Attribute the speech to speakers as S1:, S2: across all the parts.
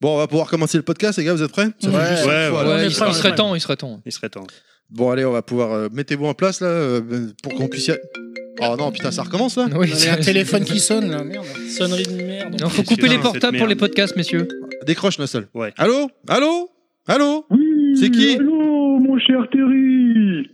S1: Bon, on va pouvoir commencer le podcast, les gars, vous êtes prêts Ça fait
S2: Ouais.
S1: juste
S3: Ouais,
S1: une
S4: Oh
S1: fois,
S3: ouais.
S1: là.
S3: on est
S2: il, serait-
S3: prêt,
S2: il
S3: on est
S2: serait
S3: prêt.
S2: temps, il serait temps.
S3: Il serait temps.
S1: Bon, allez, on va pouvoir. euh, Mettez-vous en place, là, euh, pour qu'on puisse. y a- Oh non, putain, ça recommence, là
S2: Oui,
S4: Ah, Il y
S2: c'est-
S4: a un téléphone qui sonne là, merde.
S3: Sonnerie de merde.
S2: Non, faut couper les
S3: Putain, cette
S2: portables pour les
S3: merde.
S2: podcasts, messieurs.
S1: Décroche, Nussel.
S3: Ouais.
S1: Allô Allô Allô
S5: Oui,
S1: C'est qui
S5: Allô, mon cher Terry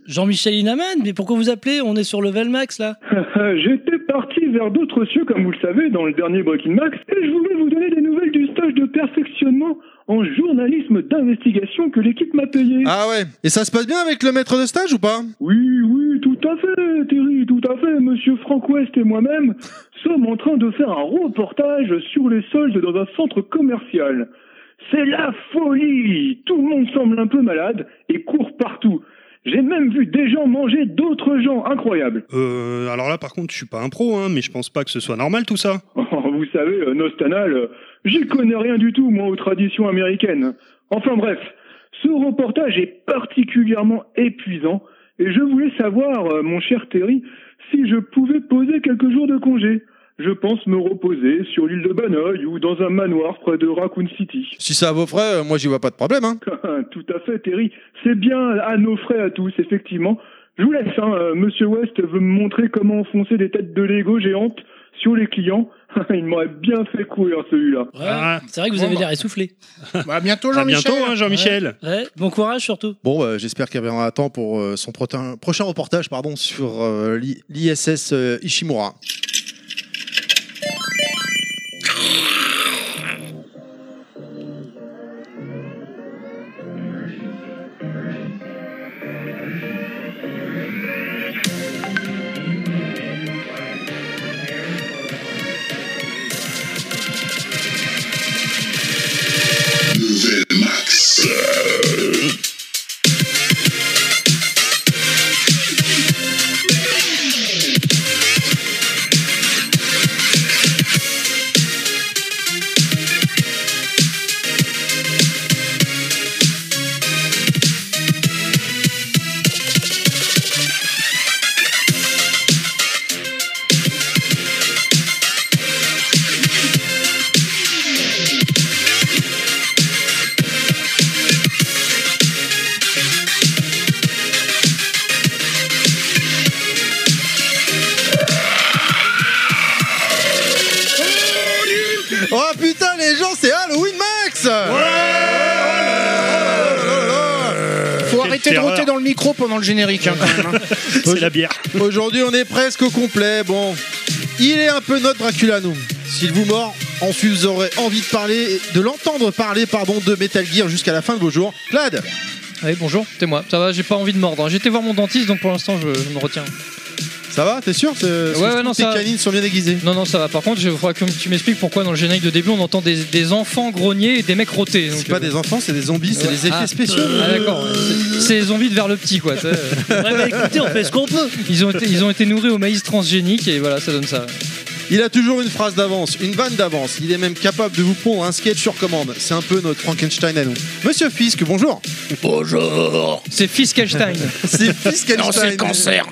S6: Jean-Michel Inaman, mais pourquoi vous appelez On est sur Level Max là.
S5: Euh, J'étais parti vers d'autres cieux, comme vous le savez, dans le dernier Breaking Max, et je voulais vous donner des nouvelles du stage de perfectionnement en journalisme d'investigation que l'équipe m'a payé.
S1: Ah ouais Et ça se passe bien avec le maître de stage ou pas
S5: Oui, oui, tout à fait, Terry, tout à fait. Monsieur Frank West et moi-même sommes en train de faire un reportage sur les soldes dans un centre commercial. C'est la folie Tout le monde semble un peu malade et court partout. J'ai même vu des gens manger d'autres gens, incroyable
S3: Euh, alors là, par contre, je suis pas un pro, hein, mais je pense pas que ce soit normal tout ça.
S5: Oh, vous savez, euh, Nostanal, euh, j'y connais rien du tout, moi, aux traditions américaines. Enfin bref, ce reportage est particulièrement épuisant, et je voulais savoir, euh, mon cher Terry, si je pouvais poser quelques jours de congé. Je pense me reposer sur l'île de Banoï ou dans un manoir près de Raccoon City.
S1: Si ça à vos frais, euh, moi j'y vois pas de problème, hein
S5: tout à fait, Terry. C'est bien à nos frais à tous, effectivement. Je vous laisse, hein, euh, Monsieur West veut me montrer comment enfoncer des têtes de Lego géantes sur les clients. Il m'aurait bien fait courir celui-là.
S6: Ouais.
S3: Ah.
S6: c'est vrai que vous
S4: Bon,
S6: avez
S4: bah.
S6: l'air essoufflé.
S4: Bah, à bientôt
S3: À
S4: Jean-Michel.
S3: bientôt, hein, Jean-Michel.
S6: Ouais. Bon courage surtout.
S1: Bon, bah, j'espère qu'il reviendra à temps pour euh, son protin- prochain reportage pardon, sur euh, l'I- l'ISS euh, Ishimura. Oh putain, les gens, c'est Halloween Max
S4: Faut
S3: Quelle
S4: arrêter de
S3: terreur.
S4: roter dans le micro pendant le générique hein, quand même. hein.
S3: C'est la bière.
S1: Aujourd'hui, on est presque au complet. Bon, il est un peu notre Dracula, nous. S'il vous mord, ensuite vous aurez envie de parler, de l'entendre parler, pardon, de Metal Gear jusqu'à la fin de vos jours. Clad,
S2: Oui, bonjour, c'est moi. Ça va, j'ai pas envie de mordre. hein. J'étais voir mon dentiste, donc pour l'instant, je, je me retiens.
S1: ça va T'es sûr c'est-
S2: Ouais, ouais,
S1: je trouve
S2: non,
S1: que Tes
S2: ça va.
S1: canines sont bien aiguisées.
S2: Non, non, ça va. Par contre, il faudra que tu m'expliques pourquoi dans le générique de début, on entend des, des enfants grogner et des mecs rotés. donc,
S1: C'est pas
S2: euh,
S1: des enfants, c'est des zombies, c'est
S2: ouais.
S1: des effets
S2: Ah.
S1: spéciaux.
S2: Ah d'accord, ouais. C'est- c'est les envies de vers le petit quoi. tu sais, euh.
S6: Ouais, bah, écoutez, on fait ce qu'on peut.
S2: Ils ont, été, ils ont été nourris au maïs transgénique et voilà, ça donne ça.
S1: Il a toujours une phrase d'avance, une vanne d'avance. Il est même capable de vous pondre un sketch sur commande. C'est un peu notre Frankenstein à nous. Monsieur Fisk, bonjour.
S2: C'est Fiskelstein.
S1: C'est Fiskenstein.
S4: Non, c'est le cancer.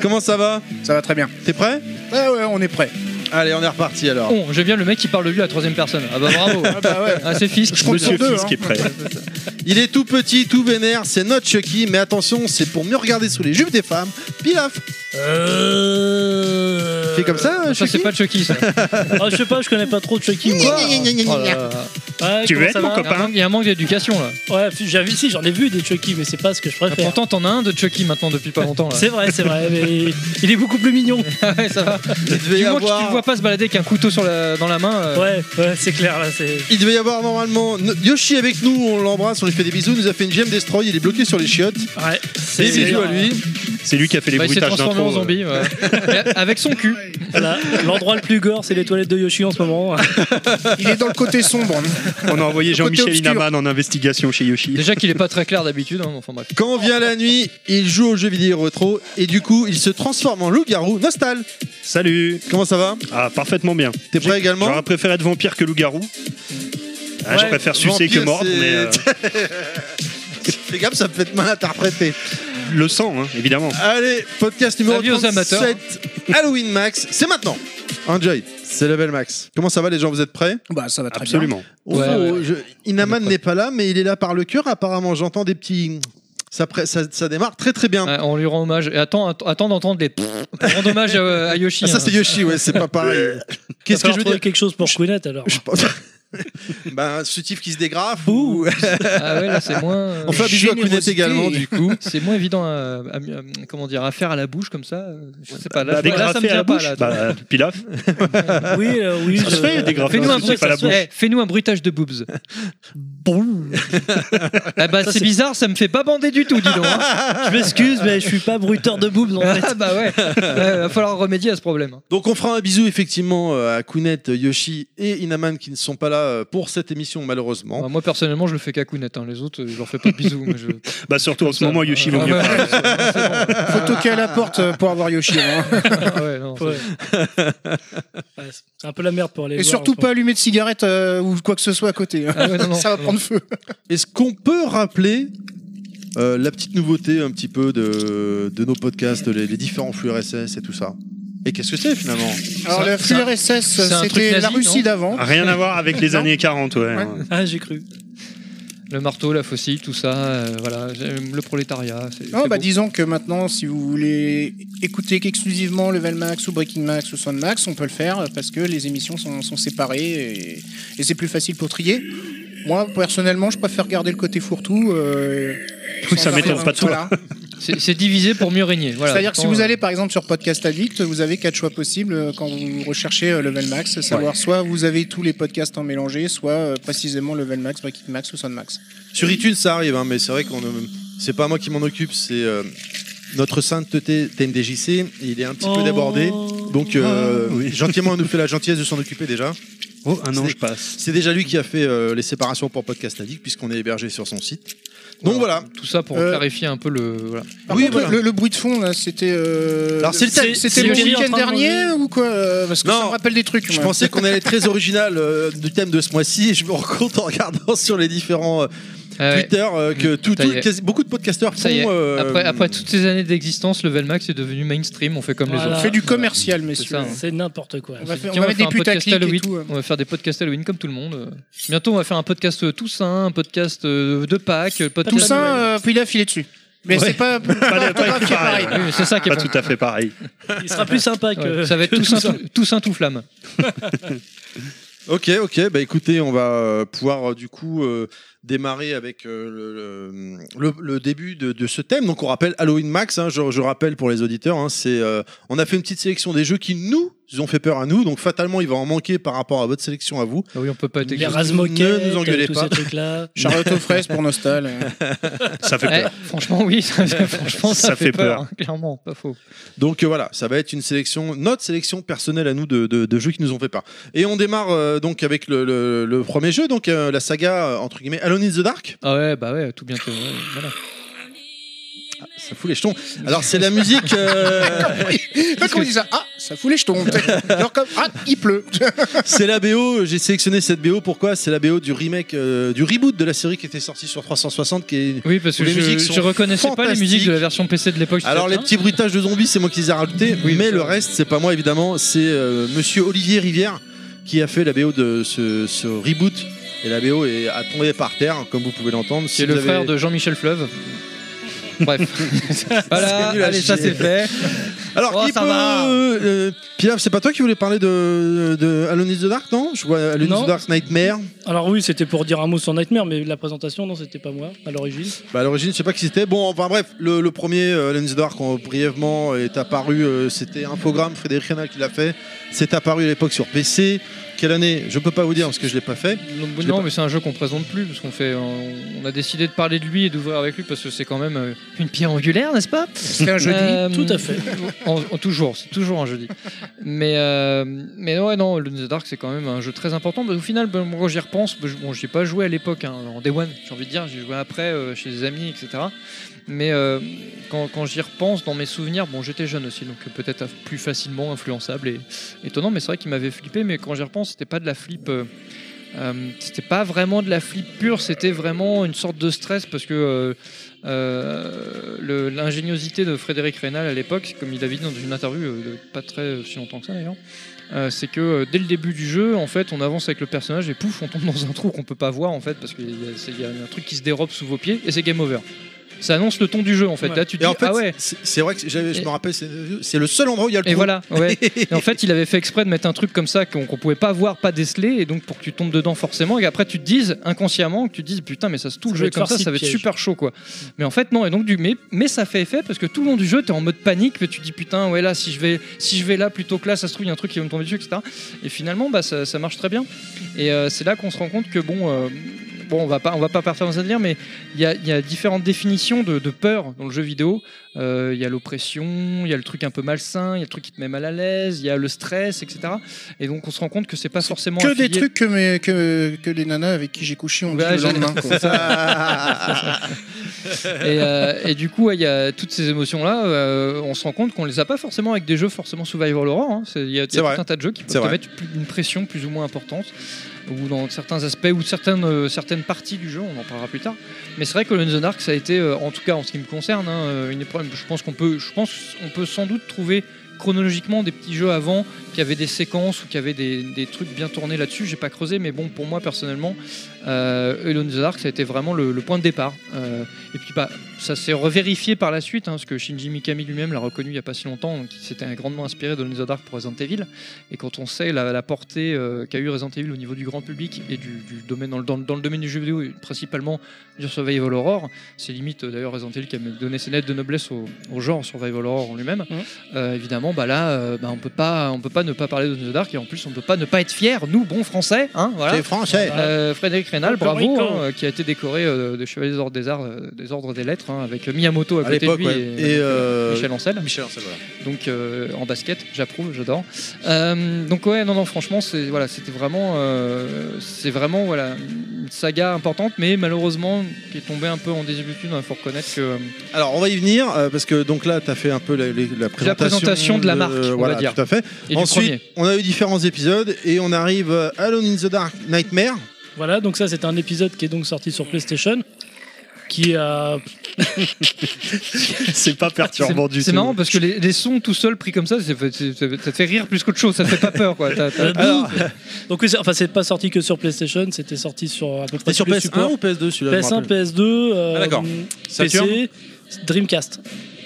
S1: Comment ça va
S4: Ça va très bien.
S1: T'es prêt
S4: Ouais ouais, on est prêt.
S1: Allez, on est reparti alors.
S2: Bon, Oh, j'aime bien le mec qui parle de lui à la troisième personne. Ah bah bravo.
S4: Ah bah ouais.
S2: Ah, c'est Fisk.
S4: compte
S3: Monsieur
S4: sur deux,
S3: Fisk
S4: hein.
S3: est prêt.
S1: Il est tout petit, tout vénère, c'est notre Chucky, mais attention, c'est pour mieux regarder sous les jupes des femmes. Pilaf
S6: Euh...
S1: Fais comme ça,
S2: Ça,
S1: Euh, Chucky
S2: c'est pas Chucky ça.
S6: Ah, je sais pas, je connais pas trop de Chucky. Moi.
S2: Oh là là.
S6: Ouais,
S3: Tu veux
S6: comment ça va
S3: être mon
S2: Il y a un
S3: copain
S2: manque- Ah, Il y a un manque d'éducation là.
S6: Ouais, j'avais si j'en ai vu des Chucky, mais c'est pas ce que je
S2: Ah,
S6: préfère.
S2: Pourtant, t'en as un de Chucky maintenant depuis pas longtemps là.
S6: C'est vrai, c'est vrai, mais il est beaucoup plus mignon.
S2: Ah ouais, ça va.
S1: il devait,
S2: Du
S1: y
S2: moment que tu le
S1: avoir...
S2: vois pas se balader avec un couteau sur la- dans la main. euh,
S6: Ouais, ouais, c'est clair là, c'est.
S1: il devait y avoir normalement No- Yoshi avec nous, on l'embrasse, on lui fait des bisous, il nous a fait une GM Destroy, il est bloqué sur les chiottes.
S6: Ouais,
S1: Des
S6: c'est.
S1: bisous à lui.
S3: C'est lui qui a fait les
S2: bah, il s'est
S3: bruitages
S2: transformé
S3: d'intro.
S2: en zombie. ouais. Et Avec son cul.
S6: Voilà, l'endroit le plus gore, c'est les toilettes de Yoshi en ce moment.
S4: Il est dans le côté sombre.
S3: euh. On a envoyé Jean-Michel
S4: obscur.
S3: Inaman en investigation chez Yoshi.
S2: Déjà qu'il est pas très clair d'habitude. hein, Enfin bref.
S1: Quand vient la nuit, il joue aux jeux vidéo rétro et du coup, il se transforme en loup-garou. Nostal,
S3: Salut.
S1: comment ça va
S3: Ah, parfaitement bien.
S1: T'es prêt également
S3: J'aurais préféré être vampire que loup-garou. Ah, je
S6: Ouais,
S3: préfère sucer
S1: vampire,
S3: que mordre,
S1: c'est-
S3: mais euh,
S1: Fais gaffe, ça peut être mal interprété.
S3: le sang, hein, évidemment.
S1: Allez, podcast numéro
S2: Avis aux amateurs.
S1: 37, Halloween Max, c'est maintenant Enjoy, c'est level max. Comment ça va les gens, vous êtes prêts
S4: Bah,
S2: Ah,
S4: ça va très bien.
S3: Absolument.
S1: Oh,
S2: Ouais, ouais,
S1: je- Inaman
S2: On est prêts.
S1: n'est pas là, mais il est là par le cœur. Apparemment, j'entends des petits. Ça, pré- ça, ça démarre très très bien.
S4: Ah,
S2: Ouais, on lui rend hommage. Et attends, attends, attends d'entendre les. On rend hommage à, à Yoshi.
S1: Ah, ça
S2: hein.
S1: c'est Yoshi, ouais, c'est pas pareil. Qu'est-ce que je veux dire
S6: quelque chose pour Queenette alors.
S1: Je pense- Ben, un soutif qui se dégrafe ou.
S2: Ah ouais, là, c'est moins. euh,
S1: On fait un bisou à Kounet
S4: Générosité.
S1: également, du coup.
S2: C'est moins évident à, à- à- comment dire, à faire à la bouche comme ça. euh, Je sais pas.
S3: Bah,
S2: Là, je- là, ça me
S3: dégraffé à la
S2: vient pas.
S3: bouche
S2: là.
S3: Bah, pilaf.
S6: Oui, euh, oui.
S3: Ça se
S6: je-
S3: fait, dégrafer
S2: Fais-nous
S3: un
S2: un,
S3: soutif à la
S2: bruit-
S3: bouche.
S2: eh, fais-nous un bruitage de boobs.
S6: Bon.
S2: Ah bah, c'est bizarre, ça me fait pas bander du tout, dis donc. hein.
S6: Je m'excuse, mais je suis pas bruteur de boobs en fait.
S2: Ah bah ouais, Ouais, va falloir remédier à ce problème. hein.
S1: Donc on fera un bisou effectivement euh, à Kounet, Yoshi et Inaman qui ne sont pas là euh, pour cette émission malheureusement.
S2: Bah, moi personnellement, je le fais qu'à Kounet, hein. les autres, euh, je leur fais pas de bisous. mais je-
S3: Bah, surtout en ce
S2: Ça,
S3: moment,
S2: euh,
S3: Yoshi
S2: ah
S3: vaut mieux
S2: ouais,
S3: pas.
S4: Ah. Faut toquer à la porte euh, pour avoir Yoshi. hein.
S2: ah ouais, non, c'est-
S6: Ouais. Ouais, c'est- c'est un peu la merde pour aller.
S4: Et
S6: le voir,
S4: surtout
S6: en fait.
S4: pas allumer de cigarette euh, ou quoi que ce soit à côté. hein.
S2: Ah ouais, non, non,
S4: ça va
S2: non.
S4: prendre feu.
S1: Est-ce qu'on peut rappeler euh, la petite nouveauté un petit peu de, de nos podcasts, les, les différents flux RSS et tout ça Et qu'est-ce que c'est finalement
S4: Alors,
S2: C'est un-
S4: le flux
S2: c'est un-
S4: RSS,
S2: c'est un truc
S4: c'était la
S2: nazi,
S4: Russie
S2: non Ah,
S4: d'avant.
S3: Rien à voir avec les
S4: Non.
S3: années 40, ouais. hein.
S4: Ouais.
S6: Ah, j'ai cru.
S2: Le marteau, la faucille, tout ça, euh, voilà, j'aime le prolétariat. c'est-
S4: Non,
S2: c'est
S4: bah
S2: beau.
S4: disons que maintenant, si vous voulez écouter qu'exclusivement Level Max ou Breaking Max ou Sound Max, on peut le faire parce que les émissions sont, sont séparées et, et c'est plus facile pour trier. Moi, personnellement, je préfère garder le côté fourre-tout. euh,
S3: Oui,
S4: sans
S3: ça
S4: avoir-
S3: m'étonne pas de toi.
S4: voilà.
S2: C'est c'est divisé pour mieux régner. Voilà,
S4: C'est-à-dire que si
S2: Autant,
S4: vous
S2: euh,
S4: allez par exemple sur Podcast Addict, vous avez quatre choix possibles euh, quand vous recherchez euh, Level Max, à savoir soit vous avez tous les podcasts en mélangé, soit euh, précisément Level Max, Breaking Max ou Sound Max.
S1: Sur iTunes ça arrive, hein, mais c'est vrai qu'on ne- c'est pas moi qui m'en occupe, c'est euh, notre sainteté TNDJC, il est un petit peu débordé.
S2: Oh.
S1: Donc euh, gentiment, il nous fait la gentillesse de s'en occuper déjà.
S3: Ah, Oh, un
S1: an,
S3: an,
S1: je
S3: je passe.
S1: C'est déjà lui qui a fait euh, les séparations pour Podcast Addict puisqu'on est hébergé sur son site. Donc voilà.
S2: Tout ça pour
S4: Euh,
S2: clarifier un peu le. Voilà.
S4: Par
S1: Oui,
S4: contre,
S1: voilà.
S4: le, le bruit de fond, là, c'était. euh,
S1: Alors, c'est le thème,
S4: C'était
S6: c'est
S4: le
S6: Yoshi en
S4: week-end
S6: train de
S4: dernier ou quoi euh, Parce que
S1: Non.
S4: ça me rappelle des trucs.
S1: Je
S4: moi.
S1: pensais qu'on allait être très original euh, du thème de ce mois-ci et je me rends compte en regardant sur les différents euh,
S2: Ah ouais.
S1: Twitter euh, que tout,
S2: Ça
S1: tout-
S2: y est.
S1: quasi- beaucoup de podcasteurs font.
S2: Ça y est.
S1: euh,
S2: Après, après toutes ces années d'existence, Level Max est devenu mainstream, on fait comme les
S6: Voilà.
S2: autres.
S4: On fait du commercial, messieurs.
S2: ça, hein.
S6: C'est n'importe quoi.
S4: On va, faire, on
S2: Tiens,
S4: va mettre des
S2: faire un podcast
S4: putaclics et
S2: Halloween.
S4: tout. euh.
S2: On va faire des podcasts Halloween comme tout le monde. Bientôt, on va faire un podcast euh, Toussaint, un podcast euh, de Pâques, un podcast
S4: Toussaint, euh, puis là, filet dessus. Mais
S2: Ouais.
S4: c'est pas.
S3: Pas, pas tout pareil.
S2: Oui, mais c'est ça qui est
S3: Pas
S2: bon.
S3: tout à fait pareil.
S6: Il sera plus sympa
S2: Ouais,
S6: que.
S2: ça va être
S1: euh,
S6: que
S2: Toussaint,
S6: Toussaint.
S2: tout, Toussaint tout flamme.
S1: Ok, ok. Bah écoutez, on va euh, pouvoir euh, du coup euh, démarrer avec euh, le, le- le début de, de ce thème. Donc on rappelle Halloween Max. hein, je, je rappelle pour les auditeurs, hein, c'est euh, on a fait une petite sélection des jeux qui nous ont fait peur à nous. Donc fatalement, il va en manquer par rapport à votre sélection à vous.
S2: Ah oui, on peut pas être
S6: Les
S2: exhaustif.
S6: Razmoquettes,
S1: Ne nous engueulez
S6: tous
S1: pas.
S6: ces trucs-là.
S4: Charlotte aux fraises pour Nostal. euh.
S3: Ça fait
S2: Eh,
S3: peur.
S2: franchement, oui, ça, franchement, ça,
S3: Ça
S2: fait,
S3: fait
S2: peur,
S3: peur.
S2: hein, clairement, pas faux.
S1: Donc euh, voilà, ça va être une sélection, notre sélection personnelle à nous de, de- de jeux qui nous ont fait peur. Et on démarre euh, donc avec le, le- le premier jeu, donc euh, la saga euh, entre guillemets Alone in the Dark.
S2: Ah ouais, bah ouais, tout bientôt. ouais, voilà.
S1: Ça fout les jetons. Alors c'est la musique. euh,
S4: Parce qu'on dit ça. Ah, ça fout les jetons. Alors comme. Ah, il pleut.
S1: c'est la BO. J'ai sélectionné cette BO. Pourquoi C'est la BO du remake, euh, du reboot de la série qui était sortie sur 360, qui est
S2: Oui, parce que
S1: Les
S2: je,
S1: musiques sont
S2: je reconnaissais pas les musiques de la
S1: fantastiques.
S2: version PC de l'époque.
S1: Alors les
S2: Tiens,
S1: petits bruitages de zombies, c'est moi qui les ai rajoutés,
S2: Oui,
S1: mais
S2: ça-
S1: le reste, c'est pas moi évidemment, c'est euh, Monsieur Olivier Rivière qui a fait la BO de ce, ce reboot. Et la BO est, a tombé par terre, comme vous pouvez l'entendre.
S2: qui est le frère de Jean-Michel Fleuve. Bref, voilà,
S1: nul à
S2: allez, ça
S1: chier.
S2: c'est fait.
S1: Alors,
S2: Oh,
S1: qui
S2: ça
S1: peut-
S2: va.
S1: euh, euh, Pilaf, c'est pas toi qui voulais parler de, de Alone in the Dark, non Je vois Alone in
S6: Non.
S1: the Dark Nightmare.
S6: Alors oui, c'était pour dire un mot sur Nightmare, mais la présentation, non, c'était pas moi à l'origine.
S1: Bah, à l'origine, je sais pas qui c'était. Bon, enfin bref, le, le premier euh, Alone in the Dark, on- brièvement, est apparu. euh, c'était Infogramme, Frédéric Renal qui l'a fait. C'est apparu à l'époque sur PC. Quelle année Je peux pas vous dire parce que je l'ai pas fait.
S2: Non,
S1: Je l'ai pas-
S2: mais c'est un jeu qu'on présente plus parce qu'on fait, euh, on a décidé de parler de lui et d'ouvrir avec lui parce que c'est quand même euh, une pierre angulaire, n'est-ce pas
S4: C'est un jeudi.
S2: Euh,
S6: Tout à fait.
S2: en- en- toujours, c'est toujours un jeudi. Mais, euh, mais ouais, non, Alone in the Dark, c'est quand même un jeu très important. Parce au final, ben, moi, quand j'y repense, ben, je- bon, j'y ai pas joué à l'époque, hein, en Day One, j'ai envie de dire, j'ai joué après euh, chez des amis, etc. Mais euh, quand, quand j'y repense, dans mes souvenirs, bon, j'étais jeune aussi, donc euh, peut-être euh, plus facilement influençable et étonnant, mais c'est vrai qu'il m'avait flippé. Mais quand j'y repense, c'était pas de la flip. euh, euh, c'était pas vraiment de la flip pure, c'était vraiment une sorte de stress parce que euh, euh, le- l'ingéniosité de Frédéric Reynal à l'époque, comme il avait dit dans une interview euh, de pas très euh, si longtemps que ça d'ailleurs, euh, c'est que euh, dès le début du jeu, en fait, on avance avec le personnage et pouf, on tombe dans un trou qu'on peut pas voir en fait parce qu'il y, a- c'est- il y a un truc qui se dérobe sous vos pieds et c'est game over. Ça annonce le ton du jeu en fait.
S4: Ouais.
S2: Là, tu te
S1: Et
S2: dis
S1: en fait,
S2: ah ouais.
S1: c'est- c'est vrai que j'avais- je
S2: Et-
S1: me rappelle, c'est c'est le seul endroit où il y a le
S2: Et
S1: trou.
S2: voilà, ouais. Et en fait, il avait fait exprès de mettre un truc comme ça qu'on qu'on pouvait pas voir, pas déceler, et donc pour que tu tombes dedans forcément, et après tu te dises inconsciemment que tu te dises putain, mais ça se tout le
S6: Ça
S2: jeu
S6: va
S2: est
S6: être
S2: comme ça,
S6: farci
S2: ça
S6: de
S2: va être
S6: pièges.
S2: super chaud quoi. Mais en fait, non, et donc du mais, mais ça fait effet parce que tout le long du jeu, t'es en mode panique, que tu te dis putain, ouais, là, si je vais, si je vais là plutôt que là, ça se trouve, il y a un truc qui va me tomber dessus, etc. Et finalement, bah, ça, ça marche très bien. Et euh, c'est là qu'on se rend compte que bon. euh, Bon, on va pas, on va pas partir dans un délire, mais il y a, il y a différentes définitions de, de peur dans le jeu vidéo. Euh, Il y a l'oppression, il y a le truc un peu malsain, il y a le truc qui te met mal à l'aise, il y a le stress, etc. Et donc on se rend compte que c'est pas forcément
S4: Que des
S2: affilié-
S4: trucs que, mes, que, que les nanas avec qui j'ai couché ont dit
S2: Ouais,
S4: le
S2: j'allais-
S4: lendemain. quoi.
S1: Ah,
S2: Et, euh, et du coup, ouais, il y a toutes ces émotions-là, euh, on se rend compte qu'on les a pas forcément avec des jeux forcément survival horror. hein. C'est- Il y a, il y a
S1: C'est vrai.
S2: tout un tas de jeux qui peuvent
S1: C'est
S2: te
S1: vrai.
S2: mettre plus- une pression plus ou moins importante, ou dans certains aspects, ou certaines, euh, certaines parties du jeu, on en parlera plus tard. Mais c'est vrai que le the Dark, ça a été, euh, en tout cas en ce qui me concerne, hein, euh, une épreuve. Je pense qu'on peut, je pense qu'on peut sans doute trouver chronologiquement des petits jeux avant qui avaient des séquences ou qui avaient des, des trucs bien tournés là-dessus. J'ai pas creusé, mais bon, pour moi personnellement, euh, Alone in the Dark, ça a été vraiment le, le point de départ. Euh, et puis bah, ça s'est revérifié par la suite, hein, parce que Shinji Mikami lui-même l'a reconnu il n'y a pas si longtemps, donc il s'était grandement inspiré de Alone in the Dark pour Resident Evil. Et quand on sait la, la portée euh, qu'a eu Resident Evil au niveau du grand public et du, du domaine dans le, dans le- dans le domaine du jeu vidéo, et principalement du survival horror, c'est limite euh, d'ailleurs Resident Evil qui a donné ses lettres de noblesse au, au genre survival horror en lui-même.
S4: Mhm.
S2: Euh, évidemment, bah là, euh, bah, on peut pas, on peut pas ne pas parler de The Dark et en plus on peut pas ne pas être fier, nous bons Français, hein, voilà.
S1: C'est eh. français.
S2: Euh, Frédéric Reynal,
S6: Puerto
S2: bravo,
S6: Rico.
S2: hein, qui a été décoré euh, de Chevalier des Ordres des, Arts, euh, des, Ordres des Lettres hein, avec Miyamoto à
S1: À
S2: côté de
S1: l'époque,
S2: lui
S1: ouais.
S2: et,
S1: Et, euh,
S2: Michel Ancel,
S1: Michel Ancel, voilà.
S2: donc euh, en basket, j'approuve, j'adore. Euh, donc ouais, non, non, franchement, c'est voilà, c'était vraiment, euh, c'est vraiment voilà, une saga importante, mais malheureusement qui est tombée un peu en désuétude. hein, Il faut reconnaître que euh,
S1: Alors, on va y venir, euh, parce que donc là, tu as fait un peu la, les- la présentation. euh,
S2: présentation de la marque, on va
S1: voilà,
S2: dire.
S1: Tout à fait.
S2: et du
S1: Ensuite,
S2: premier.
S1: on a eu différents épisodes et on arrive euh, Alone in the Dark Nightmare.
S6: Voilà, donc ça c'est un épisode qui est donc sorti sur PlayStation, qui a
S3: C'est pas perturbant du tout.
S2: C'est marrant parce que les, les sons tout seuls pris comme ça, c'est- c'est- c'est- ça te fait rire plus qu'autre chose, ça te fait pas peur quoi. T'as- t'as-
S1: Alors,
S6: Euh, donc oui, c'est- enfin c'est pas sorti que sur PlayStation, c'était sorti sur à peu près
S1: c'était sur
S6: tous les
S1: PS1
S6: supports.
S1: ou PS2 celui-là je me
S6: PS1,
S1: rappelle.
S6: PS2, euh,
S1: Ah, d'accord. Saturn
S6: PC, Dreamcast.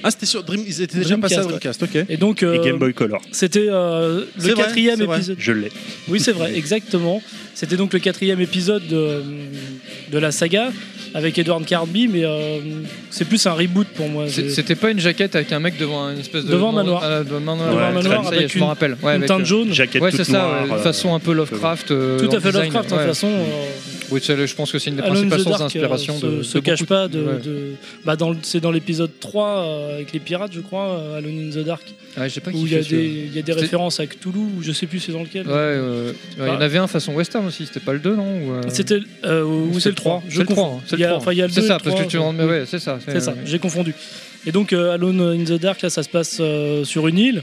S1: Ah, c'était sur Dream. Ils étaient déjà
S6: Dreamcast,
S1: passés à
S6: ouais.
S1: Dreamcast, ok.
S6: Et donc
S3: Et
S6: euh,
S3: Game Boy Color.
S6: c'était euh,
S1: C'est
S6: le
S1: vrai,
S6: quatrième
S1: c'est vrai.
S6: épisode.
S3: Je l'ai.
S6: Oui, c'est vrai, exactement. C'était donc le quatrième épisode de, de la saga avec Edward Carby, mais euh, c'est plus un reboot pour moi.
S2: C'est-
S6: C'est-
S2: C'était pas une jaquette avec un mec devant une espèce de
S6: Devant un manoir.
S2: euh, devant un manoir,
S3: Devant un manoir
S2: ça y est,
S6: avec
S2: je m'en
S6: une-
S2: rappelle.
S6: une
S2: Ouais, avec,
S6: teinte
S2: euh,
S6: jaune.
S3: Jaquette
S2: Ouais,
S3: toute
S2: c'est ça,
S3: noire,
S2: ouais,
S3: euh,
S2: de façon un peu Lovecraft. euh,
S6: Tout
S2: dans
S6: à
S2: le
S6: fait
S2: design,
S6: Lovecraft, hein, de
S2: ouais.
S6: toute façon. euh,
S2: Oui, c'est- je pense que c'est une des
S6: Alone in
S2: principales
S6: the
S2: sources
S6: Dark euh,
S2: d'inspiration
S6: se,
S2: de.
S6: se
S2: de
S6: cache
S2: beaucoup
S6: pas de.
S2: Ouais.
S6: de- bah dans le- c'est dans l'épisode 3 euh, avec les pirates, je crois, euh, Alone in the Dark,
S2: Ouais, Ah, j'ai pas
S6: où il y a
S2: kiffé.
S6: des,
S2: celui-là.
S6: il y a des
S2: C'était-
S6: références à Cthulhu, ou je sais plus c'est dans lequel.
S2: Ouais, euh, ouais, il y en avait un façon western aussi, c'était pas le 2, non ou, euh,
S6: Ah. C'était euh, ou
S2: ou
S6: c'est le 3, je
S2: C'est le
S6: confonds.
S2: 3. C'est
S6: Il y a-
S2: le
S6: enfin, il y a le
S2: 3. C'est
S6: deux et
S2: ça,
S6: le
S2: parce que tu
S6: trois, euh,
S2: demandes. Mais ouais, c'est ça.
S6: C'est ça, j'ai confondu. Et donc euh, Alone in the Dark, là, ça se passe euh, sur une île.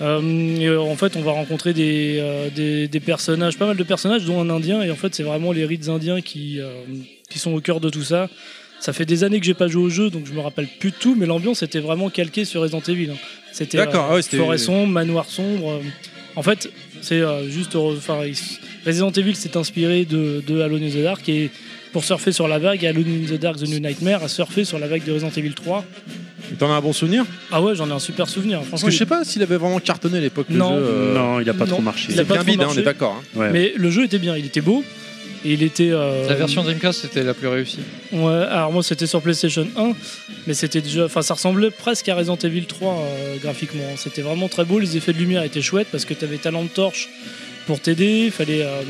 S6: Euh, et, euh, en fait, on va rencontrer des, euh, des, des personnages, pas mal de personnages, dont un indien. Et en fait, c'est vraiment les rites indiens qui, euh, qui sont au cœur de tout ça. Ça fait des années que j'ai pas joué au jeu, donc je me rappelle plus de tout, mais l'ambiance était vraiment calquée sur Resident Evil. hein. C'était euh,
S1: D'accord, ah ouais, c'était-
S6: forêt sombre, manoir sombre. euh. En fait, c'est euh, juste. euh, Enfin, il s- Resident Evil s'est inspiré de, de Alone in the Dark et pour surfer sur la vague, Alone in the Dark, The New Nightmare a surfé sur la vague de Resident Evil 3.
S1: T'en as un bon souvenir
S6: Ah ouais, j'en ai un super souvenir.
S1: Parce
S6: Franchement,
S1: que je sais
S6: il-
S1: pas s'il avait vraiment cartonné à l'époque. le
S6: Non.
S1: jeu, euh,
S3: Non, il a pas
S6: non.
S3: trop marché.
S6: Il a
S1: C'est
S6: pas
S1: bien
S6: trop
S1: vide, hein, on
S6: marché.
S1: est d'accord. hein.
S3: Ouais.
S6: mais le jeu était bien, il était beau. Et il était. euh,
S2: La version Dreamcast, c'était la plus réussie.
S6: Ouais, alors moi c'était sur PlayStation 1, mais c'était déjà. Enfin, ça ressemblait presque à Resident Evil 3 euh, graphiquement. C'était vraiment très beau, les effets de lumière étaient chouettes parce que t'avais ta lampe torche pour t'aider, fallait. euh,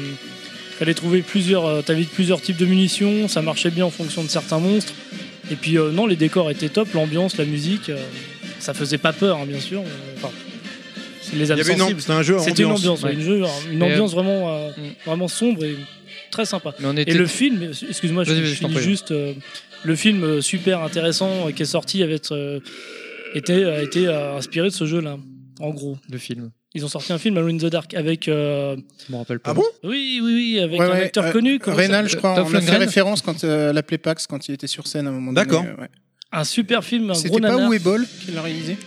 S6: Fallait trouver plusieurs, euh, t'avais plusieurs types de munitions, ça marchait bien en fonction de certains monstres. Et puis euh, non, les décors étaient top, l'ambiance, la musique, euh, ça faisait pas peur, hein, bien sûr. euh, Enfin, c'est les
S1: Il y
S6: âmes
S1: avait une
S6: sensibles.
S1: ambiance. C'était un jeu en
S6: C'était hein. une
S1: ambiance.
S6: ambiance, ouais,
S2: ouais.
S6: une, jeu- une
S2: Et, euh,
S6: ambiance vraiment, euh,
S2: mm.
S6: vraiment sombre et très sympa.
S2: Mais on
S6: Et
S2: était.
S6: le film, excuse-moi, je,
S2: Vas-y, vas-y,
S6: je
S2: je t'en
S6: finis
S2: prie.
S6: juste. euh, le film euh, super intéressant euh, qui est sorti avec, euh, était, euh, était euh, inspiré de ce jeu-là, en gros.
S2: Le film.
S6: Ils ont sorti un film Alone in the Dark avec. euh,
S2: Je me rappelle pas.
S1: Ah bon
S6: oui, oui, oui, avec
S4: Ouais,
S6: un
S4: ouais,
S6: acteur
S4: euh,
S6: connu. comment hein, ça
S4: Reynal,
S6: s'appelle
S4: je crois,
S2: Dolph
S4: on a fait
S2: Lundgren
S4: référence quand euh, l'appelait Pax quand il était sur scène à un moment donné.
S1: D'accord.
S4: euh, ouais.
S6: Un super film, un
S4: C'était
S6: Bah, gros
S4: pas
S6: nanar.
S4: Oué Ball qui l'a réalisé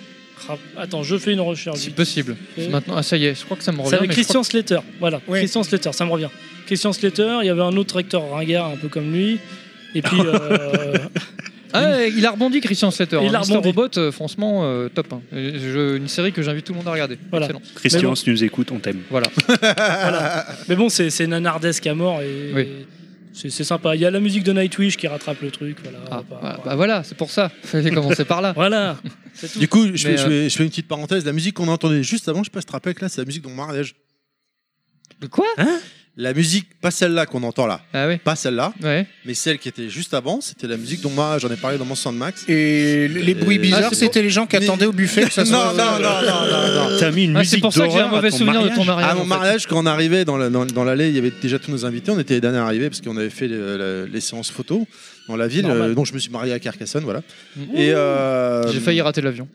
S6: rap- Attends, je fais une recherche.
S2: Si
S6: vite
S2: possible.
S6: fait.
S2: Maintenant, ah, ça y est, je crois que ça me revient.
S6: C'est avec
S2: mais je
S6: Christian
S2: crois
S6: Slater. Voilà,
S4: Oui.
S6: Christian Slater, ça me revient. Christian Slater, il y avait un autre acteur ringard un peu comme lui. Et puis, euh,
S2: que- Ah, ouais, il a rebondi, Christian Slater.
S6: Il
S2: hein.
S6: a
S2: Mister
S6: rebondi.
S2: Robot, euh, franchement, euh, top. hein. Et je- une série que j'invite tout le monde à regarder.
S6: Voilà.
S2: Excellent.
S6: Mais
S3: Christian,
S6: bon.
S3: si tu nous écoutes, on t'aime.
S2: Voilà.
S6: mais bon, c'est c'est nanardesque à mort et
S2: Oui.
S6: c'est c'est sympa. Il y a la musique de Nightwish qui rattrape le truc. Voilà.
S2: Ah,
S6: Bah,
S2: voilà.
S6: voilà.
S2: Bah voilà, c'est pour ça. Fallait commencer par là.
S6: Voilà. C'est tout.
S1: Du coup, je fais,
S2: Mais,
S1: je fais- je fais une petite parenthèse. La musique qu'on a entendue juste avant, je sais pas si tu te rappelles, que là, c'est la musique de mon mariage.
S2: De Quoi
S1: La musique, pas celle-là qu'on entend là,
S2: Hein Ah oui.
S1: pas celle-là,
S2: Ouais.
S1: mais celle qui était juste avant, c'était la musique de mon mariage. J'en ai parlé dans mon Max.
S4: Et les bruits
S1: Euh,
S4: bizarres,
S1: ah, c'est
S4: c'était les gens qui
S1: Mais-
S4: attendaient au buffet que ça soit.
S1: non, non, non, non, non, non.
S3: T'as mis une
S2: Ah,
S3: musique
S2: c'est pour ça que j'ai un
S3: d'horreur à
S2: mauvais
S3: ton
S2: souvenir de ton
S3: mariage.
S2: mariage.
S1: À Ah, mon
S2: en fait.
S1: mariage, quand on arrivait dans la- dans- dans l'allée, il y avait déjà tous nos invités. On était les derniers arrivés parce qu'on avait fait les, la- les séances photo dans la ville.
S6: Normal.
S1: euh, donc je me suis marié à Carcassonne, voilà.
S2: Mmh.
S1: Et euh,
S2: J'ai failli rater l'avion.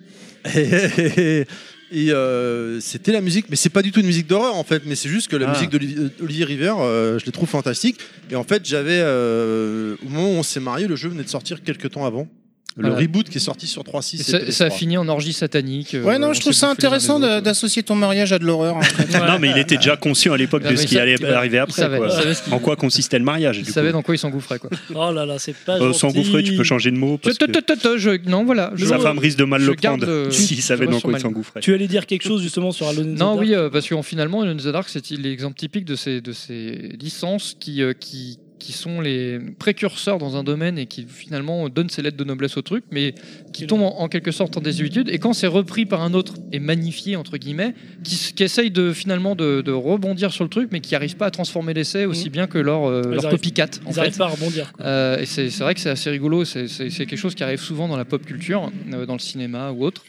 S1: et euh, c'était la musique, mais c'est pas du tout une musique d'horreur en fait, mais c'est juste que la
S3: Ah.
S1: musique d'Olivier Olivier River, euh, je les trouve fantastiques. Et en fait, j'avais euh, au moment où on s'est marié, le jeu venait de sortir quelques temps avant. Le
S2: Voilà.
S1: reboot qui est sorti sur 3.6
S2: Ah Et
S1: et
S2: ça, ça a
S1: PS3.
S2: fini en orgie satanique. euh,
S4: Ouais, non,
S2: on
S4: je trouve
S2: s'est
S4: ça
S2: bouffé les uns
S4: intéressant
S2: les
S4: de-
S2: autres.
S4: d'associer ton mariage à de l'horreur. hein. en fait.
S6: Ouais.
S3: Non, mais il était déjà conscient à l'époque
S2: Ah,
S3: de
S2: mais
S3: ce qui
S2: ça,
S3: allait
S2: tu vois,
S3: arriver
S2: Il
S3: après.
S2: savait, il
S3: quoi.
S2: savait ce qu'il-
S3: En quoi consistait le mariage
S2: il
S3: du
S2: savait
S3: coup
S2: dans quoi il s'engouffrait quoi.
S6: Oh là là, c'est pas
S3: Euh,
S6: gentil.
S3: S'engouffrer, tu peux changer de mot. Parce que
S2: Tototototo, je- Non voilà. je-
S3: sa femme risque de mal
S2: je
S3: le
S2: garde,
S3: prendre
S2: euh,
S3: s'il savait dans
S2: je
S3: quoi
S2: vois sur
S3: il
S2: ma-
S3: s'engouffrait.
S6: Tu allais dire quelque chose justement sur Alone in the
S2: Non,
S6: Dark
S2: oui, euh, parce que finalement, Alone in the Dark, c'est l'exemple typique de ces, de ces licences qui, euh, qui, qui sont les précurseurs dans un domaine et qui finalement donnent ses lettres de noblesse au truc, mais qui tombent en, en quelque sorte en désuétude. Et quand c'est repris par un autre et magnifié, entre guillemets, qui, s- qui essaye de, finalement de, de rebondir sur le truc, mais qui n'arrive pas à transformer l'essai aussi bien que leur, euh,
S6: Mm. Ils
S2: leur
S6: arrivent-
S2: copycat. En
S6: Ils
S2: fait.
S6: n'arrivent pas à rebondir. quoi.
S2: Euh, et c'est c'est vrai que c'est assez rigolo, c'est c'est- c'est quelque chose qui arrive souvent dans la pop culture, euh, dans le cinéma ou autre.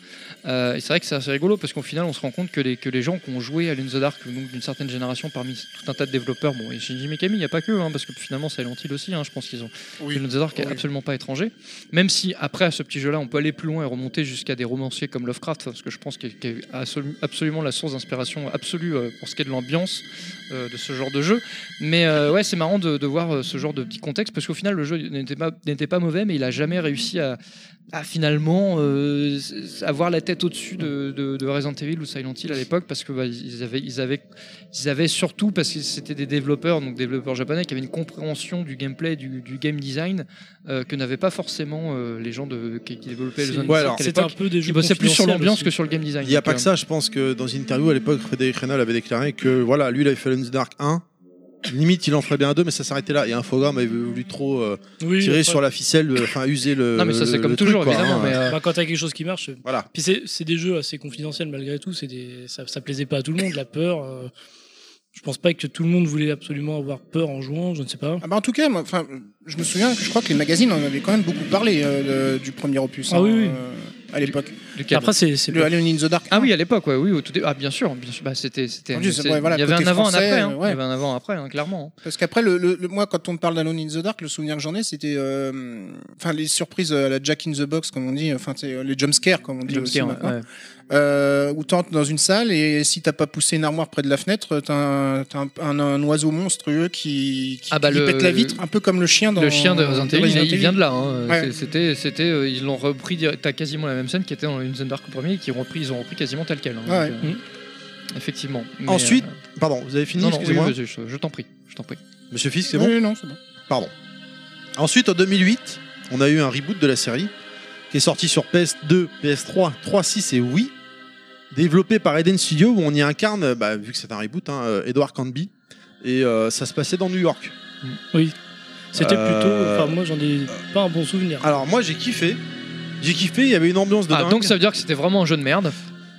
S2: Euh, et c'est vrai que c'est assez rigolo parce qu'au final, on se rend compte que les, que les gens qui ont joué à Alone in the Dark, donc d'une certaine génération parmi tout un tas de développeurs, bon, et Shinji Mikami, il n'y a pas que, hein, parce que finalement, c'est Hill aussi, hein, je pense qu'ils ont.
S4: Oui.
S2: Alone in the Dark est
S4: Oui.
S2: absolument pas étranger. Même si, après, à ce petit jeu-là, on peut aller plus loin et remonter jusqu'à des romanciers comme Lovecraft, parce que je pense qu'il est- qu'il est absolu- absolument la source d'inspiration absolue euh, pour ce qui est de l'ambiance euh, de ce genre de jeu. Mais euh, ouais, c'est marrant de, de voir euh, ce genre de petit contexte parce qu'au final, le jeu n'était pas, n'était pas mauvais, mais il a jamais réussi à, à finalement euh, s- avoir la tête au-dessus de, de, de Resident Evil ou Silent Hill à l'époque parce que bah, ils, avaient, ils, avaient, ils avaient surtout, parce que c'était des développeurs, donc développeurs japonais, qui avaient une compréhension du gameplay, du, du game design euh, que n'avaient pas forcément euh, les gens de, qui, qui développaient
S6: C'est-
S2: le jeu.
S1: Ouais, alors,
S6: C'était un peu des
S2: Ils
S6: jeux.
S2: bossaient plus sur
S6: confidentiels
S2: l'ambiance
S6: aussi.
S2: que sur le game design.
S1: Il n'y a
S2: Donc,
S1: pas
S2: euh,
S1: que ça, je pense que dans une interview à l'époque, Frédéric Reynal avait déclaré que voilà, lui, il avait fait Alone in the Dark 1. Limite, il en ferait bien un 2, mais ça s'arrêtait là. Et Infogrames avait voulu trop euh,
S6: Oui,
S1: tirer
S6: après,
S1: sur la ficelle, euh, enfin user le.
S2: Non, mais ça,
S1: le-
S2: c'est comme
S1: le truc,
S2: toujours,
S1: quoi,
S2: évidemment.
S1: hein.
S2: mais, euh,
S6: bah, quand t'as quelque chose qui marche,
S1: Voilà.
S6: Puis c'est c'est des jeux assez confidentiels malgré tout, c'est des, ça, ça plaisait pas à tout le monde, la peur. euh, je pense pas que tout le monde voulait absolument avoir peur en jouant, je ne sais pas.
S4: Ah bah, en tout cas, moi, enfin, je me souviens que je crois que les magazines en avaient quand même beaucoup parlé euh, de- du premier opus
S6: Ah
S4: hein,
S6: oui, oui.
S4: euh, à l'époque.
S2: lequel
S6: Après, c'est. c'est
S4: Le Alone in the Dark.
S2: Ah oui, à l'époque, ouais, oui, au tout dé- Ah, bien sûr, bien sûr. Bah, c'était, c'était,
S4: Entendu,
S2: c'est-
S4: c'est- ouais, voilà,
S2: il y avait un
S4: côté
S2: avant, un
S4: français,
S2: après. hein.
S4: euh,
S2: Il y
S4: ouais.
S2: avait un avant, un après, hein, clairement.
S4: Parce qu'après, le, le- le- moi, quand on me parle d'Alone in the Dark, le souvenir que j'en ai, c'était. euh, Enfin, les surprises à la Jack in the Box, comme on dit, enfin, c'est, euh, les jumpscares, comme on dit aussi.
S2: Jumpscare,
S4: maintenant.
S2: ouais.
S4: euh, où t'entres dans une salle et si t'as pas poussé une armoire près de la fenêtre, t'as un, t'as un, un- un oiseau monstrueux qui, qui,
S2: Ah bah
S4: qui
S2: le-
S4: pète la vitre, un peu comme le chien dans
S2: Le chien de Resident Evil, il- il vient de là. hein.
S4: Ouais.
S2: C'est- C'était, c'était, euh, ils l'ont repris. direct- T'as quasiment la même scène qui était dans une scène d'arc au premier, et qui ont repris, ils ont repris quasiment tel quel. hein.
S4: Ouais.
S2: Donc, euh, Effectivement. Mais,
S1: Ensuite,
S2: euh,
S1: Pardon, vous avez fini,
S2: non, non, oui,
S1: excusez-moi.
S2: vas-y, je, je t'en prie, je t'en prie.
S1: Monsieur Fils, c'est
S4: C'est
S1: bon
S4: bon non, c'est bon.
S1: Pardon. Ensuite, en 2008, on a eu un reboot de la série qui est sorti sur PS2, PS3, 3.6 et Wii, développé par Eden Studio où on y incarne, bah, vu que c'est un reboot, hein, euh, Edward Canby. Et euh, ça se passait dans New York.
S6: C'était
S1: Euh,
S6: plutôt. Enfin, moi, j'en ai pas un bon souvenir.
S1: Alors moi j'ai kiffé. J'ai kiffé, il y avait une ambiance de
S2: Ah,
S1: dingue.
S2: donc ça veut dire que c'était vraiment un jeu de merde.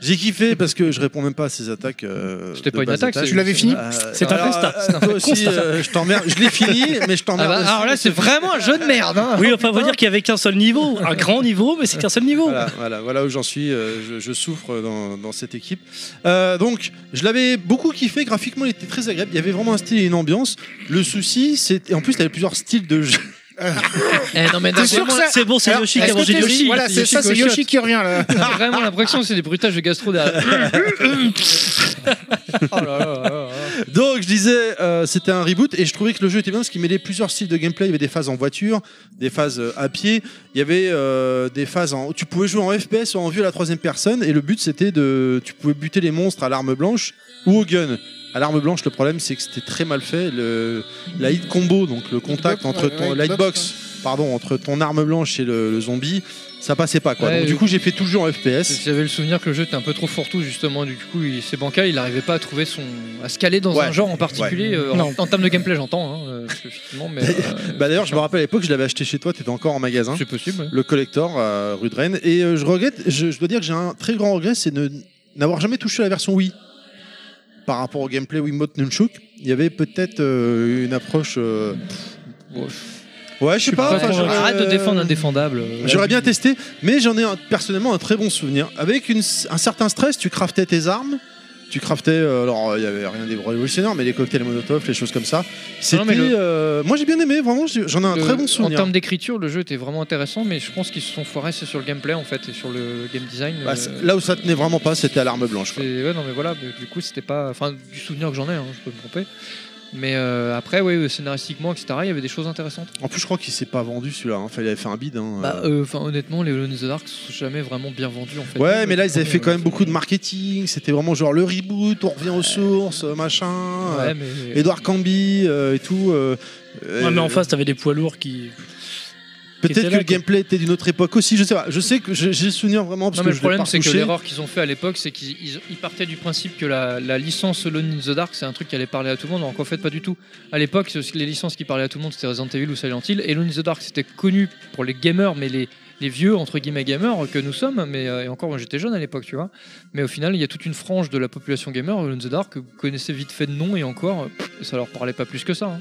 S1: J'ai kiffé parce que je réponds même pas à ces attaques. euh,
S2: C'était
S1: de
S2: pas une
S1: base
S2: attaque,
S1: d'attaque.
S2: c'est-
S4: Tu l'avais fini
S1: Euh,
S6: C'est un
S1: alors,
S6: constat.
S1: euh,
S6: C'est un
S1: toi aussi,
S6: constat.
S1: euh, je t'emmerde. Je l'ai fini, mais je
S2: Ah
S1: t'emmerde.
S2: bah,
S1: dessus.
S2: alors là, c'est vraiment un jeu de merde. hein.
S6: oui, enfin, faut dire qu'il y avait qu'un seul niveau, un grand niveau, mais c'est qu'un seul niveau.
S1: Voilà, voilà, voilà où j'en suis. euh, je, je souffre dans, dans cette équipe. Euh, donc, je l'avais beaucoup kiffé. Graphiquement, il était très agréable. Il y avait vraiment un style et une ambiance. Le souci, c'est. et En plus, il y avait plusieurs styles de jeu.
S2: Eh, non, mais
S4: T'es
S2: non,
S4: sûr
S2: vraiment,
S4: que ça-
S6: C'est bon, c'est
S4: Alors,
S6: Yoshi qui a
S4: est-ce que
S6: mangé
S4: t'es-
S6: Yoshi.
S4: Voilà,
S2: c'est
S4: c'est
S2: Yoshi
S4: ça, c'est
S2: Gauchiotte.
S4: Yoshi qui revient là.
S2: T'as vraiment l'impression que c'est des bruitages de gastro derrière. oh là là là là.
S1: Donc je disais, euh, c'était un reboot et je trouvais que le jeu était bien parce qu'il mêlait plusieurs styles de gameplay. Il y avait des phases en voiture, des phases euh, à pied, il y avait euh, des phases en. Tu pouvais jouer en FPS ou en vue à la troisième personne et le but c'était de. Tu pouvais buter les monstres à l'arme blanche ou au gun. À l'arme blanche, le problème c'est que c'était très mal fait. Le... La hit combo, donc le contact
S4: Hitbox,
S1: entre
S4: ouais,
S1: ton.
S4: ouais,
S1: la
S4: hitbox,
S1: hitbox, pardon, entre ton arme blanche et le, le zombie, ça passait pas quoi.
S2: Ouais,
S1: donc du
S2: oui.
S1: coup j'ai fait tout le jeu en FPS.
S2: J'avais le souvenir que le jeu était un peu trop fourre-tout justement, du coup il- c'est bancal, il n'arrivait pas à trouver son, à se caler dans
S1: Ouais.
S2: un genre en particulier. euh, en,
S6: Non.
S2: en termes de gameplay j'entends, hein, euh, parce que effectivement, mais euh,
S1: Bah d'ailleurs, je me rappelle hein. à l'époque, je l'avais acheté chez toi, t'étais encore en magasin.
S2: c'est possible. ouais.
S1: le collector euh, rue de Rennes. Et euh, je regrette, je, je dois dire que j'ai un très grand regret, c'est de n'avoir jamais touché à la version Wii. Par rapport au gameplay Wiimote Nunchuk, il y avait peut-être euh, une approche. euh,
S2: Ouais.
S1: Ouais, je sais pas.
S6: pas
S1: enfin,
S6: convaincu.
S1: j'aurais-
S2: Arrête de défendre indéfendable.
S1: J'aurais bien testé, mais j'en ai un- personnellement un très bon souvenir. Avec une- un certain stress, tu craftais tes armes. Tu craftais, euh, alors euh, il y avait rien des révolutionnaires, mais les cocktails Molotov, les choses comme ça. C'était,
S2: Non, mais le-
S1: euh, moi j'ai bien aimé, vraiment, j'ai- j'en ai un
S2: Le-
S1: très bon souvenir.
S2: En termes d'écriture, le jeu était vraiment intéressant, mais je pense qu'ils se sont foirés, c'est sur le gameplay en fait, et sur le game design.
S1: Bah,
S2: euh,
S1: c'est- là où ça tenait vraiment pas, c'était à l'arme blanche.
S2: c'est-
S1: quoi.
S2: Ouais, non, mais voilà, mais du coup, c'était pas. Enfin, du souvenir que j'en ai, hein, je peux me tromper. Mais euh, après, oui, scénaristiquement, etc., il y avait des choses intéressantes.
S1: En plus, je crois qu'il s'est pas vendu celui-là. hein. Fallait faire un bide. hein.
S2: Bah,
S1: Euh,
S2: euh, enfin, honnêtement, les Alone in the Dark sont jamais vraiment bien vendus en fait.
S1: ouais, mais là, ils avaient fait quand même beaucoup de
S2: marques
S1: marketing. C'était vraiment genre le reboot, on revient aux sources, euh, machin.
S2: euh, Ouais, mais.
S1: Edouard Cambi euh, et tout. euh,
S6: Ouais, mais
S1: euh,
S6: en face, t'avais des poids lourds qui. qui
S1: Peut-être
S6: étaient
S1: que
S6: là,
S1: le gameplay était d'une autre époque aussi. Je sais pas. Je sais que j'ai j'ai le souvenir vraiment parce
S2: Non, mais
S1: que
S2: le
S1: je l'ai
S2: problème,
S1: pas
S2: c'est que
S1: retouché.
S2: l'erreur qu'ils ont fait à l'époque, c'est qu'ils ils- ils partaient du principe que la, la licence Alone in the Dark, c'est un truc qui allait parler à tout le monde, alors qu'en fait, pas du tout. À l'époque, ce- les licences qui parlaient à tout le monde, c'était Resident Evil ou Silent Hill. Et Alone in the Dark, c'était connu pour les gamers, mais les, les vieux, entre guillemets, gamers que nous sommes. Mais euh, et encore, moi, j'étais jeune à l'époque, tu vois. Mais au final, il y a toute une frange de la population gamer, Alone in the Dark, que vous connaissez vite fait de nom, et encore, euh, pff, ça leur parlait pas plus que ça. hein.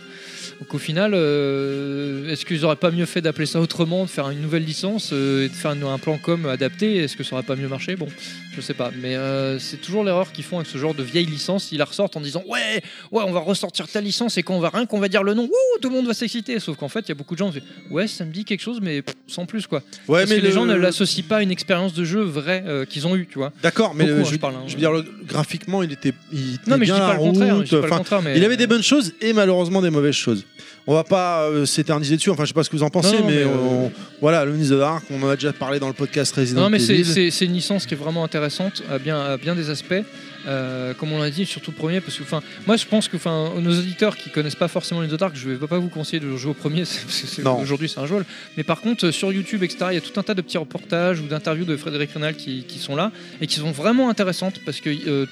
S2: Donc au final, euh, est-ce qu'ils auraient pas mieux fait d'appeler ça autrement, de faire une nouvelle licence euh, et de faire un, un plan com adapté Est-ce que ça aurait pas mieux marché Bon, je sais pas. Mais euh, c'est toujours l'erreur qu'ils font avec ce genre de vieille licence. Ils la ressortent en disant ouais, ouais, on va ressortir ta licence et quand on va rien qu'on va dire le nom, wouh, tout le monde va s'exciter. Sauf qu'en fait, il y a beaucoup de gens qui disent ouais, ça me dit quelque chose, mais pff, sans plus quoi.
S1: Ouais,
S2: Parce
S1: mais
S2: que les
S1: le-
S2: gens ne l'associent pas à une expérience de jeu vraie euh, qu'ils ont eue, tu vois.
S1: D'accord, mais
S2: Beaucoup,
S1: le-
S2: hein,
S1: je,
S2: je parle, hein.
S1: je veux dire, le- graphiquement, il était. Il tenait
S2: Non, mais je
S1: bien
S2: dis pas
S1: la
S2: le contraire.
S1: route,
S2: je dis pas le
S1: enfin,
S2: contraire, mais
S1: Il avait des bonnes choses et malheureusement des mauvaises choses. On va pas euh, s'éterniser dessus, enfin je sais pas ce que vous en pensez,
S2: Non, non,
S1: mais,
S2: mais, euh,
S1: on- voilà, le the Dark, on en a déjà parlé dans le podcast Resident
S2: Non, mais c'est-
S1: Evil.
S2: c'est c'est une licence qui est vraiment intéressante à bien, à bien des aspects. Euh, comme on l'a dit, surtout le premier, parce que enfin, moi je pense que enfin, nos auditeurs qui connaissent pas forcément Into the Dark, je vais pas vous conseiller de jouer au premier, c'est- parce que c'est-
S1: Non.
S2: aujourd'hui c'est un jeu. Mais par contre, euh, sur YouTube, etc., il y a tout un tas de petits reportages ou d'interviews de Frédéric Renal qui, qui sont là et qui sont vraiment intéressantes parce qu'il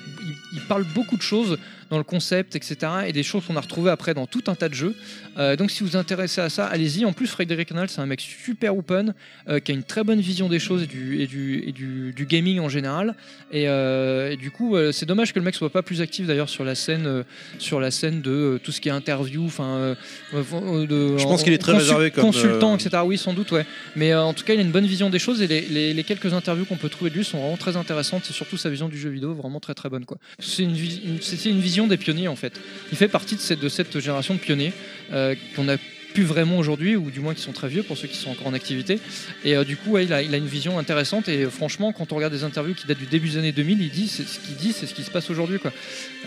S2: il parle beaucoup de choses dans le concept, etc., et des choses qu'on a retrouvées après dans tout un tas de jeux. Euh, donc si vous vous intéressez à ça, allez-y. En plus, Frédéric Renal, c'est un mec super open euh, qui a une très bonne vision des choses et du, et du, et du, du gaming en général. Et, euh, et du coup, euh, c'est dommage que le mec soit pas plus actif d'ailleurs sur la scène, euh, sur la scène de euh, tout ce qui est interview. Enfin, euh, euh, de-
S1: Je pense
S2: en-
S1: qu'il est très réservé comme,
S2: consultant,
S1: euh,
S2: etc. Oui, sans doute, ouais. Mais euh, en tout cas, il a une bonne vision des choses et les, les- les quelques interviews qu'on peut trouver de lui sont vraiment très intéressantes. C'est surtout sa vision du jeu vidéo vraiment très très bonne, quoi. C'est une, vi- une- c'était une vision des pionniers en fait. Il fait partie de cette, de cette génération de pionniers euh, qu'on a plus vraiment aujourd'hui, ou du moins qui sont très vieux pour ceux qui sont encore en activité. Et euh, du coup, ouais, il, a, il a une vision intéressante. Et euh, franchement, quand on regarde des interviews qui datent du début des années 2000, il dit c'est- ce qu'il dit, c'est ce qui se passe aujourd'hui. quoi.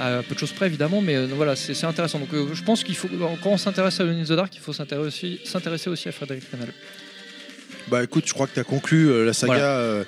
S2: À peu de choses près, évidemment, mais euh, voilà, c'est c'est intéressant. Donc euh, je pense qu'il faut, quand on s'intéresse à Leonid the Dark, il faut s'intéresser aussi, s'intéresser aussi à Frédéric Canal.
S1: Bah écoute, je crois que tu as conclu euh, la saga
S2: Voilà.
S1: euh,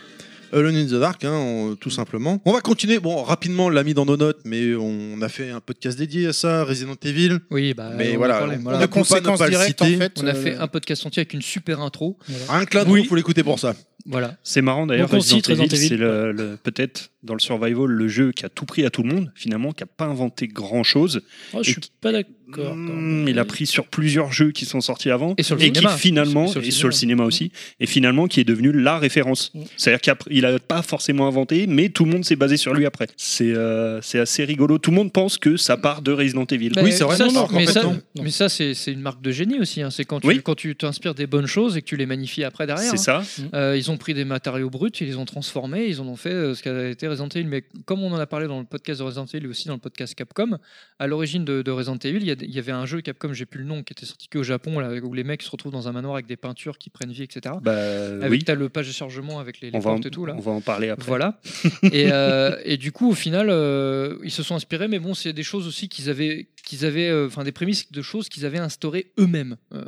S1: Alone in the Dark, hein, on- tout simplement. On va continuer, bon, rapidement, on l'a mis dans nos notes, mais on a fait un podcast dédié à ça, Resident Evil.
S2: Oui, bah,
S1: Mais
S2: on en
S1: voilà,
S2: parlait,
S1: on-
S2: voilà.
S1: on a
S4: De
S1: peut pas ne
S4: conséquence
S1: pas le
S4: directe, en
S1: citer.
S4: fait.
S2: On a
S4: euh,
S2: fait un podcast entier avec une super intro.
S1: Rien que là,
S6: Oui.
S1: il faut l'écouter pour ça.
S2: Voilà.
S3: C'est marrant d'ailleurs,
S6: Donc, on
S3: Resident
S6: cite Resident
S3: Evil,
S6: Evil.
S3: c'est le, le- peut-être dans le survival le jeu qui a tout pris à tout le monde, finalement, qui a pas inventé grand-chose.
S6: Oh, je
S3: Et
S6: suis pas d'accord.
S2: Hmm,
S3: Mm, il a pris sur plusieurs jeux qui sont sortis avant
S2: Et sur le
S3: et qui
S2: cinéma. Hmm.
S3: finalement,
S2: Sur- sur le
S3: et sur le cinéma aussi, et finalement qui est devenu la référence.
S6: Mm.
S3: C'est-à-dire qu'il a pr- il a pas forcément inventé, mais tout le monde s'est basé sur lui après. C'est euh, c'est assez rigolo. Tout le monde pense que ça part de Resident Evil.
S1: Oui, c'est vrai,
S2: Ça,
S1: non, non,
S2: c'est- mais,
S1: en fait,
S2: ça,
S1: non.
S2: mais ça, c'est c'est une marque de génie aussi. hein. C'est quand tu
S3: Oui.
S2: quand tu t'inspires des bonnes choses et que tu les magnifies après derrière.
S3: C'est
S2: hein.
S3: ça.
S2: Euh, ils ont pris des matériaux bruts, ils les ont transformés, ils en ont fait euh, ce qu'a été Resident Evil, mais comme on en a parlé dans le podcast de Resident Evil et aussi dans le podcast Capcom, à l'origine de, de Resident Evil, il y a- il y, avait un jeu Capcom, j'ai plus le nom, qui était sorti qu'au Japon, là, où les mecs se retrouvent dans un manoir avec des peintures qui prennent vie, etc.
S3: Bah
S2: Avec
S3: oui,
S2: t'as le page de chargement avec les, les
S3: on va, en,
S2: portes et tout là.
S3: on va en parler après.
S2: Voilà. et, euh, et du coup, au final, euh, ils se sont inspirés, mais bon, c'est des choses aussi qu'ils avaient, qu'ils avaient, euh, enfin des prémices de choses qu'ils avaient instaurées eux-mêmes euh,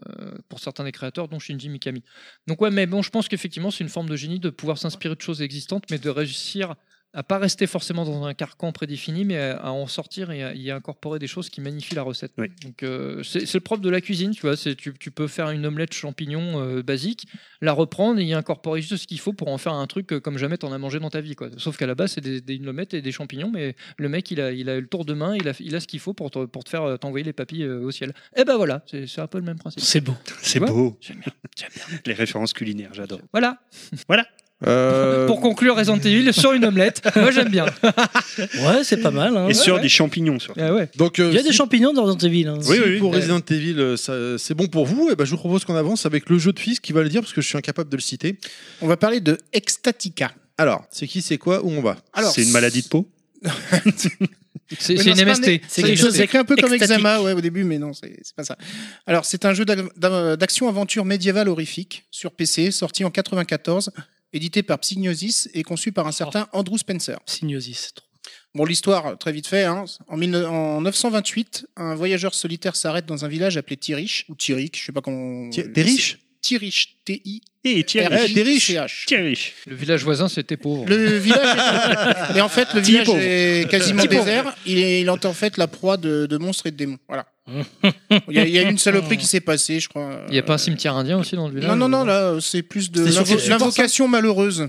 S2: pour certains des créateurs, dont Shinji Mikami. Donc ouais, mais bon, je pense qu'effectivement, c'est une forme de génie de pouvoir s'inspirer de choses existantes, mais de réussir à pas rester forcément dans un carcan prédéfini, mais à, à en sortir et à y incorporer des choses qui magnifient la recette.
S3: Oui.
S2: Donc euh, c'est c'est le propre de la cuisine, tu vois. c'est- Tu, tu peux faire une omelette champignon euh, basique la reprendre et y incorporer juste ce qu'il faut pour en faire un truc euh, comme jamais t'en as mangé dans ta vie. Quoi. Sauf qu'à la base, c'est des, des omelettes et des champignons, mais le mec, il a, il a eu le tour de main, il a, il a ce qu'il faut pour te, pour te faire euh, t'envoyer les papilles euh, au ciel. Et ben voilà, c'est c'est un peu le même principe.
S6: C'est beau.
S3: C'est
S2: vois
S3: beau.
S2: J'aime
S3: Les références culinaires, j'adore.
S2: Voilà,
S1: Euh,
S2: pour conclure Resident Evil sur une omelette, moi j'aime bien.
S6: Ouais, c'est pas mal. hein.
S3: Et sur
S2: Ah ouais.
S3: des champignons, surtout.
S2: Ah ouais.
S1: donc, euh,
S6: Il y a des champignons dans Resident Evil. hein.
S1: si pour
S2: Ouais.
S1: Resident Evil, euh, ça- c'est bon pour vous. Et ben, je vous propose qu'on avance avec le jeu de fils qui va le dire parce que je suis incapable de le citer.
S4: On va parler de Ecstatica.
S1: Alors, c'est qui, c'est quoi, où on va
S4: Alors,
S3: C'est une maladie de peau
S2: C'est
S4: Oui,
S2: c'est
S4: non,
S2: une
S4: pas
S2: MST.
S4: né- C'est quelque
S6: quelque
S4: chose
S6: chose
S4: écrit un peu comme
S6: extatique.
S4: Exama ouais, au début, mais non, c'est c'est pas ça. Alors, c'est un jeu d'ac- d'a- d'action-aventure médiévale horrifique sur PC, sorti en 94, édité par Psygnosis et conçu par un certain Andrew Spencer.
S6: Cygnosis.
S4: Bon, l'histoire, très vite fait. hein. En, mille- en 928, un voyageur solitaire s'arrête dans un village appelé Tirich, ou Tirik, je sais pas comment...
S1: Ti- T'es riche
S4: Tirich, T-I...
S3: Et tiens,
S2: Eh,
S3: riche.
S4: T'es riche
S3: Tiens, riche.
S2: Le village voisin, c'était pauvre.
S4: Le village. est- Et en fait, le village
S3: pauvre.
S4: est quasiment
S3: Petit pauvre.
S4: désert. Il est, il est en fait la proie de, de monstres et de démons. Voilà. Il y a, il y a une saloperie qui s'est passée, je crois.
S2: Il n'y a pas un cimetière indien aussi dans le village
S4: Non, non, non,
S2: ou-
S4: là, c'est plus de
S1: C'est sur quel
S4: l'invo-
S1: support,
S4: l'invocation malheureuse.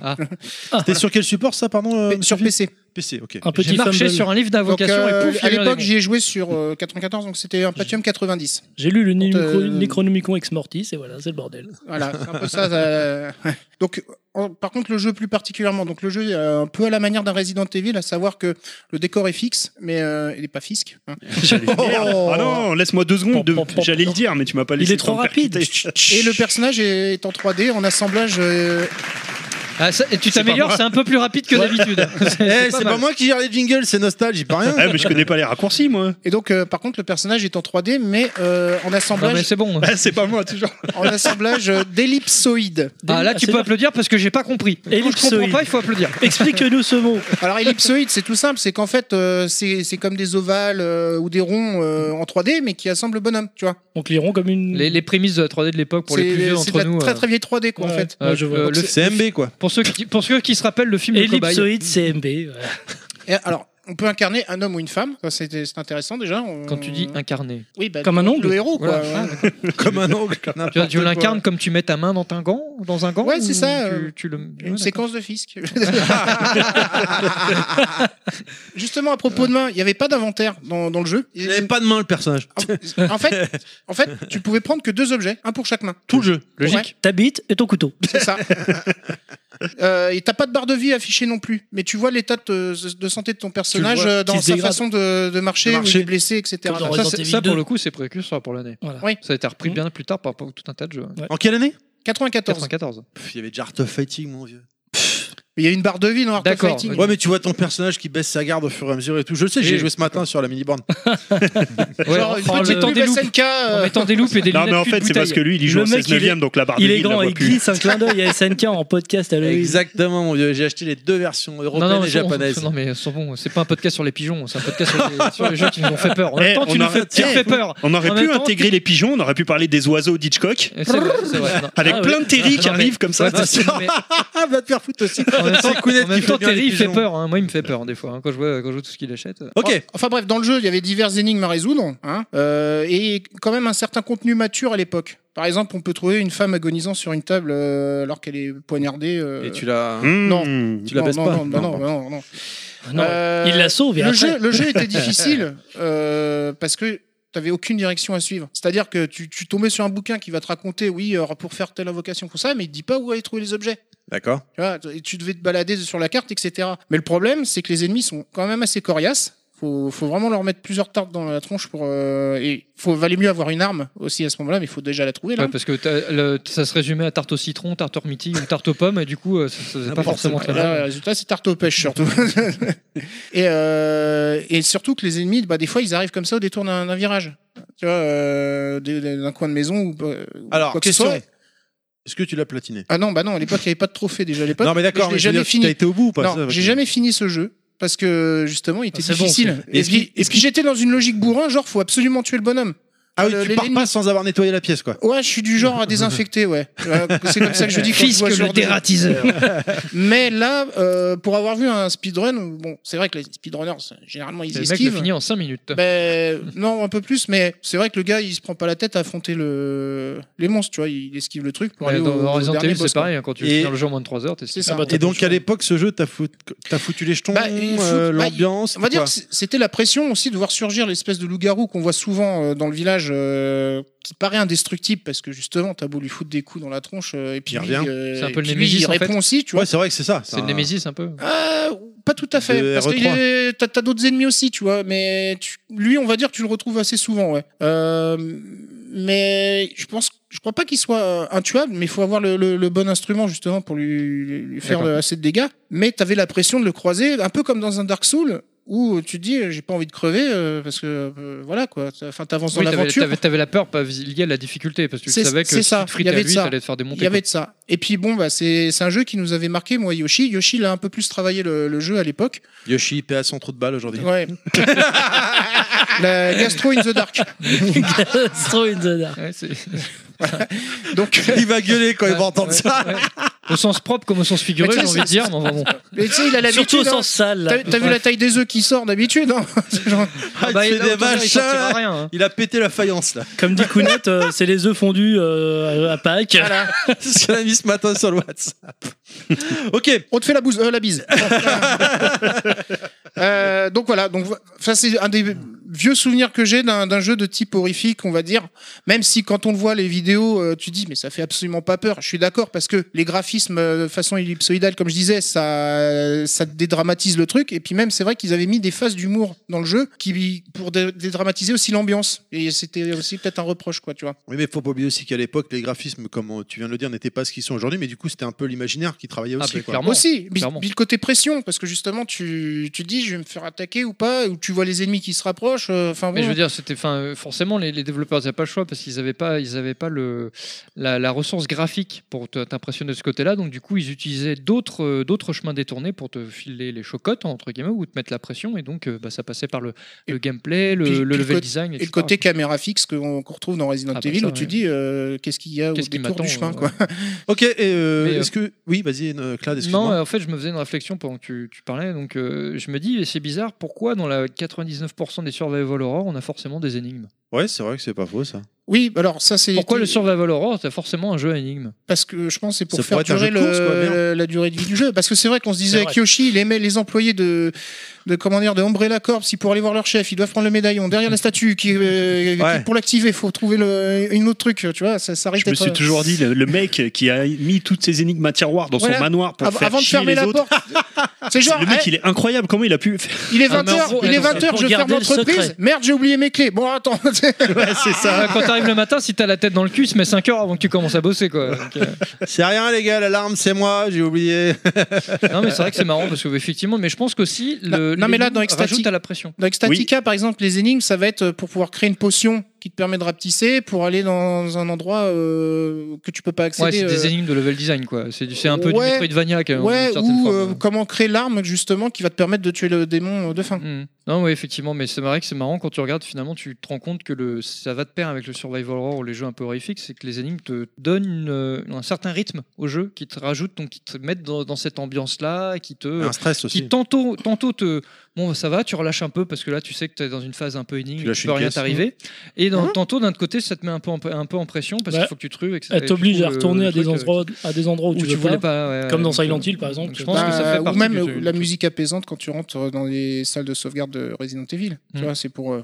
S1: T'es sur quel support ça, pardon euh,
S4: P- Sur
S1: Sophie
S4: PC.
S1: PC, ok.
S6: Un
S2: J'ai
S6: petit
S2: marché
S6: fumble.
S2: sur un livre
S4: Donc,
S2: d'invocation
S4: euh,
S2: et pouf,
S4: à
S2: il y a eu un
S4: l'époque,
S2: démon.
S4: j'y ai joué sur euh, 94, donc c'était un Patium 90.
S6: J'ai lu le Necro-
S4: euh,
S6: Necronomicon Ex Mortis et voilà, c'est le bordel.
S4: Voilà, c'est un peu ça. ça- Donc, en- par contre, le jeu plus particulièrement. Donc, le jeu est euh, un peu à la manière d'un Resident Evil, à savoir que le décor est fixe, mais euh, il n'est pas fisque. hein.
S3: J'allais le dire.
S4: Oh.
S3: Ah non, laisse-moi deux secondes. de-
S6: Pom, pom, pom.
S3: J'allais le dire, mais tu m'as pas laissé.
S6: Il est
S3: le
S6: trop
S3: temps de
S6: rapide.
S3: percuter.
S4: Et le personnage est en 3D en assemblage. euh,
S2: Ah, ça- et tu t'améliores, c'est un peu plus rapide que d'habitude.
S1: Eh,
S2: C'est-
S1: c'est
S2: mal.
S1: pas, moi qui gère les jingles, c'est Nostalgie, pas rien.
S3: Ah, mais je connais pas les raccourcis, moi.
S4: Et donc, euh, par contre, le personnage est en 3D, mais euh, en
S2: Non, mais
S4: assemblage,
S2: c'est bon.
S3: Ah, c'est pas moi, toujours.
S4: en assemblage euh, d'ellipsoïdes.
S2: Ah là, tu
S6: c'est
S2: peux
S6: bien.
S2: applaudir parce que j'ai pas compris. Et quand je comprends
S6: Ellipsoïde.
S2: pas, il faut applaudir.
S6: Explique-nous ce mot.
S4: Alors, ellipsoïdes, c'est tout simple, c'est qu'en fait, euh, c'est c'est comme des ovales euh, ou des ronds euh, en 3D, mais qui assemblent le bonhomme, tu vois.
S6: Donc liront comme une.
S2: Les, les prémices de la 3D de l'époque pour les
S4: C'est-
S2: plus vieux
S4: c'est de
S2: d'entre
S4: la
S2: nous.
S4: Très
S2: euh,
S4: très vieille 3D, quoi, en
S6: Ouais.
S4: fait.
S2: euh,
S6: Ouais, je vois.
S2: euh, le-
S1: C'est MB, quoi.
S2: pour, ceux qui, pour ceux qui se rappellent le film de cobaye,
S6: Ellipsoïde CMB. voilà.
S4: Et alors, on peut incarner un homme ou une femme, ça c'était- c'est intéressant déjà. on-
S2: quand tu dis incarné,
S4: Oui, bah,
S6: Comme un ongle.
S4: le héros, quoi.
S2: Voilà.
S4: ouais.
S1: Comme un angle.
S2: tu,
S1: n'importe
S2: tu
S1: quoi.
S2: l'incarnes comme tu mets ta main dans un gant, dans un gant.
S4: Ouais, c'est
S2: ou
S4: ça,
S2: tu-
S4: euh,
S2: tu le-
S4: Une
S2: ouais,
S4: séquence de fisc. Justement, à propos de main, il n'y avait pas d'inventaire dans, dans le jeu.
S1: Il avait pas de main, le personnage.
S4: En- en, fait, en fait, tu pouvais prendre que deux objets, un pour chaque main.
S1: Tout le jeu.
S6: Logique. Ta bite et ton couteau.
S4: C'est ça. Euh, et t'as pas de barre de vie affichée non plus, mais tu vois l'état de, de santé de ton personnage
S1: Tu le vois,
S4: euh, dans
S6: qui se
S4: sa
S6: dégrade.
S4: façon de, de marcher,
S1: De marcher.
S4: ou il est blessé, etc.
S6: Comme dans
S2: d'accord.
S6: Resident
S2: Ça, c'est-
S6: Evil
S2: ça, pour
S6: 2.
S2: le coup, c'est précurseur pour l'année.
S6: Voilà.
S4: Oui.
S2: Ça a été repris
S6: Mm.
S2: bien plus tard par, par tout un tas de jeux.
S1: En quelle année
S4: 94.
S2: 94.
S1: Pff, Il y avait déjà Art of Fighting, mon vieux.
S4: Il y a une barre de vie dans Art of
S2: D'accord.
S4: Fighting.
S1: Ouais, mais tu vois ton personnage qui baisse sa garde au fur et à mesure et tout. Je le sais, j'ai
S2: Oui.
S1: joué ce matin sur la mini-borne.
S2: Ouais,
S4: Genre
S2: en-
S4: une
S2: en
S4: petite
S2: mettant
S4: pub
S2: des loupes-
S4: SNK.
S2: en
S4: euh,
S2: mettant des loupes et des
S3: Non, mais en
S2: lunettes
S3: fait, c'est parce que lui, il y joue
S6: Le
S3: en
S6: mec,
S3: 16 9 donc la barre de
S6: Il
S3: vie,
S6: est
S3: Ah, la
S6: grand,
S3: voit
S6: il
S3: plus.
S6: glisse un clin d'œil à SNK en podcast à Loïs.
S1: Exactement, mon vieux. J'ai acheté les deux versions européenne et
S2: c'est bon,
S1: japonaise.
S2: Non, mais c'est bon, c'est pas un podcast sur les pigeons, c'est un podcast sur les, sur les jeux qui nous ont fait peur. En même
S3: Eh,
S2: temps, tu
S3: on
S2: nous fais,
S3: arrête-
S2: tu nous
S3: eh,
S2: fais peur.
S3: On aurait
S2: En
S3: pu
S2: même temps,
S3: intégrer les pigeons, on aurait pu parler des oiseaux d'Hitchcock,
S2: Et C'est vrai, c'est vrai. non.
S3: avec
S6: Ah,
S3: plein de terris qui
S2: Non, mais-
S3: arrivent comme ça.
S2: Ouais, c'est sûr, mais
S1: Ah, va te faire foutre aussi.
S2: en même temps,
S1: C'est Kounet
S2: en même
S1: qui fait
S2: temps,
S1: bien les
S2: Terry, il fait
S1: pigeons.
S2: peur. hein. Moi, il me fait peur des fois hein, quand je vois quand je vois tout ce qu'il achète.
S1: Ok.
S4: Enfin bref, dans le jeu, il y avait diverses énigmes à résoudre, hein, euh, et quand même un certain contenu mature à l'époque. Par exemple, on peut trouver une femme agonisant sur une table euh, alors qu'elle est poignardée. euh,
S1: Et tu
S3: Ah.
S1: l'as.
S3: Hum. Non.
S1: Tu la
S4: non,
S1: baisses
S4: non,
S1: pas.
S4: Non, non, non, non, non.
S6: Non,
S4: Euh,
S6: Il la sauve et
S4: le
S6: après-
S4: jeu, le jeu était difficile euh, parce que t'avais aucune direction à suivre. C'est-à-dire que tu, tu tombais sur un bouquin qui va te raconter, oui, alors pour faire telle invocation pour ça, mais il te dit pas où aller trouver les objets.
S1: D'accord.
S4: Tu vois, et tu devais te balader sur la carte, etc. Mais le problème, c'est que les ennemis sont quand même assez coriaces. Faut, faut vraiment leur mettre plusieurs tartes dans la tronche pour. euh, et faut valait mieux avoir une arme aussi à ce moment-là, mais il faut déjà la trouver là.
S2: Ouais, parce que t'as- le- ça se résumait à tarte au citron, tarte ormiti ou tarte aux pommes, et du coup, euh, ça, ça faisait pas forcément très
S4: Là,
S2: bien.
S4: le résultat, c'est tarte aux pêches surtout. et, euh, et surtout que les ennemis, bah, des fois, ils arrivent comme ça au détour d'un d'un virage. Tu vois, euh, d- d'un coin de maison ou euh,
S1: Alors,
S4: quoi que ce
S1: question.
S4: soit.
S1: Est-ce que tu l'as platiné
S4: Ah non, bah non, à l'époque, il n'y avait pas de trophée déjà à l'époque.
S1: Non, mais d'accord,
S4: je l'ai
S1: mais je veux
S4: jamais
S1: dire,
S4: fini.
S1: T'as été au bout ou pas
S4: Non, j'ai jamais fini ce jeu. Parce que justement, il était
S6: Ah, c'est bon,
S4: difficile.
S1: c'est-
S4: et,
S1: Est-ce qu'il-
S4: puis, et puis j'étais dans une logique bourrin, genre faut absolument tuer le bonhomme.
S1: Ah oui,
S4: Euh,
S1: tu
S4: les-
S1: pars
S4: les-
S1: pas sans avoir nettoyé la pièce, quoi.
S4: Ouais, je suis du genre à désinfecter, ouais. Euh, C'est comme ça que je dis. quand je
S2: Fisc
S4: vois ce genre
S2: le
S4: de jeu.
S2: dératiseur.
S4: Mais là, euh, pour avoir vu un speedrun, bon, c'est vrai que les speedrunners, c'est- généralement, ils
S2: Le mec l'a
S4: esquivent.
S2: fini en 5 minutes.
S4: Ben, non, un peu plus, mais c'est vrai que le gars, il se prend pas la tête à affronter le... les monstres, tu vois, il esquive le truc pour
S2: Ouais,
S4: aller
S2: dans
S4: au, au
S2: Horizon
S4: dernier
S2: Evil,
S4: boss.
S2: c'est
S4: quoi.
S2: pareil, hein, quand tu
S1: Et-
S2: finis le jeu en moins de 3 heures, t'es
S4: C'est ça.
S6: Ah bah,
S1: Et donc, à
S6: Franchement.
S1: l'époque, ce jeu, t'as foutu, t'as foutu les jetons,
S4: Bah, il fout-
S1: euh,
S4: bah, il-
S1: l'ambiance.
S4: On va dire
S1: quoi.
S4: que c- c'était la pression aussi de voir surgir l'espèce de loup-garou qu'on voit souvent euh, dans le village, euh, qui paraît indestructible parce que justement, t'as beau lui foutre des coups dans la tronche, euh, et puis
S1: Il
S4: lui,
S1: revient.
S4: euh,
S2: C'est un
S4: et
S2: peu le
S4: puis lui,
S2: Némésis,
S4: il
S2: en fait.
S4: répond aussi, tu vois.
S1: Ouais, c'est vrai que c'est ça.
S2: C'est
S1: un-
S2: le Némésis un peu.
S4: Ah, pas tout à fait.
S1: De
S4: Parce que
S1: RE3.
S4: il est- t'as t'as d'autres ennemis aussi, tu vois. Mais tu- lui, on va dire, tu le retrouves assez souvent, ouais. Euh, mais je pense, je crois pas qu'il soit euh, intuable, mais il faut avoir le, le- le bon instrument justement pour lui, lui faire
S2: D'accord.
S4: euh, assez de dégâts. Mais t'avais la pression de le croiser, un peu comme dans un Dark Souls où tu te dis, euh, j'ai pas envie de crever euh, parce que euh, voilà quoi. Enfin, t'avances
S2: Oui,
S4: dans
S2: t'avais,
S4: l'aventure.
S2: t'avais- t'avais la peur pas liée à la difficulté parce que tu
S4: C'est-
S2: savais que
S4: c'est
S2: si tu
S4: ça,
S2: te
S4: il y
S2: fritais à
S4: avait de
S2: lui,
S4: ça.
S2: t'allais te faire démonter.
S4: Il y avait de ça. Et puis bon, bah, c'est c'est un jeu qui nous avait marqué, moi, et Yoshi. Yoshi, il a un peu plus travaillé le- le jeu à l'époque.
S1: Yoshi, PA sans trop de balles aujourd'hui.
S4: Ouais. la gastro in the dark.
S6: Astro in the Dark.
S2: quoi. Ouais, c'est-
S4: Donc,
S1: Il va gueuler quand il va entendre
S2: Ouais,
S1: ça.
S2: ouais. Au sens propre comme au sens figuré,
S4: Mais tu
S2: j'ai
S4: sais,
S2: envie de dire. mais enfin bon.
S4: mais tu sais, il a
S6: Surtout au
S4: l'habitude. hein.
S6: sens sale. là.
S4: T'as t'as vu la taille des œufs qui sort d'habitude, hein C'est genre-
S1: Ah,
S2: Ah
S1: il
S2: bah,
S1: fait
S2: là,
S1: des
S2: autant dire, il
S1: machins.
S2: sortira
S1: là.
S2: rien. hein.
S1: Il a pété la faïence là.
S6: Comme dit Kounet, euh, c'est les œufs fondus euh, à Pâques.
S4: Voilà.
S1: C'est ce qu'on a mis ce matin sur le WhatsApp. ok.
S4: On te fait la, bouse, euh, la bise. Euh, donc voilà, donc vo- ça c'est un des vieux souvenirs que j'ai d'un d'un jeu de type horrifique, on va dire. Même si quand on le voit les vidéos, euh, tu dis mais ça fait absolument pas peur. Je suis d'accord parce que les graphismes euh, de façon ellipsoïdale, comme je disais, ça ça dédramatise le truc. Et puis même c'est vrai qu'ils avaient mis des phases d'humour dans le jeu qui pour dé- dédramatiser aussi l'ambiance. Et c'était aussi peut-être un reproche quoi, tu vois.
S1: Oui, mais faut pas oublier aussi qu'à l'époque, les graphismes, comme euh, tu viens de le dire, n'étaient pas ce qu'ils sont aujourd'hui. Mais du coup, c'était un peu l'imaginaire qui travaillait
S2: Ah,
S1: aussi.
S2: bah,
S1: quoi.
S2: clairement.
S4: aussi, puis,
S2: clairement.
S4: puis le côté pression, parce que justement, tu, tu te dis, je vais me faire attaquer ou pas, ou tu vois les ennemis qui se rapprochent. euh, Enfin
S2: Mais
S4: bon.
S2: je veux dire, c'était, enfin, euh, forcément, les, les développeurs n'avaient pas le choix parce qu'ils n'avaient pas, ils avaient pas le, la, la ressource graphique pour te- t'impressionner de ce côté-là. Donc, du coup, ils utilisaient d'autres, euh, d'autres chemins détournés pour te filer les chocottes, entre guillemets, ou te mettre la pression. Et donc, euh, bah, ça passait par le, le gameplay, le,
S4: puis-
S2: le
S4: puis le
S2: level
S4: côté-
S2: design.
S4: et le
S2: etc.
S4: côté caméra fixe qu'on qu'on retrouve dans Resident
S2: Ah, bah
S4: Evil,
S2: ça,
S4: où tu
S2: ouais.
S4: dis, euh, qu'est-ce qu'il y a au
S2: Qu'est-ce qui
S4: détour du
S2: m'attend,
S4: chemin,
S2: euh,
S4: quoi.
S1: Ok. Et euh,
S2: Mais, euh,
S1: est-ce que oui, vas-y, euh,
S4: Ah,
S1: Claude.
S2: Non,
S1: Excuse-moi.
S2: euh, en fait, je me faisais une réflexion pendant que tu, tu parlais. Donc, euh, je me dis, c'est bizarre, pourquoi dans la 99% des Survival Horror, on a forcément des énigmes
S1: Ouais, c'est vrai que c'est pas faux ça.
S4: Oui, alors ça, c'est.
S2: Pourquoi le Survival Horror, t'as forcément un jeu à énigmes
S4: Parce que je pense que c'est pour
S1: Ça
S4: faire
S1: pourrait être un
S4: durer
S1: jeu de course,
S4: le-
S1: quoi, merde.
S4: la durée de vie du jeu. Parce que c'est vrai qu'on se disait
S6: C'est
S4: avec
S6: vrai.
S4: Yoshi, il aimait les employés de, de, comment dire, de Umbrella Corps, si pour aller voir leur chef, ils doivent prendre le médaillon derrière la statue, qui, euh,
S1: Ouais.
S4: qui- pour l'activer, faut trouver le, une autre truc, tu vois. Ça, ça risque
S3: Je me
S4: d'être-
S3: suis toujours dit, le, le mec qui a mis toutes ses énigmes à tiroir dans
S4: Voilà.
S3: son manoir pour
S4: Av-
S3: faire
S4: avant de
S3: chier
S4: fermer
S3: les
S4: la
S3: autres.
S4: porte. C'est genre,
S3: Le mec,
S4: eh,
S3: il est incroyable. Comment il a pu faire
S4: il est
S6: Ah, mais en
S4: 20h,
S6: gros,
S4: il est
S6: attends,
S4: 20h,
S6: pour
S4: je ferme
S6: garder le
S4: l'entreprise.
S6: secret.
S4: Merde, j'ai oublié mes clés. Bon, attends.
S3: Ouais, c'est ça.
S2: Ah, Quand t'arrives le matin, si t'as la tête dans le cul, il se met 5 heures avant que tu commences à bosser. Quoi. Donc, euh,
S1: C'est rien les gars. L'alarme, c'est moi. J'ai oublié.
S2: Non, mais c'est vrai que c'est marrant parce que effectivement, mais je pense qu'aussi le.
S4: Non, mais là, dans
S2: l'énigme
S4: Ecstatic-
S2: rajoute à la pression.
S4: Dans Ecstatica, par exemple, les énigmes, ça va être pour pouvoir créer une potion qui te permet de rapetisser pour aller dans un endroit euh, que tu peux pas
S2: Ouais,
S4: accéder.
S2: c'est des
S4: euh,
S2: énigmes de level design, quoi. C'est du- c'est un peu
S4: Ouais.
S2: du Metroidvania, quand même,
S4: Ouais,
S2: d'une certaine
S4: ou
S2: forme.
S4: euh, comment créer l'arme justement qui va te permettre de tuer le démon euh, de fin.
S2: Mm. Non, oui, effectivement, mais c'est vrai que c'est marrant quand tu regardes, finalement, tu te rends compte que le, ça va de pair avec le survival horror ou les jeux un peu horrifiques, c'est que les énigmes te donnent une, euh, un certain rythme au jeu qui te rajoute, donc qui te mettent dans, dans cette ambiance-là, qui te.
S1: Un stress
S2: qui
S1: aussi.
S2: tantôt, bah, tantôt te. Bon, ça va, tu relâches un peu parce que là, tu sais que tu es dans une phase un peu énigme,
S1: Tu
S2: tu,
S1: lâches
S2: peux
S1: une
S2: rien
S1: caisse.
S2: t'arriver. Et d'un-
S6: Mhm.
S2: tantôt, d'un autre côté, ça te met un peu en, un peu en pression parce
S6: Bah,
S2: qu'il faut que tu trues. et que ça-
S6: Elle
S2: et
S6: t'oblige
S2: du coup,
S6: à
S2: le-
S6: retourner
S2: le
S6: à des
S2: truc, euh,
S6: endroits, à des endroits où,
S2: où
S6: tu,
S2: tu
S6: veux pas.
S2: voulais pas. ouais, ouais,
S6: Comme dans
S2: donc,
S6: Silent
S2: euh,
S6: Hill, par exemple.
S2: donc je pense que ça fait
S4: ou
S2: partie
S4: même
S2: du-
S4: euh,
S2: du
S4: la
S2: truc.
S4: musique apaisante quand tu rentres dans les salles de sauvegarde de Resident Evil. Tu
S2: Mm.
S4: vois, c'est pour. euh,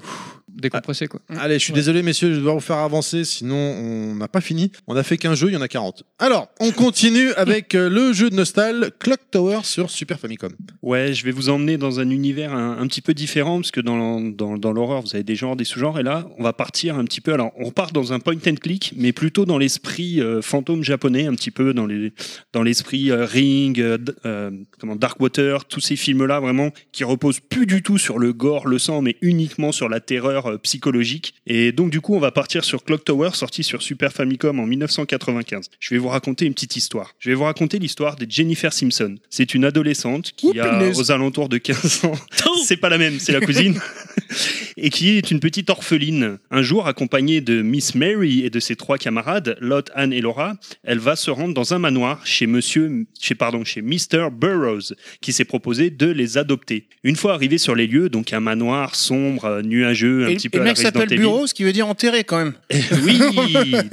S2: décompressé quoi.
S1: Allez, je suis désolé, messieurs, je vais devoir vous faire avancer, sinon on n'a pas fini. On a fait qu'un jeu, il y en a 40. Alors, on continue avec euh, le jeu de Nostal, Clock Tower sur Super Famicom.
S3: Ouais, je vais vous emmener dans un univers un, un petit peu différent, parce que dans, l'en- dans, dans l'horreur, vous avez des genres, des sous-genres, et là, on va partir un petit peu. Alors, on part dans un point and click, mais plutôt dans l'esprit euh, fantôme japonais, un petit peu dans, les, dans l'esprit euh, Ring, euh, d- euh, comment, Darkwater, tous ces films-là, vraiment, qui reposent plus du tout sur le gore, le sang, mais uniquement sur la terreur euh, psychologique. Et donc, du coup, on va partir sur Clock Tower, sorti sur Super Famicom en 1995. Je vais vous raconter une petite histoire. Je vais vous raconter l'histoire de Jennifer Simpson. C'est une adolescente qui
S4: Ouh,
S3: a
S4: punaise.
S3: aux alentours de 15 ans. c'est pas la même, c'est la cousine. et qui est une petite orpheline. Un jour, accompagnée de Miss Mary et de ses trois camarades, Lot, Anne et Laura, elle va se rendre dans un manoir chez monsieur, chez, pardon, chez Mr. Burroughs, qui s'est proposé de les adopter. Une fois arrivée sur les lieux, donc un manoir sombre, euh, nuageux, un
S4: Et,
S3: petit
S4: et
S3: peu
S4: le
S3: à la
S4: mec
S3: Resident
S4: s'appelle
S3: Evil.
S4: Bureau, ce qui veut dire enterré quand même.
S3: Oui,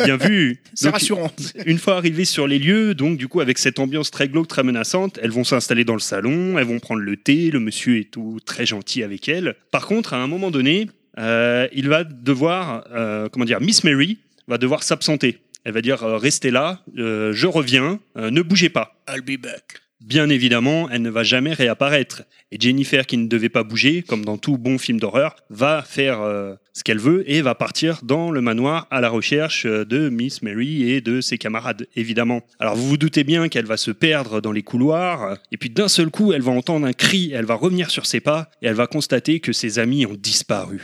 S3: bien vu.
S4: C'est
S3: Donc,
S4: rassurant.
S3: une fois arrivées sur les lieux, donc du coup avec cette ambiance très glauque, très menaçante, elles vont s'installer dans le salon, elles vont prendre le thé, le monsieur est tout très gentil avec elles. Par contre, à un moment donné, euh, il va devoir, euh, comment dire, Miss Mary va devoir s'absenter. Elle va dire euh, restez là, euh, je reviens, euh, ne bougez pas.
S4: I'll be back.
S3: Bien évidemment, elle ne va jamais réapparaître. Et Jennifer, qui ne devait pas bouger, comme dans tout bon film d'horreur, va faire euh, ce qu'elle veut et va partir dans le manoir à la recherche euh, de Miss Mary et de ses camarades, évidemment. Alors vous vous doutez bien qu'elle va se perdre dans les couloirs, et puis d'un seul coup, elle va entendre un cri, elle va revenir sur ses pas, et elle va constater que ses amis ont disparu.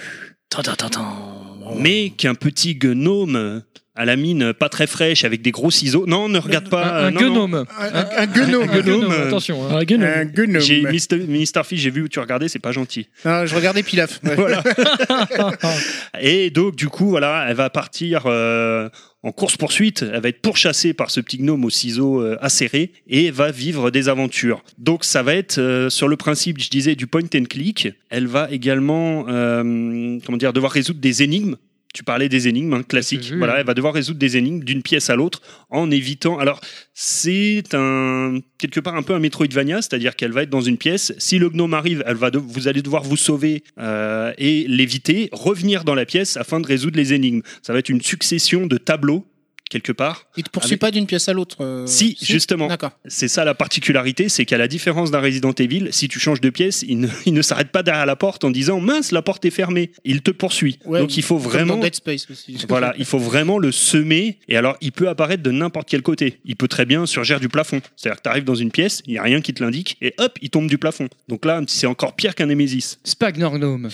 S3: Mais qu'un petit gnome à la mine pas très fraîche, avec des gros ciseaux... Non, ne regarde pas... euh,
S2: Un
S3: non, non.
S2: gnome.
S4: Un, un, un gnome.
S2: Un gnome,
S3: euh,
S2: attention. hein.
S6: Ah, Gunner.
S4: Un gnome.
S3: J'ai Mister, Mister Fish, j'ai vu où tu regardais, c'est pas gentil.
S4: Ah, je regardais Pilaf. Ouais.
S3: Voilà. Et donc, du coup, voilà, elle va partir euh, en course-poursuite. Elle va être pourchassée par ce petit gnome aux ciseaux euh, acérés et va vivre des aventures. Donc, ça va être euh, sur le principe, je disais, du point and click. Elle va également, euh, comment dire, devoir résoudre des énigmes. Tu parlais des énigmes hein, classiques.
S2: J'ai vu,
S3: voilà,
S2: hein.
S3: elle va devoir résoudre des énigmes d'une pièce à l'autre en évitant. Alors, c'est un quelque part un peu un Metroidvania, c'est-à-dire qu'elle va être dans une pièce. Si le gnome arrive, elle va de- vous allez devoir vous sauver euh, et l'éviter, revenir dans la pièce afin de résoudre les énigmes. Ça va être une succession de tableaux quelque part.
S4: Il te poursuit
S3: Avec-
S4: pas d'une pièce à l'autre. euh,
S3: Ah, Si, justement.
S4: D'accord.
S3: C'est ça la particularité, c'est qu'à la différence d'un Resident Evil, si tu changes de pièce, il ne, il ne s'arrête pas derrière la porte en disant mince la porte est fermée. Il te poursuit.
S4: Ouais,
S3: Donc il faut
S4: Comme
S3: vraiment
S4: dans Dead Space aussi.
S3: voilà, il faut vraiment le semer. Et alors, il peut apparaître de n'importe quel côté. Il peut très bien surgir du plafond. C'est-à-dire que tu arrives dans une pièce, il n'y a rien qui te l'indique, et hop, il tombe du plafond. Donc là, c'est encore pire qu'un Nemesis.
S2: Spagnor gnome.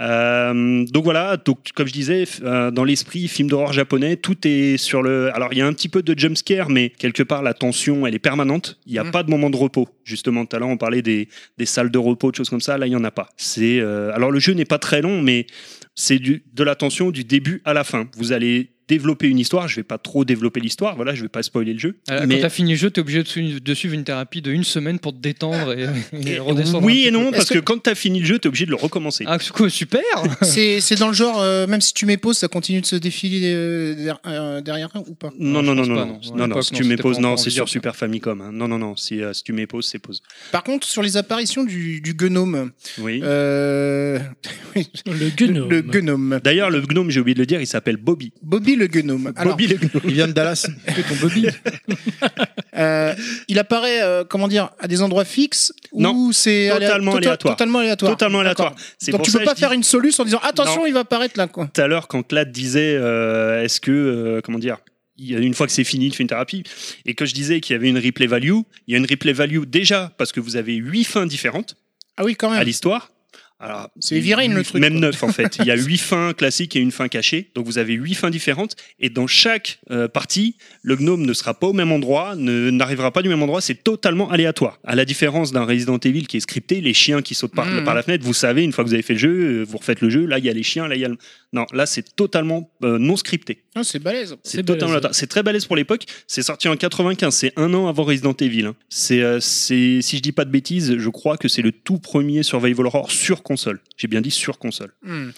S3: Euh, donc voilà, donc, comme je disais, f- euh, dans l'esprit film d'horreur japonais, tout est sur le. Alors il y a un petit peu de jumpscare, mais quelque part la tension elle est permanente. Il n'y a
S4: Mm.
S3: pas de moment de repos. Justement, tout à l'heure on parlait des, des salles de repos, de choses comme ça. Là il n'y en a pas. C'est euh, alors le jeu n'est pas très long, mais c'est du, de la tension du début à la fin. Vous allez développer une histoire. Je vais pas trop développer l'histoire. Voilà, je vais pas spoiler le jeu.
S2: Alors,
S3: mais
S2: Euh, Quand t'as fini le jeu, t'es obligé de su- de suivre une thérapie de une semaine pour te détendre et, et
S3: Et-
S2: redescendre.
S3: euh, oui
S2: un
S3: et non
S2: petit peu.
S3: parce que quand tu as fini le jeu, tu es obligé de le recommencer.
S2: Ah, c'est quoi, super
S4: C'est c'est dans le genre, euh, même si tu mets pause, ça continue de se défiler euh, der- euh, derrière ou pas
S3: Non, non, non,
S2: Non, je
S3: non, non,
S2: pense pas, non.
S3: non,
S2: À
S3: non,
S2: l'époque,
S3: si
S2: non,
S3: tu
S2: c'était
S3: mets
S2: pas
S3: pause,
S2: encore
S3: non, c'est sur
S2: envisageable.
S3: Super Famicom. hein. Non, non, non, si, euh, si tu mets pause, c'est pause.
S4: Par contre, sur les apparitions du, du gnome,
S3: Oui.
S4: euh,
S6: Le
S4: le,
S6: Gunner.
S4: le gnome,
S3: D'ailleurs, le gnome, j'ai oublié de le dire, il s'appelle Bobby.
S4: Bobby le gnome. Alors,
S3: Bobby le gnome.
S1: Il vient de Dallas. ton Bobby.
S4: euh, il apparaît, euh, comment dire, à des endroits fixes
S3: Non,
S4: ou c'est aléa-
S3: totalement
S4: tota-
S3: aléatoire.
S4: Totalement aléatoire.
S3: Totalement aléatoire.
S4: D'accord.
S3: C'est
S4: Donc
S3: pour
S4: tu
S3: ça
S4: peux
S3: que
S4: pas
S3: je
S4: faire
S3: dis
S4: une solution en disant attention,
S3: Non.
S4: il va apparaître là quoi.
S3: tout à l'heure quand Clad disait euh, est-ce que, euh, comment dire, il y a- une fois que c'est fini, tu fais une thérapie, et que je disais qu'il y avait une replay value, il y a une replay value déjà parce que vous avez huit fins différentes
S4: Ah oui, quand
S3: à
S4: même.
S3: l'histoire. Alors,
S4: C'est viril, le
S3: huit-
S4: truc,
S3: Même
S4: quoi.
S3: neuf en fait. Il y a huit fins classiques et une fin cachée. Donc vous avez huit fins différentes. Et dans chaque euh, partie, le gnome ne sera pas au même endroit, ne n'arrivera pas du même endroit. C'est totalement aléatoire. À la différence d'un Resident Evil qui est scripté, les chiens qui sautent par,
S4: Mhm.
S3: par la fenêtre, vous savez, une fois que vous avez fait le jeu, euh, vous refaites le jeu. Là, il y a les chiens, là, il y a le... Non, là, c'est totalement euh, non scripté.
S4: Non, Ah, c'est balèze.
S6: C'est
S3: C'est totalement
S6: balèze.
S3: aléatoire. C'est très balèze pour l'époque. C'est sorti en 95. C'est un an avant Resident Evil. hein. C'est, euh, c'est, si je dis pas de bêtises, je crois que c'est le tout premier survival horror sur console. J'ai bien dit sur console.
S4: Hmm.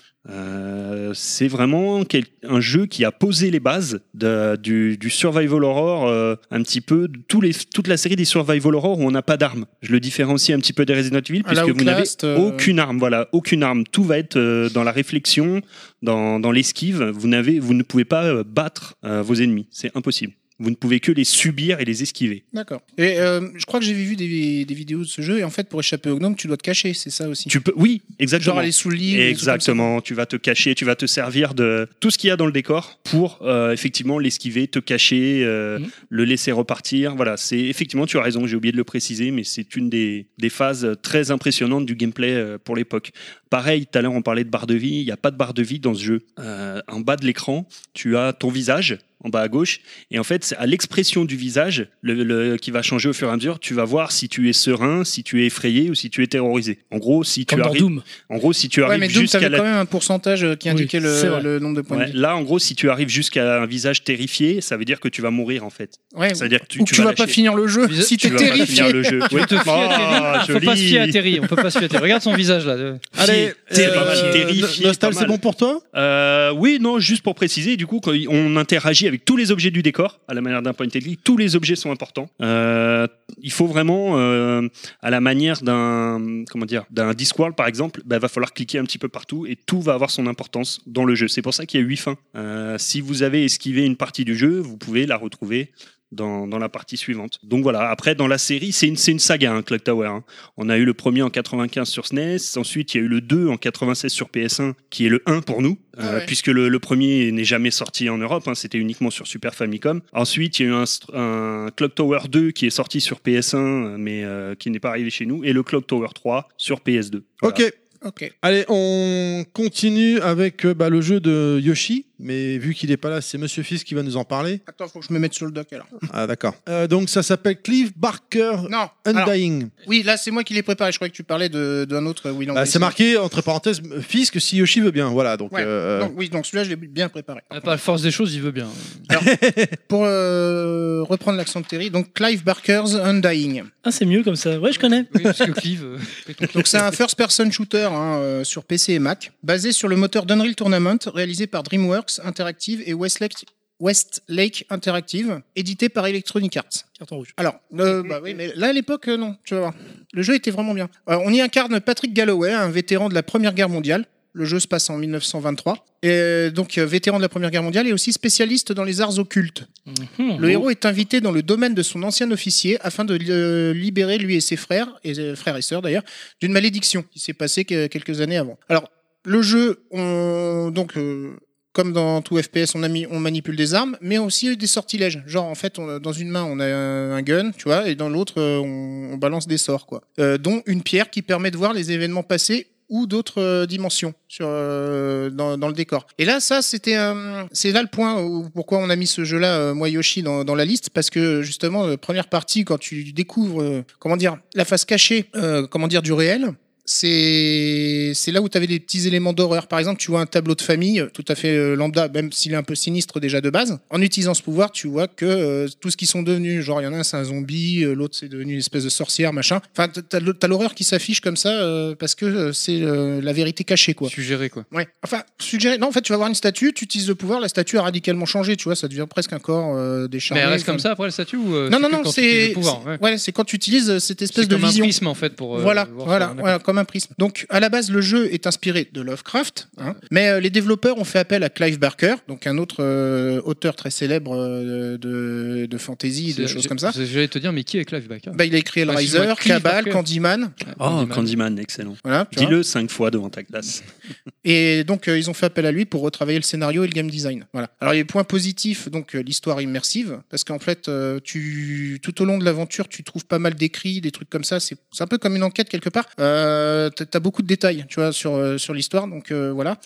S3: Euh, c'est vraiment quel- un jeu qui a posé les bases de- du, du survival horror, euh, un petit peu de tous les, toute la série des survival horror où on n'a pas d'armes. Je le différencie un petit peu des Resident Evil
S4: À la
S3: puisque vous n'avez
S4: Outlast, euh,
S3: aucune arme. Voilà, aucune arme. Tout va être euh, dans la réflexion, dans, dans l'esquive. Vous n'avez, vous ne pouvez pas euh, battre euh, vos ennemis. C'est impossible. Vous ne pouvez que les subir et les esquiver.
S4: D'accord. Et euh, je crois que j'ai vu des, des vidéos de ce jeu, et en fait, pour échapper au gnome, tu dois te cacher, c'est ça aussi.
S3: Tu peux, oui, exactement.
S4: Genre aller sous le lit. ou des trucs comme ça.
S3: Exactement, tu vas te cacher, tu vas te servir de tout ce qu'il y a dans le décor pour euh, effectivement l'esquiver, te cacher, euh,
S6: Mhm.
S3: le laisser repartir. Voilà, c'est effectivement, tu as raison, j'ai oublié de le préciser, mais c'est une des, des phases très impressionnantes du gameplay euh, pour l'époque. Pareil, tout à l'heure on parlait de barre de vie, il n'y a pas de barre de vie dans ce jeu. Euh, en bas de l'écran, tu as ton visage en bas à gauche, et en fait c'est à l'expression du visage le- le- qui va changer au fur et à mesure, tu vas voir si tu es serein, si tu es effrayé ou si tu es terrorisé. En gros, si tu
S6: Comme dans
S3: arrives...
S6: Doom.
S3: En gros, si tu
S4: Ouais,
S3: arrives
S4: mais Doom,
S3: jusqu'à
S4: t'avais
S3: la...
S4: quand même un pourcentage euh, qui
S6: Oui,
S4: indiquait
S6: c'est
S4: le,
S6: vrai.
S4: le nombre de points
S3: Ouais,
S4: de vie.
S3: là, en gros, si tu arrives jusqu'à un visage terrifié, ça veut dire que tu vas mourir en fait.
S4: Ouais,
S3: Ça veut dire que tu,
S4: ou que tu vas
S3: lâcher.
S4: pas finir le jeu
S2: Tu
S4: si
S3: Tu
S4: t'es
S3: vas pas finir
S4: terrifié.
S3: le jeu.
S2: Tu te fies à
S3: Ah,
S2: Terry. On peut pas se
S3: joli.
S2: fier à Terry. On peut pas se fier à Terry. Regarde son visage là.
S1: Allez, euh,
S3: c'est pas mal, terrifié,
S1: Nostal,
S3: pas
S1: c'est
S3: mal.
S1: bon pour toi
S3: Euh, oui, non, juste pour préciser, du coup, quand on interagit avec tous les objets du décor, à la manière d'un point and click, tous les objets sont importants. Euh, il faut vraiment, euh, à la manière d'un, comment dire, d'un Discworld par exemple, bah, va falloir cliquer un petit peu partout et tout va avoir son importance dans le jeu. C'est pour ça qu'il y a huit fins. Euh, si vous avez esquivé une partie du jeu, vous pouvez la retrouver. Dans, dans la partie suivante. Donc voilà, après dans la série, c'est une, c'est une saga, hein, Clock Tower. hein. On a eu le premier en 95 sur SNES, ensuite il y a eu le 2 en 96 sur PS1, qui est le 1 pour nous,
S4: Ah
S3: euh,
S4: ouais.
S3: puisque le, le premier n'est jamais sorti en Europe, hein, c'était uniquement sur Super Famicom. Ensuite il y a eu un, str- un Clock Tower 2 qui est sorti sur PS1, euh, mais euh, qui n'est pas arrivé chez nous, et le Clock Tower 3 sur PS2. Voilà.
S1: Ok.
S4: Ok.
S1: Allez, on continue avec euh, bah, le jeu de Yoshi, mais vu qu'il n'est pas là, c'est Monsieur Fils qui va nous en parler.
S4: Attends, faut que je me mette sur le doc alors.
S1: Ah d'accord. Euh, donc ça s'appelle Cliff Barker
S4: Non. alors,
S1: Undying.
S4: oui, là, c'est moi qui l'ai préparé. Je croyais que tu parlais de- d'un autre euh, Will
S1: Bah, c'est marqué entre parenthèses Fils que si Yoshi veut bien. Voilà donc.
S4: Ouais,
S1: euh,
S4: Donc, oui, donc celui-là, je l'ai bien préparé.
S2: Par la force des choses, il veut bien.
S4: Pour euh, reprendre l'accent de Terry, donc Clive Barker's Undying.
S6: Ah, c'est mieux comme ça. Ouais, je connais.
S2: Oui, parce que Clive. euh, fait ton-
S4: Donc c'est un first-person shooter hein, euh, sur PC et Mac, basé sur le moteur d'Unreal Tournament, réalisé par DreamWorks Interactive et Westlake, Westlake Interactive, édité par Electronic Arts.
S6: Carton rouge.
S4: Alors, euh, bah oui, mais là à l'époque, euh, non, tu vas voir. Le jeu était vraiment bien. Euh, on y incarne Patrick Galloway, un vétéran de la Première Guerre mondiale. Le jeu se passe en 1923. Et euh, donc, euh, vétéran de la Première Guerre mondiale et aussi spécialiste dans les arts occultes.
S6: Mhm.
S4: Le héros est invité dans le domaine de son ancien officier afin de le libérer lui et ses frères, et euh, frères et sœurs d'ailleurs, d'une malédiction qui s'est passée que- quelques années avant. Alors, le jeu, on, donc, euh, comme dans tout FPS, on, a mis, on manipule des armes, mais aussi des sortilèges. Genre, en fait, on a- dans une main, on a un un gun, tu vois, et dans l'autre, euh, on, on balance des sorts, quoi. Euh, dont une pierre qui permet de voir les événements passés ou d'autres euh, dimensions sur, euh, dans, dans le décor. Et là, ça, c'était, euh, c'est là le point où, pourquoi on a mis ce jeu-là, euh, moi Yoshi, dans, dans la liste, parce que justement, euh, première partie, quand tu découvres, euh, comment dire, la face cachée, euh, comment dire, du réel. C'est c'est là où tu avais des petits éléments d'horreur. Par exemple, tu vois un tableau de famille euh, tout à fait euh, lambda, même s'il est un peu sinistre déjà de base. En utilisant ce pouvoir, tu vois que euh, tout ce qu'ils sont devenus, genre il y en a un c'est un zombie, euh, l'autre c'est devenu une espèce de sorcière, machin. Enfin, t- t'as le- t'as l'horreur qui s'affiche comme ça euh, parce que euh, c'est euh, la vérité cachée, quoi.
S2: Suggéré quoi.
S4: Ouais. Enfin, suggérer. Non, en fait, tu vas voir une statue, tu utilises le pouvoir, la statue a radicalement changé, tu vois, ça devient presque un corps euh,
S2: Mais
S4: décharné.
S2: elle reste comme
S4: Enfin,
S2: ça après le statut ou euh,
S4: Non, non,
S2: que
S4: non,
S2: quand tu utilises
S4: c'est.
S2: le pouvoir, ouais.
S4: c'est- Ouais, c'est quand tu utilises euh, cette espèce
S2: C'est
S4: de
S2: comme un
S4: vision.
S2: prisme en fait pour. euh,
S4: Voilà,
S2: voir
S4: voilà,
S2: ça, d'accord.
S4: voilà, comme un prisme. Donc, à la base, le jeu est inspiré de Lovecraft, hein, mais euh, les développeurs ont fait appel à Clive Barker, donc un autre euh, auteur très célèbre euh, de, de fantasy, de
S2: C'est-
S4: choses
S2: j'ai-
S4: comme ça.
S2: c'est- J'allais te dire, mais qui est Clive Barker
S4: Bah, il a écrit
S2: Ah, excuse-moi,
S4: Hellraiser,
S2: Clive
S4: Cabal,
S2: Barker.
S4: Candyman.
S3: Oh,
S2: Candyman.
S3: Candyman, excellent.
S4: Voilà, tu vois.
S3: Dis-le cinq fois devant ta classe.
S4: Et donc, euh, ils ont fait appel à lui pour retravailler le scénario et le game design. Voilà. Alors, les points positifs, donc euh, l'histoire immersive, parce qu'en fait, euh, tu, tout au long de l'aventure, tu trouves pas mal d'écrits, des trucs comme ça. C'est c'est un peu comme une enquête quelque part. Euh, T'as t'as beaucoup de détails, tu vois, sur, euh, sur l'histoire. Donc, euh, voilà.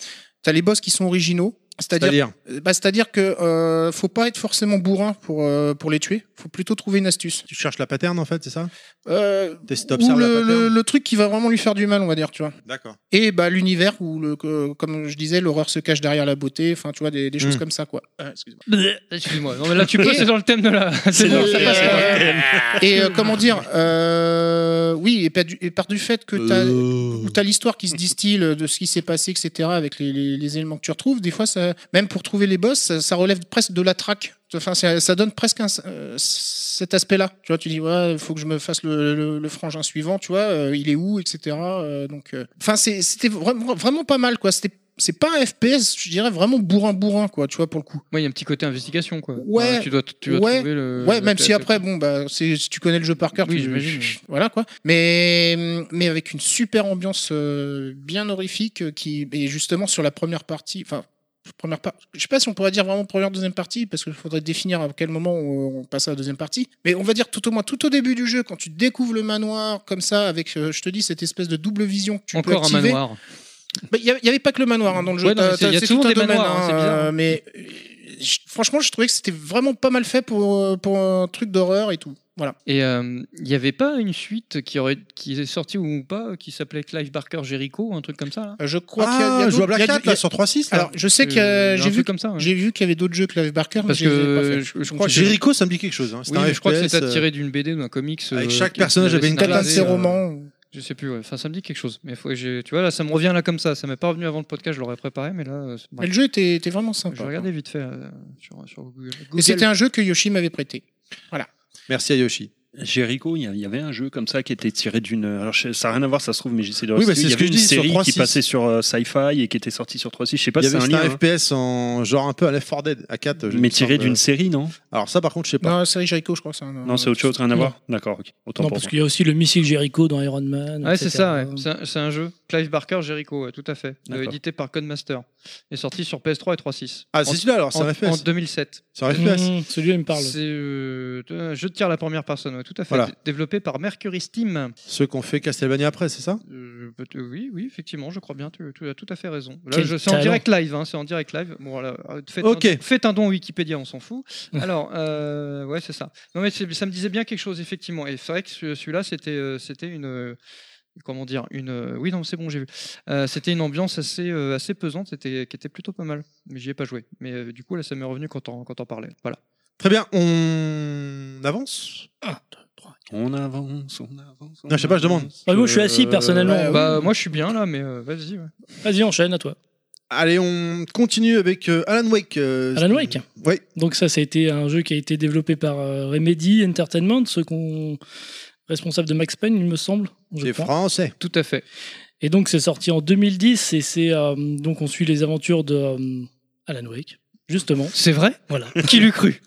S4: T'as les boss qui sont originaux. C'est-à-dire,
S1: C'est-à-dire
S4: euh, bah, c'est-à-dire que euh, faut pas être forcément bourrin pour euh, pour les tuer. Faut plutôt trouver une astuce.
S1: Tu cherches la pattern en fait, c'est ça
S4: Euh,
S1: T'es-
S4: ou
S1: T'observes la
S4: le,
S1: pattern
S4: le- le truc qui va vraiment lui faire du mal, on va dire, tu vois.
S1: D'accord.
S4: Et bah l'univers où le que- comme je disais, l'horreur se cache derrière la beauté. Enfin, tu vois des, des choses
S1: Mm.
S4: comme ça, quoi. Euh, excuse-moi.
S2: Excuse-moi. Non, mais là, tu peux, c'est dans le thème de la. C'est
S4: dans
S2: bon,
S4: le
S2: c'est
S4: thème.
S2: passé.
S4: Et euh, comment dire euh, Oui, et par du, et par du fait que t'as
S1: Euh,
S4: où t'as l'histoire qui se distille euh, de ce qui s'est passé, etc., avec les, les- les éléments que tu retrouves, des fois, ça, même pour trouver les boss, ça, ça relève presque de la traque. Enfin, ça, ça donne presque un- euh, cet aspect-là. Tu vois, tu dis, ouais, il faut que je me fasse le, le- le frangin suivant, tu vois, euh, il est où, etc. euh, donc, euh, enfin, c'est- c'était vraiment, vraiment pas mal, quoi. C'était c'est pas un FPS, je dirais vraiment bourrin bourrin quoi, tu vois pour le coup.
S2: Moi, il y a un petit côté investigation, quoi.
S4: Ouais,
S2: Ah, tu dois, tu dois
S4: ouais,
S2: trouver le.
S4: ouais,
S2: la-
S4: même
S2: la-
S4: si après bon bah c'est- si tu connais le jeu par cœur,
S2: euh, Oui,
S4: tu-
S2: j'imagine.
S4: voilà quoi. Mais mais avec une super ambiance euh, bien horrifique euh, qui et justement sur la première partie, enfin première part, je sais pas si on pourrait dire vraiment première deuxième partie parce qu'il faudrait définir à quel moment on, on passe à la deuxième partie. Mais on va dire tout au moins tout au début du jeu quand tu découvres le manoir comme ça avec euh, je te dis cette espèce de double vision que tu peux
S2: Encore un
S4: activer.
S2: manoir.
S4: Bah, Il n'y avait pas que le manoir hein, dans le jeu.
S2: Ouais, non, mais
S4: T'as-
S2: c'est- il y a
S4: t'as- c'est
S2: toujours
S4: tout un
S2: des
S4: domaine,
S2: manoirs, hein, c'est bizarre.
S4: mais euh, je- franchement, je trouvais que c'était vraiment pas mal fait pour, euh, pour un truc d'horreur et tout. Voilà.
S2: Et euh, il n'y avait pas une suite qui, aurait, qui est sortie ou pas, euh, qui s'appelait Clive Barker Jericho, un truc comme ça là
S4: Euh, Je crois qu'il y a- il y
S1: Ah,
S4: a
S1: je vois
S4: d'autres- il y
S1: Black Cat
S4: a du- il
S1: là
S4: y a-
S1: sur 3.6 là.
S4: Alors, je sais que
S2: Euh,
S4: euh,
S2: un
S4: j'ai
S2: truc
S4: vu,
S2: comme ça. ouais.
S4: j'ai vu qu'il y avait d'autres jeux Clive Barker, mais
S2: Parce
S4: je les ai
S2: que
S4: pas fait.
S2: je- je
S4: Donc,
S2: crois que
S4: j'ai-
S1: Jericho, ça me dit quelque chose. Hein. C'était
S2: Oui,
S1: un
S2: mais je crois que
S1: FPS,
S2: c'était
S1: euh,
S2: tiré d'une BD ou d'un comics.
S1: avec
S2: euh,
S1: chaque
S2: qui-
S1: personnage
S2: qui
S1: avait une
S2: avait
S4: peut-être un de
S2: scénarisé,
S4: ses
S1: euh,
S4: romans.
S2: Je sais plus, ouais. enfin ça me dit quelque chose. Mais faut que j'ai- tu vois, là ça me revient là comme ça. Ça m'est pas revenu avant le podcast, je l'aurais préparé, mais là. euh, c'est-
S4: Mais
S2: bref.
S4: le jeu était, était vraiment
S2: je
S4: sympa.
S2: regardais vite fait euh, sur, sur Google.
S4: Et c'était un jeu que Yoshi m'avait prêté.
S1: euh, Merci à Yoshi.
S3: Jericho, il y a- il y avait un jeu comme ça qui était tiré d'une. Alors, je- ça n'a rien à voir, ça se trouve, mais j'essaie de.
S1: Oui,
S3: restituer.
S1: bah, c'est
S3: il y
S1: ce que
S3: avait
S1: je
S3: une
S1: dis, sur
S3: série
S1: 3.6.
S3: qui passait sur euh, Sci-Fi et qui était sortie sur 3.6. Je sais pas
S1: Il y
S3: si c'est
S1: avait
S3: un
S1: c'était
S3: lien.
S1: un
S3: hein.
S1: FPS en genre un peu à Left 4 Dead, à 4.
S3: Mais tiré d'une série, non
S1: Alors ça, par contre, je sais pas.
S4: Non, série Jericho, je crois. ça,
S3: Non, c'est autre chose, rien à
S6: Non.
S3: voir. D'accord, ok. Autant
S6: Non,
S3: pour
S6: parce
S3: moi.
S6: qu'il y a aussi le missile Jericho dans Iron Man.
S2: Ouais, c'est
S6: etc.
S2: ça, ouais. c'est un, c'est un jeu. Clive Barker Jericho, ouais, tout à fait. Euh,
S3: D'accord.
S2: édité par Codemaster. Et sorti sur PS3 et 3.6.
S1: Ah,
S2: En-
S1: c'est celui-là alors, c'est
S2: en,
S1: un
S2: en
S1: FPS.
S2: 2007.
S1: C'est un FPS.
S6: Mmh, celui-là, il me parle.
S2: C'est euh, un jeu de tir à la première personne, ouais, tout à fait.
S1: Voilà.
S2: D- Développé par Mercury Steam.
S1: Ceux qu'on fait Castlevania après, c'est ça
S2: Euh, peut- euh, oui, oui, effectivement, je crois bien, tu, tu as tout à fait raison. Là,
S6: Quel
S2: je- c'est en
S6: talent.
S2: direct live, hein, c'est en direct live. Bon, voilà, euh, faites,
S1: Ok.
S2: un, faites un don à Wikipédia, on s'en fout. Alors, euh, ouais, c'est ça. Non, mais c'est- ça me disait bien quelque chose, effectivement. Et c'est vrai que ce- celui-là, c'était euh, c'était une. euh, Comment dire une euh, oui non c'est bon j'ai vu Euh, c'était une ambiance assez euh, assez pesante c'était qui était plutôt pas mal mais j'y ai pas joué mais euh, du coup là ça m'est revenu quand on quand on parlait voilà
S1: Très bien, on avance
S3: On avance, on avance. on
S1: Non, je sais pas, je demande.
S3: avance.
S6: Ah, moi, je suis assis,
S1: Euh,
S6: personnellement.
S4: ouais, Ah oui.
S2: bah moi je suis bien là mais euh, vas-y ouais.
S6: Vas-y, enchaîne à toi.
S1: Allez, on continue avec euh, Alan Wake. euh,
S6: Alan Wake
S1: Oui.
S6: Donc ça, ça a été un jeu qui a été développé par euh, Remedy Entertainment, ceux qu'on responsable de Max Payne, il me semble. je
S1: C'est
S6: crois.
S1: français.
S2: tout à fait
S6: Et donc c'est sorti en 2010 et c'est euh, donc on suit les aventures de euh, Alan Wake, justement.
S2: c'est vrai
S6: Voilà.
S2: qui l'eût cru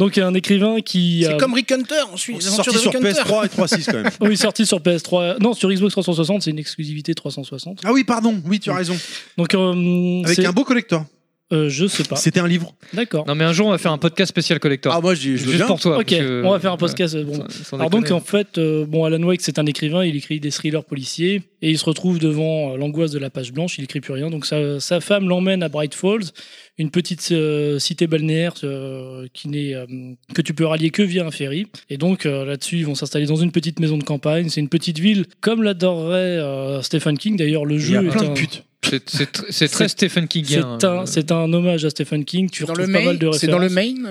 S6: Donc un écrivain qui
S4: C'est
S6: euh,
S4: comme Rick Hunter, ensuite. les aventures
S1: Sorti
S4: de
S1: sur
S4: Rick Hunter.
S1: PS3 et 3.6 quand même.
S6: oui sorti sur PS3, non sur Xbox 360, c'est une exclusivité 360.
S1: Ah oui, pardon, oui, tu as raison.
S6: Donc euh,
S1: Avec
S6: c'est-
S1: un beau collector.
S6: euh, je sais pas.
S1: C'était un livre.
S6: D'accord.
S2: non mais un jour on va faire un podcast spécial collector
S1: Ah, moi, je, je veux
S2: Juste
S1: bien.
S2: pour toi.
S6: Ok,
S2: parce que-
S6: on va faire un podcast. euh, bon.
S2: Sans- sans
S6: Alors donc
S2: déconner.
S6: en fait, euh, bon Alan Wake c'est un écrivain, il écrit des thrillers policiers et il se retrouve devant euh, l'angoisse de la page blanche, il écrit plus rien. Donc sa, sa femme l'emmène à Bright Falls, une petite euh, cité balnéaire euh, qui n'est euh, que tu peux rallier que via un ferry. Et donc euh, là-dessus ils vont s'installer dans une petite maison de campagne. C'est une petite ville comme l'adorerait euh, Stephen King. D'ailleurs le
S1: Il y
S6: jeu
S1: a
S6: est
S1: plein
S6: un-
S1: de hein. putes.
S2: C'est- c'est tr- C'est très Stephen King.
S6: c'est
S2: hein.
S6: un, c'est un hommage à Stephen King. Tu
S4: Dans
S6: retrouves
S4: le
S6: pas mal de
S4: Maine,
S6: références.
S4: c'est dans le Maine.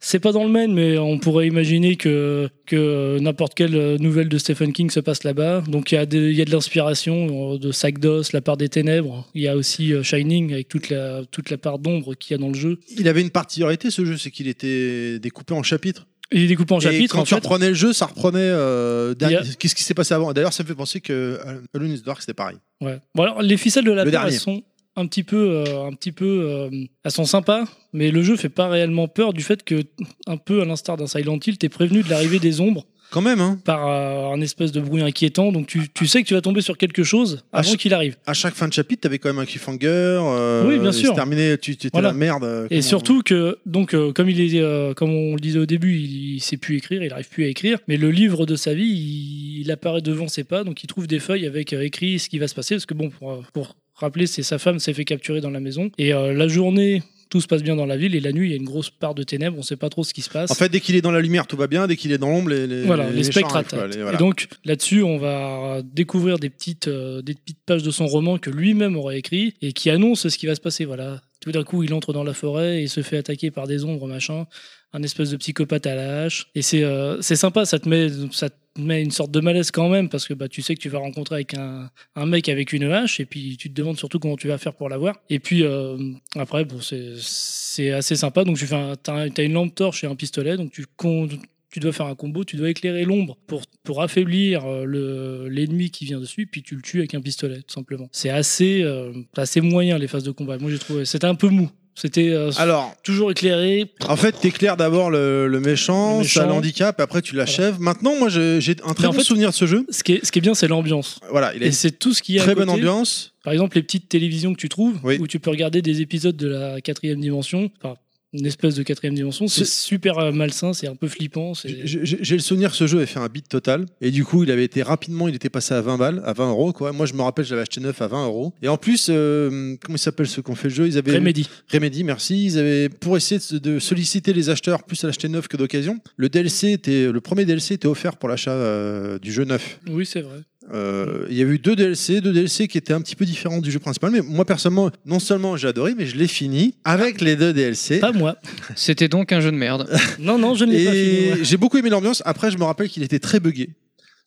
S6: C'est pas dans le Maine, mais on pourrait imaginer que, que euh, n'importe quelle euh, nouvelle de Stephen King se passe là-bas. Donc il y, a des- il y a de l'inspiration euh, de Sagdos, La part des ténèbres. Il y a aussi euh, Shining avec toute la, toute la part d'ombre qu'il y a dans le jeu.
S1: Il avait une particularité ce jeu, c'est qu'il était découpé en chapitres.
S6: Il est découpé en
S1: Et
S6: chapitres.
S1: quand
S6: En
S1: tu
S6: fait,
S1: reprenais le jeu, ça reprenait. euh, derrière-
S6: Il
S1: Qu'est-ce qui s'est passé avant D'ailleurs, ça me fait penser que euh, Alone in the Dark, c'était pareil.
S6: Ouais. Bon, alors, les ficelles de la
S1: Le
S6: peur,
S1: dernier.
S6: elles sont un petit peu, euh, un petit peu, euh, elles sont sympas, mais le jeu fait pas réellement peur du fait que, un peu à l'instar d'un Silent Hill, t'es prévenu de l'arrivée des ombres
S1: Quand même, hein.
S6: par euh, un espèce de bruit inquiétant. Donc tu, tu sais que tu vas tomber sur quelque chose
S1: Ah,
S6: avant
S1: je-
S6: qu'il arrive.
S1: à chaque fin de chapitre, t'avais quand même un cliffhanger. euh,
S6: Oui, bien
S1: et
S6: sûr.
S1: c'est terminé, tu tu étais
S6: Voilà.
S1: la merde. euh,
S6: Et
S1: comment-
S6: surtout que, donc, euh, comme, il est, euh, comme on le disait au début, il, il sait plus écrire, il n'arrive plus à écrire, mais le livre de sa vie, il, il apparaît devant ses pas, donc il trouve des feuilles avec euh, écrit ce qui va se passer, parce que bon, pour, euh, pour rappeler, c'est sa femme s'est fait capturer dans la maison. Et euh, la journée, tout se passe bien dans la ville. Et la nuit, il y a une grosse part de ténèbres. On sait pas trop ce qui se passe.
S1: En fait, dès qu'il est dans la lumière, tout va bien. Dès qu'il est dans l'ombre, les, les,
S6: voilà, les,
S1: méchants
S6: spectres
S1: arrivent, quoi.
S6: attaquent.
S1: Les- voilà.
S6: Et donc là-dessus, on va découvrir des petites, euh, des petites pages de son roman que lui-même aurait écrit et qui annonce ce qui va se passer. Voilà, tout d'un coup, il entre dans la forêt et il se fait attaquer par des ombres, machin, un espèce de psychopathe à la hache. Et c'est, euh, c'est sympa, ça te met, ça te met une sorte de malaise quand même parce que bah tu sais que tu vas rencontrer avec un, un mec avec une hache et puis tu te demandes surtout comment tu vas faire pour l'avoir et puis euh, après bon c'est c'est assez sympa donc tu fais un, t'as, t'as une lampe torche et un pistolet donc tu con- tu dois faire un combo, tu dois éclairer l'ombre pour, pour affaiblir euh, le- l'ennemi qui vient dessus, puis tu le tues avec un pistolet, tout simplement. C'est assez, euh, assez moyen les phases de combat. Moi j'ai trouvé, c'était un peu mou. C'était euh,
S1: Alors,
S6: toujours éclairé.
S1: en fait, t'éclaires d'abord le, le méchant,
S6: Le
S1: ça
S6: méchant.
S1: l'handicap, après tu l'achèves. Maintenant, moi, j'ai j'ai un très
S6: en
S1: bon
S6: fait-
S1: souvenir de ce jeu.
S6: Ce qui est, ce qui est bien, c'est l'ambiance.
S1: Voilà, il a
S6: Et
S1: une
S6: c'est tout ce qu'il y a. à
S1: très bonne
S6: côté.
S1: ambiance.
S6: Par exemple, les petites télévisions que tu trouves,
S1: Oui.
S6: où tu peux regarder des épisodes de la quatrième dimension, enfin une espèce de quatrième dimension, c'est super euh, malsain, c'est un peu flippant. c'est-
S1: J'ai j'ai- j'ai le souvenir que ce jeu avait fait un beat total. Et du coup, il avait été rapidement, il était passé à 20 balles, à 20 euros, quoi. Moi, je me rappelle, j'avais acheté neuf à 20 euros. Et en plus, euh, comment ils s'appellent ceux qui ont fait le jeu Ils avaient.
S6: Remedy.
S1: Remedy, merci. Ils avaient, pour essayer de, de solliciter les acheteurs plus à l'acheter neuf que d'occasion, le DLC était, le premier DLC était offert pour l'achat euh, du jeu neuf.
S6: Oui, c'est vrai.
S1: Euh, il y a eu deux DLC, deux DLC qui étaient un petit peu différents du jeu principal, mais moi personnellement, non seulement j'ai adoré, mais je l'ai fini avec les deux DLC.
S6: Pas moi.
S2: C'était donc un jeu de merde.
S6: Non, non, je ne l'ai pas fini. moi.
S1: Et j'ai beaucoup aimé l'ambiance. Après, je me rappelle qu'il était très buggé.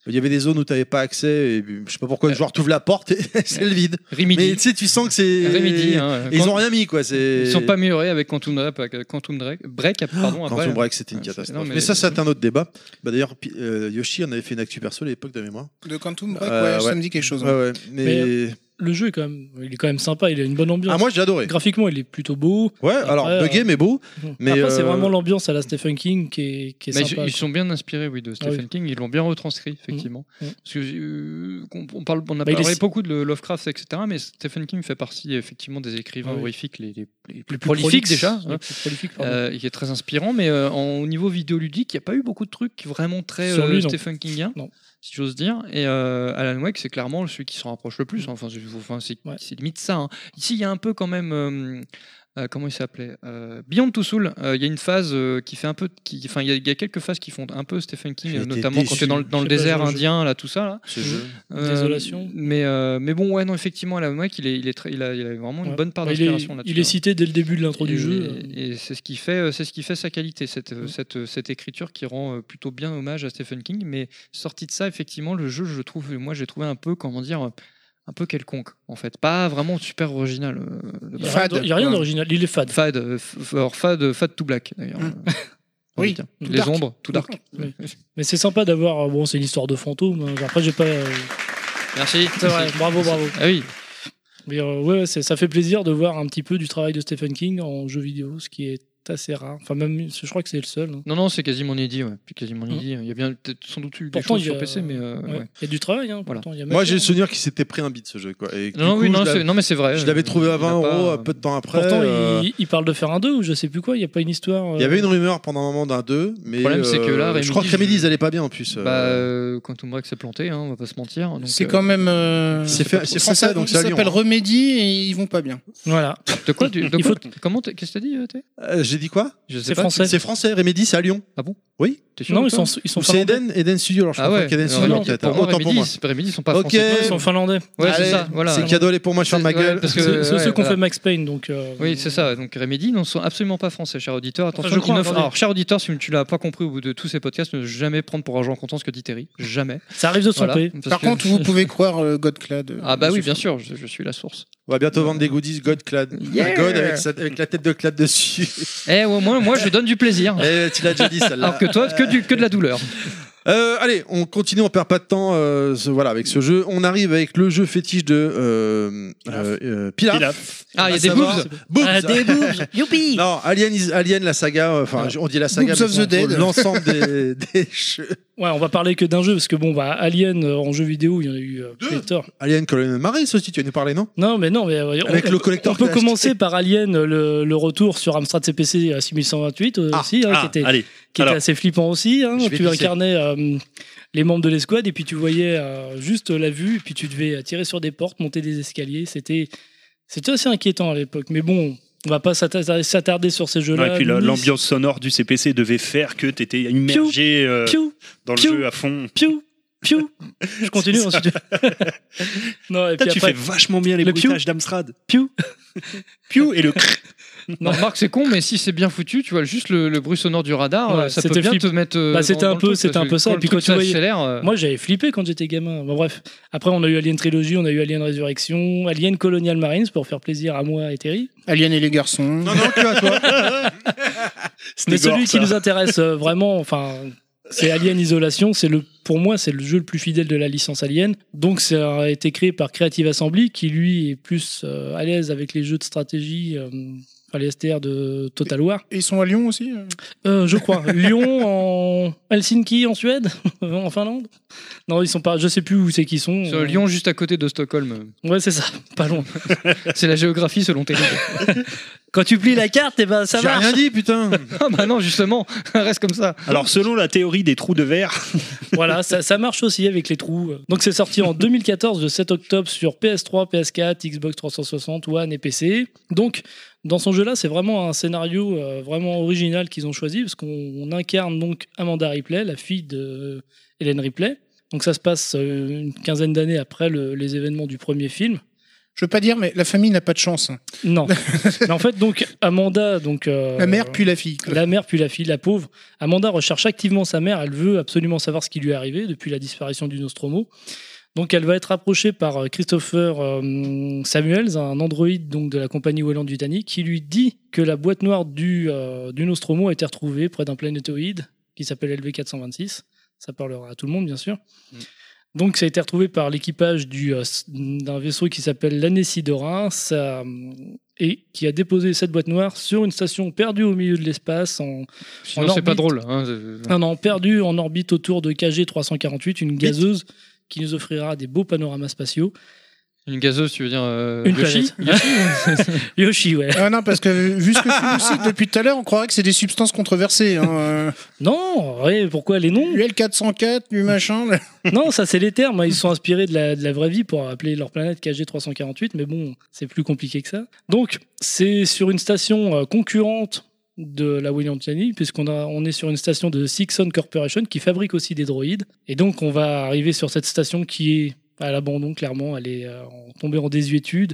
S1: Il y avait des zones où tu n'avais pas accès, et je sais pas pourquoi, le joueur t'ouvre la porte et c'est le vide. Mais
S2: Remedy.
S1: tu sais, tu sens que c'est.
S2: Remedy. hein,
S1: Et Ils
S2: quand-
S1: ont rien mis, quoi. c'est-
S2: ils sont pas améliorés avec Quantum Break. Quantum Break, Break, pardon,
S1: Quantum
S2: après.
S1: Break, c'était une
S2: Ah, c'est-
S1: catastrophe.
S2: non,
S1: mais...
S2: mais-
S1: ça, c'est un autre débat. Bah, D'ailleurs, Pi- euh, Yoshi en avait fait une actu perso à l'époque de mémoire.
S4: De Quantum Break, ouais,
S1: Euh, ouais.
S4: ça me dit quelque chose. hein.
S1: Ouais, ouais. Mais...
S6: Le jeu est quand même, il est quand même sympa, il a une bonne ambiance.
S1: Ah, moi, j'ai adoré.
S6: Graphiquement, il est plutôt beau.
S1: Ouais, alors,
S6: Après,
S1: bugué,
S6: euh,
S1: mais beau. Mais,
S6: Après, c'est
S1: euh,
S6: vraiment l'ambiance à la Stephen King qui est, qui est
S2: Mais
S6: sympa.
S2: ils sont bien inspirés, oui, de Stephen
S6: Ah oui.
S2: King. Ils l'ont bien retranscrit, effectivement.
S6: Mhm. Mhm.
S2: Parce que j'ai- euh, qu'on- on, parle, on a
S6: Bah, il est
S2: parlé
S6: si-
S2: beaucoup de Lovecraft, etc. Mais Stephen King fait partie, effectivement, des écrivains
S6: Ah oui.
S2: horrifiques les, les- les plus,
S6: Les
S2: prolifiques,
S6: prolixes,
S2: déjà.
S6: les
S2: hein,
S6: plus prolifiques, pardon.
S2: euh, et qui est très inspirant, mais euh, en- au niveau vidéoludique, il n'y a pas eu beaucoup de trucs vraiment très
S6: Sur lui,
S2: euh,
S6: non.
S2: Stephen Kingien,
S6: Non.
S2: si j'ose dire. Et euh, Alan Wake, c'est clairement celui qui s'en rapproche le plus. hein. Enfin, c'est enfin, c'est-
S6: Ouais.
S2: c'est limite ça. hein. Ici, il y a un peu quand même. euh, euh, comment il s'appelait Euh, Beyond Two Souls, euh, il y a une phase euh, qui fait un peu. qui- Enfin, il y, a- il y a quelques phases qui font un peu Stephen King,
S1: J'ai
S2: euh,
S1: été
S2: notamment quand
S1: déçu.
S2: tu es dans le, dans le
S6: J'ai pas
S2: désert
S6: joué au jeu.
S2: indien, là, tout ça. Là.
S1: ce jeu.
S2: Euh,
S6: Désolation.
S2: mais, euh, mais bon, ouais, non, effectivement, Alan Wake, il, est, il, est très- il, a, il a vraiment une
S6: Ouais. Bah,
S2: bonne part
S6: Il est,
S2: d'inspiration là-dessus.
S6: il est
S2: hein.
S6: cité dès le début de l'intro
S2: Et-
S6: du jeu.
S2: Et, c'est ce qui fait, euh, c'est ce qui fait sa qualité, cette, euh,
S6: Mm.
S2: cette, euh, cette écriture qui rend euh, plutôt bien hommage à Stephen King. Mais sorti de ça, effectivement, le jeu, je le trouve, moi, j'ai trouvé un peu, comment dire, euh, un peu quelconque, en fait, pas vraiment super original. euh, le
S6: Il n'y
S2: bas-
S6: a,
S4: Fade.
S6: rien d'or- il y a rien
S4: Ouais.
S6: d'original, il est fade.
S2: Fad, euh, f- f- alors fad, fad tout black d'ailleurs.
S4: Mm.
S2: euh, on
S4: Oui,
S2: dit, tiens.
S6: tout
S2: les
S6: dark.
S2: ombres, tout dark.
S6: Oui. Mais c'est sympa d'avoir. euh, Bon, c'est une histoire de fantôme. hein. Après, j'ai pas. euh,
S2: Merci.
S6: C'est vrai, bravo, bravo.
S2: Ah oui,
S6: Mais euh, ouais, c'est- ça fait plaisir de voir un petit peu du travail de Stephen King en jeu vidéo, ce qui est assez rare. Enfin, même, je crois que c'est le seul. hein.
S2: non, non, c'est quasiment inédit. Ouais. C'est Quasiment
S6: Mm.
S2: inédit. Il y a bien peut-être sans doute eu des
S6: Pourtant,
S2: choses
S6: il y a-
S2: sur PC, mais euh,
S6: Ouais. Il
S2: ouais.
S6: y a du travail, hein,
S2: Voilà.
S6: pourtant, il y a
S1: Moi, j'ai le
S6: matière,
S1: souvenir qu'il s'était pris un beat, ce jeu. Quoi. Et que,
S2: Non,
S1: du
S2: oui,
S1: coup,
S2: non,
S1: je
S2: c'est-
S1: l'avais-
S2: non, mais c'est vrai.
S1: je l'avais trouvé à 20
S2: Il a pas-
S1: euros euh, peu de temps après.
S6: Pourtant,
S1: euh,
S6: il, il parle de faire un 2 ou je sais plus quoi, il n'y a pas une histoire. euh,
S1: Il y avait une rumeur pendant un moment d'un 2, mais
S2: Le problème, c'est que là,
S1: euh, je crois que
S2: Remedy,
S1: Remedy, ils allaient pas bien en plus. euh.
S2: Bah, euh, Quantum Break s'est planté, hein, on va pas se mentir. donc,
S4: C'est
S2: euh,
S4: quand même. euh,
S1: C'est fait-
S4: ça-
S1: c'est
S4: ça
S1: français,
S4: s'a-
S1: donc c'est à
S4: ça
S1: Lyon,
S4: s'appelle
S1: hein.
S4: Remedy et ils vont pas bien.
S6: Voilà.
S2: De quoi tu- de
S6: Il
S2: quoi-
S6: faut-
S2: Comment t'as- Qu'est-ce que t'as dit euh, Thé
S1: Euh, J'ai dit quoi
S2: Je sais
S6: C'est
S2: pas. Ah
S6: français.
S1: C'est français, Remedy, c'est à Lyon.
S2: T'es sûr
S6: Non,
S2: de
S6: ils
S2: toi
S6: sont, ils sont
S1: Ou c'est
S6: finlandais.
S1: Eden, Eden Studio, alors je
S2: Ah
S1: crois
S2: ouais.
S1: qu'il y a Eden
S2: alors,
S1: Studio
S6: non,
S1: qui est à
S2: pour
S1: Terre.
S2: moi,
S1: hein. Autant pour
S2: Remedy,
S1: moi.
S2: c'est- Remedy, ils sont pas
S1: Ok.
S6: Non, ils
S2: français.
S6: sont finlandais.
S2: Ouais,
S1: Allez,
S2: c'est ça. Voilà.
S1: C'est le cadeau, allez pour moi, je ferme ma
S2: C'est- ouais,
S1: gueule.
S2: parce que-
S6: C'est c'est
S2: ouais,
S6: ceux qu'on
S2: voilà.
S6: fait Max Payne, donc. euh,
S2: Oui, c'est ça. Donc Remedy n'en sont absolument pas français, cher auditeur. Attention,
S6: je crois,
S2: ils ne-
S6: attendez.
S2: alors, cher auditeur, si tu l'as pas compris au bout de tous ces podcasts, ne jamais prendre pour argent comptant ce que dit Terry. Jamais.
S6: Ça arrive de se
S2: Voilà.
S6: tromper.
S2: Parce
S4: Par
S2: que-
S4: contre, vous pouvez croire euh, Godclad. euh,
S2: Ah bah oui,
S4: monsieur.
S2: bien sûr, je, je suis la source.
S1: On va bientôt vendre des goodies God Clad.
S2: Yeah.
S1: God avec, sa- avec la tête de Clad dessus.
S2: Eh, au moins, moi, je donne du plaisir.
S1: Eh, tu l'as déjà dit
S2: Alors
S1: celle-là.
S2: que toi, que, du, que de la douleur.
S1: Euh, allez, on continue, on perd pas de temps euh, ce- voilà, avec ce jeu. On arrive avec le jeu fétiche de euh, euh, euh, Pilaf.
S6: Il a-
S2: Ah, il y a
S1: À
S2: des
S1: savoir-
S2: boobs.
S1: Boobs.
S6: Ah, des boobs Youpi
S1: Non, Alien, is- Alien la saga, euh, enfin on dit la saga,
S4: Boobs
S1: mais
S4: of
S1: c'est
S4: the Dead.
S1: l'ensemble des, des jeux.
S6: Ouais, on va parler que d'un jeu, parce que bon, bah, Alien, euh, en jeu vidéo, il y en a eu euh,
S1: Deux.
S6: pléthore.
S1: Alien Colonel Marais, ceci, tu vas nous parler, non
S6: Non, mais non, mais. euh, on-
S1: Avec
S6: on,
S1: le collector
S6: on peut
S1: que t'as
S6: commencer par Alien, euh, le, le retour sur Amstrad CPC à 6128 euh, aussi, hein,
S3: Ah,
S6: qui était,
S3: allez,
S6: qui était
S3: alors.
S6: assez flippant aussi. hein.
S1: Je vais
S6: tu
S1: pisser.
S6: incarnais euh, les membres de l'escouade et puis tu voyais euh, juste la vue et puis tu devais euh, tirer sur des portes, monter des escaliers. C'était c'était assez inquiétant à l'époque, mais bon, on va pas s'attarder s'attarder sur ces jeux-là.
S3: Ouais, et puis la-
S6: Nice,
S3: l'ambiance sonore du CPC devait faire que t'étais immergé euh,
S6: Piou,
S3: dans le
S6: piou.
S3: jeu à fond.
S6: piou, piou. Je continue
S3: C'est ça.
S6: ensuite. non, et
S3: Putain,
S6: puis
S3: tu
S6: après,
S3: fais vachement bien les
S6: le piou.
S3: bruitages d'Amstrad.
S6: piou.
S3: Piou et le cr-
S2: Non, remarque, c'est con, mais si c'est bien foutu, tu vois, juste le, le bruit sonore du radar,
S6: Ouais,
S2: euh, ça peut
S6: c'était
S2: bien
S6: flipp-
S2: te mettre. euh,
S6: Bah,
S2: dans-
S6: c'était
S2: dans
S6: un
S2: le
S6: peu-
S2: truc,
S6: c'était
S2: parce
S6: un
S2: que
S6: peu ça,
S2: quand
S6: et
S2: le
S6: puis
S2: truc
S6: quand tu voyais-
S2: s'accélère, euh,
S6: Moi, j'avais flippé quand j'étais gamin. Bon, bref. Après, on a eu Alien Trilogy, on a eu Alien Resurrection, Alien Colonial Marines pour faire plaisir à moi et Terry.
S4: Alien et les garçons.
S1: Non, non, que à toi.
S6: Mais
S3: C'était gore,
S6: celui qui
S3: ça.
S6: nous intéresse euh, vraiment, enfin, c'est Alien Isolation. C'est le, pour moi, c'est le jeu le plus fidèle de la licence Alien. Donc, ça a été créé par Creative Assembly, qui lui est plus euh, à l'aise avec les jeux de stratégie, euh, enfin les STR de Total War.
S4: Et Ils sont à Lyon aussi euh
S6: Euh, je crois. Lyon en Helsinki en Suède, en Finlande. Non, ils sont pas. Je sais plus où c'est qu'ils sont.
S2: sur Lyon, juste à côté de Stockholm.
S6: Ouais, c'est ça. Pas loin.
S2: C'est la géographie selon tes
S6: Quand tu plies la carte, et ben ça
S1: J'ai
S6: marche.
S1: rien dit, putain.
S2: Ah bah non, justement, reste comme ça.
S3: Alors selon la théorie des trous de verre,
S6: voilà, ça, ça marche aussi avec les trous. Donc c'est sorti en 2014, le 7 octobre, sur PS3, PS4, Xbox 360, One et PC. Donc dans son jeu-là, c'est vraiment un scénario euh, vraiment original qu'ils ont choisi, parce qu'on on incarne donc Amanda Ripley, la fille de euh, Helen Ripley. Donc ça se passe euh, une quinzaine d'années après le- les événements du premier film.
S4: Je veux pas dire, mais la famille n'a pas de chance. hein.
S6: Non. Mais en fait, donc Amanda, donc euh,
S4: La mère puis la fille. quoi.
S6: la mère puis la fille, la pauvre. Amanda recherche activement sa mère. Elle veut absolument savoir ce qui lui est arrivé depuis la disparition du Nostromo. Donc elle va être approchée par euh, Christopher euh, Samuels, un androïde donc de la compagnie Wayland Yutani, qui lui dit que la boîte noire du, euh, du Nostromo a été retrouvée près d'un planétoïde qui s'appelle LV426. Ça parlera à tout le monde, bien sûr.
S2: Mm.
S6: Donc ça a été retrouvé par l'équipage du, euh, s- d'un vaisseau qui s'appelle l'Anécidora. Ça, euh, et qui a déposé cette boîte noire sur une station perdue au milieu de l'espace, en,
S2: Sinon, c'est
S6: orbite.
S2: pas drôle. hein, c'est-
S6: un an perdue en orbite autour de KG-348, une gazeuse qui nous offrira des beaux panoramas spatiaux.
S2: Une gazeuse, tu veux dire. euh,
S6: Une
S2: Yoshi
S6: planète. Yoshi, ouais.
S4: Ah non, parce que vu ce que tu nous cites depuis tout à l'heure, on croirait que c'est des substances controversées. hein. Euh,
S6: Non, ouais, pourquoi les noms
S4: UL404, du machin. le-
S6: Non, ça c'est les termes, hein, ils se sont inspirés de la, de la vraie vie pour appeler leur planète KG-348, mais bon, c'est plus compliqué que ça. Donc, c'est sur une station euh, concurrente de la William Tenney, puisqu'on a- on est sur une station de Sixon Corporation qui fabrique aussi des droïdes. Et donc, on va arriver sur cette station qui est à l'abandon, clairement, elle est euh, en- tombée en désuétude.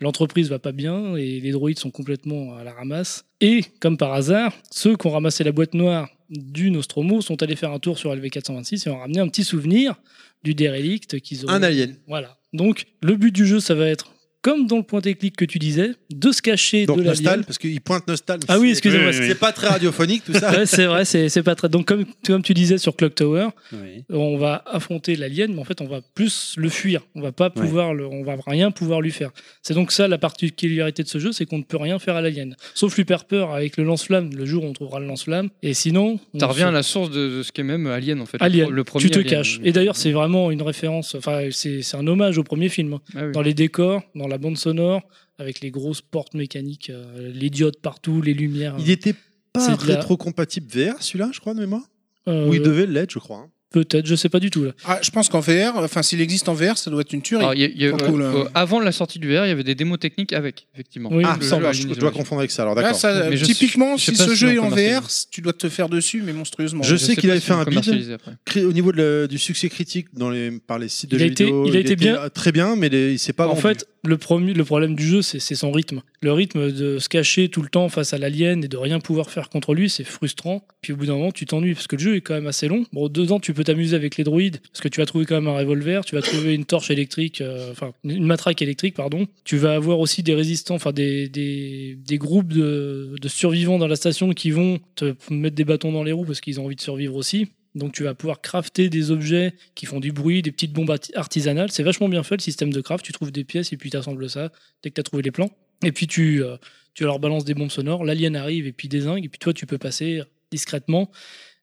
S6: L'entreprise va pas bien et les droïdes sont complètement à la ramasse. Et, comme par hasard, ceux qui ont ramassé la boîte noire du Nostromo sont allés faire un tour sur LV426 et ont ramené un petit souvenir du dérélicte qu'ils ont.
S1: Un alien.
S6: Voilà. Donc, le but du jeu, ça va être, comme dans le point technique que tu disais, de se cacher
S1: Donc
S6: de la
S1: Nostal, parce qu'il pointe Nostal.
S6: Ah oui,
S1: C'est-
S6: excusez-moi.
S3: Oui, oui,
S1: C'est pas très radiophonique tout ça.
S6: Ouais, c'est vrai, c'est c'est pas très. Donc, comme, comme tu disais sur Clock Tower,
S3: oui.
S6: on va affronter l'alien, mais en fait, on va plus le fuir. On va pas
S3: Ouais.
S6: pouvoir, le, on va rien pouvoir lui faire. C'est donc ça la particularité de ce jeu, c'est qu'on ne peut rien faire à l'alien, sauf lui faire peur avec le lance-flamme. Le jour où on trouvera le lance-flamme, et sinon, on
S2: Ça revient à
S6: se-
S2: la source de, de ce qu'est même Alien en fait. le
S6: Alien,
S2: pro- le premier
S6: tu te
S2: Alien.
S6: caches. Et d'ailleurs, c'est vraiment une référence. Enfin, c'est c'est un hommage au premier film. hein.
S2: Ah oui.
S6: Dans les décors, dans la bande sonore, avec les grosses portes mécaniques, euh, les diodes partout, les lumières.
S1: Il était pas
S6: C'est de la-
S1: rétro-compatible VR, celui-là, je crois, de mémoire.
S6: Euh,
S1: Ou il devait l'être, je crois. hein.
S6: Peut-être, je sais pas du tout là.
S4: Ah, je pense qu'en VR, enfin s'il existe en VR, ça doit être une tuerie.
S2: Alors, il y a- il y a-
S4: Trop cool,
S2: euh,
S4: hein.
S2: avant la sortie du VR, il y avait des démos techniques avec, effectivement.
S6: Oui,
S1: Ah,
S6: le
S1: ça
S6: jeu
S1: marche, je dois confondre avec ça, alors
S4: Là,
S1: d'accord.
S4: ça,
S2: Mais je-
S4: typiquement,
S2: je sais
S4: si
S2: pas
S4: ce
S2: si
S4: jeu
S2: on
S4: est en
S2: commercialise.
S4: VR, tu dois te faire dessus, mais monstrueusement.
S1: Je sais qu'il avait fait un bidon.
S2: bidon.
S1: Cré- Au niveau de la- du succès critique dans les, par les sites de
S6: Il a
S1: jeux
S6: été-
S1: vidéo,
S6: il a été
S1: était
S6: bien-
S1: très bien, mais les- il s'est pas
S6: En
S1: vendu.
S6: fait, le, premier, le problème du jeu, c'est c'est son rythme. Le rythme de se cacher tout le temps face à l'alien et de rien pouvoir faire contre lui, c'est frustrant. Puis au bout d'un moment, tu t'ennuies parce que le jeu est quand même assez long. Bon, dedans, tu peux t'amuser avec les droïdes parce que tu vas trouver quand même un revolver, tu vas trouver une torche électrique, euh, enfin une matraque électrique, pardon. Tu vas avoir aussi des résistants, enfin des, des, des groupes de, de survivants dans la station qui vont te mettre des bâtons dans les roues parce qu'ils ont envie de survivre aussi. Donc tu vas pouvoir crafter des objets qui font du bruit, des petites bombes arti- artisanales. C'est vachement bien fait le système de craft. Tu trouves des pièces et puis tu assembles ça dès que tu as trouvé les plans. Et puis tu, euh, tu leur balances des bombes sonores. L'alien arrive et puis désingue. Et puis toi, tu peux passer euh, discrètement.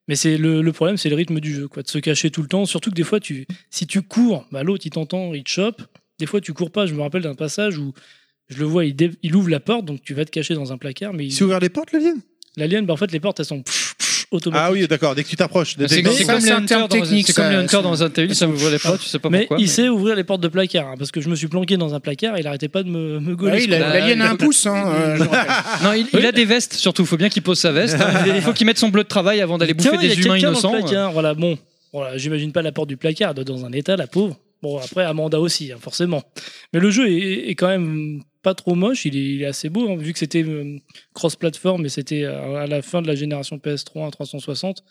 S6: Mais c'est le, le problème, c'est le rythme du jeu, quoi, de se cacher tout le temps. Surtout que des fois, tu, si tu cours, bah, l'autre il t'entend, il te chope. Des fois, tu cours pas. Je me rappelle d'un passage où je le vois, il, dé- il ouvre la porte, donc tu vas te cacher dans un placard. Mais il-
S1: Il s'est ouvert les portes, le lien
S6: L'alien, bah en fait, les portes, elles sont pff, pff, automatique.
S1: Ah oui, d'accord, dès que tu t'approches. dès-
S2: C'est
S1: dès-
S2: comme,
S4: c'est
S2: c'est comme
S4: comme
S2: les
S4: un terme
S2: hunters dans,
S4: technique,
S2: c'est Ah, comme
S4: ça-
S2: les hunters
S4: ça-
S2: dans un TV, ça vous voit les pas, tu sais pas
S6: mais
S2: pourquoi.
S6: il sait ouvrir les portes de placard, hein, parce que je me suis planqué dans un placard et il arrêtait pas de me, me gauler.
S4: Ouais, il a-
S2: Bah,
S4: Ah L'alien a un
S2: il-
S4: pouce, hein, euh, je le rappelle.
S2: Ah, Non, il, il a des vestes surtout, faut bien qu'il pose sa veste. hein. Il faut qu'il mette son bleu de travail avant d'aller bouffer
S6: Tiens, il y a
S2: des humains
S6: quelqu'un Dans
S2: innocents. euh.
S6: le placard. Voilà, bon, voilà, j'imagine pas la porte du placard, elle doit être dans un état, la pauvre. Bon, après, Amanda aussi, hein, forcément. Mais le jeu est, est quand même pas trop moche, il est, il est assez beau, hein, vu que c'était euh, cross-platform et c'était euh, à la fin de la génération PS3 à 360.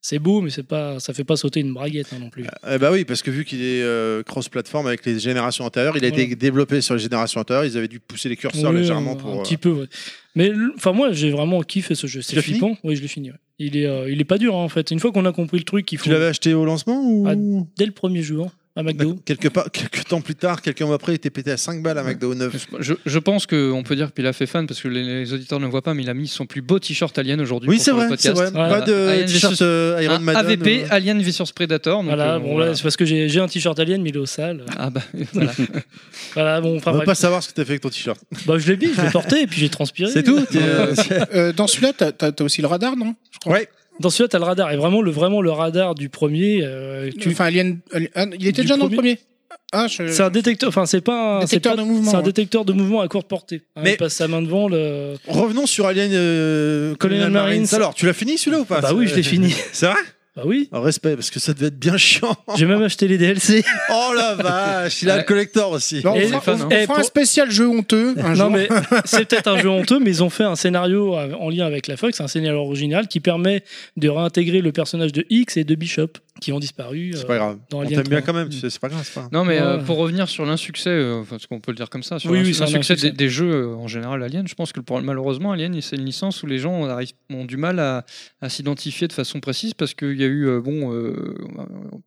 S6: C'est beau, mais c'est pas, ça fait pas sauter une braguette hein, non plus.
S1: Eh bah oui, parce que vu qu'il est euh, cross-platform avec les générations antérieures, il a été
S6: Ouais.
S1: développé sur les générations antérieures, ils avaient dû pousser les curseurs
S6: Ouais,
S1: légèrement
S6: un-
S1: pour.
S6: un
S1: euh,
S6: petit peu. ouais. Mais l- enfin moi j'ai vraiment kiffé ce jeu.
S1: Tu
S6: C'est
S1: l'as fini
S6: flippant. Oui je l'ai fini. ouais. Il est euh, il est pas dur hein, en fait. Une fois qu'on a compris le truc, il faut
S1: Tu l'avais acheté au lancement ou
S6: Ah, dès le premier jour à McDo.
S1: D'accord. Quelque, part, quelques temps plus tard, quelqu'un après, il était pété à 5 balles à McDo 9.
S2: Je, je pense qu'on peut dire qu'il a fait fan parce que les, les auditeurs ne le voient pas, mais il a mis son plus beau t-shirt Alien aujourd'hui.
S1: Oui,
S2: pour
S1: c'est
S2: faire le
S1: vrai, c'est
S2: podcast.
S1: vrai. Pas de
S2: Voilà. Ah, Alien
S1: t-shirt
S2: versus-
S1: euh, Iron
S2: Un
S1: Maiden.
S2: AVP,
S1: euh.
S2: Alien vs Predator. donc,
S6: Voilà
S2: euh,
S6: bon
S2: voilà.
S6: là c'est parce que j'ai j'ai un t-shirt alien mais il est au sale.
S2: Ah bah, voilà.
S6: Voilà bon enfin
S1: On va
S6: bref.
S1: pas savoir ce que t'as fait avec ton t-shirt.
S6: Bah, je l'ai mis, je l'ai porté et puis j'ai transpiré.
S1: C'est tout t'es, euh,
S4: Euh, dans celui-là, t'as- t'as t'as aussi le radar, non Je crois.
S1: Ouais.
S6: Dans celui-là t'as le radar et vraiment le vraiment le radar du premier. euh, tu-
S4: Enfin, Alien. Alien- ah, il était
S6: Du
S4: déjà dans le
S6: premier.
S4: premier. Ah,
S1: euh,
S4: je-
S6: C'est un détecteur, enfin c'est pas un c'est
S4: Détecteur
S6: pas-
S4: de mouvement, hein.
S6: C'est un
S4: ouais.
S6: détecteur de mouvement à courte portée. hein,
S1: Mais-
S6: il passe sa main devant le.
S1: Revenons sur Alien euh, Colonial
S6: Colonial Marines.
S1: Marines. Alors, tu l'as fini celui-là ou pas
S6: bah oui je l'ai fini.
S1: C'est vrai
S6: bah oui.
S1: Alors, Respect, parce que ça devait être bien chiant.
S6: J'ai même acheté les DLC.
S1: Oh la vache, il a
S2: Ouais.
S1: le collector aussi.
S4: Non, on
S6: Et-
S4: fera, on- on
S6: et
S4: fera un
S6: Eh, pour-
S4: spécial jeu honteux un
S6: Non
S4: jour.
S6: mais c'est peut-être un jeu honteux, mais ils ont fait un scénario euh, en lien avec la Fox, un scénario original qui permet de réintégrer le personnage de X et de Bishop qui ont disparu. euh,
S1: C'est pas grave.
S6: dans
S1: On
S6: Alien Mm.
S1: t'aime bien
S6: 3.
S1: quand même, tu sais, c'est pas grave, c'est pas grave.
S2: Non, mais euh,
S6: Ouais.
S2: pour revenir sur l'insuccès, euh, enfin, parce qu'on peut le dire comme ça, sur
S6: Oui,
S2: l'insu-
S6: oui, c'est un
S2: l'insuccès
S6: insuccès.
S2: des, des jeux euh, en général Alien, je pense que pour- malheureusement, Alien, c'est une licence où les gens on arrive- ont du mal à, à s'identifier de façon précise parce qu'il y a eu, euh, bon, euh,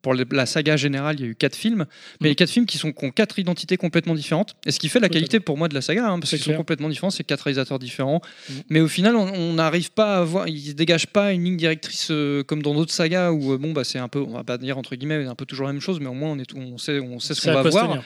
S2: pour les- la saga générale, il y a eu quatre films,
S6: Mm.
S2: mais les quatre films qui, sont, qui ont quatre identités complètement différentes. Et ce qui fait la
S6: Tout à
S2: qualité pour moi de la saga, hein, parce
S6: C'est
S2: qu'ils sont
S6: clair.
S2: complètement différents, c'est quatre réalisateurs différents.
S6: Mhm.
S2: Mais au final, on- on n'arrive pas à voir, ils ne dégagent pas une ligne directrice euh, comme dans d'autres sagas où, euh, bon, bah, c'est un peu, on va pas dire entre guillemets, un peu toujours la même chose, mais au moins on, est, tout- on, sait, on sait ce
S6: c'est
S2: qu'on
S6: à
S2: va
S6: quoi se
S2: voir.
S6: tenir.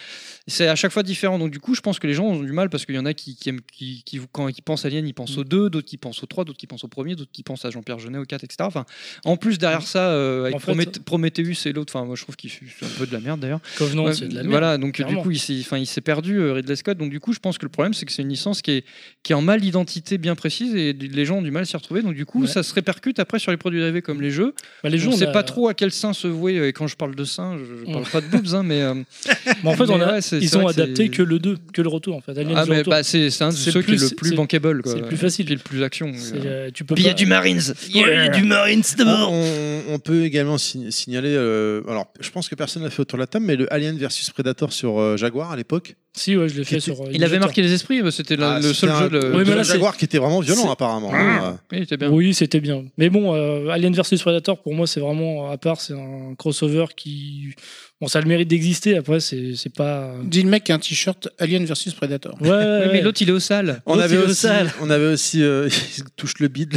S2: C'est à chaque fois différent. Donc, du coup, je pense que les gens ont du mal parce qu'il y en a qui, qui aiment, qui, qui- quand ils pensent à Alien, ils
S6: Mm.
S2: pensent aux deux, d'autres qui pensent aux trois, d'autres qui pensent au premier, d'autres qui pensent à Jean-Pierre Jeunet, au 4, etc. Enfin, en plus, derrière ça, euh, avec
S6: Mm. En fait-
S2: Promét- Prometheus et l'autre, enfin, moi je trouve qu'il c'est un peu de la merde d'ailleurs.
S6: Covenant,
S2: Ouais,
S6: c'est de la merde.
S2: Voilà, donc euh,
S6: clairement.
S2: du coup, il s'est enfin, il s'est perdu, euh, Ridley Scott. Donc, du coup, je pense que le problème, c'est que c'est une licence qui est, qui est en mal identité bien précise et d- les gens ont du mal à s'y retrouver. Donc, du coup,
S6: Ouais.
S2: ça se répercute après sur les produits dérivés comme les jeux.
S6: Bah, les
S2: Je
S6: gens,
S2: ne
S6: on
S2: sais
S6: a-
S2: pas trop à quel sein se vouer. Et quand je parle de sein, je ne parle pas de boobs, hein, mais. euh,
S6: Mais en fait,
S2: mais
S6: on a-
S2: ouais, c'est- c'est
S6: ils ont
S2: vrai que
S6: adapté
S2: c'est-
S6: que le 2, que le retour en fait. Alien
S2: Ah,
S6: The
S2: mais
S6: Retour.
S2: bah, c'est c'est un de
S6: C'est
S2: ceux
S6: plus-
S2: qui est le plus
S6: c'est-
S2: bankable. quoi.
S6: c'est le plus facile.
S2: Puis le plus action.
S6: C'est,
S2: euh.
S6: euh, tu peux
S2: Puis il y a
S6: pas-
S2: du Marines. Yeah, Il y a du Marines d'abord.
S1: On, on peut également sig- signaler. euh, alors, je pense que personne l'a fait autour de la table, mais le Alien versus Predator sur euh, Jaguar à l'époque.
S6: Si ouais, je l'ai
S1: Qui
S6: fait
S1: était-
S6: sur. euh,
S2: Il avait
S6: Inquisitor.
S2: marqué les esprits. bah, C'était la-
S1: Ah,
S2: le
S1: c'était
S2: seul
S1: un-
S2: jeu de.
S1: de
S6: Oui, mais là, c'est-
S1: Jaguar qui était vraiment violent,
S6: c'est-
S1: apparemment.
S4: Ah.
S1: hein.
S2: Oui, il était bien.
S6: Oui, c'était bien. Mais bon, euh, Alien vs Predator, pour moi, c'est vraiment à part. C'est un crossover qui, bon, ça a le mérite d'exister. Après, c'est c'est pas.
S4: Dis le mec qui a un t-shirt Alien versus Predator.
S6: Ouais, ouais,
S2: Oui, mais
S6: ouais.
S2: l'autre, il est au sale.
S1: On
S6: L'autre,
S1: avait,
S6: il est au Mm.
S1: aussi,
S6: sale.
S1: on avait aussi, euh, il touche le bide.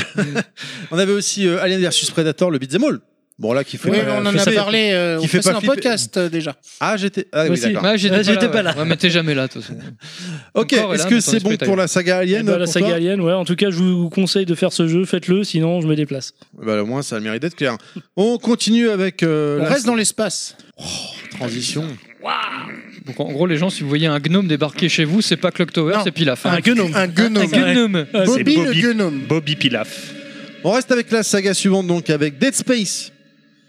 S1: on avait aussi euh, Alien versus Predator, le beat'em all. Bon là, qui fait.
S4: Oui, mais on en
S1: fait-
S4: a parlé euh,
S1: qui
S4: au
S1: fait pas
S4: précédent
S1: flipper.
S4: podcast euh, déjà.
S1: Ah, j'étais. Ah oui,
S6: Aussi.
S1: d'accord.
S2: Ouais, j'étais
S6: Ouais, j'étais
S2: ouais.
S6: pas là.
S2: Ouais, mais t'es jamais là, de toute façon.
S1: Ok.
S2: corps est
S1: Est-ce
S2: là,
S1: que
S2: mais ton
S1: c'est bon
S2: esprit,
S1: pour la saga
S6: Eh
S1: Alien
S6: ben, la
S1: pour
S6: saga
S1: toi
S6: Alien, ouais. En tout cas, je vous conseille de faire ce jeu. Faites-le, sinon je me déplace.
S1: Bah, au moins, ça a le mérite d'être clair. On continue avec euh,
S4: On
S1: la
S4: reste dans l'espace.
S1: transition.
S2: Donc, en gros, les gens, si vous voyez un gnome débarquer chez vous, c'est pas Clock Tower,
S4: Non.
S2: c'est Pilaf.
S4: Un gnome. Un
S2: Un
S4: gnome.
S2: gnome.
S6: Ah, c'est-
S4: Bobby
S3: Bobby.
S4: le gnome.
S3: Bobby Pilaf.
S1: On reste avec la saga suivante, donc avec Dead Space.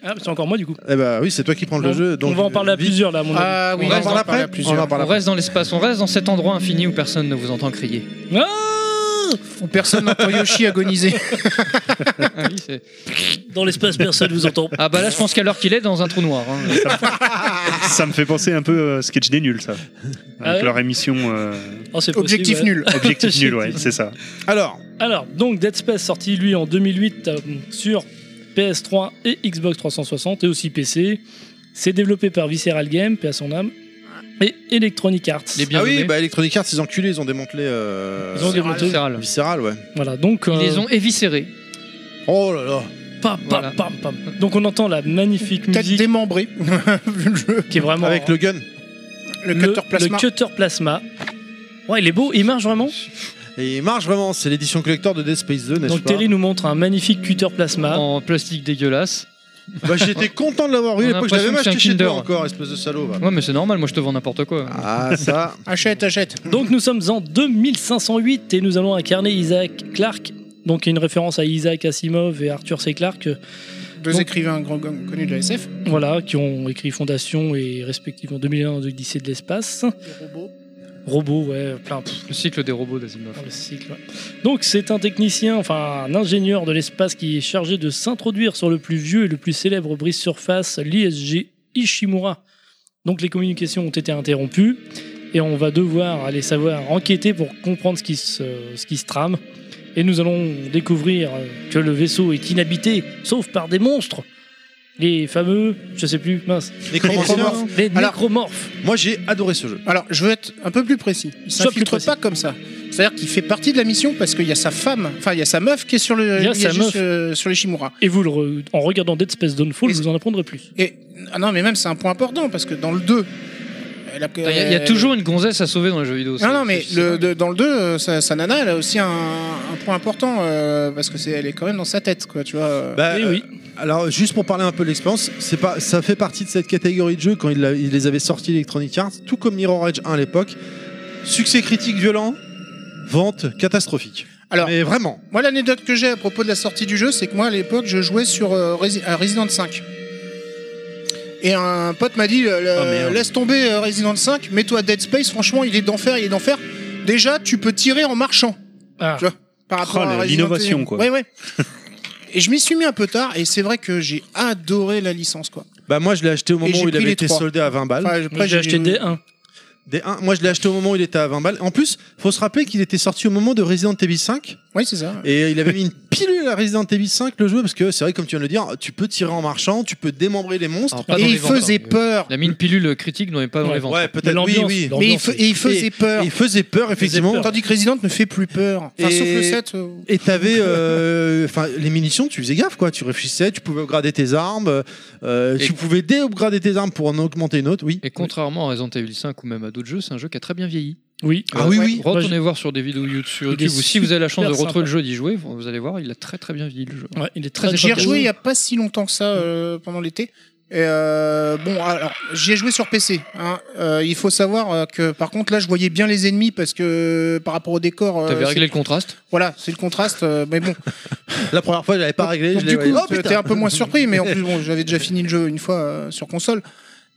S6: Ah, c'est encore moi du coup.
S1: Eh bah oui, c'est toi qui prends le
S6: On-
S1: jeu. Donc,
S6: on va en parler à
S1: vite.
S6: plusieurs là, à mon avis.
S4: Ah oui,
S2: On
S4: on,
S2: reste
S4: en
S2: dans
S4: parle
S1: l'après
S4: à plusieurs.
S1: On en parle
S2: On
S1: après.
S2: reste dans l'espace, on reste dans cet endroit infini où personne ne vous entend crier.
S6: Ah
S4: Où personne n'entend Yoshi agoniser.
S2: Ah oui, c'est-
S6: Dans l'espace, personne vous entend.
S2: Ah bah là, je pense qu'à l'heure qu'il est, dans un trou noir. hein.
S4: Ah,
S3: ça me fait penser un peu euh, sketch des nuls, ça. Avec
S6: Ah ouais
S3: leur émission euh,
S6: Oh, c'est possible,
S4: Objectif
S6: ouais.
S4: nul.
S3: Objectif nul, ouais, c'est ça.
S1: Alors,
S6: Alors, donc Dead Space sorti lui en 2008 euh, sur PS3 et Xbox 360 et aussi PC. C'est développé par Visceral Games, paix à son âme, et Electronic Arts.
S2: Les bien
S1: ah oui,
S2: nommés.
S1: bah Electronic Arts, ils ont enculé, ils ont démantelé. euh,
S6: Ils ont démantelé.
S2: Viscéral.
S1: Viscéral, ouais.
S6: Voilà, donc
S2: Ils
S6: euh,
S2: les ont éviscérés.
S1: Oh là là.
S6: pam, pam,
S2: voilà.
S6: pam, pam. Donc on entend la magnifique
S4: Tête
S6: musique
S4: démembrée. Vu le jeu.
S6: qui est vraiment
S1: Avec le gun.
S4: Le cutter plasma.
S6: le cutter plasma. Ouais, il est beau, il marche vraiment.
S1: Et il marche vraiment, c'est l'édition collector de Dead Space 2, n'est-ce
S6: Donc
S1: pas
S6: Terry nous montre un magnifique cutter plasma.
S2: en plastique dégueulasse.
S1: Bah, J'étais content de l'avoir eu à
S2: On a
S1: l'époque, je l'avais même
S2: l'impression
S1: acheté
S2: que
S1: chez
S2: c'est un
S1: toi
S2: Kinder.
S1: encore, espèce de salaud. va.
S2: Ouais, mais c'est normal, moi je te vends n'importe quoi.
S1: Ah, ça.
S4: Achète, achète.
S6: Donc nous sommes en 2508 et nous allons incarner Isaac Clarke. Donc une référence à Isaac Asimov et Arthur C. Clarke, euh,
S4: Deux
S6: Donc-
S4: écrivains grands- grands- connus de la SF.
S6: voilà, qui ont écrit Fondation et respectivement 2001 de l'Odyssée de l'espace. Robot, ouais, plein. pff,
S2: Le cycle des robots d'Asimov.
S4: Euh,
S6: dans le cycle, ouais. Donc c'est un technicien, enfin un ingénieur de l'espace qui est chargé de s'introduire sur le plus vieux et le plus célèbre brise-surface, l'ISG Ishimura. Donc les communications ont été interrompues et on va devoir aller savoir enquêter pour comprendre ce qui se, ce qui se trame. Et nous allons découvrir euh, que le vaisseau est inhabité, sauf par des monstres. Les fameux, je sais plus, mince,
S1: Nécromancien,
S4: Nécromorphe.
S1: hein.
S6: les
S4: Alors-
S6: nécromorphes.
S1: Moi j'ai adoré ce jeu.
S4: Alors, je veux être un peu plus précis. Il
S6: Sois plus
S4: s'infiltre
S6: précis.
S4: pas comme ça. C'est-à-dire qu'il fait partie de la mission parce qu'il y a sa femme, enfin, il y a sa meuf qui est sur le,
S6: Il y a sa meuf.
S4: juste, euh, sur les Shimura.
S6: Et vous, le re- en regardant Dead Space Dawnfall,
S4: Et-
S6: vous en apprendrez plus.
S4: Et, ah non, mais même, c'est un point important parce que dans le 2, elle a- euh,
S2: Il y, a- il y a toujours une gonzesse à sauver dans les jeux vidéo.
S4: Non,
S2: c'est-
S4: non, mais
S2: c'est-
S4: le, de- dans le 2, euh, sa, sa nana, elle a aussi un, un point important euh, parce que c'est, elle est quand même dans sa tête, quoi, tu vois. euh.
S1: Bah,
S6: Eh oui.
S1: euh, alors juste pour parler un peu de l'expérience, c'est pas, ça fait partie de cette catégorie de jeux quand ils, l'a- ils les avaient sortis Electronic Arts, tout comme Mirror Edge 1 à l'époque. Succès critique violent, vente catastrophique.
S4: Alors-
S1: mais vraiment.
S4: Moi, l'anecdote que j'ai à propos de la sortie du jeu, c'est que moi, à l'époque, je jouais sur euh, Resi- à Resident 5. Et un pote m'a dit euh,
S3: Ah,
S4: le-
S1: Oh, merde.
S4: laisse tomber euh, Resident 5, mets-toi à Dead Space, franchement, il est d'enfer, il est d'enfer. Déjà, tu peux tirer en marchant
S6: Ah.
S4: par rapport
S3: Oh,
S4: à
S3: la-
S4: Resident
S3: l'innovation,
S4: Evil.
S3: quoi.
S4: Ouais, ouais. et je m'y suis mis un peu tard, et c'est vrai que j'ai adoré la licence, quoi.
S1: Bah moi je l'ai acheté au moment
S4: j'ai
S1: où il
S4: pris
S1: avait
S4: les
S1: été
S4: trois.
S1: soldé à 20 balles.
S4: Enfin,
S6: Moi,
S4: après,
S6: j'ai acheté des 1.
S1: Des un- moi je l'ai acheté au moment où il était à 20 balles. En plus, faut se rappeler qu'il était sorti au moment de Resident Evil 5
S4: Oui, c'est ça.
S1: et il avait mis une pilule à Resident Evil 5 le jeu parce que c'est vrai comme tu viens de le dire, tu peux tirer en marchant, tu peux démembrer les monstres.
S6: Ah,
S2: Alors, pas
S4: et
S2: dans les
S4: il
S2: ventes,
S4: faisait
S2: hein.
S4: peur.
S2: Il a mis une pilule critique, non, mais pas dans les ventes.
S1: ouais,
S6: Mais
S1: peut-être oui
S6: l'ambiance,
S1: oui.
S4: Mais il,
S6: l'ambiance
S4: fa-
S6: est-
S4: et il faisait peur.
S1: Il faisait peur effectivement.
S6: peur.
S4: Tandis que Resident ne fait plus peur. Enfin,
S1: Et-
S4: sauf le 7. euh,
S1: Et t'avais, euh, enfin, les munitions, tu faisais gaffe, quoi. Tu réfléchissais, tu pouvais upgrader tes armes, euh,
S2: Et-
S1: tu pouvais dé-upgrader tes armes pour en augmenter une autre, oui.
S2: Et contrairement à Resident Evil 5 ou même à d'autres jeux, c'est un jeu qui a très bien vieilli.
S6: Oui.
S1: Ah oui,
S4: Ouais.
S1: oui.
S2: Retournez
S6: Moi,
S2: voir sur des vidéos YouTube, sur
S6: Il
S2: YouTube,
S6: est
S2: ou si vous avez la chance de
S6: super sympa.
S2: retrouver le jeu et d'y jouer, vous vous allez voir, il a très très bien vieilli le jeu.
S6: Ouais, il est très
S4: J'y ai
S6: efficace.
S4: rejoué il
S1: hein.
S4: n'y a pas si longtemps que ça euh, pendant l'été. Et, euh, bon, alors, j'y ai joué sur PC. hein. Euh, il faut savoir euh, que, par contre, là, je voyais bien les ennemis parce que euh, par rapport au décor. euh,
S2: T'avais
S4: c'est-
S2: réglé le contraste
S4: Voilà, c'est le contraste. euh, mais bon,
S1: La première fois, je l'avais pas réglé.
S4: Donc,
S1: je l'ai
S4: du coup,
S1: voyé. Oh,
S4: t'es
S1: putain.
S4: un peu moins surpris, mais en plus, bon, j'avais déjà fini le jeu une fois euh, sur console.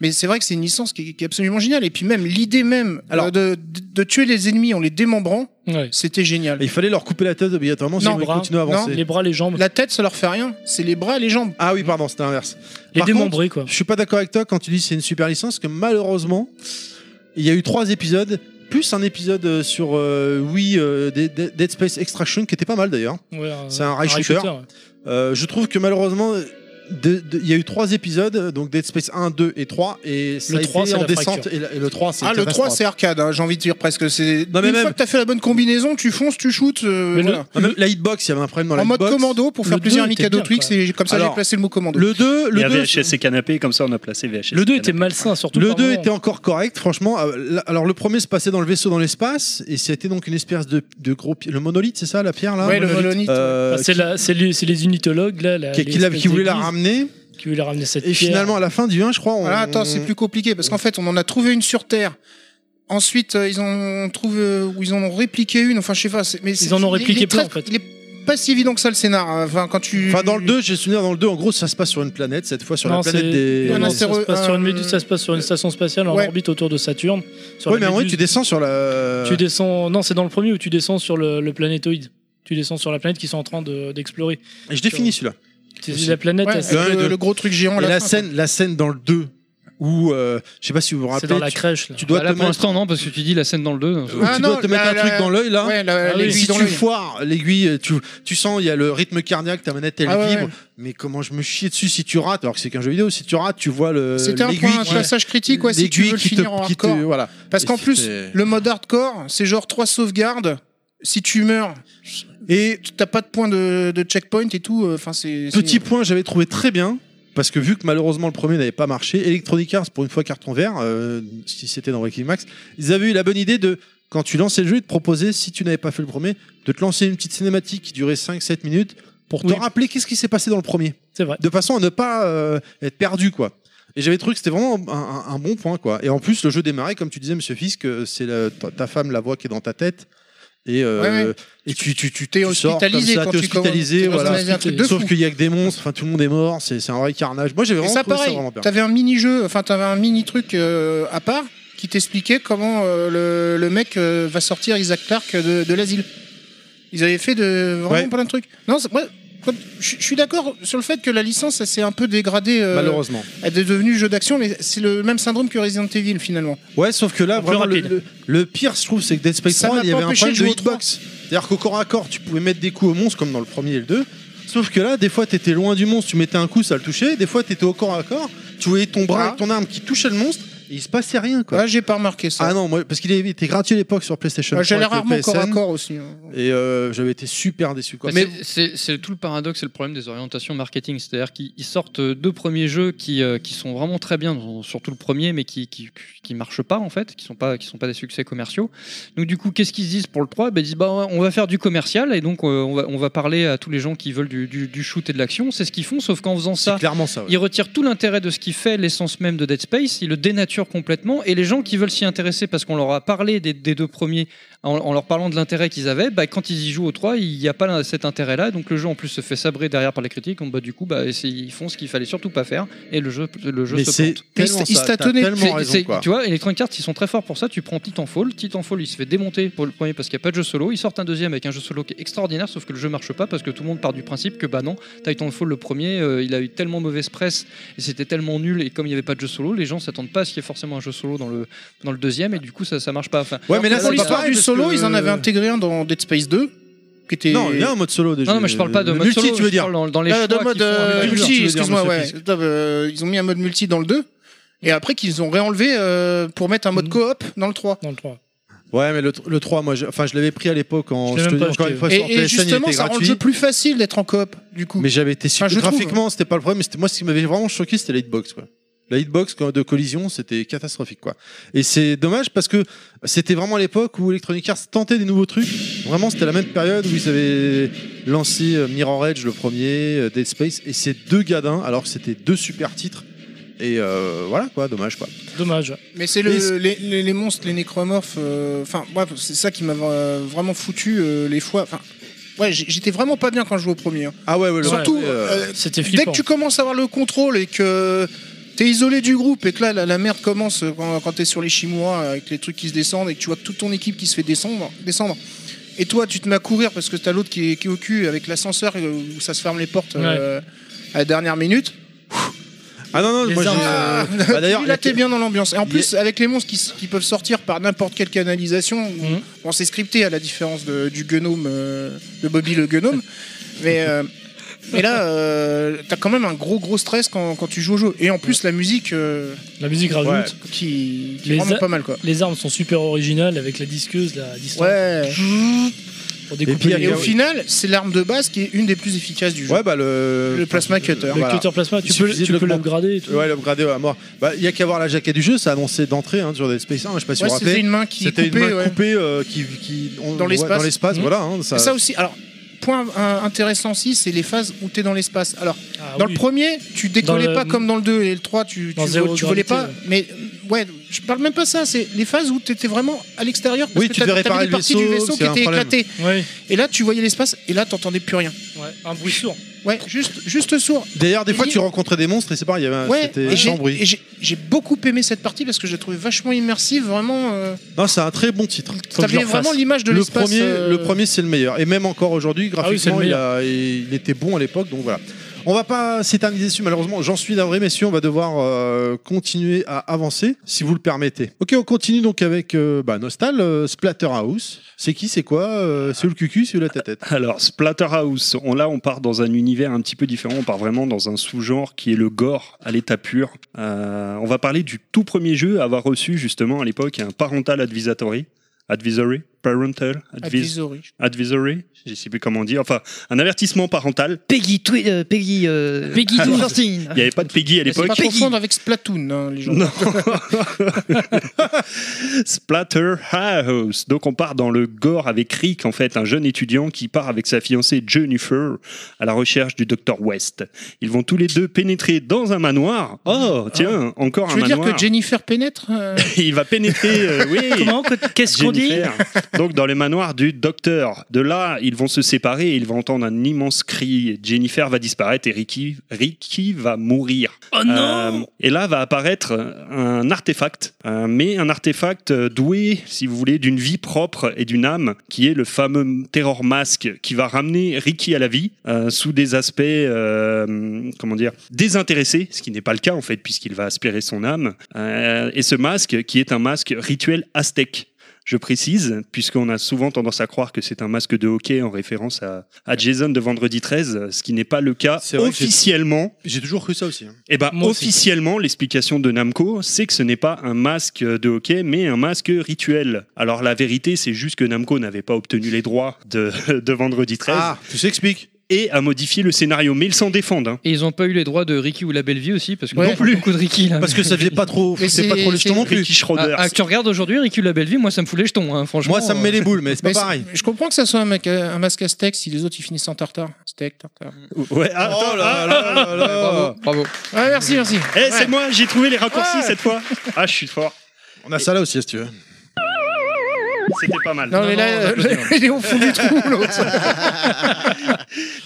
S4: Mais c'est vrai que c'est une licence qui, est- qui est absolument géniale. Et puis même l'idée même
S1: Alors-
S4: euh, de, de, de tuer les ennemis en les démembrant,
S6: Ouais.
S4: c'était génial.
S1: Il fallait leur couper la tête obligatoirement si
S4: Non,
S1: ils voulaient
S6: bras.
S1: continuer à
S4: Non,
S1: avancer.
S6: Les bras, les jambes,
S4: La tête, ça leur fait rien. C'est les bras et les jambes.
S1: Ah oui, pardon, c'était l'inverse.
S6: les
S1: Par
S6: démembrés, quoi.
S1: Je suis pas d'accord avec toi quand tu dis que c'est une super licence, que malheureusement, il y a eu trois épisodes, plus un épisode euh, sur euh, Wii euh, Dead- Dead Dead Space Extraction, qui était pas mal d'ailleurs.
S6: Ouais, un-
S1: C'est un rail
S6: rail
S1: shooter.
S6: ouais.
S1: Euh, je trouve que malheureusement, de- de- il y a eu trois épisodes, donc Dead Space 1, 2 et 3, et ça
S6: Le
S1: a
S6: 3,
S1: été
S6: c'est
S1: en
S6: la
S1: descente,
S6: fracture.
S1: et, la- et le 3, c'est
S4: Ah, le 3, c'est arcade, hein, j'ai envie de dire presque. C'est...
S1: Non, mais
S4: Une
S1: même-
S4: fois que t'as fait la bonne combinaison, tu fonces, tu shootes. euh,
S6: Mais le-
S4: voilà.
S1: Non, même la hitbox, il y avait un problème dans la
S4: En mode
S1: hitbox.
S4: commando pour faire
S6: le
S4: plaisir à
S6: deux était
S4: Mika
S6: bien,
S4: Twix,
S6: quoi.
S4: et comme ça
S1: Alors,
S4: j'ai placé le mot commando.
S1: Le 2,
S3: Il y a
S1: le 2,
S3: VHS et canapé, comme ça on a placé VHS.
S6: Le 2 était
S3: canapé.
S6: malsain, surtout.
S1: le
S6: par
S1: 2
S6: moment.
S1: était encore correct, franchement. Euh, là- Alors, le premier se passait dans le vaisseau dans l'espace, et c'était donc une espèce de, de gros. pi- Le monolithe, c'est ça, la pierre là
S4: ouais, le
S6: monolithe.
S4: monolithe.
S1: Euh,
S6: Ah, c'est la- c'est les, c'est les unitologues, là. la-
S1: qui,
S6: les
S1: qui l'a-
S6: espèces
S1: qui voulait la
S6: d'églises
S1: ramener,
S6: Qui voulaient ramener cette
S1: et
S6: pierre. Ah,
S1: finalement, à la fin du 1, je crois. On...
S4: Voilà, Ah, attends, c'est plus compliqué parce qu'en fait, on en a trouvé une sur Terre. Ensuite, euh, ils en trouvé ou ils en ont répliqué une. Enfin, je sais pas. c'est- Mais c'est-
S6: en ont
S4: il- il
S6: répliqué
S4: est
S6: plein,
S4: très-
S6: en fait.
S4: Il est pas si évident que ça le scénar. hein. Enfin, quand tu.
S1: Enfin, dans le 2, j'ai souvenir, dans le 2, en gros, ça se passe sur une planète, cette fois sur
S6: Non,
S1: la planète
S6: c'est- euh,
S1: des.
S6: non, non, ça, se
S4: astéro-
S6: passe sur une
S4: un-
S6: méduse, ça se passe sur une station spatiale en
S4: Ouais.
S6: orbite autour de Saturne. Sur
S1: Ouais,
S6: la
S1: mais en vrai,
S6: méduse,
S1: tu descends sur la.
S6: tu descends. Non, c'est dans le premier où tu descends sur le, le planétoïde. Tu descends sur la planète qu'ils sont en train de- d'explorer.
S1: Et je définis celui-là.
S6: C'est
S1: Aussi.
S6: la planète.
S4: Ouais,
S6: elle-
S4: avec
S1: Le un et
S4: le,
S1: deux.
S4: le gros truc géant. à
S1: Et la
S4: fin,
S1: scène, la scène dans le 2 où, euh, je sais pas si vous vous
S6: c'est
S1: rappelez,
S6: dans la
S1: tu,
S6: crèche. Là.
S1: tu dois
S2: Bah, Là
S1: te
S2: pour
S1: mettre,
S2: l'instant, non, parce que tu dis la scène dans le 2.
S1: où
S4: Ah
S1: tu
S4: non,
S1: dois te mettre
S4: la-
S1: un
S4: la-
S1: truc dans l'œil là.
S4: quoi. Ouais, la-
S6: Ah oui,
S1: Et
S4: l'aiguille
S1: hein. si
S4: dans
S1: tu
S4: l'œil.
S1: foires l'aiguille, tu, tu sens il y a le rythme cardiaque, ta manette elle
S4: Ah ouais,
S1: vibre.
S4: ouais.
S1: Mais comment je me chie dessus si tu rates alors que c'est qu'un jeu vidéo. Si tu rates, tu vois le
S4: C'était un
S1: euh, l'aiguille
S4: point, un
S1: qui-
S4: passage critique, ouais, si tu
S1: l'aiguille
S4: veux le
S1: qui te-
S4: finir en
S1: qui te-
S4: hardcore.
S1: voilà.
S4: Parce
S1: Et
S4: qu'en
S1: si
S4: plus,
S1: t'es-
S4: le mode hardcore, c'est genre trois sauvegardes. Si tu meurs,
S1: Et
S4: t'as pas de point de, de checkpoint et tout. euh, Enfin, c'est c'est-
S1: petit point, j'avais trouvé très bien. Parce que vu que malheureusement le premier n'avait pas marché, Electronic Arts, pour une fois carton vert, euh, si c'était dans Breaking Max, ils avaient eu la bonne idée de quand tu lançais le jeu, il te proposait, si tu n'avais pas fait le premier, de te lancer une petite cinématique qui durait 5-7 minutes pour te
S6: Oui.
S1: rappeler qu'est-ce qui s'est passé dans le premier.
S6: C'est vrai.
S1: De façon à ne pas euh, être perdu, quoi. Et j'avais trouvé que c'était vraiment un, un- un bon point, quoi. Et en plus, le jeu démarrait, comme tu disais, Monsieur Fisk, euh, c'est la- ta, ta femme, la voix qui est dans ta tête. Et, euh,
S4: Ouais, ouais.
S1: et tu, tu, tu,
S4: T'es
S1: tu sors comme
S4: hospitalisé
S1: ça,
S4: quand
S1: t'es
S4: tu
S1: hospitalisé,
S4: commences.
S1: voilà.
S4: C'est un truc de
S1: Sauf
S4: fou.
S1: qu'il y a que des monstres, enfin tout le monde est mort, c'est c'est un vrai carnage. Moi j'avais
S4: Et
S1: vraiment
S4: ça,
S1: trouvé ça
S4: pareil,
S1: vraiment bien.
S4: t'avais un mini-jeu, enfin, t'avais un mini-truc euh, à part qui t'expliquait comment euh, le, le mec euh, va sortir Isaac Clarke de, de l'asile. Ils avaient fait de, vraiment
S1: Ouais.
S4: plein de trucs. Non, c'est- moi, comme- je je suis d'accord sur le fait que la licence, elle s'est un peu dégradée. euh,
S1: Malheureusement.
S4: elle est devenue jeu d'action, mais c'est le même syndrome que Resident Evil, finalement.
S1: Ouais, sauf que là,
S6: Plus
S1: vraiment, le,
S6: rapide.
S1: le- le pire, je trouve, c'est que Dead Space
S4: Ça
S1: 3,
S4: m'a
S1: il y
S4: pas
S1: avait un
S4: empêché
S1: problème
S4: de
S1: de
S4: jouer au trois.
S1: hitbox. C'est-à-dire qu'au corps à corps, tu pouvais mettre des coups au monstre, comme dans le premier et le 2. Sauf que là, des fois, t'étais loin du monstre, tu mettais un coup, ça le touchait. Des fois, t'étais au corps à corps, tu voyais ton bras
S4: Ah.
S1: avec ton arme qui touchait le monstre, et il se passait rien, quoi.
S4: Ah, j'ai pas remarqué ça.
S1: Ah non, moi, parce qu'il avait- il était gratuit à l'époque sur PlayStation.
S4: Ah,
S1: 3
S4: J'allais
S1: avec le
S4: rarement corps à
S1: PSN,
S4: corps aussi. hein.
S1: Et euh, j'avais été super déçu, quoi.
S2: Bah,
S1: Mais
S2: c'est- c'est c'est tout le paradoxe et le problème des orientations marketing. C'est-à-dire qu'ils ils sortent deux premiers jeux qui, euh, qui sont vraiment très bien, dont- surtout le premier, mais qui, qui, qui marchent pas en fait, qui sont pas, qui sont pas des succès commerciaux. Donc du coup, qu'est-ce qu'ils se disent pour le 3 Bah, Ils disent bah, on va faire du commercial et donc euh, on, va, on va parler à tous les gens qui veulent du, du- du shoot et de l'action. C'est ce qu'ils font, sauf qu'en faisant
S1: c'est
S2: ça,
S1: clairement ça. ouais.
S2: il retire tout l'intérêt de ce qui fait l'essence même de Dead Space, il le dénature complètement, et les gens qui veulent s'y intéresser parce qu'on leur a parlé des, des deux premiers en, en leur parlant de l'intérêt qu'ils avaient, bah, quand ils y jouent aux trois, il n'y a pas cet intérêt-là, donc le jeu en plus se fait sabrer derrière par les critiques, donc, bah, du coup bah, c'est- ils font ce qu'il fallait surtout pas faire, et le jeu, le jeu
S1: Mais
S2: se
S1: c'est
S2: plante.
S1: tellement
S4: Mais il
S1: ça,
S4: se
S1: t'as
S4: tâtonnait.
S1: tellement
S2: C'est-
S1: raison,
S2: c'est-
S1: quoi.
S2: Tu vois, Electronic Arts, ils sont très forts pour ça. Tu prends Titanfall. Titanfall, il se fait démonter pour le premier parce qu'il n'y a pas de jeu solo. Ils sortent un deuxième avec un jeu solo qui est extraordinaire, sauf que le jeu marche pas parce que tout le monde part du principe que, bah non, Titanfall, le premier, euh, il a eu tellement mauvaise presse et c'était tellement nul. Et comme il n'y avait pas de jeu solo, les gens s'attendent pas à ce qu'il y ait forcément un jeu solo dans le, dans le deuxième et du coup, ça, ça marche pas. Enfin,
S1: Ouais, mais là,
S4: Pour
S1: c'est pas
S4: l'histoire
S1: pareil,
S4: du
S1: parce
S4: solo,
S1: que-
S4: ils en avaient intégré un dans Dead Space 2, qui était.
S1: Non, il y a un mode solo déjà.
S2: non, non, mais je parle pas de
S1: Le
S2: mode
S1: multi,
S2: solo,
S1: tu veux
S2: je
S1: dire.
S2: parle dans, dans les
S4: Euh,
S2: choix
S4: de
S2: qu'ils
S4: mode
S2: font
S4: euh,
S2: avec le
S1: multi.
S2: jeu.
S1: tu veux
S4: multi,
S1: dire,
S4: excuse-moi,
S1: monsieur
S4: ouais. Euh, Ils ont mis un mode multi dans le 2, et après qu'ils ont réenlevé euh, pour mettre un mode
S1: Mm.
S6: Mhm.
S4: coop dans le 3.
S6: Dans le 3.
S1: Ouais, mais le, le 3, moi, je- enfin, je l'avais pris à l'époque en.
S6: Je l'ai
S1: je te
S6: même
S1: dis
S6: pas
S1: encore
S6: acheté.
S1: une fois, sur
S4: Et, et
S1: PSN, il
S4: justement,
S1: était
S4: ça rend le
S1: gratuit.
S4: jeu plus facile d'être en coop, du coup.
S1: Mais j'avais été super.
S4: Enfin, je trouve.
S1: Graphiquement, c'était pas le problème, mais c'était- moi, ce qui m'avait vraiment choqué, c'était la hitbox, quoi. La hitbox quoi, de collision, c'était catastrophique, quoi. Et c'est dommage parce que c'était vraiment à l'époque où Electronic Arts tentait des nouveaux trucs. Vraiment, c'était la même période où ils avaient lancé euh, Mirror Edge, le premier, euh, Dead Space, et ces deux gadins, alors que c'était deux super titres. Et euh, voilà, quoi, dommage, quoi.
S6: Dommage.
S4: Mais c'est le,
S1: Mais c'est-
S4: les, les- les monstres, les nécromorphes. euh, Enfin, moi, c'est ça qui m'a euh, vraiment foutu euh, les fois. Enfin, ouais, j'ai- j'étais vraiment pas bien quand je jouais au premier. hein.
S1: Ah ouais, ouais, le
S6: Surtout,
S1: vrai, euh,
S4: euh,
S6: C'était
S4: Dès
S6: flippant.
S4: que tu commences à avoir le contrôle et que t'es isolé du groupe et que là la, la merde commence euh, quand, quand t'es sur les Chinois euh, avec les trucs qui se descendent et que tu vois toute ton équipe qui se fait descendre, descendre. Et toi tu te mets à courir parce que t'as l'autre qui, est- qui est au cul avec l'ascenseur euh, où ça se ferme les portes euh, à la dernière minute.
S1: Ah non, non,
S6: Les
S1: moi j'ai.
S6: armes.
S1: euh, bah, D'ailleurs,
S4: Puis là t'es
S1: il y a-
S4: bien dans l'ambiance. Et en plus avec les monstres qui, s- qui peuvent sortir par n'importe quelle canalisation,
S6: Mhm.
S4: bon c'est scripté à la différence de- du gnome, euh, de Bobby le gnome, mais euh, mais là, euh, t'as quand même un gros gros stress quand, quand tu joues au jeu. Et en plus, la musique euh,
S6: La musique rajoute.
S1: Ouais.
S4: qui, qui
S6: Les
S4: est vraiment
S6: a-
S4: pas mal quoi.
S6: Les armes sont super originales avec la disqueuse, la distance
S4: Ouais.
S6: pour
S1: Et puis,
S6: découper
S1: il y a-
S6: les-
S4: Et au
S1: Ah oui.
S4: final, c'est l'arme de base qui est une des plus efficaces du jeu.
S1: Ouais, bah le.
S4: Le plasma cutter.
S6: le
S1: voilà.
S6: cutter plasma. Tu
S1: Il
S6: peux,
S1: suffisait
S6: tu
S1: de
S6: peux
S1: prendre-
S6: l'upgrader et tout.
S1: Ouais, l'upgrader à mort. Bah, il y a qu'à voir la jaquette du jeu, ça annonçait d'entrée hein, sur Dead Space 1, je sais pas si
S4: Ouais,
S1: vous vous
S4: c'était
S1: rappelez.
S4: une main qui
S1: C'était une
S4: coupait,
S1: main
S4: ouais.
S1: coupée euh, qui, qui on
S4: Dans
S1: voit
S4: l'espace. Mmh.
S1: Dans l'espace,
S6: Mhm.
S1: voilà. hein, ça,
S4: Et ça aussi, alors, point euh, intéressant aussi, c'est les phases où t'es dans l'espace. Alors,
S6: Ah
S4: dans
S6: oui.
S4: le premier, tu décollais
S6: Dans le-
S4: pas comme dans le 2 et le 3, tu, tu,
S6: Dans zéro
S4: vo- tu volais pas.
S6: gravité,
S4: Mais euh, ouais, je parle même pas ça, c'est les phases où t'étais vraiment à l'extérieur. parce
S1: Oui,
S4: que
S1: tu devais
S4: t'avais- t'avais
S1: réparer
S4: des
S1: le
S4: parties
S1: vaisseau,
S4: du vaisseau
S1: c'est
S4: qui
S1: un
S4: étaient
S1: problème.
S4: éclatées.
S6: Ouais,
S4: Et là, tu voyais l'espace et là, t'entendais plus rien.
S6: ouais, un bruit sourd.
S4: Ouais, juste, juste sourd.
S1: D'ailleurs, des fois,
S4: Oui.
S1: tu rencontrais des monstres et c'est pareil, il y avait un-
S4: Ouais,
S1: Ah, c'était
S4: et j'ai-
S1: sans bruit.
S4: et j'ai j'ai beaucoup aimé cette partie parce que je l'ai trouvé vachement immersive, vraiment. Euh,
S1: Non, c'est un très bon titre. Faut que je
S4: T'avais
S1: le refasse.
S4: vraiment l'image de
S1: le
S4: l'espace.
S1: premier,
S4: euh,
S1: le premier, c'est le meilleur. Et même encore aujourd'hui,
S6: Ah oui, c'est le
S1: graphiquement, il, a- il était bon à l'époque. Donc voilà. On va pas s'éterniser dessus, malheureusement. J'en suis navré, messieurs. On va devoir euh, continuer à avancer, si vous le permettez. Ok, on continue donc avec euh, bah, Nostal, euh, Splatterhouse. C'est qui, c'est quoi euh, C'est où le cucu, c'est où la tête
S3: Alors, Splatterhouse, on, là, on part dans un univers un petit peu différent. On part vraiment dans un sous-genre qui est le gore à l'état pur. Euh, on va parler du tout premier jeu à avoir reçu, justement, à l'époque, un parental advisory. Advisory, Parental Advis-
S4: Advisory.
S3: Advisory, je sais plus comment dire, enfin un avertissement parental.
S2: Peggy, Twi- euh, Peggy, euh,
S6: Peggy
S2: Ah,
S6: 12.
S2: 13.
S3: Il n'y avait pas de Peggy à
S4: Mais C'est
S3: l'époque.
S4: pas confondre avec Splatoon, hein, les gens.
S3: Non. Splatterhouse. Donc on part dans le gore avec Rick, en fait, un jeune étudiant qui part avec sa fiancée Jennifer à la recherche du docteur West. Ils vont tous les deux pénétrer dans un manoir.
S6: Ah.
S3: Oh, tiens, encore
S4: Tu
S3: un
S4: veux dire
S3: manoir.
S4: que Jennifer pénètre euh,
S3: Il va pénétrer, euh, oui.
S6: Comment que- Qu'est-ce qu'on dit
S3: Jennifer. Donc dans les manoirs du docteur. De là, ils vont se séparer et ils vont entendre un immense cri. Jennifer va disparaître et Ricky, Ricky va mourir.
S6: Oh non
S3: Euh, et là va apparaître un artefact, euh, mais un artefact euh, doué, si vous voulez, d'une vie propre et d'une âme, qui est le fameux Terror Mask, qui va ramener Ricky à la vie euh, sous des aspects, euh, comment dire, désintéressés, ce qui n'est pas le cas en fait, puisqu'il va aspirer son âme. Euh, et ce masque, qui est un masque rituel aztèque. Je précise, puisqu'on a souvent tendance à croire que c'est un masque de hockey en référence à, à Jason de Vendredi 13, ce qui n'est pas le cas
S1: C'est vrai que j'ai-
S3: officiellement.
S1: J'ai toujours cru ça aussi. hein.
S3: Eh ben,
S6: Moi aussi.
S3: officiellement, l'explication de Namco, c'est que ce n'est pas un masque de hockey, mais un masque rituel. Alors la vérité, c'est juste que Namco n'avait pas obtenu les droits de, de Vendredi 13
S1: Ah, tu s'expliques.
S3: et a modifié le scénario, mais ils s'en défendent. hein.
S2: Et ils n'ont pas eu les droits de Ricky ou la belle vie aussi, parce que
S4: Ouais.
S2: non plus. beaucoup de Ricky là.
S1: Parce que ça faisait pas trop,
S4: Mais
S1: c'est
S4: c'est-
S1: pas trop les
S4: c'est-
S1: jetons non plus.
S3: Ricky Schroeder.
S2: Ah, ah, tu regardes aujourd'hui Ricky ou la belle vie, moi ça me fout les jetons, hein, franchement.
S1: Moi, ça me met les boules, mais c'est pas
S4: mais c'est-
S1: pareil.
S4: Je comprends que ça soit un, mec- euh, un masque aztèque si les autres ils finissent en tartare. Steak, tartare.
S3: Ouais, ah,
S1: oh
S4: Oh
S3: attends, ah, ah, ah.
S2: euh, Bravo, bravo.
S4: Ouais, merci, merci.
S3: Eh, c'est moi, j'ai trouvé les raccourcis
S4: Ouais.
S3: cette fois. Ah, je suis fort.
S1: On a ça là aussi, si tu veux.
S3: C'était pas mal.
S4: Non,
S2: non,
S4: mais
S2: on
S4: là,
S2: applaudit,
S4: euh, il est au fond du trou, l'autre.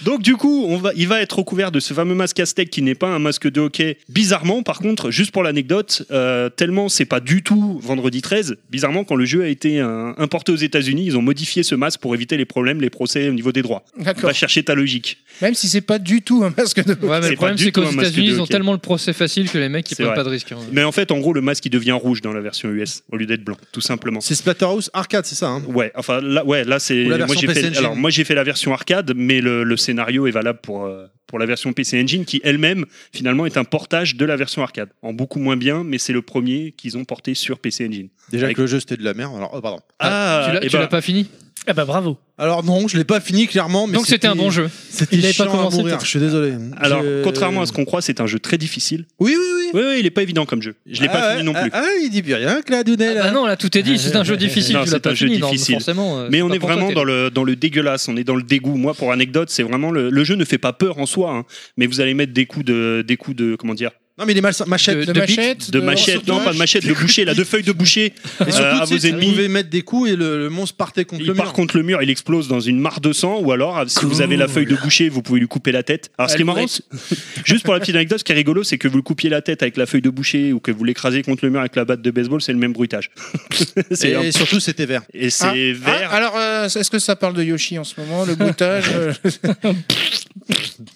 S3: Donc du coup, on va, il va être recouvert de ce fameux masque aztèque qui n'est pas un masque de hockey. Bizarrement, par contre, juste pour l'anecdote, euh, tellement c'est pas du tout Vendredi 13, bizarrement quand le jeu a été euh, importé aux États-Unis, ils ont modifié ce masque pour éviter les problèmes, les procès au niveau des droits.
S4: D'accord.
S3: Va chercher ta logique.
S4: Même si c'est pas du tout un masque de.
S2: Ouais, mais
S3: C'est pas
S2: le problème
S3: du
S2: c'est
S3: tout
S2: qu'aux
S3: un masque
S2: États-Unis
S3: de
S2: ils ont
S3: hockey.
S2: tellement le procès facile que les mecs ils
S3: C'est
S2: prennent
S3: vrai.
S2: pas de risque. hein.
S3: Mais en fait, en gros, le masque il devient rouge dans la version US au lieu d'être blanc, tout simplement.
S1: C'est Splatterhouse arcade, c'est ça. hein
S3: Ouais, enfin là, ouais, là c'est.
S1: Ou la
S3: Moi
S1: version
S3: j'ai
S1: PC
S3: fait.
S1: Engine.
S3: Alors moi j'ai fait la version arcade, mais le, le scénario est valable pour euh, pour la version PC Engine qui elle-même finalement est un portage de la version arcade, en beaucoup moins bien, mais c'est le premier qu'ils ont porté sur PC Engine.
S1: Déjà
S3: Avec-
S1: que le jeu c'était de la merde. Alors, oh, pardon.
S3: Ah,
S2: tu l'as
S3: eh
S2: tu
S3: ben,
S2: l'as pas fini
S6: Ah bah bravo.
S1: Alors non, je l'ai pas fini clairement. Mais
S2: Donc c'était un bon jeu.
S1: C'était
S6: Il avait pas
S1: chiant
S6: commencé,
S1: à mourir.
S6: peut-être.
S1: Je suis désolé.
S3: Alors
S1: Je-
S3: contrairement à ce qu'on croit, c'est un jeu très difficile.
S1: Oui, oui, oui.
S3: Oui, oui, il est pas évident comme jeu. Je l'ai
S1: Ah,
S3: pas fini
S1: ouais,
S3: non plus.
S1: Ah, ah, il dit plus rien, que la dounelle,
S2: Ah bah
S1: hein.
S2: non, là tout est dit, c'est un jeu difficile,
S3: Non,
S2: tu l'as
S3: c'est
S2: pas
S3: un jeu
S2: fini, non,
S3: difficile.
S2: forcément. euh,
S3: Mais
S2: c'est
S3: on
S2: pas
S3: est
S2: pour toi,
S3: vraiment
S2: t'es-
S3: dans le, dans le dégueulasse, on est dans le dégoût. Moi, pour anecdote, c'est vraiment le, le jeu ne fait pas peur en soi, hein, mais vous allez mettre des coups de, des coups de, comment dire,
S1: Non, mais il est mal machette.
S2: De-
S4: De,
S2: de
S4: machette
S3: de machette, non pas de machette, de boucher, là, de feuilles de boucher
S1: Et surtout,
S3: euh, à
S1: tu sais,
S3: vos
S1: tu
S3: ennemis.
S1: pouvais mettre des coups et le, le monstre partait contre
S3: Il
S1: le mur.
S3: part contre le mur, il explose dans une mare de sang, ou alors ah, si vous avez la feuille de boucher, vous pouvez lui couper la tête. Alors ce qui est marrant, c'est- juste pour la petite anecdote, ce qui est rigolo, c'est que vous le coupiez la tête avec la feuille de boucher ou que vous l'écrasez contre le mur avec la batte de baseball, c'est le même bruitage. C'est
S1: et
S3: un- et
S1: surtout, c'était vert.
S3: c'est vert.
S4: Ah, alors, euh, est-ce que ça parle de Yoshi en ce moment Le bruitage euh,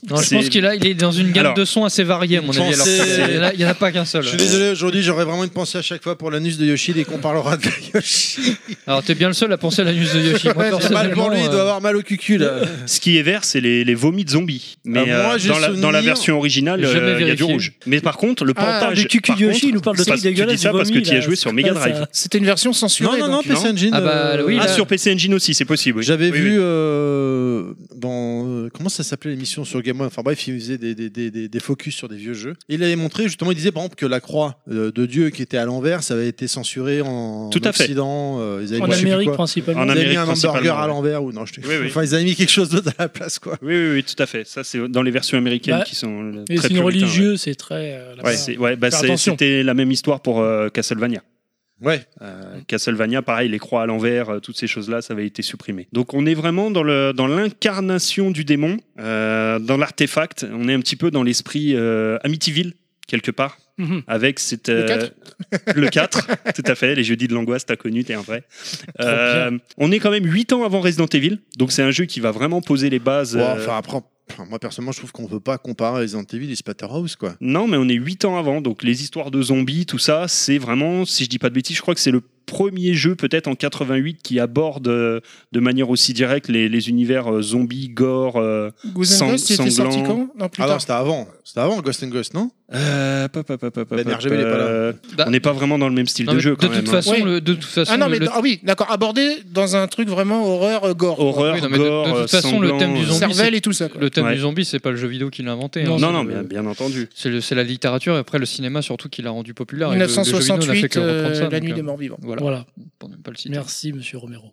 S2: Non, je
S3: C'est-
S2: pense qu'il a- il est dans une gamme
S3: Alors,
S2: de sons assez variée, à mon
S1: je
S2: avis.
S1: pense
S2: alors
S1: que
S2: qu'il y en a-
S1: c'est-
S2: il y en a- il y en a pas qu'un seul.
S1: Je suis désolé, aujourd'hui, j'aurais vraiment une pensée à chaque fois pour l'anus de Yoshi dès qu'on parlera de Yoshi.
S2: Alors t'es bien le seul à penser à la news de Yoshi. Moi,
S1: Ouais, c'est mal pour lui, il
S2: personnellement,
S1: doit
S2: euh,
S1: avoir mal au cucu là.
S3: Ce qui est vert, c'est les, les vomis de zombies. Mais
S1: Ah, moi,
S3: euh,
S1: j'ai
S3: dans, la,
S1: souvenir-
S3: dans la version originale,
S2: J'ai jamais
S3: euh, il y a du
S2: vérifié.
S3: rouge. Mais par contre, le
S4: Ah,
S3: portage.
S6: du cucu
S3: par
S6: de Yoshi,
S3: contre,
S6: il nous parle de
S3: c'est parce-
S6: trucs dégueulasses,
S3: Tu dis ça
S6: du
S3: parce que
S6: vomi,
S3: tu y as
S6: là,
S3: joué
S6: c'est
S3: sur
S6: pas
S3: Mega
S6: ça.
S3: Drive.
S4: C'était une version censurée.
S1: Non, non, non,
S4: donc,
S1: PC Engine.
S2: Ah bah,
S1: euh,
S2: oui,
S3: Ah,
S2: là-
S3: sur PC Engine aussi, c'est possible. oui.
S1: J'avais
S3: Oui,
S1: vu
S3: oui.
S1: euh, dans euh, comment ça s'appelait l'émission sur Game One. Enfin bref, il faisait des, des, des, des- des focus sur des vieux jeux. Il avait montré justement, il disait par exemple que la croix euh, de Dieu qui était à l'envers, ça avait été censuré en
S3: Tout à fait.
S1: Occident. euh, ils avaient
S6: En
S1: mis, je sais plus
S6: Amérique
S1: quoi.
S6: principalement.
S3: En
S1: Ils avaient mis
S3: Amérique,
S1: un hamburger
S3: principalement,
S1: à
S3: ouais.
S1: l'enfer ou non je te...
S3: Oui, oui.
S1: Enfin, ils avaient mis quelque chose d'autre à la place quoi.
S3: Oui, oui, oui, tout à fait. Ça, c'est dans les versions américaines
S6: Bah,
S3: qui sont euh,
S6: Et
S3: très
S6: sinon
S3: puritains, ouais.
S6: religieux, c'est très. euh, là-bas.
S3: Ouais, c'est- ouais, bah,
S6: Faire
S3: c'est-
S6: attention.
S3: c'était la même histoire pour euh, Castlevania.
S1: Ouais.
S3: Euh, Castlevania, pareil, les croix à l'envers, euh, toutes ces choses-là, ça avait été supprimé. Donc on est vraiment dans le dans l'incarnation du démon, euh, dans l'artefact. On est un petit peu dans l'esprit euh, Amityville quelque part,
S6: Mhm.
S3: avec cette euh,
S4: quatre
S3: le 4, tout à fait. Les jeudis de l'angoisse, t'as connu, t'es un vrai. Euh, on est quand même 8 ans avant Resident Evil, donc c'est un jeu qui va vraiment poser les bases.
S1: Bon,
S3: euh,
S1: enfin après, Enfin, Moi, personnellement, je trouve qu'on peut pas comparer Resident Evil et Splatterhouse, quoi.
S3: Non, mais on est 8 ans avant, donc les histoires de zombies, tout ça, c'est vraiment, si je dis pas de bêtises, je crois que c'est le premier jeu peut-être en 88 qui aborde euh, de manière aussi directe les, les univers euh, zombies, gore. euh,
S4: Goose and
S3: Sang-
S4: Ghost, il était sorti
S3: sanglant.
S4: quand Non, plus
S1: Ah non,
S4: tard.
S1: c'était avant. C'était avant Ghost and Ghost, non
S3: euh, pop, pop, pop, pop,
S1: Ben
S3: pop,
S1: RGB, il est pas là.
S3: euh,
S2: Bah-
S3: on n'est pas vraiment dans le même style
S2: Non,
S3: de
S2: mais
S3: jeu quand
S2: de
S3: même.
S2: toute
S3: hein.
S2: façon,
S4: Ouais.
S2: le- de toute façon,
S4: Ah non, mais
S2: le-
S4: dans- ah oui, d'accord, abordé dans un truc vraiment horreur, euh, gore.
S3: Horreur,
S2: Oui, non, mais de- de
S3: gore,
S2: toute
S3: euh,
S2: façon, le
S3: sanglant,
S2: thème du
S3: euh,
S2: zombie,
S4: Cervelle et tout ça. quoi.
S2: le thème
S3: Ouais.
S2: du zombie, c'est pas le jeu vidéo qui l'a inventé.
S6: Non,
S2: hein,
S3: Non,
S2: c'est
S3: non,
S2: le-
S3: bien, bien entendu.
S2: C'est le- c'est la littérature et après le cinéma surtout qui l'a rendu populaire. et le- le jeu vidéo n'a fait
S4: 1968,
S2: que reprendre
S4: euh,
S2: ça,
S4: La
S2: donc,
S4: nuit des
S2: euh,
S4: morts vivants.
S2: Voilà,
S6: Voilà.
S2: pour ne pas le citer.
S6: Merci, monsieur Romero.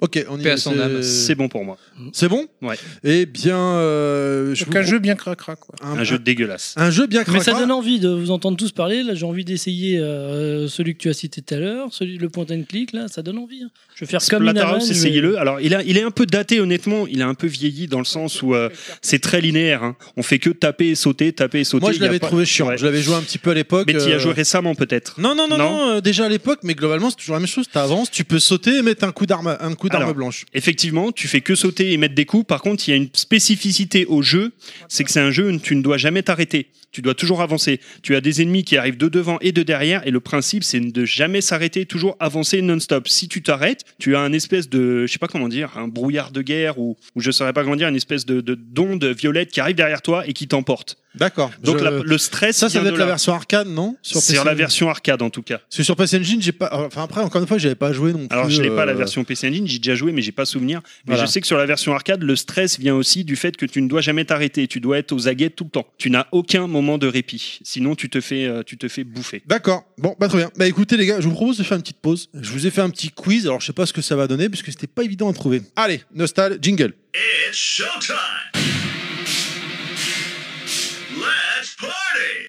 S1: Ok, on y
S2: Paix à
S1: va.
S2: son âme.
S3: C'est bon pour moi.
S1: C'est bon
S3: Ouais.
S1: Eh bien, euh, je
S4: Donc
S1: vous-
S4: un jeu bien cracra, quoi.
S1: un,
S3: Un jeu dégueulasse.
S1: un jeu bien
S6: Mais ça
S1: cracra.
S6: donne envie de vous entendre tous parler. Là, j'ai envie d'essayer euh, celui que tu as cité tout à l'heure, celui le point and click. Là, ça donne envie. hein. Je vais faire comme Inaman.
S3: Splatterhouse,
S6: je vais-
S3: essayez-le. Alors, il, a, il est un peu daté, honnêtement. Il a un peu vieilli dans le sens où euh, c'est très linéaire. hein. On fait que taper et sauter, taper et sauter.
S1: Moi, je
S3: Il y a
S1: l'avais
S3: pas-
S1: trouvé chiant.
S3: Ouais.
S1: Je l'avais joué un petit peu à l'époque.
S3: Mais tu y as
S1: euh,
S3: joué récemment, peut-être.
S1: Non, non, non,
S3: Non.
S1: non, euh, déjà à l'époque, mais globalement, c'est toujours la même chose. Tu avances, tu peux sauter et mettre un coup d'arme un coup d'arme
S3: Alors.
S1: blanche.
S3: Effectivement, tu fais que sauter et mettre des coups. Par contre, il y a une spécificité au jeu, c'est que c'est un jeu où tu ne dois jamais t'arrêter. Tu dois toujours avancer. Tu as des ennemis qui arrivent de devant et de derrière, et le principe, c'est de jamais s'arrêter, toujours avancer non-stop. Si tu t'arrêtes, tu as un espèce de, je sais pas comment dire, un brouillard de guerre ou, ou je saurais pas comment dire, une espèce de de- d'onde violette qui arrive derrière toi et qui t'emporte.
S1: D'accord.
S3: Donc
S1: Je-
S3: la- le stress,
S1: ça, ça
S3: vient
S1: doit
S3: de
S1: être la
S3: là.
S1: version arcade, non
S3: sur
S1: PC
S3: la version arcade en tout cas.
S1: Parce que sur PC Engine, j'ai pas. Enfin, après, encore une fois, j'avais pas joué non plus.
S3: Alors je l'ai pas la
S1: euh,
S3: version PC Engine, j'ai déjà joué mais j'ai pas souvenir. Mais
S1: Voilà.
S3: je sais que sur la version arcade, le stress vient aussi du fait que tu ne dois jamais t'arrêter, tu dois être aux aguets tout le temps. Tu n'as aucun moment de répit, sinon tu te fais euh, tu te fais bouffer.
S1: D'accord. Bon, bah très bien. Bah écoutez les gars, je vous propose de faire une petite pause. Je vous ai fait un petit quiz, alors je sais pas ce que ça va donner parce que c'était pas évident à trouver. Allez, Nostal, jingle.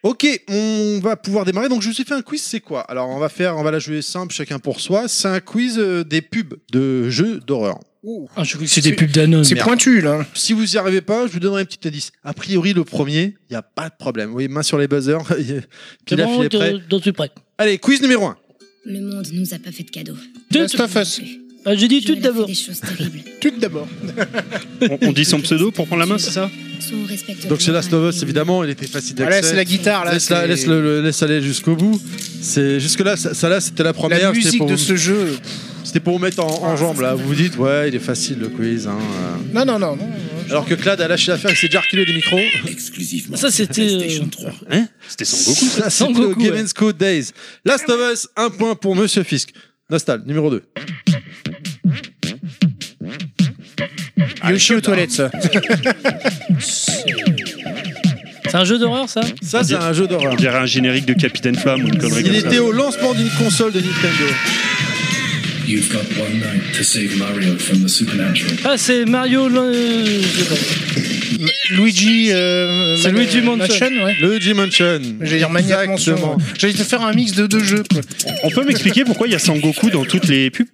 S1: Ok, on va pouvoir démarrer. Donc je vous ai fait un quiz, c'est quoi Alors on va faire, on va la jouer simple, chacun pour soi. C'est un quiz euh, des pubs de jeux d'horreur.
S6: Ah, je crois que c'est des pubs d'Anon.
S4: C'est
S1: merde.
S4: pointu là.
S1: Si vous n'y arrivez pas, je vous donnerai un petit indice. A priori, le premier, il n'y a pas de problème. Oui, main sur les buzzers.
S6: C'est
S1: Pilaf,
S6: bon,
S1: il est prêt.
S6: t'es- t'es tu es prêt.
S1: Allez, quiz numéro 1.
S7: Le monde nous a pas fait de cadeaux.
S4: Last of Us,
S6: Ah, J'ai dit
S7: Joël
S6: tout
S7: a fait
S6: d'abord.
S7: Des choses terribles.
S4: tout d'abord.
S3: On, on dit son pseudo pour prendre la main, c'est ça
S7: Soit on respecte.
S1: Donc c'est
S7: la
S1: Last of Us, évidemment, il était facile
S4: Ah,
S1: d'accès.
S4: là, c'est la guitare là.
S1: laisse, la-
S4: c'est-
S1: laisse le- le- laisse aller jusqu'au bout. C'est jusque là, ça, ça, là c'était la première.
S4: La
S1: c'était
S4: musique
S1: pour
S4: de
S1: vous-
S4: ce jeu.
S1: C'était pour vous mettre en, en jambe là. Vous vous dites ouais, il est facile le quiz. hein, euh.
S4: Non, non, non. non.
S1: Alors que Clad a lâché l'affaire, il s'est déjà reculé des micros.
S8: Exclusivement.
S6: Ça, c'était,
S8: sur PlayStation
S6: euh,
S8: 3.
S3: Hein C'était sans beaucoup.
S1: Ça c'était
S6: Sangoku,
S1: au Game
S6: ouais.
S1: and Sco Days. Last of Us, un point pour Monsieur Fisk. Nostal, numéro 2.
S4: Yoshi aux toilettes. ça.
S6: C'est un jeu d'horreur, ça
S1: Ça, c'est un jeu d'horreur.
S3: On dirait un générique de Capitaine Flamme ou une connerie
S1: Il
S3: comme
S1: était
S3: ça.
S1: au lancement d'une console de Nintendo.
S8: You've got one night to save Mario from the supernatural.
S6: Ah, c'est Mario. euh, le- je sais pas.
S4: Luigi. euh,
S6: C'est
S4: Man-
S6: Luigi Mansion.
S4: ouais.
S1: Le G-Mansion.
S4: J'allais dire Maniac
S1: Exactement.
S4: Mansion. J'allais te faire un mix de deux jeux. quoi.
S3: On peut m'expliquer pourquoi il y a Sangoku dans toutes les pubs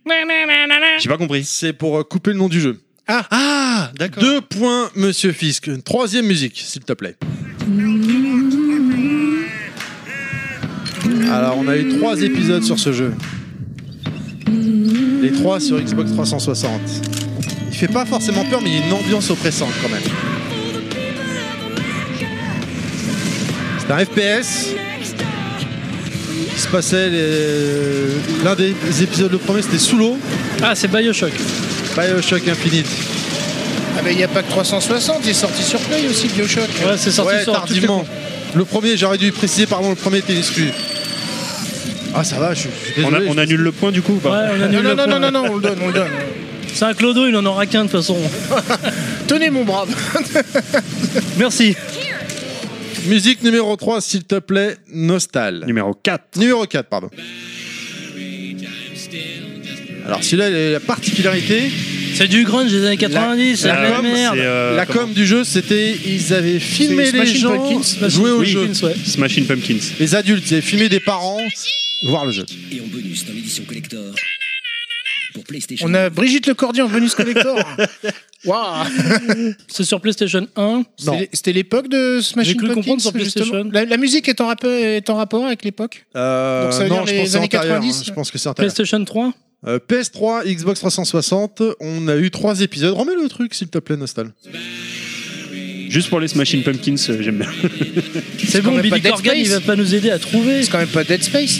S3: J'ai pas compris.
S1: C'est pour euh, couper le nom du jeu.
S4: Ah.
S1: Ah D'accord. Deux points, Monsieur Fisk. Troisième musique, s'il te plaît. Alors, on a eu trois épisodes sur ce jeu. Les trois sur Xbox 360. Il fait pas forcément peur, mais il y a une ambiance oppressante quand même. C'est un FPS. qui se passait les- l'un des épisodes, le premier c'était sous l'eau,
S6: Ah, c'est Bioshock.
S1: Bioshock Infinite.
S4: Ah, bah, il n'y a pas que 360, il est sorti sur Play aussi, Bioshock.
S6: Ouais, c'est sorti
S1: ouais,
S6: sur toutes les
S1: tardivement. Le premier, j'aurais dû préciser, pardon, le premier était exclu. Ah, ça va, je suis je suis
S3: On, a-
S1: désolé.
S3: on annule le point du coup ou
S6: Ouais, on
S3: pas
S6: annule
S4: Non,
S6: le
S4: non, non,
S6: point.
S4: non, non, non, on le donne, on le donne.
S6: C'est un clodo, il en aura qu'un de toute façon.
S4: Tenez mon brave.
S6: Merci.
S1: Musique numéro 3, s'il te plaît, Nostal.
S3: Numéro 4.
S1: Numéro 4, pardon. Alors celui-là, il a la particularité,
S6: C'est du grunge des années 90, c'est
S1: la
S6: de la
S1: com,
S6: merde.
S3: C'est, euh,
S1: la
S3: comment
S1: com du jeu, c'était ils avaient filmé
S4: C'est
S1: les
S4: Smashing
S1: gens
S4: Pumpkins, Smashing
S1: jouer au
S3: Oui.
S1: jeu.
S6: Ouais.
S3: Smashing Pumpkins.
S1: Les adultes, ils avaient filmé des parents voir le jeu.
S8: Et en bonus dans l'édition collector. Pour PlayStation.
S4: On a Brigitte Lecordier en bonus collector. Waouh
S6: C'est sur PlayStation 1.
S1: Non.
S4: C'était- C'était l'époque de Smash
S6: J'ai cru
S4: Pumpkins,
S6: comprendre sur
S4: justement.
S6: PlayStation.
S4: La, la musique est en, rapport, est en rapport avec l'époque
S1: Euh,
S4: Donc ça veut
S1: non,
S4: dire
S1: je pense
S4: les
S1: que c'est
S4: années
S1: antérieur, hein.
S4: 90.
S1: Je pense que c'est antérieur.
S6: PlayStation 3
S1: Euh, PS3, Xbox 360, on a eu trois épisodes. Remets le truc, s'il te plaît, Nostal.
S3: Juste pour les Smashing Pumpkins, euh, j'aime bien.
S6: C'est
S4: quand
S6: bon,
S4: même
S6: Billy
S4: pas Dead
S6: Corgan, il
S4: Space.
S6: va pas nous aider à trouver.
S4: C'est quand même pas Dead Space.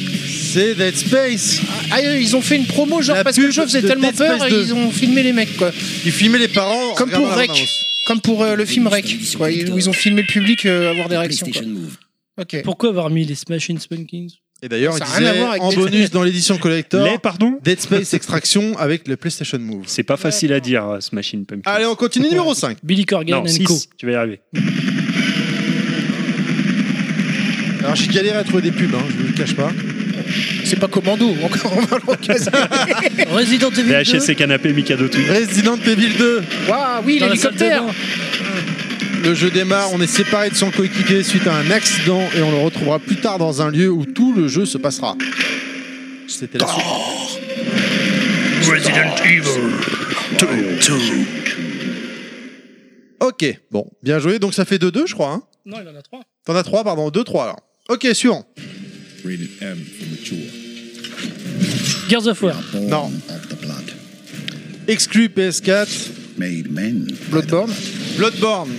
S1: C'est Dead Space.
S4: Ah, ils ont fait une promo, genre
S1: La
S4: parce que le
S1: pub
S4: jeu faisait
S1: de
S4: tellement
S1: Dead Space
S4: peur, et
S1: 2.
S4: ils ont filmé les mecs, quoi.
S1: Ils filmaient les parents. en
S4: Comme pour
S1: regardant la
S4: Rec.
S1: bande-annonce.
S4: Comme pour euh, le film Rec, quoi, où ils ont filmé le public euh, avoir des réactions. quoi.
S9: PlayStation Move.
S4: Ok.
S6: Pourquoi avoir mis les Smashing Pumpkins
S1: Et d'ailleurs, ils
S4: Ça a rien à
S1: disaient
S4: voir avec
S1: en
S4: Dead
S1: bonus dans l'édition collector
S3: Les, pardon
S1: Dead Space Extraction avec le PlayStation Move.
S3: C'est pas facile à dire, euh, Smashing Pumpkins.
S1: Allez, on continue numéro 5.
S6: Billy Corgan
S3: non,
S6: and Co.
S3: 6, tu vas y arriver.
S1: Alors j'ai galéré à trouver des pubs, hein, je vous le cache pas.
S4: C'est pas Commando, encore on va l'encaser.
S6: Resident Evil 2.
S3: VHS et canapé, Mikado Twin.
S1: Resident Evil 2,
S4: Waouh, oui,
S6: Dans la salle de
S4: l'hélicoptère
S6: bain.
S1: le jeu démarre, on est séparé de son coéquipier suite à un accident et on le retrouvera plus tard dans un lieu où tout le jeu se passera. C'était la suite.
S8: Resident Evil 2.
S1: Ok, bon, bien joué, donc ça fait 2-2 je crois. Hein.
S6: Non, il en a trois.
S1: T'en as 3, pardon, 2-3 alors. Ok, suivant.
S8: Rated M for mature.
S6: Gears of War.
S9: Born
S1: Non.
S9: of the blood.
S1: Exclu PS4,
S9: Made men.
S4: Bloodborne
S1: Bloodborne.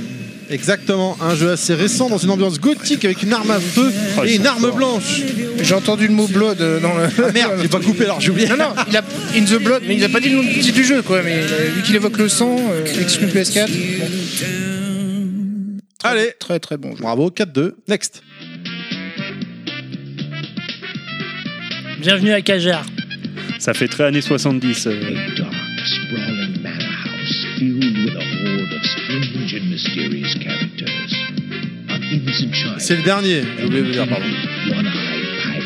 S1: Exactement, un jeu assez récent dans une ambiance gothique avec une arme à feu
S3: Oh, ils
S1: et une
S3: sont
S1: arme
S3: forts.
S1: blanche.
S4: J'ai entendu le mot Blood euh, dans le.
S1: Ah merde, j'ai pas coupé alors, j'ai oublié.
S4: Non, non, il a In the Blood, mais il a pas dit le nom du titre du jeu, quoi. Mais euh, vu qu'il évoque le sang, euh, exclu PS4, bon,
S1: Allez,
S4: très très bon jeu.
S1: bravo, 4-2, next.
S6: Bienvenue à Kajar.
S3: Ça fait très années 70. euh.
S1: C'est le dernier, j'ai oublié de vous dire, pardon.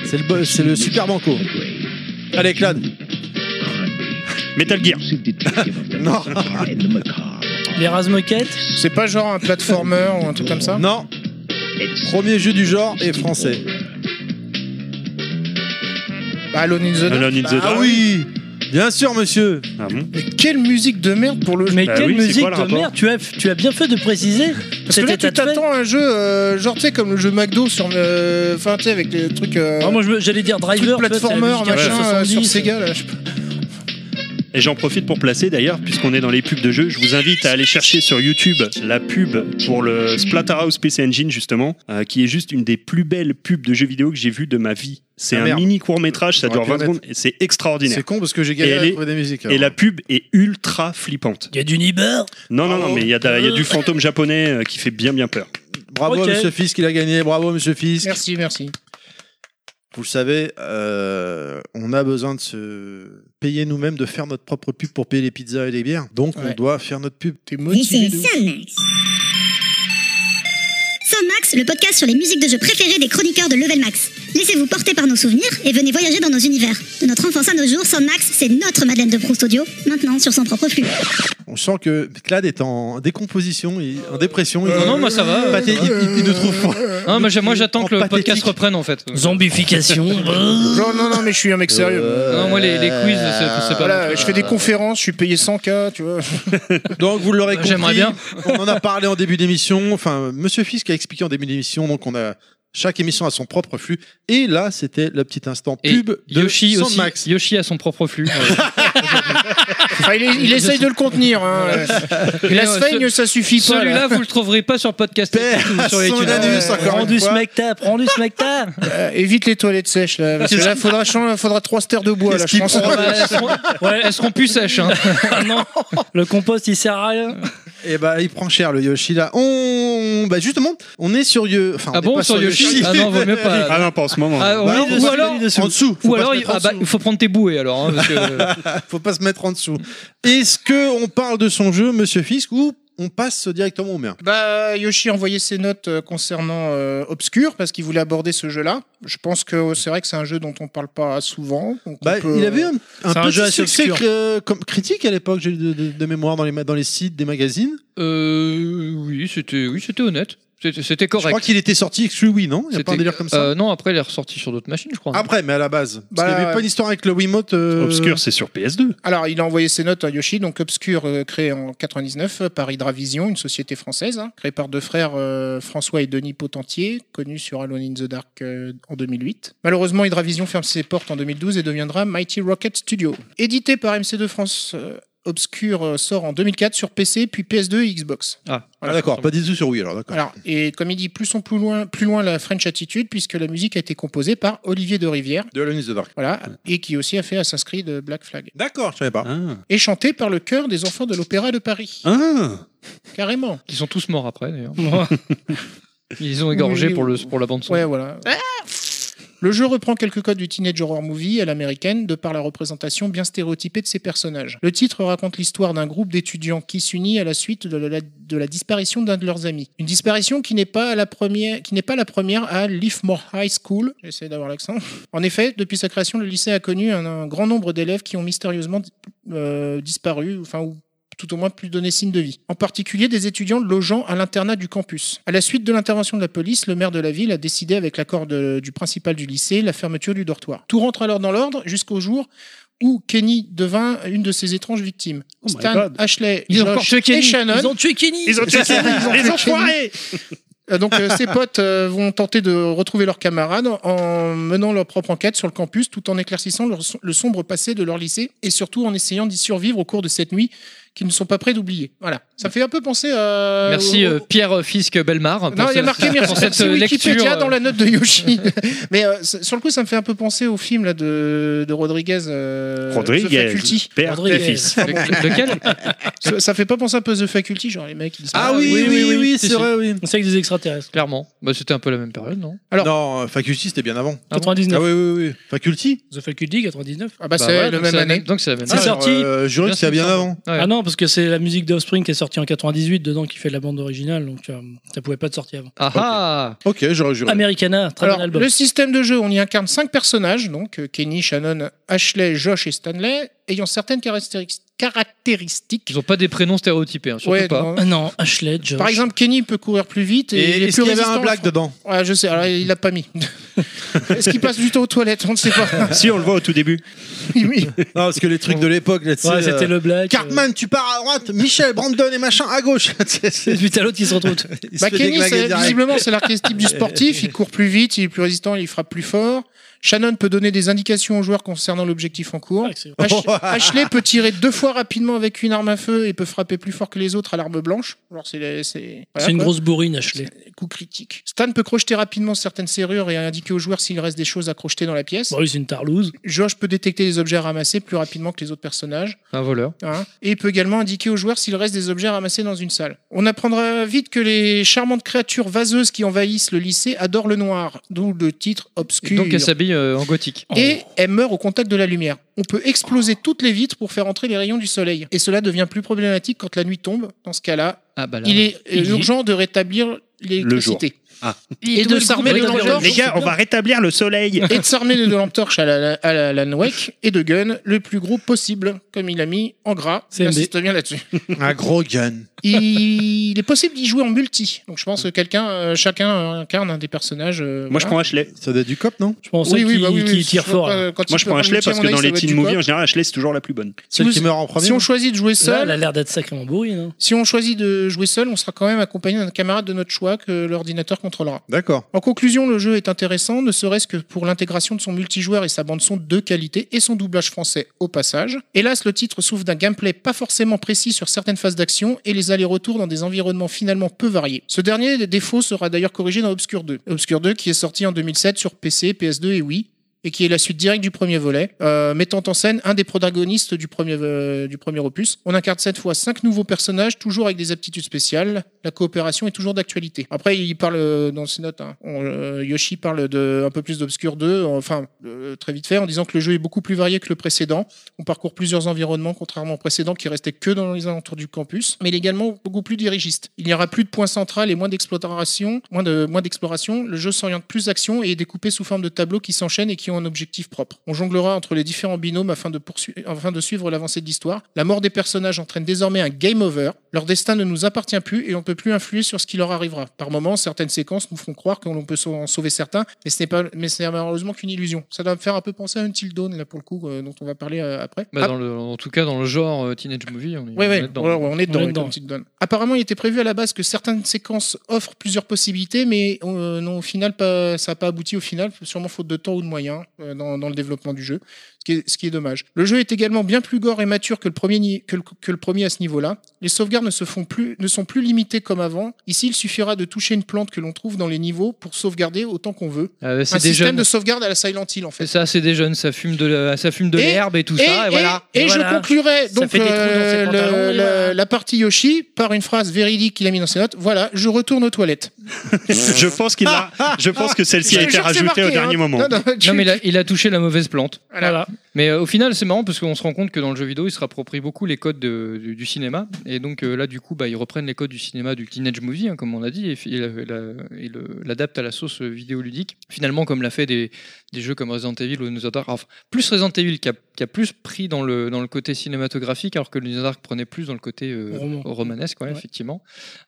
S1: C'est le, bo- c'est le Super Banco. Allez, Clad.
S3: Metal Gear.
S1: Non,
S6: Les Razmoquettes.
S4: C'est pas genre un platformer ou un truc comme ça
S1: non. Premier jeu du genre et français.
S4: Bah, Alone in the Dark.
S3: Alone in the
S1: Ah
S3: Dark.
S1: oui Bien sûr, monsieur
S3: Ah bon
S4: Mais quelle musique de merde pour le jeu
S6: Mais
S3: Bah
S6: quelle
S3: oui, c'est
S6: musique
S3: quoi le
S6: de
S3: rapport
S6: merde tu as, tu as bien fait de préciser.
S4: Parce que là,
S6: C'était
S4: tu
S6: tatoué.
S4: t'attends à un jeu, euh, genre, tu sais, comme le jeu McDo sur. euh, Enfin, tu sais, avec les trucs. euh,
S6: Ah, moi, je me- j'allais dire
S4: trucs
S6: Driver, tu vois, c'est la
S4: platformer,
S6: musique
S4: machin,
S6: années
S4: euh,
S6: 70,
S4: sur Sega, là. je sais pas.
S3: Et j'en profite pour placer d'ailleurs, puisqu'on est dans les pubs de jeux, je vous invite à aller chercher sur YouTube la pub pour le Splatterhouse PC Engine justement, euh, qui est juste une des plus belles pubs de jeux vidéo que j'ai vues de ma vie. C'est
S1: Ah,
S3: un
S1: merde.
S3: mini court métrage, ça
S1: J'aurais
S3: dure
S1: pu
S3: 20
S1: en mettre.
S3: secondes et c'est extraordinaire.
S1: C'est con parce que j'ai galéré
S3: elle
S1: à
S3: est-
S1: trouver des musiques.
S3: Et
S1: alors.
S3: la pub est ultra flippante.
S6: Il y a du Niber.
S3: Non, non, non,
S1: Bravo.
S3: mais il y, a da- il y a
S1: oh.
S3: du fantôme japonais euh, qui fait bien, bien peur.
S1: Bravo
S6: Ok.
S1: à Monsieur Fisk, il a gagné. Bravo à Monsieur Fisk.
S4: Merci, merci.
S1: Vous le savez, euh, on a besoin de se payer nous-mêmes, de faire notre propre pub pour payer les pizzas et les bières. Donc on
S4: Ouais.
S1: doit faire notre pub.
S4: T'es
S7: Et
S4: motivé
S7: c'est
S4: de ouf.
S7: Soundmax. Soundmax, le podcast sur les musiques de jeux préférées des chroniqueurs de Level Max. Laissez-vous porter par nos souvenirs et venez voyager dans nos univers. De notre enfance à nos jours, Soundmax, c'est notre Madeleine de Proust audio, maintenant sur son propre flux.
S1: On sent que Clad est en décomposition, il- en dépression. il-
S2: Non, non, moi ça va. euh.
S1: Pathé- il, il- il ne trouve pas.
S2: Non, moi, j'ai- moi, j'attends que le
S1: En pathétique.
S2: podcast reprenne en fait.
S1: Euh,
S6: Zombification.
S4: Non, non, non, mais je suis un mec sérieux.
S2: Non, moi les, les quiz, c'est c'est pas.
S4: Voilà,
S2: bon.
S4: je fais des conférences, je suis payé 100K, tu vois.
S1: Donc vous l'aurez compris.
S2: J'aimerais bien.
S1: On en a parlé en début d'émission. Enfin, Monsieur Fisk a expliqué en début d'émission. Donc on a chaque émission a son propre flux. Et là, c'était le petit instant
S2: Et
S1: pub de
S2: Yoshi aussi.
S1: Soundmax.
S2: Yoshi a son propre flux. Euh,
S4: Enfin, il, est- il essaye de le contenir. Hein. Et la
S2: Non,
S4: sphaigne, ça suffit pas.
S2: Celui-là,
S4: là.
S2: vous le trouverez pas sur podcast
S1: Paix
S2: Addict ou
S1: à
S2: sur
S1: son
S2: iTunes.
S1: anus, encore
S6: Prends
S1: une
S6: du
S1: fois.
S6: smecta, prends du smecta.
S4: Euh, évite les toilettes sèches, là. Parce que là, faudra, chan- faudra 3 stères de bois, là,
S1: Qu'est-ce
S4: je pense.
S1: qu'il prend
S2: Bah, elles, seront, ouais, elles seront plus sèches. hein.
S6: Ah non, le compost il sert à rien.
S1: Et bah, il prend cher le Yoshi là. On, bah justement, on est sur Yoshi. Enfin, on
S2: Ah
S1: est pas
S2: bon, sur Yoshi Ah non, vaut mieux pas.
S3: Ah non, pas en ce moment.
S2: Ah, ou
S1: Bah,
S2: alors-
S1: on va
S2: ou
S1: se
S2: alors,
S1: mettre en dessous. Faut
S2: ou
S1: pas
S2: alors
S1: se
S2: il
S1: mettre en
S2: ah bah,
S1: dessous.
S2: il faut prendre tes bouées alors. hein, parce que-
S1: faut pas se mettre en dessous. Est-ce que on parle de son jeu, Monsieur Fisk, ou on passe directement au mien
S4: Bah, Yoshi a envoyé ses notes euh, concernant euh, Obscure parce qu'il voulait aborder ce jeu-là. Je pense que euh, c'est vrai que c'est un jeu dont on parle pas souvent. donc on
S1: Bah,
S4: peut- euh,
S1: il avait un, un
S6: C'est un
S1: petit
S6: jeu assez
S1: succès
S6: obscur.
S1: euh, comme critique à l'époque, j'ai de, de- de mémoire dans les ma- dans les sites des magazines.
S2: Euh, oui, c'était oui, c'était honnête. C'était c'était
S1: Je crois
S2: correct.
S1: qu'il était sorti exclu Wii, non Il y a pas un
S2: C'était-
S1: délire comme ça.
S2: euh, non, après, elle est ressortie sur d'autres machines, je crois.
S1: Après, mais à la base,
S4: Bah,
S1: parce qu'il n'y avait
S4: ouais.
S1: pas une histoire avec le Wiimote euh,
S3: Obscur, c'est sur PS2.
S4: Alors, il a envoyé ses notes à Yoshi, donc Obscure, euh, créé en 99 euh, par Hydravision, une société française, hein, créée par deux frères euh, François et Denis Potentier, connus sur Alone in the Dark euh, en 2008. Malheureusement, Hydravision ferme ses portes en 2012 et deviendra Mighty Rocket Studio. Édité par MC2 France. euh, Obscure euh, sort en 2004 sur PC, puis PS2 et Xbox.
S2: Ah,
S1: Ah, d'accord, pas du tout sur Wii alors, d'accord.
S4: Alors, et comme il dit, plus on plus loin, plus loin la French Attitude, puisque la musique a été composée par Olivier de Rivière,
S1: De Alone is the Dark.
S4: voilà, et qui aussi a fait Assassin's Creed euh, Black Flag.
S1: D'accord, je savais pas.
S3: Ah.
S4: Et chantée par le chœur des enfants de l'Opéra de Paris.
S3: Ah.
S4: Carrément.
S2: qui sont tous morts après d'ailleurs.
S6: Moi,
S2: Ils ont égorgé
S4: Oui,
S2: pour, le,
S4: oui.
S2: pour la bande son.
S4: Ouais, voilà. Le jeu reprend quelques codes du teenage horror movie à l'américaine de par la représentation bien stéréotypée de ses personnages. Le titre raconte l'histoire d'un groupe d'étudiants qui s'unit à la suite de la, de la disparition d'un de leurs amis. Une disparition qui n'est pas la première, qui n'est pas la première à Leafmore High School. J'essaie d'avoir l'accent. En effet, depuis sa création, le lycée a connu un, un grand nombre d'élèves qui ont mystérieusement euh, disparu, enfin ou tout au moins plus donner signe de vie. En particulier des étudiants logeant à l'internat du campus. À la suite de l'intervention de la police, le maire de la ville a décidé, avec l'accord de- du principal du lycée, la fermeture du dortoir. Tout rentre alors dans l'ordre jusqu'au jour où Kenny devint une de ses étranges victimes.
S3: Oh my
S4: Stan,
S3: God.
S4: Ashley,
S6: Ils ont encore
S4: Josh
S6: tué
S4: et
S6: Kenny.
S4: Shannon.
S6: Ils ont tué Kenny.
S4: Ils ont tué Kenny. Ils ont tué
S3: Les
S4: Kenny.
S3: enfoirés
S4: Euh, Donc euh, ses potes euh, vont tenter de retrouver leurs camarades en menant leur propre enquête sur le campus tout en éclaircissant leur so- le sombre passé de leur lycée et surtout en essayant d'y survivre au cours de cette nuit qu'ils ne sont pas près d'oublier. Voilà, ça fait un peu penser à...
S2: Merci
S4: au-
S2: euh, Pierre Fisk Belmar.
S4: Non, il y a marqué merci.
S2: pour cette euh,
S4: C'est Wikipédia
S2: lecture.
S4: dans la note de Yoshi. Mais euh, c- sur le coup, ça me fait un peu penser au film là, de, de Rodriguez. euh, The
S3: Rodriguez,
S4: Faculty.
S3: père
S6: Rodriguez.
S3: et fils.
S2: Le- Lequel
S4: Ça, ça fait pas penser un peu à The Faculty, genre les mecs. Ils disent,
S1: Ah oui, oui, oui, oui,
S2: si,
S1: c'est
S2: si.
S1: vrai, oui.
S6: On sait avec des extraterrestres.
S2: Clairement. Bah, C'était un peu la même période, non
S4: Alors-
S1: non, euh, Faculty c'était bien avant.
S2: Ah bon
S6: 99.
S1: Ah oui, oui, oui. Faculty
S6: The Faculty 99.
S4: Ah
S2: Bah
S4: bah, c'est
S2: ouais,
S4: la
S2: donc
S4: même
S2: c'est la
S4: année.
S2: Donc c'est la même
S6: C'est
S2: année.
S6: ça. sorti.
S1: Euh, Juré que
S2: Bien
S1: c'était bien
S2: sûr.
S1: avant.
S2: Ouais.
S6: Ah non, parce que c'est la musique d'Offspring qui est sortie en 98 dedans qui fait de la bande originale, donc euh, ça pouvait pas te sortir avant.
S2: Ah ah
S1: Ok, j'aurais juré.
S6: Americana, très
S4: Alors,
S6: bon album.
S4: le système de jeu, on y incarne cinq personnages, donc euh, Kenny, Shannon, Ashley, Josh et Stanley, ayant certaines caractéris- caractéristiques.
S2: Ils ont pas des prénoms stéréotypés, hein, surtout
S4: Ouais,
S2: pas.
S4: non. euh,
S6: Ah non, Ashley, Josh.
S4: Par exemple, Kenny peut courir plus vite et, il
S1: Et
S4: est
S1: est-ce
S4: plus
S1: qu'il y avait
S4: résistant
S1: un
S4: au
S1: black
S4: froid.
S1: dedans
S4: Ouais, je sais, alors il l'a pas mis. Est-ce qu'il passe du temps aux toilettes On ne sait pas. Bah,
S3: Si, on le voit au tout début.
S4: Oui, oui.
S1: Non, parce que les trucs de l'époque, là, tu sais,
S6: Ouais, c'était
S1: euh,
S6: le Black.
S1: Cartman, tu pars à droite, Michel, Brandon et machin à gauche. Tu sais,
S6: euh, Et
S1: c'est-
S6: puis t'as l'autre qui se retrouve.
S1: il se
S4: Bah,
S1: fait
S4: Kenny,
S1: déglinguer
S4: c'est-
S1: direct.
S4: visiblement, c'est l'archétype du sportif. Il court plus vite, il est plus résistant, il frappe plus fort. Shannon peut donner des indications aux joueurs concernant l'objectif en cours. Ash- Ashley peut tirer deux fois rapidement avec une arme à feu et peut frapper plus fort que les autres à l'arme blanche. Alors c'est la- c'est voilà,
S6: C'est une
S4: quoi.
S6: grosse bourrine, Ashley.
S4: coup critique. Stan peut crocheter rapidement certaines serrures et indiquer aux joueurs s'il reste des choses à crocheter dans la pièce.
S6: Bon, lui, c'est une tarlouse.
S4: Josh peut détecter les objets ramassés plus rapidement que les autres personnages.
S2: Un voleur.
S4: hein. Et il peut également indiquer aux joueurs s'il reste des objets ramassés dans une salle. On apprendra vite que les charmantes créatures vaseuses qui envahissent le lycée adorent le noir, d'où le titre
S2: Et
S4: obscur.
S2: donc elle s'habille euh, en gothique.
S4: Et elle meurt au contact de la lumière. On peut exploser toutes les vitres pour faire entrer les rayons du soleil. Et cela devient plus problématique quand la nuit tombe. Dans ce cas-là,
S2: Ah bah là.
S4: il est euh,
S2: Il-
S4: urgent de rétablir l'électricité. Et de s'armer
S6: Mais
S4: de
S6: le
S4: lampes
S6: groupe
S4: torches
S3: Les gars, on va rétablir le soleil.
S4: et de s'armer de lampes torches à la, à la, Alan Wake et de gun le plus gros possible, comme il a mis en gras.
S6: CMD.
S4: J'insiste bien là-dessus.
S1: Un gros gun.
S4: Il, il est possible d'y jouer en multi. Donc je pense que quelqu'un, euh, chacun euh, incarne un des personnages. euh,
S3: Moi, je prends
S4: voilà. bah
S3: Ashley.
S1: Ça date du cop, non
S6: Je pense qu'il qu'il tire
S4: je
S6: fort. hein.
S4: vois
S6: là.
S4: pas, euh, quand
S3: Moi,
S4: il
S3: je
S4: peut
S3: prends
S4: prendre
S3: Ashley
S4: multi, à
S3: parce
S4: mon
S3: que
S4: avis,
S3: dans
S4: ça
S3: les
S4: doit être
S3: teen
S4: du
S3: movies,
S4: co-op.
S3: en général, Ashley, c'est toujours la plus bonne.
S4: Si
S1: Celle
S4: vous-
S1: qui meurt en premier
S4: si on choisit de jouer
S6: Là, elle a
S4: seul,
S6: l'air d'être sacrément bourrine. hein.
S4: si on choisit de jouer seul, on sera quand même accompagné d'un camarade de notre choix que l'ordinateur contrôlera.
S1: D'accord.
S4: En conclusion, le jeu est intéressant, ne serait-ce que pour l'intégration de son multijoueur et sa bande-son de qualité et son doublage français au passage. Hélas, le titre souffre d'un gameplay pas forcément précis sur certaines phases d'action et les allers-retours dans des environnements finalement peu variés. Ce dernier défaut sera d'ailleurs corrigé dans Obscure 2. Obscure 2 qui est sorti en 2007 sur PC, PS2 et Wii et qui est la suite directe du premier volet, euh, mettant en scène un des protagonistes du premier, euh, du premier opus. On incarne cette fois cinq nouveaux personnages, toujours avec des aptitudes spéciales. La coopération est toujours d'actualité. Après, il parle euh, dans ses notes, hein, on- euh, Yoshi parle de un peu plus d'Obscure 2, enfin euh, très vite fait, en disant que le jeu est beaucoup plus varié que le précédent. On parcourt plusieurs environnements, contrairement au précédent qui restait que dans les alentours du campus, mais il est également beaucoup plus dirigiste. Il n'y aura plus de points central et moins d'exploration, moins de moins d'exploration. Le jeu s'oriente plus action et est découpé sous forme de tableaux qui s'enchaînent et qui ont un objectif propre. On jonglera entre les différents binômes afin de poursu- afin de suivre l'avancée de l'histoire. La mort des personnages entraîne désormais un game over. Leur destin ne nous appartient plus et on ne peut plus influer sur ce qui leur arrivera. Par moments, certaines séquences nous font croire que l'on peut sau- en sauver certains, mais ce n'est pas, mais ce n'est malheureusement qu'une illusion. Ça doit me faire un peu penser à Until Dawn là pour le coup, euh, dont on va parler euh, après.
S2: Bah, dans le- en tout cas, dans le genre euh, teenage movie, on est,
S4: Oui,
S2: on
S4: oui,
S2: est dedans.
S4: ouais, ouais, on est dedans.
S6: On est
S4: oui,
S6: dedans.
S4: comme tu te donnes. Apparemment, il était prévu à la base que certaines séquences offrent plusieurs possibilités, mais euh, non, au final, pas, ça n'a pas abouti au final, sûrement faute de temps ou de moyens. rien euh, dans, dans le développement du jeu, ce qui, est, ce qui est dommage. Le jeu est également bien plus gore et mature que le premier, ni- que le, que le premier à ce niveau-là. Les sauvegardes ne, se font plus, ne sont plus limitées comme avant. Ici, il suffira de toucher une plante que l'on trouve dans les niveaux pour sauvegarder autant qu'on veut.
S2: Euh,
S4: Un
S2: c'est des
S4: système
S2: jeunes.
S4: de sauvegarde à la Silent Hill, en fait.
S2: Ça, c'est des jeunes. Ça fume de, la- ça fume de
S4: Et-
S2: l'herbe et tout ça. Et, voilà.
S4: et
S6: Et voilà.
S4: je conclurai donc
S6: fait des trous dans ses
S4: euh, le-
S6: pantalons, et
S4: la-
S6: voilà.
S4: la partie Yoshi par une phrase véridique qu'il a mis dans ses notes. Voilà, je retourne aux toilettes.
S3: je pense qu'il a, je pense que celle-ci a
S4: Je- je
S3: été
S4: le fais
S3: rajoutée
S4: marquer,
S3: au
S4: hein.
S3: dernier moment.
S4: Non, non, tu-
S2: Non, mais il a, il a touché la mauvaise plante.
S6: Voilà.
S2: Mais euh, au final, c'est marrant parce qu'on se rend compte que dans le jeu vidéo, ils se rapproprient beaucoup les codes de- du, du cinéma. Et donc euh, là, du coup, bah, ils reprennent les codes du cinéma du teenage movie, hein, comme on a dit, et, fi- et la- la- et le- l'adaptent à la sauce euh, vidéoludique. Finalement, comme l'a fait des, des jeux comme Resident Evil ou News Dark. Enfin, plus Resident Evil qui a, qui a plus pris dans le, dans le côté cinématographique, alors que News Dark prenait plus dans le côté euh,
S6: Roman.
S2: romanesque, ouais,
S6: Ouais.
S2: effectivement.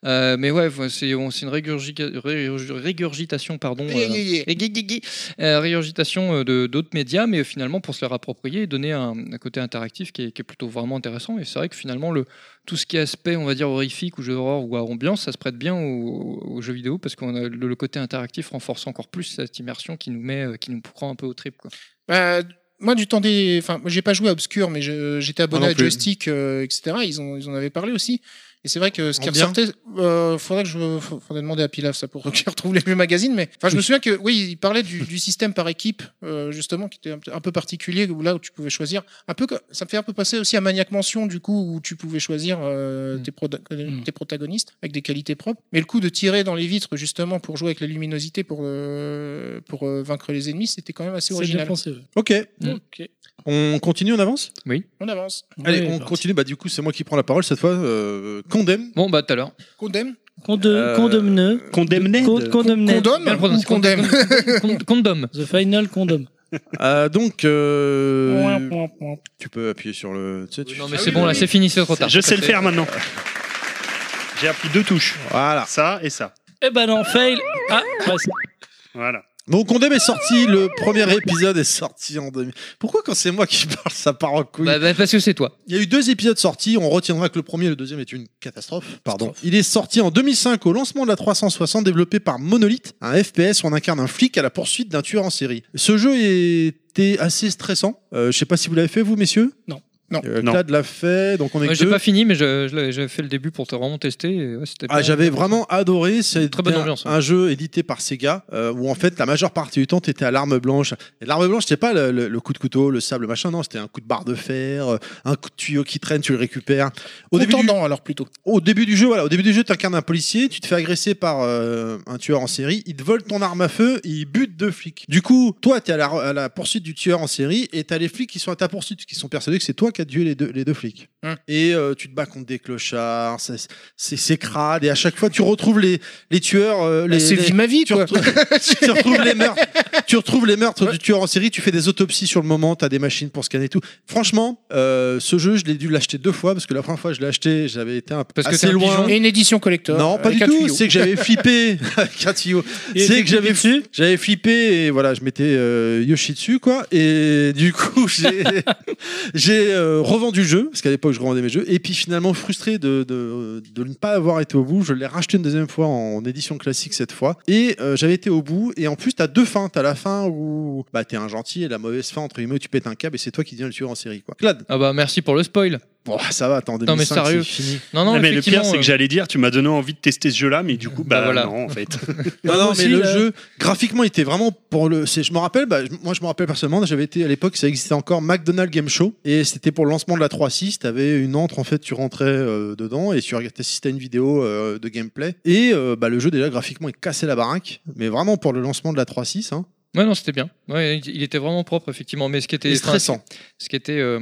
S2: Euh, mais ouais, voilà, c'est on- c'est une régurgica- régurg- régurgitation, pardon.
S4: Yé,
S2: euh,
S4: yé, yé.
S2: et gui, gui, gui. Euh, réurgitation euh, de d'autres médias, mais euh, finalement pour se leur approprier et donner un, un côté interactif qui est, qui est plutôt vraiment intéressant. Et c'est vrai que finalement, le, tout ce qui est aspect, on va dire, horrifique ou jeu d'horreur ou à ambiance, ça se prête bien aux, aux jeux vidéo parce qu'on a le, le côté interactif renforce encore plus cette immersion qui nous met, euh, qui nous prend un peu au trip. Quoi.
S4: Bah, moi, du temps des. Enfin, moi, j'ai pas joué à Obscure, mais je- j'étais abonné
S1: non
S4: à
S1: plus.
S4: Joystick, euh, etc. Ils, ont, ils en avaient parlé aussi. Et c'est vrai que ce qui
S1: En bien.
S4: ressortait, euh, faudrait que je faut- faudrait demander à Pilaf ça pour qu'il retrouve les vieux magazines. Mais enfin, je me souviens que oui, il parlait du, du système par équipe euh, justement qui était un, un peu particulier où là où tu pouvais choisir un peu. que- Ça me fait un peu passer aussi à Maniac Mansion du coup où tu pouvais choisir euh,
S2: Mm.
S4: tes, proda- euh,
S6: Mm.
S4: tes protagonistes avec des qualités propres. Mais le coup de tirer dans les vitres justement pour jouer avec la luminosité pour euh, pour euh, vaincre les ennemis, c'était quand même assez
S6: C'est bien
S4: original.
S6: pensé. ouais.
S1: Ok,
S2: Mm.
S6: Ok.
S1: on continue, on avance
S4: On avance.
S1: Allez,
S6: Ouais,
S1: on
S6: parti.
S1: continue. Bah, du coup, c'est moi qui prends la parole cette fois. Euh, Condemn.
S2: Bon, bah tout à l'heure.
S4: Condem
S1: Euh,
S6: Condom- Condomneux.
S3: Condemned.
S6: Con- Condomneux.
S4: Condom
S2: Bien prononcé.
S4: ou condem
S2: Con-
S3: Ah
S2: Condom.
S6: The Final Condom.
S1: Euh, donc, euh,
S6: Ouin, ouin, ouin.
S1: tu peux appuyer sur le. tu sais, tu-
S2: Non, mais c'est bon, là, c'est fini, c'est trop tard.
S3: Je sais le
S2: C'est-
S3: faire maintenant. J'ai appris deux touches.
S1: Voilà.
S3: Ça et ça.
S6: Eh ben non, fail. Ah, ouais, c'est-
S3: Voilà.
S1: Donc, Condemn est sorti. Le premier épisode est sorti en 2000. Pourquoi quand c'est moi qui parle, ça part en couille
S2: Bah, bah, parce que c'est toi.
S1: Il y a eu deux épisodes sortis. On retiendra que le premier et le deuxième est une catastrophe. Pardon. Il est sorti en 2005 au lancement de la 360, développé par Monolith, un FPS où on incarne un flic à la poursuite d'un tueur en série. Ce jeu était assez stressant. Euh, je sais pas si vous l'avez fait, vous, messieux
S6: Non.
S4: Non.
S1: Euh,
S3: Non.
S1: Clad l'a fait, donc on est
S2: Moi,
S1: que
S2: j'ai
S1: deux.
S2: pas fini, mais je- je l'avais- j'avais fait le début pour te vraiment tester. et ouais, c'était
S1: Ah,
S2: pas-
S1: j'avais vraiment adoré. C'est
S2: Très bonne
S1: un-
S2: ambiance, hein. ouais.
S1: Un jeu édité par Sega euh, où en fait la majeure partie du temps t'étais à l'arme blanche. Et l'arme blanche c'était pas le, le- le coup de couteau, le sable, machin. Non, c'était un coup de barre de fer, euh, un coup de tuyau qui traîne, tu le récupères. Au début, du,
S4: Contendant, alors plutôt.
S1: au début du jeu, voilà, au début du jeu, t'incarnes un policier, tu te fais agresser par euh, un tueur en série, il te vole ton arme à feu, et il bute deux flics. Du coup, toi, t'es à la, à la poursuite du tueur en série, et t'as les flics qui sont à ta poursuite, qui sont persuadés que c'est toi qui as tué les deux, les deux flics.
S4: Hum.
S1: Et euh, tu te bats contre des clochards, ça- c'est c'est crade, et à chaque fois, tu retrouves les, les tueurs, euh, les,
S4: Bah, C'est
S1: les-
S4: vie ma vie,
S1: tu,
S4: quoi.
S1: retrouves, tu retrouves les meurtres, tu retrouves les meurtres
S4: Ouais.
S1: du tueur en série, tu fais des autopsies sur le moment, tu as des machines pour scanner et tout. Franchement, euh, ce jeu, je l'ai dû l'acheter deux fois parce que la première fois, je l'ai acheté, j'avais été un
S2: Parce que
S1: assez
S2: t'es un
S1: loin.
S2: pigeon.
S4: Et une édition collector.
S1: Non, pas
S2: euh,
S4: avec
S1: du
S4: un
S1: tout.
S4: tuyau.
S1: C'est que j'avais flippé avec un tuyau.
S6: Il
S1: C'est
S6: était
S1: que j'avais
S6: dessus.
S1: J'avais flippé et voilà, je m'étais euh, Yoshi dessus quoi. Et du coup, j'ai j'ai, euh, revendu le jeu parce qu'à l'époque je revendais mes jeux. Et puis finalement frustré de, de, de ne pas avoir été au bout, je l'ai racheté une deuxième fois en édition classique cette fois. Et euh, j'avais été au bout. Et en plus, t'as deux fins. T'as la fin où bah t'es un gentil et la mauvaise fin entre guillemets où tu pètes un câble et c'est toi qui deviens le tueur en série quoi. Clad,
S2: Ah bah merci pour le spoil.
S1: bon, ça va, attends,
S2: Non, mais
S1: 2005,
S2: sérieux.
S1: c'est fini.
S2: Non, non,
S3: Ah, mais le
S2: effectivement,
S3: pire, c'est
S2: euh,
S3: que j'allais dire, tu m'as donné envie de tester ce jeu-là, mais du coup, bah,
S2: Bah voilà.
S3: non, en fait.
S1: Non, non, mais
S6: aussi,
S1: le
S6: là.
S1: jeu, graphiquement, il était vraiment pour le. c'est- Je me rappelle, bah, je- moi je me rappelle personnellement, j'avais été à l'époque, ça existait encore McDonald's Game Show, et c'était pour le lancement de la 3.6. T'avais une entre, en fait, tu rentrais euh, dedans et tu regardais si à une vidéo euh, de gameplay. Et euh, bah, le jeu, déjà, graphiquement, il cassait la baraque, mais vraiment pour le lancement de la 3.6. Hein,
S2: Ouais, non, c'était bien. Ouais, il il était vraiment propre, effectivement. Mais ce qui était
S1: et
S2: enfin,
S1: stressant.
S2: ce qui était euh,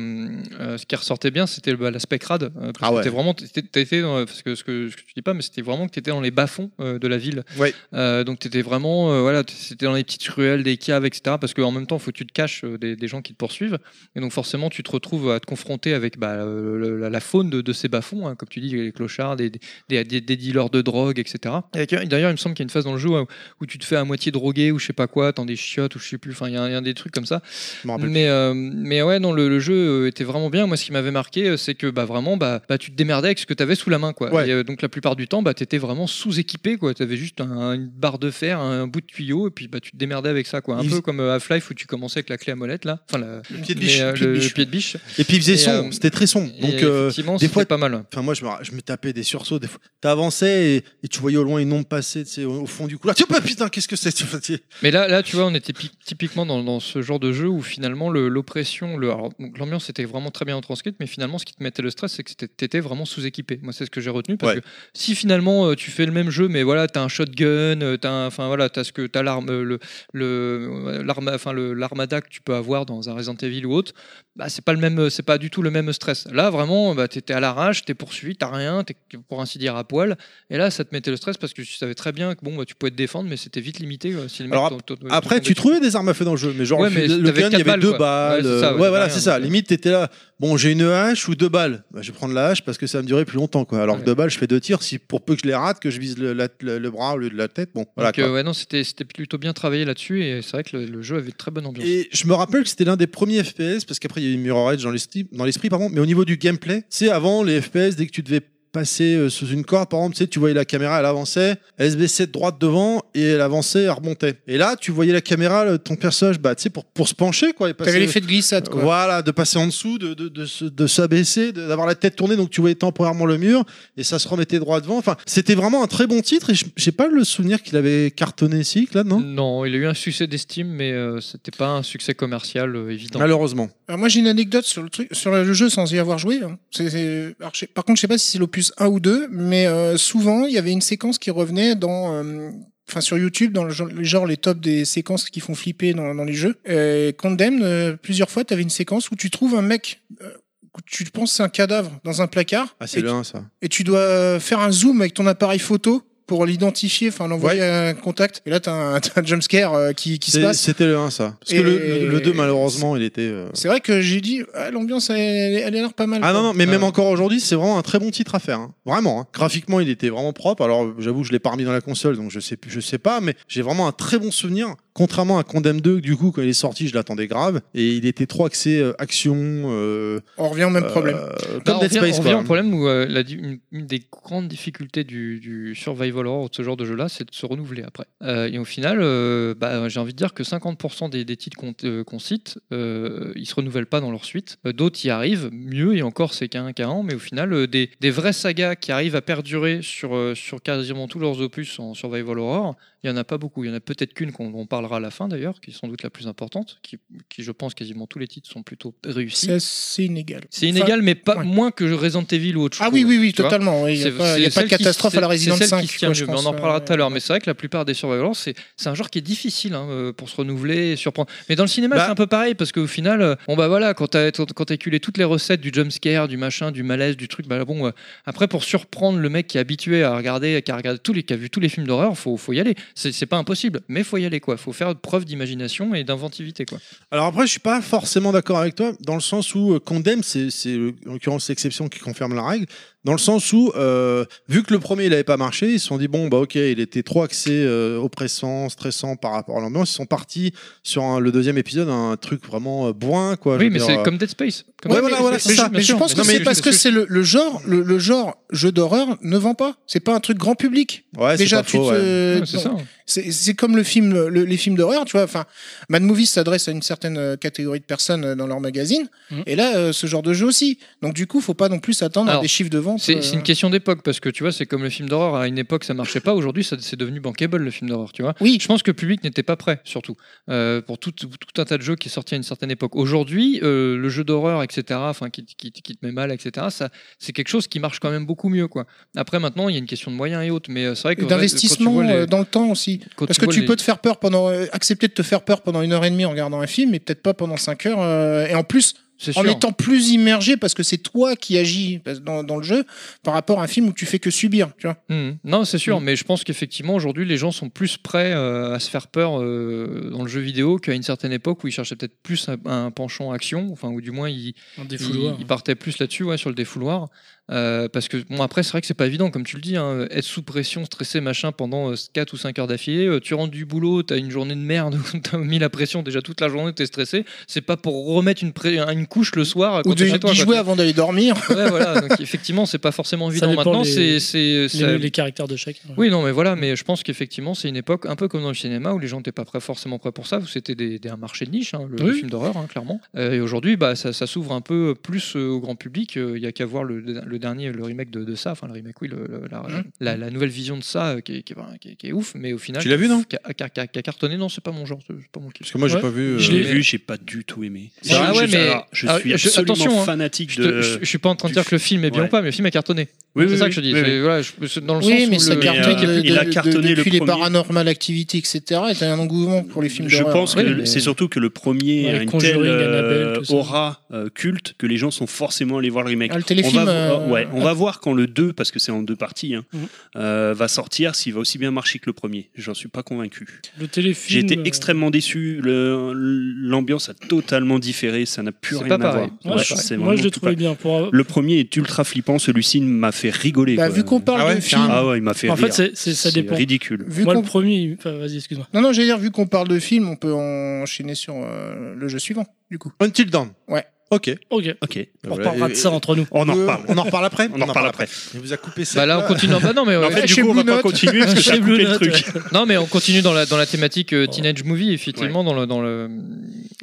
S2: euh, ce qui ressortait bien c'était bah, l'aspect crade euh, parce
S1: Ah
S2: que
S1: ouais.
S2: t'es vraiment t'étais- t'étais dans- parce que ce que ce que tu dis pas mais c'était vraiment que tu étais dans les bas-fonds euh, de la ville
S1: Ouais.
S2: Euh, donc tu étais vraiment euh, voilà t- c'était dans les petites ruelles des caves etc parce qu'en même temps faut que tu te caches euh, des, des gens qui te poursuivent et donc forcément tu te retrouves à te confronter avec bah, euh, le- la, la faune de, de ces bas-fonds hein, comme tu dis les clochards des, des, des- des dealers de drogue etc Et d'ailleurs il me semble qu'il y a une phase dans le jeu où, où tu te fais à moitié droguer ou je sais pas quoi t'en des chiottes ou je sais plus, enfin il y, a un- il y a un des trucs comme ça.
S1: Je m'en rappelle
S2: Mais, euh, mais ouais, non, le, le jeu euh, était vraiment bien. Moi, ce qui m'avait marqué, euh, c'est que bah, vraiment, bah, bah, tu te démerdais avec ce que tu avais sous la main. Quoi.
S1: Ouais.
S2: Et, euh, donc, la plupart du temps, bah, tu étais vraiment sous-équipé. Tu avais juste un- une barre de fer, un bout de tuyau, et puis bah, tu te démerdais avec ça. Quoi. Un
S1: Il-
S2: peu comme euh, Half-Life où tu commençais avec la clé à molette, là. Enfin, la-
S1: Le pied de
S2: mais,
S1: biche.
S2: euh,
S1: le pied de
S2: le, le
S1: biche.
S2: pied de biche.
S1: Et puis il faisait
S2: Et,
S1: sombre,
S2: euh,
S1: c'était très sombre.
S2: Donc,
S1: Donc euh,
S2: effectivement,
S1: des
S2: c'était
S1: fois-
S2: pas mal.
S1: Enfin, moi, je me, ra- je me tapais des sursauts. Des fois, t'avançais et, et tu voyais au loin une ombre passer, tu sais, au, au fond du couloir. Tu vois, putain, qu'est-ce que c'est tu vois, tu-
S2: Mais là, là, tu vois, on était pi- typiquement dans, dans ce genre de jeu où finalement le- l'oppression, le- alors, donc, l'ambiance était vraiment très bien transcrite, mais finalement ce qui te mettait le stress, c'est que c'était- t'étais vraiment sous-équipé. Moi, c'est ce que j'ai retenu parce
S1: Ouais.
S2: que si finalement euh, tu fais le même jeu, mais voilà, t'as un shotgun, euh, t'as, un- enfin voilà, t'as ce que t'as l'arme, euh, le, le euh, l'arme, enfin le- l'armada que tu peux avoir dans un Resident Evil ou autre, bah c'est pas le même, c'est pas du tout le même stress. Là, vraiment, bah t'étais à l'arrache, t'es poursuivi, t'as rien, t'es pour ainsi dire à poil. Et là, ça te mettait le stress parce que tu savais très bien que bon, bah, tu pouvais te défendre, mais c'était vite limité. quoi, si le mec
S1: Alors,
S2: t'en- t'en-
S1: Après,
S2: t'en-
S1: tu trouvais des armes à feu dans le jeu, mais genre
S2: Ouais,
S1: le-
S2: mais
S1: le
S2: t'avais
S1: gun, il y
S2: quatre
S1: avait
S2: balles,
S1: deux
S2: quoi.
S1: balles.
S2: Ouais, c'est
S1: euh,
S2: ça,
S1: Ouais,
S2: ouais,
S1: voilà,
S2: c'est
S1: c'est ça.
S2: rien, donc,
S1: Limite, t'étais là. Bon, j'ai une hache ou deux balles. Bah, je vais prendre la hache parce que ça va me durer plus longtemps, quoi. Alors que
S2: Ouais.
S1: deux balles, je fais deux tirs. Si pour peu que je les rate, que je vise le, la- le- le bras au lieu de la tête, bon, voilà.
S2: Donc,
S1: quoi.
S2: euh, ouais, non, c'était c'était plutôt bien travaillé là-dessus et c'est vrai que le, le jeu avait de très bonne ambiance.
S1: Et je me rappelle que c'était l'un des premiers FPS, parce qu'après il y a eu Mirror Edge dans l'esprit, dans l'esprit pardon, mais au niveau du gameplay, c'est avant les FPS, dès que tu devais passer euh, sous une corde, par exemple, tu sais, tu voyais la caméra, elle avançait, elle se baissait de droite devant, et elle avançait, elle remontait. Et là, tu voyais la caméra, le- ton personnage, bah, tu sais, pour, pour se pencher, quoi. et passer-
S4: T'avais l'effet de glissade, quoi.
S1: Voilà, de passer en dessous, de, de, de, se- de s'abaisser, de- d'avoir la tête tournée, donc tu voyais temporairement le mur, et ça se remettait droit devant. Enfin, c'était vraiment un très bon titre, et je- j'ai pas le souvenir qu'il avait cartonné ici, là, non
S2: Non, il a eu un succès d'estime, mais euh, c'était pas un succès commercial euh, évident.
S1: Malheureusement.
S4: Alors moi j'ai une anecdote sur le truc, sur le jeu sans y avoir joué. hein. C'est- c'est- alors, je sais- par contre je sais pas si c'est l'opus 1 ou 2, mais euh, souvent il y avait une séquence qui revenait dans, euh, enfin sur YouTube dans le genre, le genre les tops des séquences qui font flipper dans, dans les jeux. Euh, Condemn euh, plusieurs fois t'avais une séquence où tu trouves un mec, euh, où tu penses que c'est un cadavre dans un placard,
S1: Ah, c'est
S4: et,
S1: le 1, ça.
S4: et tu dois euh, faire un zoom avec ton appareil photo pour l'identifier, enfin l'envoyer à un contact. Et là t'as un, t'as un jumpscare euh, qui, qui se
S1: C'est-
S4: passe.
S1: C'était le 1, ça. Parce que
S4: Et-
S1: le, le- le 2, malheureusement, il était. euh,
S4: C'est vrai que j'ai dit, ah, l'ambiance, elle, elle a l'air pas mal.
S1: Ah
S4: quoi.
S1: non, non, mais même
S2: Euh.
S1: encore aujourd'hui, c'est vraiment un très bon titre à faire. hein. Vraiment. hein. Graphiquement, il était vraiment propre. Alors, euh, j'avoue, je l'ai pas remis dans la console, donc je sais, plus- je sais pas, mais j'ai vraiment un très bon souvenir. Contrairement à Condemn 2, du coup, quand il est sorti, je l'attendais grave. Et il était trop axé euh, action. euh,
S4: On revient au même
S1: euh,
S4: problème.
S1: Comme
S2: Bah,
S1: Dead
S2: on revient-
S1: Space,
S2: on revient
S1: quoi.
S2: au problème où euh, la di- une, une des grandes difficultés du, du survival horror, de ce genre de jeu-là, c'est de se renouveler après. Euh, et au final, euh, bah, j'ai envie de dire que 50% des, des titres qu'on euh, qu'on cite, euh, ils se renouvellent pas dans leur suite. Euh, D'autres y arrivent, mieux, et encore c'est qu'un qu'un an, mais au final, euh, des, des vraies sagas qui arrivent à perdurer sur, euh, sur quasiment tous leurs opus en survival horror, il y en a pas beaucoup. Il y en a peut-être qu'une qu'on on parlera à la fin d'ailleurs, qui est sans doute la plus importante, qui, qui je pense quasiment tous les titres sont plutôt réussis.
S4: C'est assez inégal.
S2: C'est inégal, mais pas
S4: ouais.
S2: moins que Resident Evil ou autre
S4: Enfin, ah
S2: chose.
S4: oui, oui, oui,
S2: Tu vois
S4: totalement. Il n'y a
S2: C'est-
S4: pas, il y a
S2: c'est
S4: pas de
S2: celle qui-
S4: catastrophe à la
S2: c'est- c'est
S4: Resident
S2: celle
S4: 5.
S2: qui se tient
S4: quoi, je
S2: mieux, mais
S4: pense,
S2: on en parlera
S4: euh,
S2: tout à l'heure. Mais c'est vrai que la plupart des survivants, c'est c'est un genre qui est difficile hein, euh, pour se renouveler et surprendre. Mais dans le cinéma,
S1: Bah.
S2: c'est un peu pareil parce qu'au final, euh, bon bah voilà, quand t'as quand quand t'as éculé toutes les recettes du jump scare, du machin, du malaise, du truc, bah bon, euh, après pour surprendre le mec qui est habitué à regarder, qui a regardé tous les, qui a vu tous les films d'horreur, faut faut y aller. C'est c'est pas impossible, mais faut y aller quoi. Faut faire preuve d'imagination et d'inventivité quoi.
S1: Alors après, je suis pas forcément d'accord avec toi, dans le sens où euh, Condemn, c'est c'est, euh, en l'occurrence l'exception qui confirme la règle, dans le sens où, euh, vu que le premier, il avait pas marché, ils se sont dit, bon, bah ok, il était trop axé, euh, oppressant, stressant par rapport à l'ambiance, ils sont partis sur un- le deuxième épisode, un truc vraiment euh, bourrin, quoi. je
S2: Oui,
S1: veux
S2: mais
S1: dire,
S2: c'est
S1: euh,
S2: comme Dead Space. Comme
S1: Ouais,
S2: Dead
S1: voilà,
S2: Space,
S1: voilà,
S2: c'est
S1: c'est
S2: ça,
S1: ça.
S2: bien
S4: Mais je
S2: sûr.
S4: pense que
S2: Non, mais
S4: c'est parce que c'est le, le genre, le, le genre jeu d'horreur ne vend pas. C'est pas un truc grand public.
S1: euh, ouais, Ah, c'est
S4: Déjà,
S1: pas
S4: tu
S1: faux, ouais.
S4: te-
S2: Ouais, c'est ça.
S4: C'est c'est comme le film, le- les films d'horreur, tu vois. Enfin, Mad Movies s'adresse à une certaine euh, catégorie de personnes euh, dans leur magazine.
S6: Mhm.
S4: Et là, euh, ce genre de jeu aussi. Donc, du coup, faut pas non plus s'attendre à
S2: Mmh. Alors,
S4: des chiffres de vente.
S2: C'est
S4: euh,
S2: c'est une question d'époque parce que tu vois, c'est comme le film d'horreur. À une époque, ça marchait pas. Aujourd'hui, ça- c'est devenu bankable le film d'horreur. Tu vois.
S4: Oui.
S2: Je pense que le public n'était pas prêt, surtout euh, pour tout, tout un tas de jeux qui est sorti à une certaine époque. Aujourd'hui, euh, le jeu d'horreur, etc., enfin qui, qui, qui te met mal, etc. Ça, c'est quelque chose qui marche quand même beaucoup mieux, quoi. Après, maintenant, il y a une question de moyens et autres, mais euh, c'est vrai que
S4: Et d'investissement
S2: quand tu vois les-
S4: euh, dans le temps aussi.
S2: quand
S4: Parce
S2: tu
S4: que
S2: vois
S4: tu
S2: les-
S4: peux te faire peur pendant, euh, accepter de te faire peur pendant une heure et demie en regardant un film, mais peut-être pas pendant cinq heures. euh, et en plus,
S2: c'est
S4: en
S2: sûr.
S4: étant plus immergé, parce que c'est toi qui agis parce- dans, dans le jeu, par rapport à un film où tu fais que subir. Tu vois.
S2: Mhm. Non, c'est sûr, mais je pense qu'effectivement, aujourd'hui, les gens sont plus prêts euh, à se faire peur euh, dans le jeu vidéo qu'à une certaine époque où ils cherchaient peut-être plus un, un penchant action, enfin, ou du moins ils,
S6: Un des hein.
S2: il, il partait plus là-dessus, ouais, sur le défouloir. Euh, parce que bon après c'est vrai que c'est pas évident comme tu le dis hein, être sous pression stressé machin pendant 4 ou 5 heures d'affilée euh, tu rentres du boulot t'as une journée de merde où t'as mis la pression déjà toute la journée t'es stressé c'est pas pour remettre une, pré- une couche le soir euh, quand
S4: Ou
S2: t'es
S4: de
S2: chez toi
S4: d'y
S2: quoi.
S4: jouer avant d'aller dormir.
S2: Ouais, voilà, donc effectivement c'est pas forcément évident
S6: dépend
S2: maintenant
S6: les-
S2: c'est c'est
S6: Les,
S2: ça-
S6: les caractères de chacun.
S2: oui, non, mais voilà, mais je pense qu'effectivement, c'est une époque un peu comme dans le cinéma où les gens n'étaient pas prêts, forcément prêts pour ça. où C'était des, des- un marché de niche, hein, le, le
S6: Oui.
S2: film d'horreur, hein, clairement. Euh, et aujourd'hui, bah, ça, ça s'ouvre un peu plus euh, au grand public. Euh, Il y a qu'à voir le, le dernier, le remake de, de ça, enfin le remake, oui, le- le- la,
S3: Mmh.
S2: la- la nouvelle vision de ça euh, qui, est, qui est- voilà, qui est- qui est ouf, mais au final.
S1: Tu l'as vu, non
S2: Qui a, qui a- qui a- qui a cartonné, non, c'est pas mon genre, c'est c'est pas mon kiff.
S1: Parce que moi, j'ai
S6: Ouais.
S1: pas vu. euh,
S6: Je
S3: Je
S6: l'ai
S3: l'ai
S2: mais-
S3: vu, j'ai pas du tout aimé.
S2: Ah ouais, mais-
S3: alors, je
S2: ah,
S3: suis
S2: je-
S3: absolument
S2: attention, hein.
S3: fanatique
S2: Je,
S3: de.
S2: te- je- je suis pas en train
S3: du
S2: de dire que le film est bien
S3: ouais.
S2: ou pas, mais le film a cartonné.
S3: Oui,
S2: c'est
S3: oui,
S2: ça
S3: oui,
S2: que je dis.
S3: oui,
S2: c'est-
S3: oui.
S2: voilà, je- c'est dans le
S4: Oui,
S2: sens
S4: mais
S2: où
S4: ça
S2: le-
S4: cartonne
S3: euh,
S4: de-
S3: il
S4: de-
S3: a
S4: de-
S3: cartonné le
S4: depuis les
S3: premier.
S4: Paranormal Activity, etc. Et t'as un engouement pour les films
S3: Je
S4: d'horreur.
S3: pense que
S2: Oui,
S3: le-
S2: mais-
S3: c'est surtout que le premier
S6: Ouais,
S3: a une
S6: Conjuring,
S3: telle euh,
S6: Annabelle, tout ça.
S3: aura euh, culte que les gens sont forcément allés voir le remake.
S4: Ah, le téléfilm,
S3: on va,
S4: euh,
S3: vo- ouais, on va voir quand le 2, parce que c'est en deux parties, hein,
S6: ah. Mhm.
S3: euh, va sortir s'il va aussi bien marcher que le premier. J'en suis pas convaincu.
S6: Le téléfilm.
S3: J'ai été
S6: euh,
S3: extrêmement déçu. Le- L'ambiance a totalement différé. Ça n'a plus
S2: C'est
S3: rien
S2: pas
S3: à voir.
S2: pareil.
S6: Moi,
S3: Ouais,
S6: je,
S3: c'est
S6: moi,
S3: vraiment
S6: je l'ai
S3: tout
S6: trouvé
S3: pas-
S6: bien. Pour...
S3: Le premier est ultra flippant. Celui-ci m'a fait rigoler.
S4: Bah,
S3: quoi.
S4: vu qu'on parle
S1: Ah ouais,
S4: de films,
S3: Ah ouais, il m'a fait
S6: En
S3: rire.
S6: fait, c'est- c'est- ça
S3: C'est
S6: dépend.
S3: ridicule.
S4: vu
S6: Moi, le
S4: qu'on-
S6: premier. il- enfin, Vas-y, excuse-moi.
S4: non non, j'allais dire vu qu'on parle de films, on peut enchaîner sur euh, le jeu suivant, du coup.
S1: Until Dawn.
S4: Ouais.
S1: Ok.
S6: Ok.
S3: Ok.
S6: On reparlera de ça entre nous.
S3: On en
S1: Euh,
S3: reparle.
S1: On en reparle après
S3: On en reparle après.
S1: Il vous a coupé ça.
S2: Bah là, on continue. Bah non, mais
S3: Mais en
S2: ouais.
S3: fait,
S4: chez
S3: du coup, on va
S4: Blue
S3: pas
S4: Note.
S3: continuer parce que
S6: Chez
S3: t'as
S6: Blue
S3: coupé le
S6: Note,
S3: truc.
S2: Non, mais on continue dans la, dans la thématique
S1: Oh.
S2: euh, Teenage Movie, effectivement. Dans le, dans le...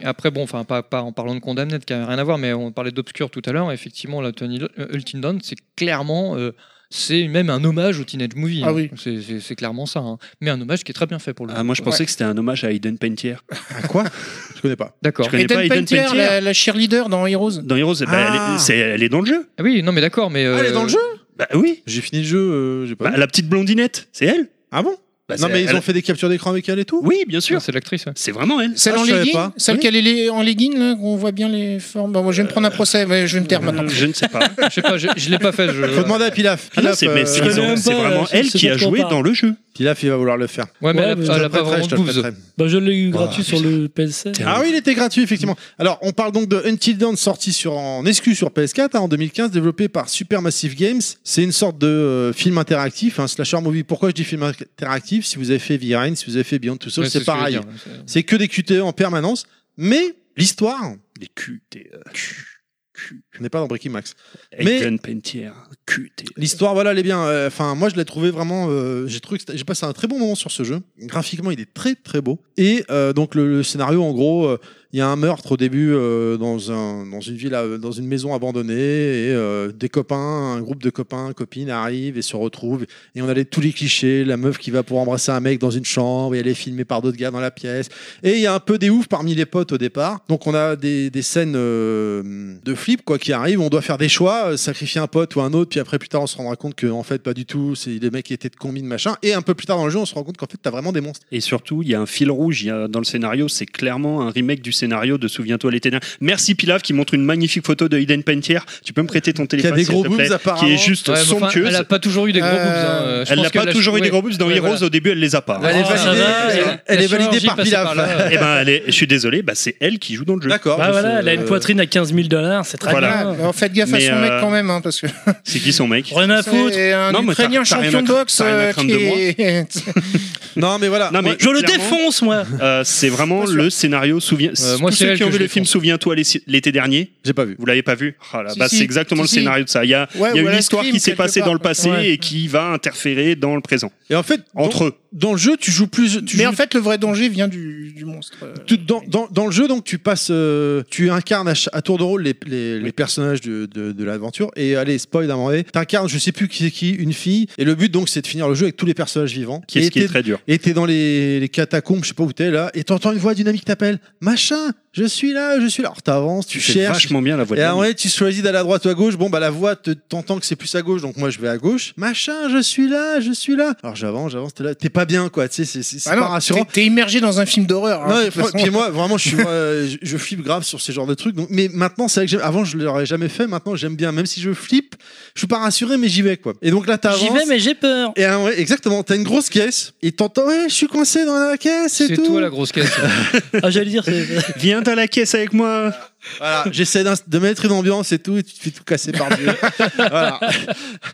S2: Après, bon, enfin, pas, pas en parlant de Condamned, qui n'a rien à voir, mais on parlait d'Obscure tout à l'heure. Effectivement, la Tony euh, Ultin Dawn, c'est clairement. euh, c'est même un hommage au Teenage Movie.
S4: Ah
S2: hein.
S4: oui.
S2: C'est- C'est c'est clairement ça. hein. Mais un hommage qui est très bien fait pour le.
S3: Ah, moi, je pensais que c'était un hommage à Hayden Pantier.
S1: À quoi Je connais pas.
S2: D'accord.
S3: Je connais
S4: Ethan
S3: pas Hayden
S4: Pantier,
S3: Pantier.
S4: la, la cheerleader dans Heroes.
S3: Dans Heroes, bah,
S1: Ah.
S3: elle, est, c'est- elle est dans le jeu.
S2: Ah Oui, non, mais d'accord, mais.
S1: Ah, elle est dans le jeu
S3: Bah oui.
S1: J'ai fini le jeu, euh, j'ai pas.
S3: Bah,
S1: vu.
S3: la petite blondinette, c'est elle.
S1: Ah bon
S3: Bah,
S1: Non,
S3: c'est-
S1: mais ils
S3: elle-
S1: ont fait des captures d'écran avec elle et tout
S3: Oui, bien
S2: euh,
S3: sûr.
S2: C'est l'actrice. ouais.
S3: C'est vraiment elle.
S4: Celle
S1: Ah,
S4: en
S1: je savais
S4: legging,
S1: pas.
S4: celle
S1: Oui.
S4: qu'elle est les- en legging là, qu'on voit bien les formes. Bah, moi, je vais me prendre un procès, mais je vais me taire maintenant.
S3: Euh, Je ne sais pas.
S2: Je sais pas, je, je l'ai pas fait. Je...
S1: Faut demander à Pilaf.
S3: Ah non,
S1: Pilaf,
S3: c'est mais
S1: euh,
S3: c'est-
S6: connais
S3: ils ont-
S6: même
S3: c'est
S6: pas,
S3: vraiment
S6: euh, je
S3: elle
S6: sais
S3: qui
S6: pas
S3: a
S6: de quoi on
S3: joué
S6: parle.
S3: dans le jeu.
S1: Pilaf, il va vouloir le faire.
S2: Ouais, mais
S6: Ouais,
S2: elle
S6: mais
S2: a-
S6: je
S2: Ah, elle
S1: Je le
S2: a pas
S1: prêterai,
S2: vraiment
S1: je
S2: de
S1: te le
S2: boobs.
S1: prêterai.
S6: Bah, je l'ai eu gratuit sur le PS7.
S3: T'es un-
S1: Ah oui, il était gratuit, effectivement. Alors, on parle donc de Until Dawn, sorti sur, en exclu sur PS4 hein, en 2015, développé par Supermassive Games. C'est une sorte de euh, film interactif, un slasher movie. Pourquoi je dis film interactif Si vous avez fait Virine, si vous avez fait Beyond Two Souls,
S2: Ouais,
S1: c'est
S2: ce que je veux
S1: pareil.
S2: dire, c'est-
S1: C'est que des QTE en permanence, mais l'histoire,
S3: Des culs, des euh, culs, culs.
S1: on n'est pas dans Breaking Max. Mais-
S3: Hayden Pantier, culs, des-
S1: L'histoire, voilà, elle est bien. Euh, Enfin, moi, je l'ai trouvé vraiment. euh, j'ai trouvé que c'était- j'ai passé un très bon moment sur ce jeu. Graphiquement, il est très très beau. Et euh, donc le, le scénario, en gros, euh, il y a un meurtre au début euh, dans un dans une ville, euh, dans une maison abandonnée, et euh, des copains, un groupe de copains, copines arrivent et se retrouvent. Et on a les- tous les clichés. La meuf qui va pour embrasser un mec dans une chambre, et elle est filmée par d'autres gars dans la pièce. Et il y a un peu des oufs parmi les potes au départ. Donc on a des, des scènes euh, de flip quoi qui arrivent. On doit faire des choix, euh, sacrifier un pote ou un autre. Puis après plus tard on se rendra compte que en fait pas du tout. C'est les mecs qui étaient de combine machin. Et un peu plus tard dans le jeu on se rend compte qu'en fait t'as vraiment des monstres.
S3: Et surtout, il y a un fil rouge il y a, dans le scénario. C'est clairement un remake du scénario de Souviens-toi les ténèbres. Merci Pilaf qui montre une magnifique photo de Hayden Pantier. Tu peux me prêter ton
S1: Qui a
S3: téléphone
S1: des
S3: s'il
S1: gros
S3: te plaît,
S1: boobs apparemment.
S3: Qui est juste
S2: Ouais, mais enfin,
S3: somptueuse.
S2: elle a pas toujours eu des gros boobs. hein. Euh, je
S3: Elle
S2: pense
S3: n'a
S2: qu'elle
S3: pas
S2: a-
S3: toujours eu des
S2: ouais.
S3: gros boobs dans
S2: Ouais,
S3: Heroes.
S2: voilà.
S3: Au début, elle les a pas.
S1: Elle est
S2: Ah, ça
S1: validée-
S2: va,
S1: elle-
S2: la-
S1: elle
S2: la
S1: est validée
S2: chirurgie
S1: par
S2: passe
S1: Pilaf.
S2: là, ouais.
S3: Eh ben, elle est- je suis désolé, bah, c'est elle qui joue dans le jeu.
S1: D'accord.
S6: Bah
S1: je
S6: voilà,
S1: sais,
S6: elle a une
S1: euh,
S6: poitrine à 15 000 dollars, c'est très
S3: Voilà.
S6: bien.
S4: Ah, alors faites gaffe à
S3: Mais,
S4: son mec
S3: euh,
S4: quand même, hein, parce que
S3: C'est qui son mec
S6: Rien à foutre.
S4: c'est un
S3: Non, mais t'as-
S4: Ukrainien
S3: t'as rien à
S4: champion de
S3: cra-
S4: boxe
S3: t'as rien à
S4: euh,
S3: craindre
S4: qui
S3: de moi.
S4: est.
S1: Non mais voilà.
S3: Non, mais
S1: Moi,
S6: Je le
S3: clairement,
S6: défonce, moi
S3: euh, c'est vraiment le scénario. Souviens...
S2: Euh, moi,
S3: Tous
S2: c'est
S3: ceux
S2: elle
S3: qui ont
S2: que
S3: vu
S2: je
S3: le film
S2: défonce.
S3: Souviens-toi les- l'été dernier,
S1: j'ai pas vu.
S3: vous l'avez pas vu Ah là,
S4: Si,
S3: bah,
S4: si.
S3: C'est exactement le
S4: Si, si.
S3: scénario de ça. Il y a,
S4: Ouais,
S3: il y a
S4: ou à
S3: une
S4: la
S3: histoire
S4: Scream,
S3: qui s'est
S4: quelque
S3: passée
S4: part.
S3: dans le passé
S4: Ouais.
S3: et qui va interférer dans le présent.
S1: Et en fait dans-
S3: Entre eux.
S1: dans le jeu tu joues plus. tu
S4: Mais
S1: joues-
S4: en fait, le vrai danger vient du, du monstre. euh.
S1: tu- dans, dans, dans le jeu, donc, tu passes, euh, tu incarnes à, ch- à tour de rôle les, les, les personnages de, de, de l'aventure. Et allez, spoil à un moment donné, t'incarnes, je sais plus qui c'est qui, une fille. Et le but, donc, c'est de finir le jeu avec tous les personnages vivants.
S3: Qui est
S1: Et
S3: ce qui est
S1: t'es-
S3: très dur.
S1: et t'es dans les, les catacombes, je sais pas où t'es là, et t'entends une voix dynamique t'appelle, machin, je suis là, je suis là. Alors t'avances, tu
S3: C'est
S1: cherches,
S3: vachement bien la voix
S1: et
S3: de
S1: à un
S3: l'homme.
S1: moment donné, tu choisis d'aller à droite ou à gauche. Bon, bah, la voix te t'entend que c'est plus à gauche, donc moi, je vais à gauche. Machin, je suis là, je suis là. Alors, j'avance, j'avance, t'es là. T'es pas bien, quoi. Tu sais, c'est- c'est c'est
S4: Ah
S1: pas
S4: non,
S1: rassurant.
S4: t'es- T'es immergé dans un film d'horreur. hein,
S1: Non,
S4: de
S1: et
S4: toute
S1: fran-
S4: façon.
S1: puis moi, vraiment, je, suis, euh, je, je flippe grave sur ces genres de trucs. Donc, mais maintenant, c'est vrai que j'aime- avant, je l'aurais jamais fait. Maintenant, j'aime bien. Même si je flippe, je suis pas rassuré, mais j'y vais, quoi. Et donc là, t'avances.
S6: J'y vais, mais j'ai peur.
S1: Et ah ouais, exactement, t'as une grosse caisse et t'entends, ouais, je suis coincé dans la caisse et
S2: C'est
S1: tout.
S2: toi la grosse caisse.
S6: Ah, j'allais dire, c'est.
S3: Viens à la caisse avec moi.
S1: Voilà, j'essaie d'ins- de mettre une ambiance et tout, et tu te fais tout casser par Dieu. Voilà.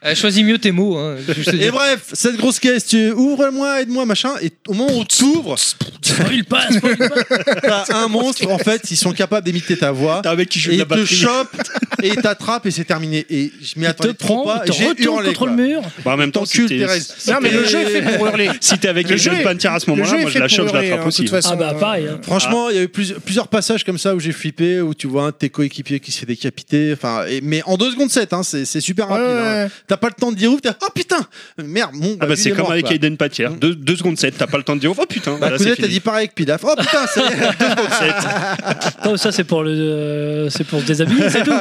S2: Euh, choisis mieux tes mots. hein, je te dis.
S1: Et bref, cette grosse caisse, tu ouvre-moi, aide-moi, machin, et au moment où tu ouvres,
S6: Spoil pas, spoil pas.
S1: t'as un monstre, en fait, ils sont capables d'imiter ta voix.
S3: T'as un mec qui joue
S1: Et
S3: de
S1: il
S3: la
S1: te
S3: batterie.
S1: chope, et il t'attrape, et c'est terminé. Et je m'y
S6: Il te
S1: attendais trop
S6: prend,
S1: pas,
S6: il te
S1: et j'ai
S6: retourne
S1: hurlé,
S6: contre
S1: quoi.
S6: le mur.
S3: Bah, en même temps,
S1: Ton cul,
S3: si t'es
S1: Thérèse.
S4: Non, mais le jeu est fait pour hurler.
S3: si t'es avec
S4: Le
S3: les
S4: jeu
S3: jeux de
S4: est-
S3: Panthère à ce
S4: Le
S3: moment-là,
S4: jeu est
S3: moi je
S4: fait
S3: la chope,
S4: pour
S3: je la
S4: hurler. hein,
S3: frappe
S4: De
S3: aussi.
S4: toute façon,
S6: Ah bah
S4: euh,
S6: pareil. hein.
S1: Franchement, il y a eu plusieurs, plusieurs passages comme ça où j'ai flippé, où tu vois un de tes coéquipiers qui se fait décapiter. Enfin, et- mais en 2 secondes 7, hein, c'est c'est super
S4: Ouais,
S1: rapide. hein.
S4: ouais.
S1: T'as pas le temps de dire ouf, t'as oh putain, merde, mon.
S3: Ah bah c'est comme avec
S1: Aiden.
S3: Aiden Patière. Deux, deux secondes 7, t'as pas le temps de dire oh putain.
S1: Mm. Bah,
S3: voilà,
S1: Kounet
S3: c'est
S1: a
S3: fini.
S1: dit pareil avec Pilaf. Oh putain, c'est.
S6: Non, Ah, ça c'est pour le, euh, c'est pour se déshabiller, c'est tout.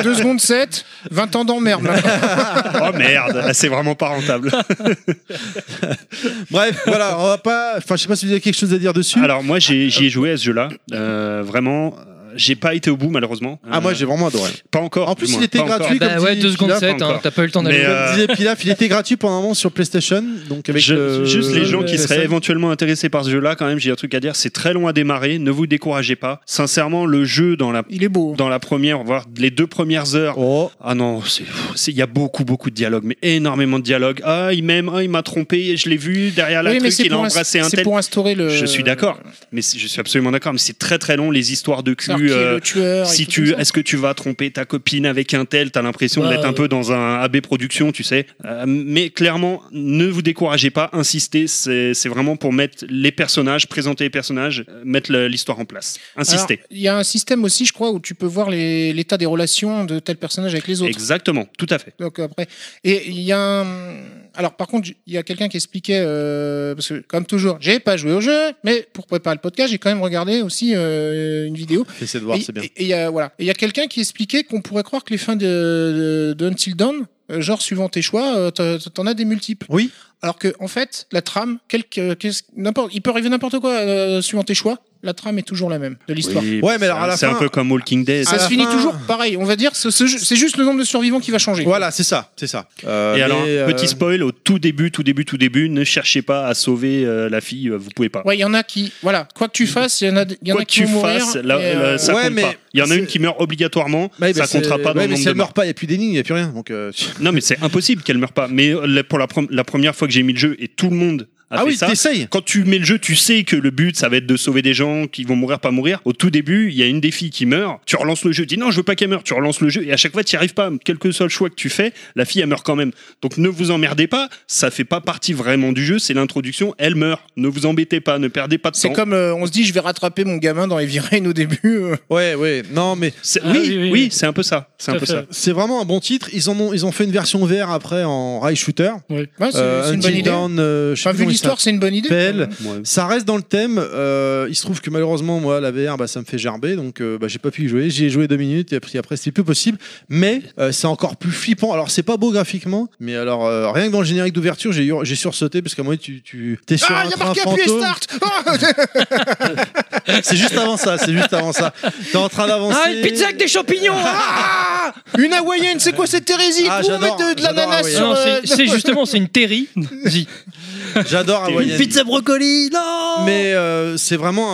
S4: Eh, 2 secondes 7, 20 ans d'emmerde. maintenant.
S1: bah,
S3: Oh merde, là, c'est vraiment pas rentable.
S1: Bref, voilà, on va pas. Enfin, je sais pas si vous avez quelque chose à dire dessus.
S3: Alors moi j'ai- j'y ai, joué à ce jeu-là. Euh, vraiment, euh, j'ai pas été au bout malheureusement.
S1: ah, moi
S3: Euh,
S1: j'ai vraiment adoré.
S3: pas encore.
S1: En plus,
S3: du
S1: il
S3: moins,
S1: était
S3: pas encore.
S1: gratuit.
S2: Bah
S1: comme
S2: ouais,
S1: dit
S2: 2 secondes
S1: Pilaf,
S2: 7,
S3: encore.
S2: t'as pas eu le temps d'aller.
S3: Mais,
S1: Comme
S2: au bout.
S3: euh,
S1: disait Pilaf, il était gratuit pendant un moment sur PlayStation. Donc avec
S3: Je-
S1: le-
S3: juste les gens qui
S1: PlayStation.
S3: seraient éventuellement intéressés par ce jeu-là, quand même, j'ai un truc à dire. C'est très long à démarrer. Ne vous découragez pas. Sincèrement, le jeu dans la
S4: Il est beau. hein.
S3: dans la première, voire les deux premières heures.
S1: Oh,
S3: Ah non, c'est c'est- il y a beaucoup beaucoup de dialogues, mais énormément de dialogues. Ah il m'aime, ah il m'a trompé, je l'ai vu derrière la
S4: Oui, mais
S3: truc,
S4: c'est
S3: il a
S4: pour, ins-
S3: embrassé un
S4: c'est
S3: tel.
S4: pour euh, instaurer le.
S3: Je suis d'accord, mais c'est- je suis absolument d'accord. Mais c'est très très long les histoires de
S4: Alors,
S3: cul.
S4: qui est
S3: euh,
S4: le tueur et
S3: si
S4: tout
S3: tu,
S4: ça.
S3: est-ce que tu vas tromper ta copine avec un tel T'as l'impression
S1: Bah,
S6: Ouais,
S3: d'être
S1: euh.
S3: un
S6: ouais.
S3: peu dans un AB production, tu sais. Euh, mais clairement, ne vous découragez pas, insistez. C'est c'est vraiment pour mettre les personnages, présenter les personnages, euh, mettre le- l'histoire en place. Insistez.
S4: Alors, Il y a un système aussi, je crois, où tu peux voir les- l'état des relations de tel personnage avec les autres.
S3: Exactement, tout à fait.
S4: Donc après, et il y a un... Alors par contre, il y a quelqu'un qui expliquait, euh, parce que comme toujours, j'ai pas joué au jeu, mais pour préparer le podcast, j'ai quand même regardé aussi euh, une vidéo.
S1: fais essayer de voir,
S4: Et-
S1: c'est bien.
S4: et- Et il y a, voilà. Et il y a quelqu'un qui expliquait qu'on pourrait croire que les fins de, de, de Until Dawn, euh, genre suivant tes choix, euh, t'en- t'en as des multiples.
S1: Oui.
S4: Alors que en fait, la trame, quelque, euh, qu'est-ce- n'importe, il peut arriver n'importe quoi euh, suivant tes choix, la trame est toujours la même de l'histoire.
S3: Oui,
S1: Ouais, mais alors, à la
S3: c'est un
S1: fin-
S3: peu comme Walking Dead.
S1: à
S4: Ça
S1: la
S4: se finit
S1: fin-
S4: toujours pareil. On va dire, ce- ce jeu- c'est juste le nombre de survivants qui va changer.
S1: Voilà, c'est ça, c'est ça. Euh,
S3: Et alors,
S1: mais, euh,
S3: petit spoil, au tout début, tout début, tout début, ne cherchez pas à sauver euh, la fille, euh, vous pouvez pas.
S4: Ouais, il y en a qui, voilà, quoi que tu fasses, il y en a, il y en
S3: Quoi
S4: a
S3: que
S4: qui
S3: tu
S4: vont mourir.
S3: fasses, la-
S4: et,
S3: la-
S4: euh,
S3: ça
S1: Ouais,
S3: compte
S1: mais
S3: pas. Il y en a
S1: c'est-
S3: une qui meurt obligatoirement,
S1: Ouais, mais
S3: ça
S1: c'est-
S3: comptera pas dans
S1: ouais,
S3: le
S1: mais
S3: nombre
S1: si
S3: de
S1: elle
S3: morts.
S1: meurt pas, il n'y a plus d'énigmes, il n'y a plus rien. Donc, euh,
S3: Non, mais c'est impossible qu'elle meure pas. Mais euh, la- pour la, prom- la première fois que j'ai mis le jeu et tout le monde a
S1: Ah
S3: fait
S1: oui,
S3: ça.
S1: t'essayes.
S3: Quand tu mets le jeu, tu sais que le but, ça va être de sauver des gens qui vont mourir, pas mourir. Au tout début, il y a une des filles qui meurt. Tu relances le jeu. Tu dis non, je veux pas qu'elle meure. Tu relances le jeu et à chaque fois, tu n'y arrives pas. Quel que soit le choix que tu fais, la fille, elle meurt quand même. Donc ne vous emmerdez pas. Ça fait pas partie vraiment du jeu. C'est l'introduction. Elle meurt. Ne vous embêtez pas. Ne perdez pas de
S4: C'est
S3: temps.
S4: comme euh, on se dit, je vais rattraper mon gamin dans Heavy Rain au début. euh.
S1: Ouais, ouais. Non, mais
S3: C'est-
S6: Ah,
S3: oui,
S6: oui,
S3: oui,
S6: oui, oui.
S3: c'est un peu ça.
S6: Tout
S3: C'est un
S6: à
S3: peu
S6: fait.
S3: ça.
S1: c'est vraiment un bon titre. Ils en ont, ils ont fait une version VR après en rail shooter.
S4: Ouais, c'est
S1: Euh,
S4: c'est une
S1: Until
S4: bonne idée.
S1: Dawn, euh, je sais
S4: Enfin,
S1: plus
S4: vu
S1: comment il
S4: l'histoire, c'est une bonne idée.
S1: s'appelle.
S3: Ouais.
S1: Ça reste dans le thème. euh, il se trouve que malheureusement, moi, la VR, bah, ça me fait gerber, donc euh, bah, j'ai pas pu y jouer. J'y ai joué deux minutes et après, après c'était plus possible. Mais euh, c'est encore plus flippant. Alors, c'est pas beau graphiquement, mais alors euh, rien que dans le générique d'ouverture, j'ai hur- j'ai sursauté parce qu'à moi, tu, tu t'es sur
S4: Ah,
S1: un
S4: il y a
S1: train
S4: marqué appuyer
S1: fantôme.
S4: start Ah
S1: C'est juste avant ça. C'est juste avant ça. T'es en train d'avancer.
S2: Ah, une pizza avec des champignons
S4: Ah Une hawaïenne, c'est quoi cette hérésie
S1: Ah,
S4: Pour
S1: j'adore,
S4: mettre de, de
S1: j'adore
S4: l'ananas
S1: Hawaïen.
S2: Ah non,
S4: sur. euh,
S2: c'est- C'est justement, c'est une terrie.
S1: J'adore Hawaïen.
S2: brocoli, non
S1: Mais euh, c'est vraiment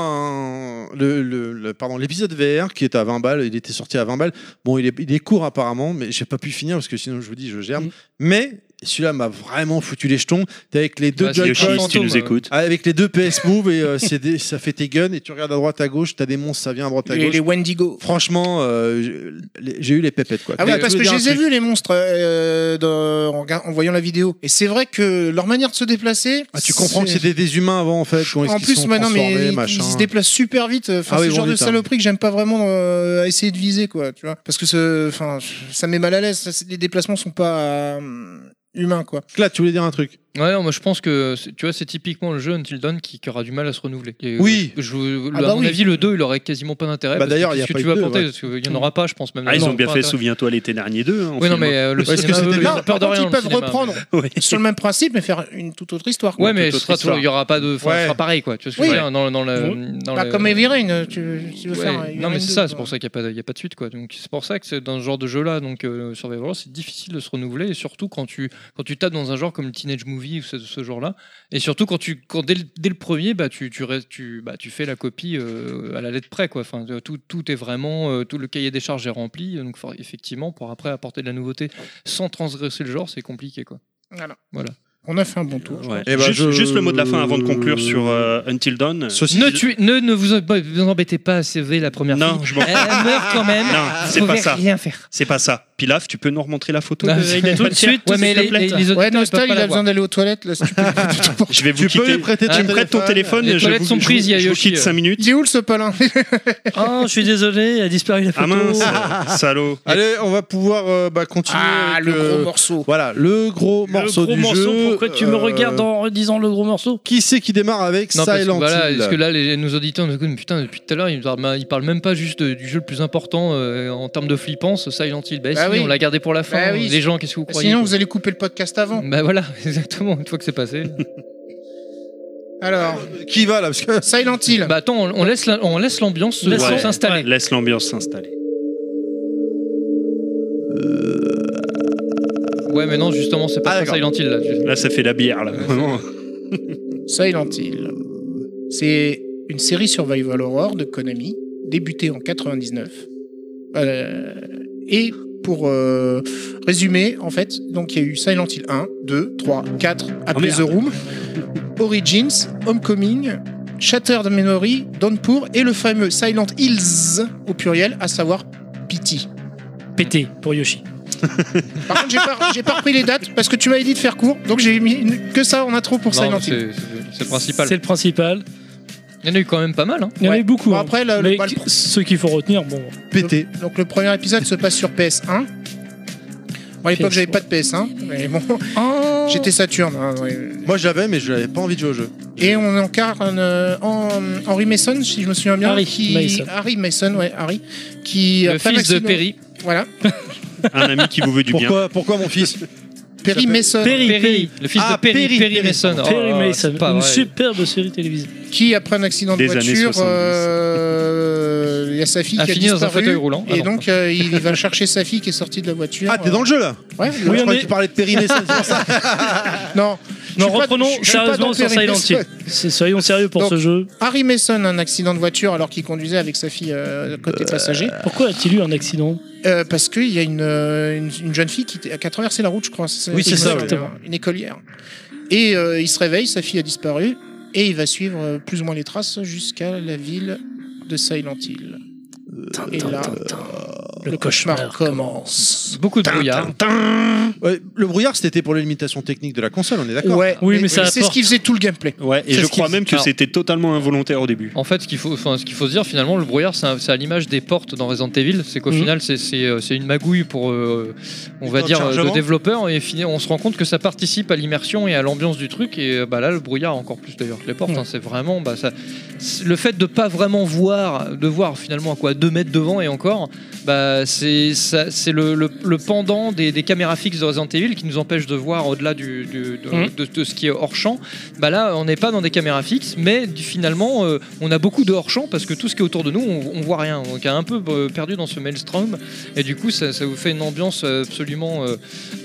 S1: un. Le, le- le- pardon, l'épisode VR qui est à 20 balles, il était sorti à 20 balles. Bon, il est, il est court apparemment, mais j'ai pas pu finir parce que sinon je vous dis, je germe.
S6: Mm.
S1: Mais celui-là m'a vraiment foutu les jetons. T'es avec les deux
S2: Bah, c'est le
S1: Joy-Con,
S2: chien.
S3: Yoshi, si tu
S2: fantôme,
S3: nous
S2: euh.
S3: écoutes.
S1: avec les deux PS Move et euh, c'est des- ça fait tes guns et tu regardes à droite à gauche, t'as des monstres, ça vient à droite à
S4: Les,
S1: gauche.
S4: les Wendigo.
S1: Franchement, euh, j'ai- les- j'ai eu les pépettes quoi.
S4: Ah
S1: Mais
S4: oui,
S1: je
S4: parce
S1: veux
S4: que je
S1: dire un
S4: les ai
S1: truc.
S4: vus, les monstres, euh, dans- en, regard- en voyant la vidéo. Et c'est vrai que leur manière de se déplacer.
S1: Ah, tu comprends que c'est des, des humains avant en fait. comment est-ce
S4: En
S1: qu'ils
S4: plus,
S1: sont
S4: maintenant, mais
S1: transformés,
S4: ils,
S1: machin.
S4: ils se déplacent super vite. euh, Enfin,
S1: Ah
S4: c'est
S1: oui,
S4: le genre
S1: bon,
S4: de
S1: putain.
S2: hein.
S4: saloperie que j'aime pas vraiment euh, essayer de viser, quoi. Tu vois, parce que ce- enfin, ça me met mal à l'aise. Ça, c'est- Les déplacements sont pas euh, humains, quoi.
S1: Là, tu voulais dire un truc.
S2: Ouais, non, moi je pense que c'est- tu vois, c'est typiquement le jeu Until Dawn qui, qui aura du mal à se renouveler. Et,
S1: Oui.
S2: euh, je-
S4: Ah
S2: à
S4: bah
S2: mon
S4: oui.
S2: avis, le 2, il aurait quasiment pas d'intérêt.
S1: Bah
S2: parce que
S1: d'ailleurs, il y
S2: qu'est-ce
S1: a
S2: que
S1: pas
S2: tu
S1: eu
S2: vas
S1: de deux,
S2: planter
S1: ouais.
S2: Parce qu'il n'y en aura pas, je pense même.
S3: Ah, ils
S2: Non,
S3: ont bien
S2: pas
S3: fait,
S2: intérêt.
S3: souviens-toi, l'été dernier 2. hein, en
S2: Oui, non,
S3: film,
S2: mais
S3: hein.
S2: euh, le
S1: Parce que
S2: cinéma,
S1: c'était
S2: eux, ils
S1: bien.
S2: ont
S4: Par
S2: peur de
S4: contre,
S2: rien.
S4: ils
S2: le
S4: peuvent
S2: cinéma,
S4: reprendre
S3: Oui.
S4: sur le même principe, mais faire une toute autre histoire.
S2: mais-
S4: Quoi.
S2: Ouais, mais
S3: Toute
S2: ce sera
S3: autre
S2: toujours- il y aura pas de. enfin,
S1: Ouais.
S2: ce sera pareil, quoi. Tu vois ce que je veux
S4: Oui.
S2: dire dans, le- dans le. dans
S4: Pas
S2: le-
S4: Bah, comme Heavy Rain, tu, tu veux
S2: Ouais.
S4: faire. Heavy
S2: non
S4: Rain
S2: mais c'est
S4: 2,
S2: ça,
S4: quoi.
S2: c'est pour ça qu'il n'y a, pas de- il y a pas de suite quoi. Donc c'est pour ça que c'est dans ce genre de jeu là, donc euh, Survivor, c'est difficile de se renouveler et surtout quand tu quand tu tapes dans un genre comme le Teenage Movie Movie ou ce, ce genre-là. Et surtout, quand tu, quand dès, le, dès le premier, bah, tu, tu, restes- tu, bah, tu fais la copie euh, à la lettre près. Quoi. Enfin, euh, tout, tout est vraiment, euh, tout le cahier des charges est rempli. Donc, for- effectivement, pour après apporter de la nouveauté sans transgresser le genre, c'est compliqué. Quoi.
S4: Voilà.
S2: Voilà.
S4: On a fait un bon tour.
S3: Ouais.
S1: Eh ben,
S3: juste,
S1: je-
S3: juste le mot de la fin avant de conclure sur euh, Until Dawn.
S1: Ceci
S2: Ne,
S1: dit-
S2: tuez- ne, ne vous, bah, vous embêtez pas à sauver la première
S3: Non,
S2: fille.
S3: je m'en-
S2: Elle meurt quand même.
S3: Non, c'est
S2: Vous
S3: pas
S2: pouvez
S3: ça.
S2: rien faire.
S3: C'est pas ça. Pilaf, tu peux nous remontrer la photo
S2: Non,
S3: de
S2: c'est-
S3: Hayden
S6: Tout de
S3: Panettiere,
S6: suite,
S2: Ouais,
S6: s'il
S2: mais
S6: te
S2: les,
S6: plaît.
S2: les, les auditeurs,
S4: Ouais,
S2: ils peuvent
S4: Nostal,
S2: pas
S4: il
S2: la
S4: a
S2: voir.
S4: besoin d'aller aux toilettes. Là, si tu peux-
S3: Je vais vous
S1: Tu peux
S3: quitter.
S1: lui prêter
S2: Ah,
S3: Tu
S1: ton
S3: me prêtes ton téléphone.
S2: Les
S3: je
S2: toilettes
S3: vous-
S2: sont
S3: je vous-
S2: prises, il y a
S3: Je vous
S2: Yoshi.
S3: quitte 5 minutes.
S4: Il est où le sopalin Ah,
S6: Oh, je suis désolé, a disparu la
S3: Ah
S6: photo.
S3: mince, salaud.
S1: Allez, on va pouvoir euh, bah, continuer.
S4: Ah,
S1: avec,
S4: le
S1: euh,
S4: gros morceau.
S1: Voilà, le gros morceau
S6: le gros
S1: du
S6: morceau,
S1: jeu.
S6: pourquoi tu me
S1: Euh,
S6: regardes en redisant le gros morceau
S1: Qui c'est qui démarre avec
S2: Non, parce que,
S1: Silent
S2: voilà,
S1: Hill
S2: parce que là, les, nos auditeurs nous écoutent, mais putain, depuis tout à l'heure, ils, parlent- bah, ils parlent même pas juste de- du jeu le plus important euh, en termes de flippance, Silent Hill. Bah,
S4: Bah
S2: si,
S4: oui.
S2: on l'a gardé pour la fin.
S4: Bah oui.
S2: Les gens, qu'est-ce que vous croyez
S4: Sinon,
S2: quoi
S4: vous allez couper le podcast avant.
S2: Bah voilà, exactement, une fois que c'est passé.
S4: Alors,
S1: Qui va là Parce que
S4: Silent Hill.
S2: bah attends, on, on laisse la- on laisse l'ambiance se-
S6: Laissons-
S2: s'installer.
S3: Laisse l'ambiance s'installer.
S2: Ouais. mais non, justement, c'est pas
S1: Ah,
S2: ça, Silent Hill là.
S3: Là, ça fait la bière, là. Vraiment.
S4: Silent Hill. C'est une série survival horror de Konami, débutée en 99. Euh, et pour euh, résumer, en fait, donc il y a eu Silent Hill 1, 2, 3, 4,
S2: Oh,
S4: Appelez
S3: merde.
S4: the Room, Origins, Homecoming, Shattered Memory, Downpour et le fameux Silent Hills au pluriel, à savoir Pity.
S6: Pété pour Yoshi.
S4: Par contre, j'ai pas, j'ai pas repris les dates parce que tu m'avais dit de faire court, donc j'ai mis une- que ça en intro pour
S2: Non,
S4: Silent
S2: mais
S4: Hill.
S2: c'est c'est- c'est le principal.
S6: C'est le principal.
S2: Il y en a eu quand même pas mal. Hein.
S6: Il y en a
S4: Ouais.
S6: eu beaucoup.
S4: Bon,
S6: hein.
S4: après, là, le-
S6: Mais
S4: bah, le-
S6: qui- ceux qu'il faut retenir, bon.
S1: pété.
S4: Donc le premier épisode se passe sur PS1. Bon, à l'époque,
S6: PS1.
S4: j'avais pas de PS1, mais bon, j'étais Saturne. hein, ouais.
S1: Moi j'avais, mais je n'avais pas envie de jouer au jeu.
S4: Et on incarne euh, en, Henry Mason, si je me souviens bien.
S6: Harry
S4: qui-
S6: Mason.
S4: Harry Mason, ouais, Harry. Qui
S2: Le
S4: a pas
S2: fils de
S4: vacciné-
S2: Perry.
S4: Voilà,
S3: Un ami qui vous veut du bien.
S1: Pourquoi, pourquoi mon fils
S4: Perry
S1: s'appelle-
S4: Mason,
S6: Perry, Perry.
S2: Le fils
S1: Ah,
S2: de Perry,
S1: Perry,
S2: Perry,
S1: Perry.
S2: Mason. Oh,
S6: Perry
S2: c'est
S6: Mason,
S2: pas
S6: une
S2: vrai.
S6: superbe série télévisée.
S4: qui après un accident de
S3: Des années
S4: voiture,
S3: 70.
S4: euh, il y a sa fille
S2: A
S4: qui a
S2: fini dans un
S4: disparu,
S2: fauteuil roulant. Ah
S4: et
S2: non.
S4: donc euh, il va chercher sa fille qui est sortie de la voiture.
S1: Ah, t'es dans le jeu là Moi,
S4: Ouais,
S6: Oui,
S1: je
S6: on
S1: croyais
S6: est-
S1: que tu parlais de périnée, c'est pour ça.
S4: non. je
S6: Non,
S4: suis pas-
S6: reprenons
S4: je suis pas
S6: sérieusement
S4: dans
S6: sur
S4: Perry
S6: Silent Hill.
S4: Mason.
S6: C'est- Soyons sérieux pour
S4: Donc-
S6: ce jeu.
S4: Harry Mason a un accident de voiture alors qu'il conduisait avec sa fille euh, côté passager.
S6: Pourquoi a-t-il eu un accident
S4: Euh, parce qu'il y a une, euh, une, une jeune fille qui, t- qui a traversé la route, je crois.
S1: Oui, c'est ça,
S6: exactement.
S4: Une écolière. Et euh, il se réveille, sa fille a disparu, et il va suivre euh, plus ou moins les traces jusqu'à la ville de Silent Hill. Et là,
S6: Le,
S4: le cauchemar commence.
S2: Beaucoup de brouillard.
S1: Ouais, le brouillard, c'était pour les limitations techniques de la console, on est d'accord
S4: Ouais,
S6: Oui,
S4: mais,
S6: mais ça
S4: c'est ce
S6: apporte.
S4: qui faisait tout le gameplay.
S3: Ouais, et
S2: C'est
S3: je
S2: ce
S3: crois
S2: qu'ils-
S3: même que
S2: Alors-
S3: c'était totalement involontaire au début.
S2: En fait, ce qu'il faut, enfin, ce qu'il faut se dire finalement, le brouillard, c'est à- c'est à l'image des portes dans Resident Evil. C'est qu'au
S6: Mhm.
S2: final, c'est- c'est euh, c'est une magouille pour, euh, on va
S1: temps de
S2: dire, euh, de
S1: chargement.
S2: développeurs. Et fini- on se rend compte que ça participe à l'immersion et à l'ambiance du truc. Et euh, bah, là, le brouillard, encore plus d'ailleurs que les portes,
S6: Ouais.
S2: hein, c'est vraiment. Bah, ça, c'est- le fait de pas vraiment voir, de voir finalement à quoi 2 mètres devant et encore, bah, c'est ça- c'est le, le- le pendant des, des caméras fixes de Resident Evil qui nous empêche de voir au-delà du- du- de-
S6: Mhm.
S2: de- de ce qui est hors champ bah là on n'est pas dans des caméras fixes mais du- finalement euh, on a beaucoup de hors champ parce que tout ce qui est autour de nous on, on voit rien donc on est un peu euh, perdu dans ce maelstrom et du coup ça, ça vous fait une ambiance euh, absolument euh,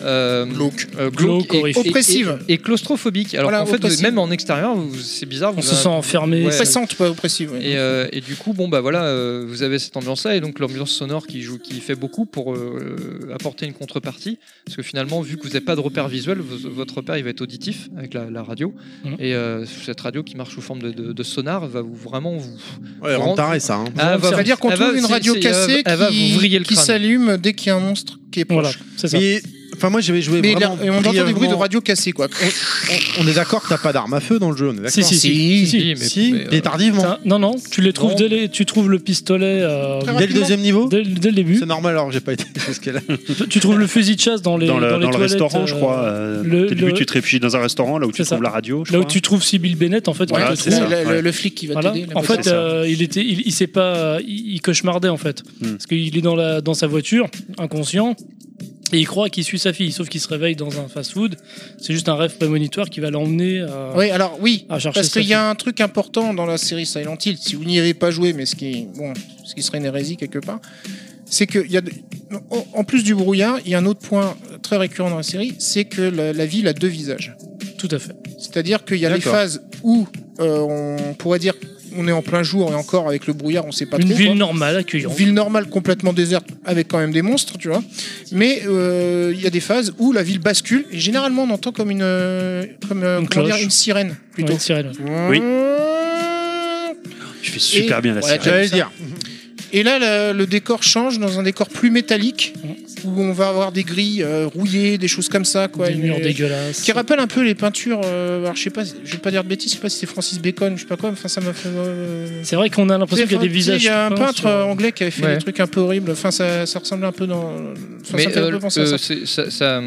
S2: euh,
S4: Glauque.
S2: euh,
S6: Glauque, horrifique.
S4: Oppressive.
S2: et, et claustrophobique alors
S4: Voilà,
S2: qu'en fait vous-
S4: oppressive.
S2: même en extérieur vous- c'est bizarre
S6: On
S2: vous
S6: se
S2: avez-
S6: sent enfermé.
S2: Ouais.
S4: Oppressante, pas oppressive. ouais.
S2: et, euh, et du coup, bon bah voilà, euh, vous avez cette ambiance-là et donc l'ambiance sonore qui joue, qui fait beaucoup pour euh, apporter une contrepartie, parce que finalement, vu que vous n'avez pas de repère visuel, vos- votre repère il va être auditif avec la, la radio
S6: Mhm.
S2: et euh, cette radio qui marche sous forme de, de- de sonar va vous vraiment vous.
S1: Ouais, rend taré, ça. hein.
S2: Ah,
S4: Ça veut dire qu'on
S2: elle va-
S4: trouve une
S2: c'est-
S4: radio
S2: c'est- euh,
S4: cassée
S2: elle va- elle va vous vriller
S4: qui,
S2: le
S4: qui
S2: crâne.
S4: s'allume dès qu'il y a un monstre qui est
S6: Voilà,
S4: proche.
S6: c'est ça.
S1: Mais, enfin, moi j'avais joué
S4: Mais il y a-
S1: vraiment.
S4: et on entend des bruits de
S1: brièvement.
S4: radio cassée, quoi.
S1: On est d'accord que t'as pas d'arme à feu dans le jeu, on est d'accord
S6: Si, si, si. si,
S2: Si,
S6: si.
S2: mais-
S1: Si,
S2: mais, euh,
S1: mais tardivement.
S6: Ça- Non, non, tu les trouves
S2: Non.
S6: dès les- tu trouves le pistolet euh,
S4: Très
S1: Dès le
S4: rapidement.
S1: deuxième niveau
S6: dès, dès le début.
S1: C'est normal alors que j'ai pas été jusqu'à là.
S6: Tu- Tu trouves le fusil de chasse dans les
S3: Dans le,
S6: dans les
S3: dans le
S6: toilettes,
S3: restaurant,
S6: euh,
S3: je crois. euh,
S6: le-
S3: au début,
S6: le-
S3: tu te réfugies dans un restaurant, là où tu
S6: C'est ça.
S3: trouves la radio. je
S6: Là où
S3: crois.
S6: tu trouves Sibyl Bennett, en fait,
S4: Ouais,
S6: on
S3: Voilà,
S6: te
S3: c'est
S6: trouve-
S3: ça.
S4: Le, le-
S3: Ouais.
S4: le flic qui va
S6: Voilà.
S4: t'aider. la
S6: En
S4: voiture.
S6: fait, euh, il était, il, il s'est pas, il, il cauchemardait en fait,
S3: Hmm.
S6: parce qu'il est dans la, dans sa voiture, inconscient, et il croit qu'il suit sa fille, sauf qu'il se réveille dans un fast-food. C'est juste un rêve prémonitoire qui va l'emmener à,
S4: Oui, alors oui,
S6: à chercher
S4: parce
S6: sa
S4: qu'il y
S6: fille.
S4: a un truc important dans la série Silent Hill, si vous n'y avez pas joué, mais ce qui, bon, ce qui serait une hérésie quelque part, c'est que il y a, de- en- en plus du brouillard, il y a un autre point très récurrent dans la série, c'est que la, la ville a deux visages.
S6: Tout à fait.
S4: C'est-à-dire qu'il y a les
S1: D'accord.
S4: phases où euh, on pourrait dire on est en plein jour et encore avec le brouillard, on sait pas
S6: Une
S4: trop.
S6: ville
S4: quoi.
S6: normale accueillante.
S4: Ville normale complètement déserte avec quand même des monstres, tu vois. Mais euh, il y a des phases où la ville bascule et généralement on entend comme une euh, comme euh,
S6: Une
S4: comment dire,
S6: cloche.
S4: une sirène plutôt.
S6: Ouais, sirène.
S3: Oui.
S4: Et-
S3: Je fais super bien la
S4: Ouais,
S3: série.
S4: j'allais le dire. Et là, la- le décor change dans un décor plus métallique où on va avoir des grilles euh, rouillées, des choses comme ça, quoi.
S6: des
S4: Une-
S6: murs dégueulasses.
S4: qui rappelle un peu les peintures. euh, alors je sais pas, je vais pas dire de bêtises, je sais pas si c'est Francis Bacon, je sais pas quoi. mais Enfin, ça m'a fait. euh,
S6: C'est vrai qu'on a l'impression qu'il y a des
S4: tu sais,
S6: visages.
S4: Il y a un
S6: peints
S4: peintre
S6: sur-
S4: euh, anglais qui avait fait
S2: Ouais.
S4: des trucs un peu horribles. Enfin, ça, ça ressemble un peu dans. Enfin, ça
S2: Mais
S4: me fait un
S2: euh,
S4: peu penser à
S2: euh,
S4: ça.
S2: c'est- ça- ça, hum,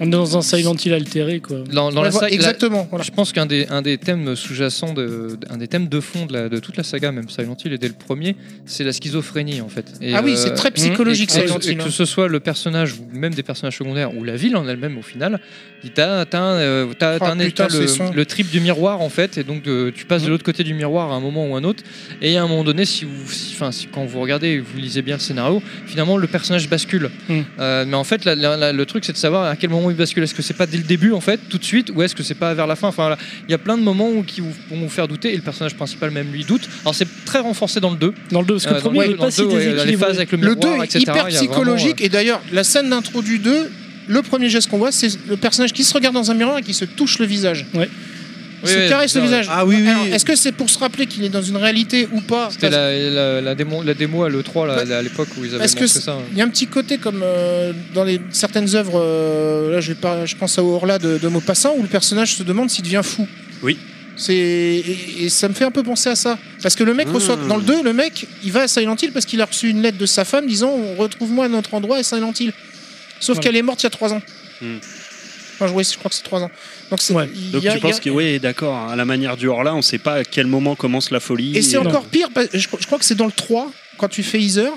S6: On est dans un Silent Hill altéré, quoi.
S2: dans, dans
S4: Ouais,
S2: la
S4: voilà,
S2: saga- la-
S4: exactement. Voilà.
S2: Je pense qu'un des, un des thèmes sous-jacents, de, un des thèmes de fond de, la- de toute la saga, même Silent Hill et dès le premier, c'est la schizophrénie en fait. Et,
S4: Ah oui,
S2: euh,
S4: c'est très psychologique
S2: et que-
S4: Silent
S2: et
S4: Hill.
S2: que,
S4: hein.
S2: ce soit le personnage ou même des personnages secondaires ou la ville en elle-même au final, il t'a t'as un, euh, t'as-
S4: Oh,
S2: t'as un
S4: putain,
S2: état,
S4: ces sons.
S2: le, le trip du miroir en fait, et donc de- tu passes de l'autre côté du miroir à un moment ou un autre, et à un moment donné, si vous, si- enfin, si- quand vous regardez, vous lisez bien le scénario, finalement le personnage bascule.
S6: Mm.
S2: Euh, mais en fait, la- la- la- le truc c'est de savoir à quel moment il bascule. Est-ce que c'est pas dès le début en fait, tout de suite, ou est-ce que c'est pas vers la fin Enfin, voilà. il y a plein de moments où, qui vous- vont vous faire douter, et le personnage principal même lui doute. Alors c'est très renforcé dans le 2
S6: Dans le 2, parce que
S2: euh,
S6: le
S2: dans
S6: premier
S2: le-
S6: n'est
S2: dans
S6: pas
S2: le
S6: si
S2: deux, ouais, les phases
S6: déséquilibré.
S2: avec le
S4: Le 2
S2: miroir,
S4: est
S2: etc.,
S4: hyper
S2: il y a vraiment, euh,
S4: psychologique. Et d'ailleurs, la scène d'intro du 2, le premier geste qu'on voit, c'est le personnage qui se regarde dans un miroir et qui se touche le visage.
S6: Ouais.
S4: Il se
S2: Oui, oui,
S4: caresse
S2: c'est
S4: le
S2: ça,
S4: visage.
S1: Ah oui, oui.
S4: Alors, est-ce que c'est pour se rappeler qu'il est dans une réalité ou pas
S2: C'était la, la, la démo, la démo à l'E3 là,
S4: Bah,
S2: là, à l'époque où ils avaient
S4: parce que
S2: montré
S4: c'est-
S2: ça. hein.
S4: Il y a un petit côté comme euh, dans les, certaines œuvres, euh, là je, vais pas, je pense à Orla de, de Maupassant, où le personnage se demande s'il devient fou.
S3: Oui.
S4: C'est, et, et ça me fait un peu penser à ça. Parce que le mec
S3: Mmh.
S4: reçoit, dans le 2, le mec, il va à Silent Hill parce qu'il a reçu une lettre de sa femme disant Retrouve-moi à notre endroit à Silent Hill. Sauf
S6: Ouais.
S4: qu'elle est morte il y a 3 ans.
S3: Mmh.
S4: Enfin, je, ouais, je crois que c'est 3 ans. Donc, c'est,
S6: Ouais.
S4: il y
S3: Donc
S4: a-
S3: tu
S4: il y a-
S3: penses que oui, d'accord, hein, à la manière du hors-là, on sait pas à quel moment commence la folie. euh,
S4: Et c'est
S6: Non.
S4: encore pire, parce- je, crois- je crois que c'est dans le 3, quand tu fais Ether,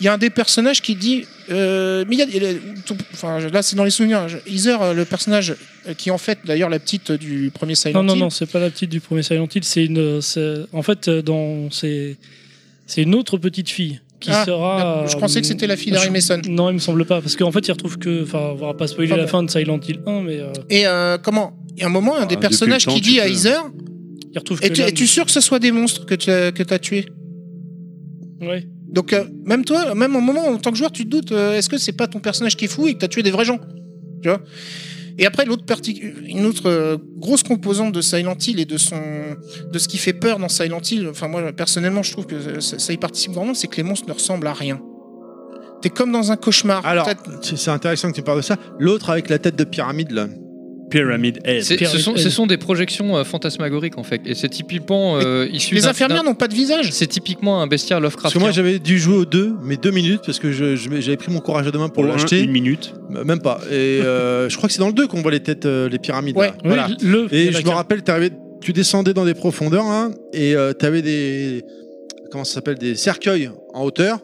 S4: il y a un des personnages qui dit. euh, mais il y a, il y a- tout- enfin, là, c'est dans les souvenirs. Je- Ether, euh, le personnage euh, qui, en fait, d'ailleurs, la petite euh, du premier Silent
S6: Non, non,
S4: Hill.
S6: non, c'est pas la petite du premier Silent Hill. C'est une. euh, c'est- En fait, euh, dans c'est c'est une autre petite fille qui
S4: Ah,
S6: sera.
S4: Je
S6: euh,
S4: pensais que c'était la fille d'Harry
S6: je-
S4: Mason.
S6: Non, il me semble pas, parce qu'en fait, il retrouve que. Enfin, on va pas spoiler
S4: Ah
S6: la
S4: bon.
S6: fin de Silent Hill 1, mais euh,
S4: Et euh, comment Il y a un moment, un des
S3: Ah, depuis
S4: personnages
S3: le temps,
S4: qui
S3: tu
S4: dit à
S3: peux.
S4: Ether
S6: il retrouve que.
S4: Es-tu
S6: l'âme.
S4: es-tu sûr que ce soit des monstres que tu as, que as tués
S6: Ouais.
S4: Donc, euh, même toi, même au moment, en tant que joueur, tu te doutes, euh, est-ce que c'est pas ton personnage qui est fou et que t'as tué des vrais gens Tu vois Et après, l'autre partie, une autre euh, grosse composante de Silent Hill et de son, de ce qui fait peur dans Silent Hill, enfin, moi, personnellement, je trouve que ça, ça y participe grandement, c'est que les monstres ne ressemblent à rien. T'es comme dans un cauchemar.
S1: Alors,
S4: T'as-
S1: c'est c'est intéressant que tu parles de ça. L'autre avec la tête de pyramide, là.
S3: Pyramid Head.
S2: C'est- Ce
S6: Pyramid
S2: sont,
S6: Head.
S2: ce sont des projections euh, fantasmagoriques en fait, et c'est typiquement euh, issu.
S4: les
S2: d'un-
S4: infirmières
S2: d'un-
S4: n'ont pas de visage.
S2: C'est typiquement un bestiaire
S1: Parce
S2: Lovecraft.
S1: que moi, j'avais dû jouer aux deux, mais deux minutes, parce que je- je- j'avais pris mon courage à deux mains pour
S3: un, une
S1: l'acheter.
S3: minute.
S1: Même pas. Et euh, je crois que c'est dans le 2 qu'on voit les têtes, euh, les pyramides.
S4: Ouais.
S1: là.
S6: Oui,
S1: Voilà.
S6: le.
S4: Eh
S6: il y en
S4: ben,
S1: Et
S6: a
S1: je me
S6: qu'un.
S1: rappelle, t'arrivais- tu descendais dans des profondeurs là, et euh, t'avais des comment ça s'appelle des cercueils en hauteur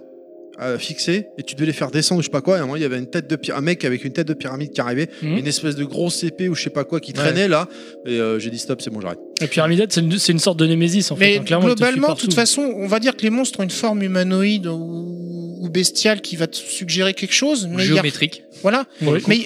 S1: euh, fixés et tu devais les faire descendre ou je sais pas quoi. Et à un moment, il y avait une tête de pyra- un mec avec une tête de pyramide qui arrivait,
S6: Mhm.
S1: une espèce de grosse épée ou je sais pas quoi qui
S2: Ouais.
S1: traînait là. Et euh, j'ai dit stop, c'est bon, j'arrête.
S6: La pyramide, Head, c'est une, c'est une sorte de némésis, en fait.
S4: Mais
S6: hein. Clairement, elle te suit
S4: globalement, de
S6: partout.
S4: toute façon, on va dire que les monstres ont une forme humanoïde ou, ou bestiale qui va te suggérer quelque chose. Mais il y a-
S2: géométrique.
S4: voilà.
S6: Ouais.
S4: Mais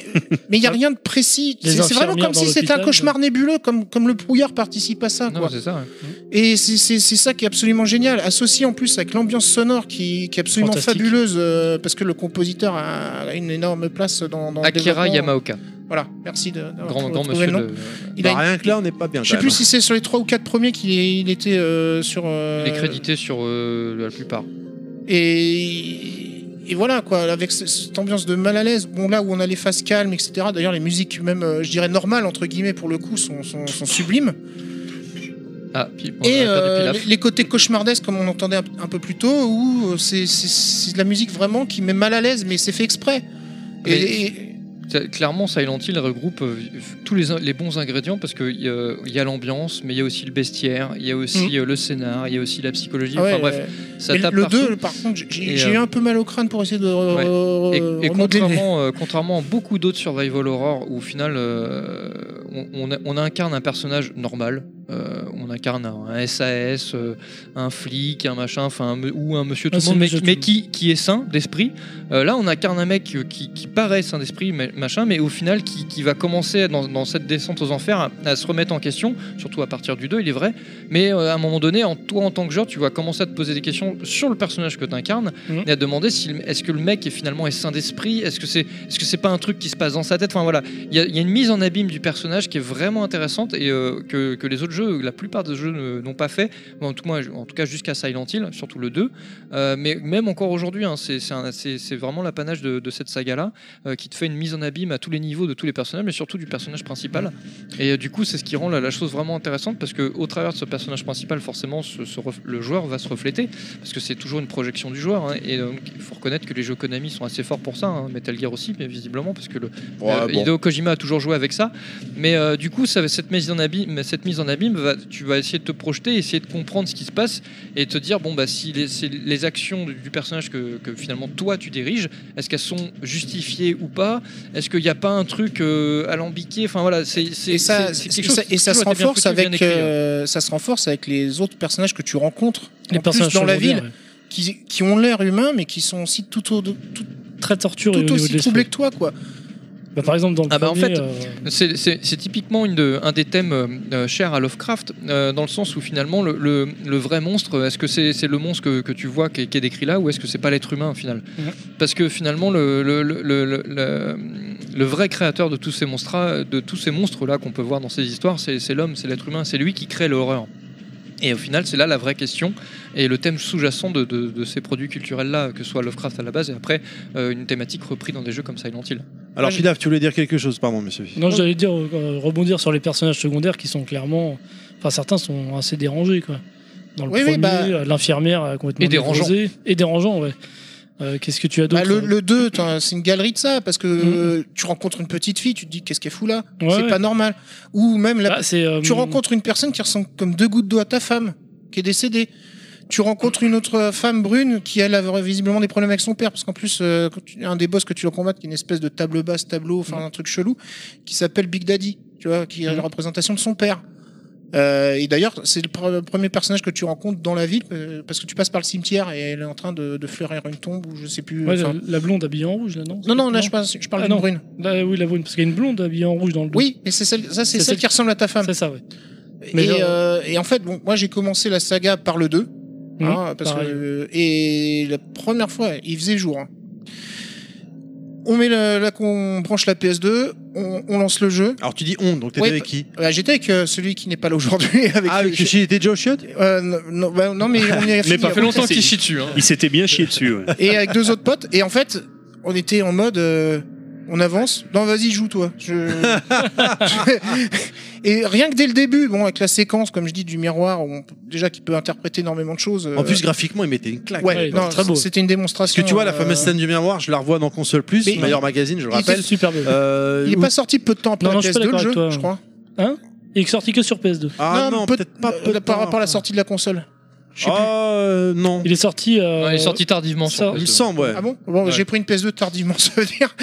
S4: mais il y a rien de précis.
S6: Les
S4: C'est c'est vraiment
S6: infirmières
S4: comme
S6: dans
S4: si c'était un
S6: l'hôpital.
S4: cauchemar nébuleux, comme comme le brouillard participe à ça.
S2: euh. Non,
S4: quoi.
S2: mais c'est ça. ouais.
S4: Et c'est- c'est c'est ça qui est absolument génial, associé en plus avec l'ambiance sonore qui, qui est absolument
S6: Fantastique.
S4: fabuleuse, euh, parce que le compositeur a une énorme place dans. dans le
S2: Akira
S4: développement.
S2: Yamaoka,
S4: Voilà, merci de. d'avoir
S2: grand,
S4: trou-
S2: grand
S4: trouvé
S2: monsieur
S4: le nom.
S2: de euh,
S4: Il a
S1: Bah,
S4: une-
S1: Rien que là, on n'est pas bien.
S4: Je sais
S1: quand
S4: plus
S1: même.
S4: si c'est sur les trois ou quatre premiers qu'il est- il était euh, sur. euh,
S2: il est crédité sur euh, la plupart.
S4: Et, et voilà, quoi, avec ce- cette ambiance de mal à l'aise, bon, là où on a les faces calmes, etc. D'ailleurs, les musiques, même, euh, je dirais normales, entre guillemets, pour le coup, sont, sont, sont sublimes.
S2: Ah, puis, on
S4: et
S2: a perdu
S4: euh,
S2: Pilaf.
S4: les, les côtés cauchemardesques, comme on entendait un, un peu plus tôt, où euh, c'est- c'est c'est de la musique vraiment qui met mal à l'aise, mais c'est fait exprès. Et,
S2: Mais-
S4: et-
S2: C'est- Clairement, Silent Hill regroupe euh, tous les, in- les bons ingrédients parce qu'il y a, il y a l'ambiance, mais il y a aussi le bestiaire, il y a aussi euh, le scénar, il y a aussi la psychologie.
S4: Mm. ah ouais,
S2: enfin bref,
S4: euh,
S2: ça
S4: mais
S2: tape
S4: le
S2: partout.
S4: 2, par contre, j'ai- j'ai
S2: Et,
S4: j'ai eu
S2: euh,
S4: un peu mal au crâne pour essayer de re-
S2: Ouais.
S4: re-
S2: Et, et
S4: remodeler.
S2: contrairement, euh, contrairement à beaucoup d'autres survival horror où au final euh, on, on- on incarne un personnage normal, euh, on incarne un, un SAS, euh, un flic, un machin, enfin un me- ou un monsieur
S6: Ah,
S2: tout le
S6: c'est
S2: monde, mais,
S6: monsieur tout
S2: mais
S6: le monde.
S2: qui, qui est sain d'esprit. Euh, là, on incarne un mec euh, qui, qui paraît sain d'esprit, mais- machin, mais au final qui, qui va commencer dans, dans cette descente aux enfers à, à se remettre en question, surtout à partir du 2, il est vrai. Mais euh, à un moment donné, en, toi en tant que joueur, tu vas commencer à te poser des questions sur le personnage que tu incarnes
S6: Mhm.
S2: et à te demander si, le- est-ce que le mec est finalement est sain d'esprit, est-ce que c'est est-ce que c'est pas un truc qui se passe dans sa tête Enfin voilà, il y, a- il y a une mise en abîme du personnage qui est vraiment intéressante et euh, que, que les autres jeux, la plupart des jeux ne- n'ont pas fait, en tout, moins- en tout cas jusqu'à Silent Hill, surtout le 2. Euh, mais même encore aujourd'hui, hein, c'est- c'est un- c'est c'est vraiment l'apanage de, de cette saga-là euh, qui te fait une mise en abîme à tous les niveaux de tous les personnages, mais surtout du personnage principal. Et euh, du coup, c'est ce qui rend la, la chose vraiment intéressante parce que au travers de ce personnage principal, forcément, ce- ce ref- le joueur va se refléter parce que c'est toujours une projection du joueur. hein. et donc, il faut reconnaître que les jeux Konami sont assez forts pour ça, hein. Metal Gear aussi, mais visiblement, parce que le,
S1: Ouais,
S2: euh,
S1: bon.
S2: Hideo Kojima a toujours joué avec ça. Mais euh, du coup, ça, cette mise en abîme, cette mise en abîme va- tu vas essayer de te projeter, essayer de comprendre ce qui se passe et te dire bon, bah, si les, c'est les actions du, du personnage que, que finalement toi tu diriges, est-ce qu'elles sont justifiées ou pas Est-ce qu'il n'y a pas un truc euh, alambiqué Enfin voilà, c'est c'est-
S4: et
S2: c'est-
S4: ça,
S2: c'est
S4: et
S2: quelque chose
S4: ça-
S2: qui
S4: et ça se
S2: toujours été bien
S4: renforce
S2: foutu, bien
S4: avec
S2: écrit, hein.
S4: euh, ça se renforce avec les autres personnages que tu rencontres
S6: Les
S4: en plus,
S6: personnages
S4: dans la ville
S6: secondaires,
S4: qui, qui ont l'air humains mais qui sont aussi tout, au- tout,
S6: ouais. Très torturés
S4: tout
S6: au niveau de
S4: aussi
S6: l'esprit.
S4: troublés que toi quoi.
S6: Bah, par exemple, dans le
S2: Ah bah, en
S6: premier,
S2: fait,
S6: euh,
S2: C'est c'est- c'est typiquement une de- un des thèmes euh, euh, chers à Lovecraft, euh, dans le sens où finalement le, le- le vrai monstre, est-ce que c'est c'est le monstre que, que tu vois qui est, qui est décrit là, ou est-ce que c'est pas l'être humain au final
S6: Mhm.
S2: Parce que finalement le, le, le, le- le- le- le vrai créateur de tous ces monstres, de tous ces monstres là qu'on peut voir dans ces histoires, c'est c'est l'homme, c'est l'être humain, c'est lui qui crée l'horreur. Et au final, c'est là la vraie question et le thème sous-jacent de, de- de ces produits culturels-là, que ce soit Lovecraft à la base et après euh, une thématique reprise dans des jeux comme Silent Hill.
S1: Alors, Pilaf, tu voulais dire quelque chose, pardon, monsieur.
S6: Non, j'allais dire euh, rebondir sur les personnages secondaires qui sont clairement, enfin certains sont assez dérangés quoi. Dans le
S4: Oui, oui,
S6: premier,
S4: bah-
S6: euh, l'infirmière euh, complètement
S2: Et dérangeant.
S6: névrosée. et dérangeant ouais. Euh, Qu'est-ce que tu as
S4: Bah,
S6: d'autre
S4: le,
S6: euh,
S4: le 2, t'as- c'est une galerie de ça parce que
S2: Mhm.
S4: euh, tu rencontres une petite fille, tu te dis qu'est-ce qu'elle fout là
S6: Ouais,
S4: C'est
S6: ouais.
S4: pas normal. Ou même la,
S6: Bah, c'est, euh,
S4: Tu rencontres une personne qui ressemble comme deux gouttes d'eau à ta femme, qui est décédée. Tu rencontres une autre euh, femme brune qui, elle, a visiblement des problèmes avec son père, parce qu'en plus, euh, quand tu- un des boss que tu dois combattre, qui est une espèce de table basse, tableau, enfin un truc chelou, qui s'appelle Big Daddy, tu vois, qui est la représentation de son père. Euh, et d'ailleurs, c'est le pre- premier personnage que tu rencontres dans la ville, euh, parce que tu passes par le cimetière et elle est en train de, de fleurir une tombe ou je sais plus.
S6: ouais, la,
S4: enfin-
S6: la blonde habillée en rouge là non
S4: Non, non, là je, pense- je parle
S6: Ah,
S4: d'une
S6: non.
S4: brune.
S6: Là, oui la blonde parce qu'il y a une blonde habillée en rouge dans le.
S4: Oui, mais c'est celle, ça
S6: C'est
S4: c'est celle
S6: celle-
S4: qui ressemble à ta femme.
S6: C'est ça ouais. Mais
S4: et,
S6: genre-
S4: euh, et en fait, bon, moi j'ai commencé la saga par le 2.
S6: Mhm,
S4: hein, parce que,
S6: pareil.
S4: euh, et la première fois, il faisait jour. hein. On met la- là qu'on branche la PS2, on, on lance le jeu.
S1: Alors, tu dis on, donc t'étais
S4: Ouais,
S1: avec qui
S4: Euh, J'étais avec euh, celui qui n'est pas là aujourd'hui. Avec
S1: Ah, avec Kishi, t'étais déjà au chiotte
S4: Euh, non, non, bah, non, mais on y a fini.
S3: pas
S2: Ça fait longtemps
S3: c'est-
S2: qu'il chie dessus. hein.
S3: Il s'était bien chié dessus. ouais.
S4: Et avec deux autres potes. Et en fait, on était en mode, euh, on avance. Non, vas-y, joue toi. Je... et rien que dès le début, bon, avec la séquence, comme je dis, du miroir, on- déjà qui peut interpréter énormément de choses.
S1: En
S4: euh,
S1: plus, graphiquement, il mettait une claque.
S4: Ouais,
S6: Ouais,
S4: non,
S6: c'est très beau.
S4: C'était une
S1: Parce
S4: démonstration.
S1: que tu vois, la
S4: euh,
S1: fameuse scène du miroir, je la revois dans Console Plus,
S4: Mais-
S1: meilleur magazine, je le rappelle.
S6: super beau.
S1: Euh,
S4: Il est
S1: où-
S4: pas sorti peu de temps après
S6: Non,
S4: la
S6: non, je suis pas
S4: PS2, le
S6: d'accord
S4: jeu,
S6: avec toi.
S4: je crois.
S6: Il est sorti que sur PS2.
S1: Ah non,
S4: peu-
S1: peut-être pas.
S4: euh,
S1: peu de
S4: par
S1: temps
S4: rapport à la
S1: après.
S4: sortie de la console. Je sais
S1: Ah,
S4: plus.
S1: euh, non.
S6: Il est sorti. euh,
S2: Non, il est sorti tardivement.
S6: ça,
S2: Sur
S1: Il me
S2: PS2.
S1: semble, ouais.
S4: Ah bon Bon,
S2: Ouais.
S4: j'ai pris une PS2 tardivement, ça veut dire.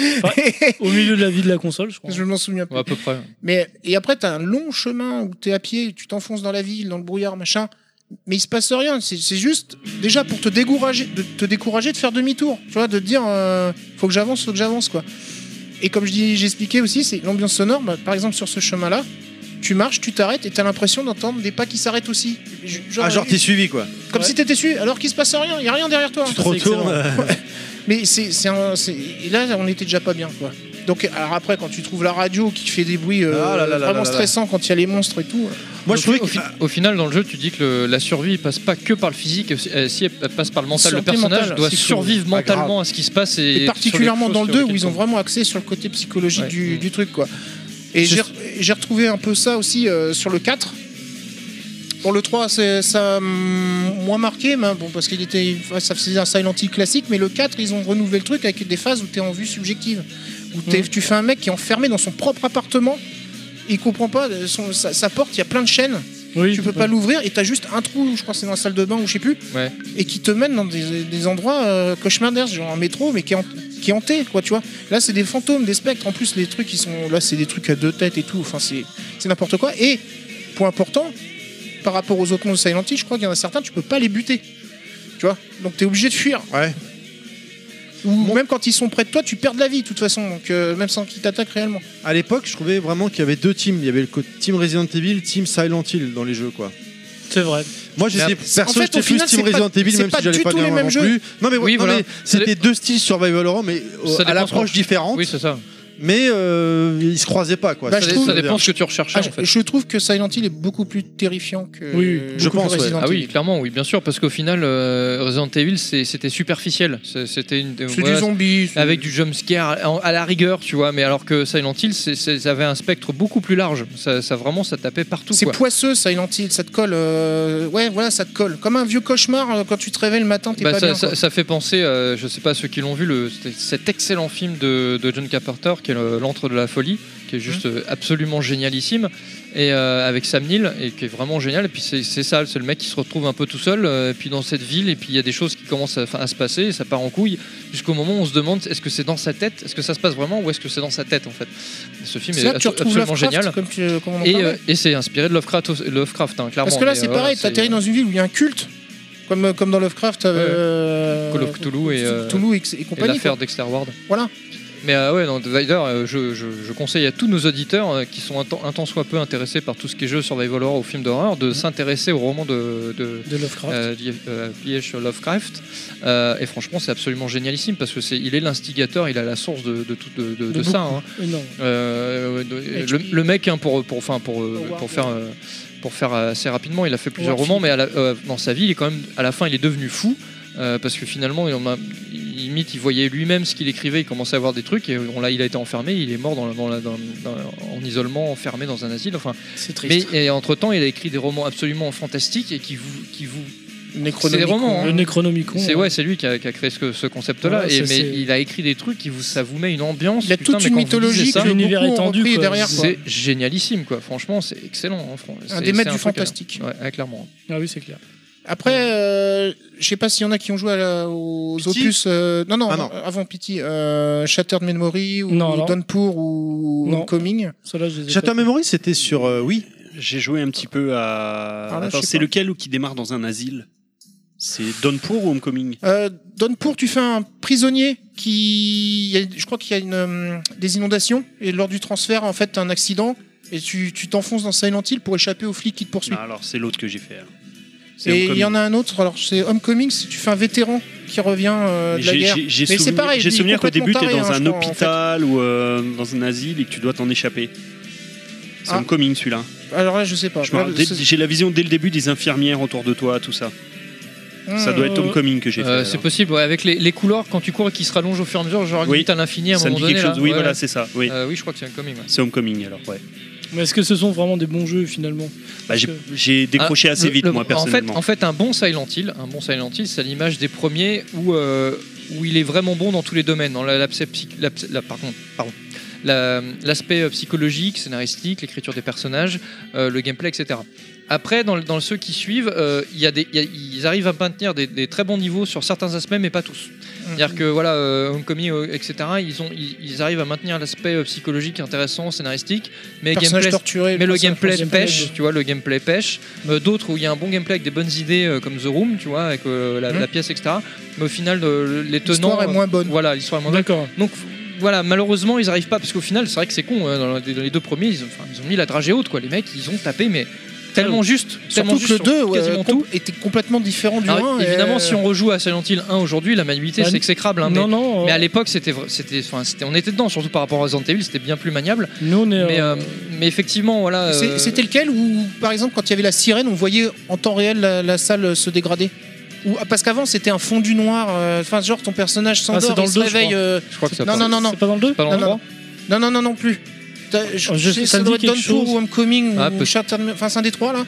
S6: au milieu de la vie de la console je crois.
S4: je m'en souviens plus.
S2: Ouais, à peu près.
S4: Mais et après, t'as un long chemin où t'es à pied, tu t'enfonces dans la ville, dans le brouillard, machin. Mais il se passe rien. C'est c'est juste déjà pour te décourager, de te décourager de faire demi-tour. Tu vois, de te dire, euh, faut que j'avance, faut que j'avance, quoi. Et comme je dis, j'expliquais aussi, c'est l'ambiance sonore. bah, par exemple, sur ce chemin-là, tu marches, tu t'arrêtes et t'as l'impression d'entendre des pas qui s'arrêtent aussi. Je-
S1: Ah, genre, t'es suivi, quoi.
S4: comme
S6: Ouais.
S4: si t'étais su, alors qu'il se passe rien. Y a rien derrière toi.
S1: Tu te
S6: ça, c'est
S1: retournes.
S6: excellent.
S1: euh,
S4: Mais c'est, c'est un- c'est- et là, on était déjà pas bien, quoi. Donc, alors après, quand tu trouves la radio qui fait des bruits euh,
S1: Ah là là là là
S4: vraiment
S1: là.
S4: stressants quand il y a les monstres et tout.
S1: Moi, je trouvais
S2: au,
S1: que.
S2: fi- au final, dans le jeu, tu dis que le- la survie elle passe pas que par le physique, elle- elle- si elle passe par le mental.
S4: Survie
S2: le personnage
S4: mentale,
S2: doit
S4: c'est
S2: survivre
S1: grave.
S2: mentalement à ce qui se passe. Et,
S4: Et, particulièrement
S2: sur les
S4: dans le
S2: choses
S4: 2
S2: sur
S4: où ils ont
S2: lesquelles
S4: vraiment axé sur le côté psychologique
S2: Ouais.
S4: du,
S2: Mm.
S4: du truc, quoi. Et
S1: Je-
S4: j'ai, re- j'ai retrouvé un peu ça aussi euh, sur le 4. Pour le 3, c'est, ça hum, moins marqué, mais bon, parce qu'il était, enfin, ça faisait un Silent Hill classique, mais le 4, ils ont renouvelé le truc avec des phases où t'es en vue subjective. Où t'es-
S2: Mhm.
S4: tu fais un mec qui est enfermé dans son propre appartement, il comprend pas, euh, son- sa- sa porte, il y a plein de chaînes.
S6: Oui,
S4: tu peux pas l'ouvrir et t'as juste un trou, je crois que c'est dans la salle de bain ou je sais plus,
S2: Ouais.
S4: et qui te mène dans des, des endroits euh, cauchemardesques, genre un métro, mais qui est, han- qui est hanté, quoi, tu vois. Là, c'est des fantômes, des spectres. En plus, les trucs, ils sont là, c'est des trucs à deux têtes et tout. Enfin, c'est c'est n'importe quoi. Et point important, par rapport aux autres mondes de Silent Hill, je crois qu'il y en a certains, tu peux pas les buter. Tu vois Donc t'es obligé de fuir.
S1: Ouais.
S4: Ou même quand ils sont près de toi, tu perds de la vie de toute façon, donc euh, même sans qu'ils t'attaquent réellement.
S1: À l'époque, je trouvais vraiment qu'il y avait deux teams. Il y avait le co- team Resident Evil, team Silent Hill dans les jeux, quoi.
S6: C'est vrai.
S1: Moi, j'étais
S2: Mais
S1: perso,
S4: en fait,
S1: j'étais
S4: au
S1: plus
S4: final,
S1: team
S4: c'est pas-
S1: Resident Evil,
S4: c'est
S1: même
S4: pas
S1: si j'allais
S4: du
S1: pas
S4: tout
S1: bien
S4: les
S1: loin
S4: mêmes
S1: non
S4: jeux.
S1: plus. Non, mais,
S2: Oui,
S1: non,
S2: voilà.
S1: mais c'était
S2: Ça
S1: deux styles survival horror, mais euh,
S2: Ça
S1: à
S2: dépend
S1: l'approche
S2: ce
S1: différente.
S2: Oui, c'est ça.
S1: mais euh, ils se croisaient pas, quoi.
S4: Bah,
S1: Ça,
S4: je
S2: Ça,
S1: c'est-
S4: trouve-
S2: ça
S1: veut
S2: dépend
S1: dire.
S2: ce que tu recherches
S4: Ah,
S2: en fait.
S4: Je trouve que Silent Hill est beaucoup plus terrifiant que
S6: Oui,
S4: beaucoup
S1: je pense,
S4: que Resident
S2: Ah oui,
S4: Evil.
S2: clairement, oui, bien sûr, parce qu'au final, euh, Resident Evil, c'est- c'était superficiel. C'est- C'était une.
S4: C'est
S2: voilà,
S4: du zombie. c'est-
S2: avec du jumpscare à, à la rigueur, tu vois, mais alors que Silent Hill, c'est- c'est- ça avait un spectre beaucoup plus large. Ça, ça vraiment, ça tapait partout.
S4: C'est
S2: quoi.
S4: poisseux Silent Hill, ça te colle. euh, Ouais, voilà, ça te colle. Comme un vieux cauchemar euh, quand tu te réveilles le matin, t'es
S2: Bah,
S4: pas
S2: ça,
S4: bien.
S2: ça-
S4: quoi.
S2: ça fait penser, euh, je sais pas ceux qui l'ont vu, le, c'était cet excellent film de, de John Carpenter qui est le- L'Antre de la Folie,
S4: Hum.
S2: qui est juste euh, absolument génialissime, et euh, avec Sam Neill, et qui est vraiment génial. Et puis c'est c'est ça, c'est le mec qui se retrouve un peu tout seul, euh, et puis dans cette ville, et puis il y a des choses qui commencent à, enfin, à se passer, et ça part en couille, jusqu'au moment où on se demande est-ce que c'est dans sa tête, est-ce que ça se passe vraiment, ou est-ce que c'est dans sa tête en fait. Ce film
S4: C'est
S2: est,
S4: là que tu
S2: abso-
S4: retrouves
S2: absolument
S4: Lovecraft,
S2: génial.
S4: comme tu, comme on en
S2: Et,
S4: parlait.
S2: euh, et c'est inspiré de Lovecraft, au- Lovecraft hein, clairement.
S4: Parce que là,
S2: mais,
S4: c'est
S2: euh,
S4: pareil,
S2: c'est-
S4: t'atterris dans une ville où il y a un culte, comme, comme dans Lovecraft, euh,
S2: Call of Cthulhu et, euh,
S4: Cthulhu et, et
S2: et
S4: compagnie.
S2: l'affaire Dexter Ward.
S4: Voilà.
S2: Mais euh, ouais, non, The Vider, euh, je, je- je conseille à tous nos auditeurs euh, qui sont un, temps- un tant soit peu intéressés par tout ce qui est jeu survival horror ou film d'horreur de s'intéresser au roman de, de
S6: De Lovecraft.
S2: euh, Lie- euh, L.H. Lovecraft. Euh, et franchement, c'est absolument génialissime parce que c'est, il est l'instigateur, il est à la source de, de tout de, de- de ça. hein.
S6: Euh, Non.
S2: Euh, de-
S6: H.P.
S2: le, le mec, hein, pour, pour, enfin, pour, euh,
S6: Howard,
S2: pour faire. euh, pour faire assez rapidement, il a fait plusieurs
S6: Howard
S2: romans, mais à la- euh, dans sa vie, il est quand même, à la fin, il est devenu fou euh, parce que finalement, il en a- limite, il voyait lui-même ce qu'il écrivait, il commençait à voir des trucs et on l'a, il a été enfermé, il est mort dans, la- dans la- dans- dans- en isolement, enfermé dans un asile. Enfin,
S6: C'est
S2: mais
S6: triste.
S2: et entre-temps, il a écrit des romans absolument fantastiques et qui vous, qui vous
S4: Necronomicon.
S2: c'est des romans,
S6: Le Necronomicon.
S2: c'est
S6: hein.
S2: ouais, c'est lui qui a, qui a créé ce, ce concept-là.
S6: Ouais,
S2: et,
S6: c'est-
S2: mais
S6: c'est-
S2: il a écrit des trucs qui vous, ça vous met une ambiance.
S4: Il y a
S2: putain,
S4: toute
S2: mais
S4: une
S2: quand vous lisez
S4: mythologie
S2: ça,
S4: que
S6: l'univers
S4: beaucoup
S6: est
S4: ont
S6: tendu,
S4: repris
S6: quoi.
S4: derrière. quoi.
S2: c'est génialissime, quoi. Franchement, c'est excellent. hein, fran-
S4: Un
S2: c'est-
S4: des maîtres
S2: c'est truc
S4: du
S2: à-
S4: fantastique.
S2: Ouais, ouais, clairement.
S6: Ah oui, c'est clair.
S4: Après, euh, je sais pas s'il y en a qui ont joué à la- aux
S1: Pity
S4: opus. euh, non, non,
S1: Ah, non.
S4: euh, avant Pity. Euh, Shattered Memory ou
S6: Non, non.
S4: Downpour ou
S6: Non.
S4: Homecoming.
S6: Ceux-là, je les ai
S1: Shattered
S6: pas-
S1: Memory, c'était sur euh, oui.
S3: J'ai joué un petit peu à.
S4: Ah là, je
S3: Attends,
S4: sais
S3: c'est
S4: pas.
S3: lequel qui démarre dans un asile C'est Downpour ou Homecoming
S4: Euh, Downpour, tu fais un prisonnier qui. il y a- je crois qu'il y a une, euh, des inondations et lors du transfert, en fait, t'as un accident. Et tu tu t'enfonces dans Silent Hill pour échapper aux flics qui te poursuivent.
S3: Non, Ah, alors c'est l'autre que j'ai fait. alors. C'est
S4: Et il
S3: Homecoming.
S4: y en a un autre, alors c'est Homecoming, si tu fais un vétéran qui revient euh,
S3: Mais
S4: de la
S3: j'ai-
S4: guerre.
S3: j'ai- J'ai
S4: Mais c'est
S3: souvenir,
S4: pareil,
S3: j'ai
S4: lui,
S3: souvenir qu'au
S4: complètement
S3: début, t'es
S4: taré,
S3: dans
S4: hein,
S3: un
S4: je crois, en fait.
S3: hôpital ou euh, dans un asile et que tu dois t'en échapper. C'est
S4: Ah.
S3: Homecoming celui-là.
S4: Alors là, je sais pas.
S3: Je me
S4: Là,
S3: rappelle-
S4: c'est-
S3: J'ai la vision dès le début des infirmières autour de toi, tout ça. Ça
S4: Hmm.
S3: doit être Homecoming que j'ai fait.
S2: Euh,
S3: alors.
S2: c'est possible, ouais, avec les, les couleurs, quand tu cours et qui se rallongent au fur et à mesure, genre
S3: Oui.
S2: limite à l'infini à un
S3: Ça me
S2: moment
S3: dit
S2: donné.
S3: quelque
S2: là.
S3: chose. Oui,
S2: Ouais.
S3: voilà, c'est ça. Oui.
S2: Euh, oui, je crois que c'est un coming. ouais.
S3: C'est Homecoming alors, ouais.
S6: Mais est-ce que ce sont vraiment des bons jeux finalement
S3: Bah, j'ai-
S6: Parce
S3: j'ai décroché
S2: Ah,
S3: assez
S2: le-
S3: vite,
S2: le-
S3: moi, personnellement.
S2: En fait, en fait, un bon Silent Hill, un bon Silent Hill, c'est à l'image des premiers où, euh, où il est vraiment bon dans tous les domaines, dans la- l'abcès psy- l'abcès- la- pardon, pardon. La- l'aspect euh, psychologique, scénaristique, l'écriture des personnages, euh, le gameplay, etc. Après, dans, le- dans ceux qui suivent, euh, il y a des- il y a- ils arrivent à maintenir des, des très bons niveaux sur certains aspects, mais pas tous. C'est-à-dire que voilà, euh, Homecoming, euh, etc. Ils, ont, ils, ils arrivent à maintenir l'aspect euh, psychologique intéressant, scénaristique, mais
S4: personnage
S2: gameplay
S4: torturé.
S2: mais le
S4: personnage
S2: gameplay
S4: torturé.
S2: pêche, tu vois, le gameplay pêche. Euh, D'autres où il y a un bon gameplay avec des bonnes idées euh, comme The Room, tu vois, avec euh, la,
S4: Mhm.
S2: la pièce, etc. Mais au final, euh, les tenants,
S4: L'histoire est
S2: euh,
S4: moins bonne.
S2: voilà, l'histoire est moins bonne.
S6: D'accord.
S2: Donc f- voilà, malheureusement, ils arrivent pas parce qu'au final, c'est vrai que c'est con. hein, dans les dans les deux premiers, ils ont, enfin, ils ont mis la dragée haute, quoi. Les mecs, ils ont tapé, mais tellement juste, tellement
S4: Surtout que
S2: juste
S4: le
S2: sur
S4: 2 ouais,
S2: quasiment
S4: com-
S2: tout.
S4: était complètement différent du euh,
S2: Alors,
S4: 1.
S2: évidemment, si on rejoue à Silent Hill 1 aujourd'hui, la maniabilité
S6: Bah,
S2: c'est exécrable. hein, mais-
S6: non, non.
S2: mais à
S6: euh,
S2: l'époque, c'était, vra- c'était, enfin, c'était, on était dedans, surtout par rapport à Resident Evil, c'était bien plus maniable.
S6: nous on est.
S2: Mais,
S6: euh,
S2: euh, mais effectivement, voilà. euh,
S4: C'était lequel où, par exemple, quand il y avait la sirène, on voyait en temps réel la, la salle se dégrader Ou- ah, Parce qu'avant, c'était un fondu noir. euh, Enfin, genre, ton personnage
S6: Ah,
S4: s'endort,
S6: c'est dans
S4: il
S6: le
S4: se
S6: deux, je
S4: réveille.
S6: crois.
S4: euh,
S2: je crois que ça
S4: non, non, non, non.
S6: C'est pas dans le 2
S2: Pas dans le
S4: Non, non.
S2: droit
S4: Non, non, non, non plus. T'as- Je,
S6: Oh, je-
S4: sais,
S6: ça
S4: ça
S6: me
S4: doit
S6: dit
S4: être
S6: quelque
S4: Downpour
S6: chose.
S4: ou Homecoming
S2: Ah,
S4: ou
S2: peut-
S4: Shattered- Enfin, c'est un des trois, là.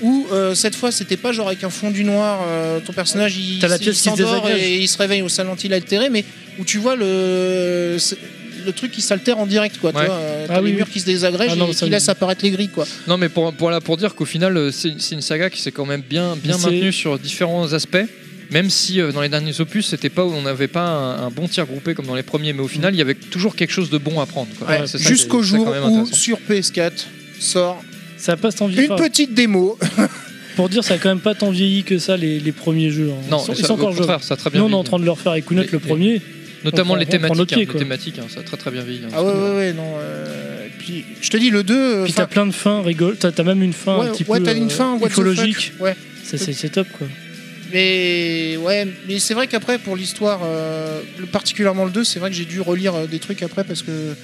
S4: Où euh, cette fois, c'était pas genre avec un fondu noir, euh, ton personnage il,
S6: T'as la
S4: il
S6: pièce qui se
S4: s'endort
S6: désagrège.
S4: et il se réveille au Silent Hill altéré, mais où tu vois le, c'est- le truc qui s'altère en direct, quoi. tu
S2: Ouais.
S4: vois, euh,
S6: Ah
S4: t'as les
S6: oui,
S4: murs
S6: oui.
S4: qui se désagrègent
S6: Ah non,
S4: et
S6: ça
S4: qui
S6: me-
S4: laissent apparaître les grilles, quoi.
S2: Non, mais pour, pour, là, pour dire qu'au final, euh, c'est c'est une saga qui s'est quand même bien, bien
S6: Mais c'est-
S2: maintenue sur différents aspects. Même si euh, dans les derniers opus, c'était pas, on n'avait pas un, un bon tir groupé comme dans les premiers, mais au final, il y avait toujours quelque chose de bon à prendre. quoi.
S4: Ouais,
S2: Ouais, c'est ça qui est-
S4: Jusqu'au
S2: c'est ça
S4: jour
S2: quand même
S4: où
S2: intéressant.
S4: sur PS4 sort
S6: Ça passe en
S4: une
S6: vif.
S4: petite démo
S6: pour dire, ça a quand même pas tant vieilli que ça les, les premiers jeux. hein.
S2: Non,
S6: ils sont,
S2: ça-
S6: ils sont
S2: au
S6: encore jeunes.
S2: contraire, ça a très bien
S6: Nous, on est en
S2: vieilli.
S6: train de leur faire avec Kounote
S2: Les-
S6: le
S2: les-
S6: premier.
S2: Notamment
S6: on prend-
S2: les
S6: on prend
S2: thématiques,
S6: notre
S2: hein,
S6: pied,
S2: les
S6: quoi.
S2: thématiques, hein, ça a très très bien vieilli. hein.
S4: Ah ouais, ouais, ouais, non. euh, Puis, je te dis, le 2. euh,
S6: Puis
S4: fin-
S6: t'as plein de fins, rigole. T'as t'as même une fin
S4: ouais,
S6: un petit
S4: ouais,
S6: peu
S4: t'as une
S6: euh,
S4: fin, what the fuck.
S6: écologique.
S4: Ouais.
S6: C'est- C'est c'est top quoi.
S4: Mais ouais, mais c'est vrai qu'après pour l'histoire, euh, le- particulièrement le 2, c'est vrai que j'ai dû relire euh, des trucs après parce que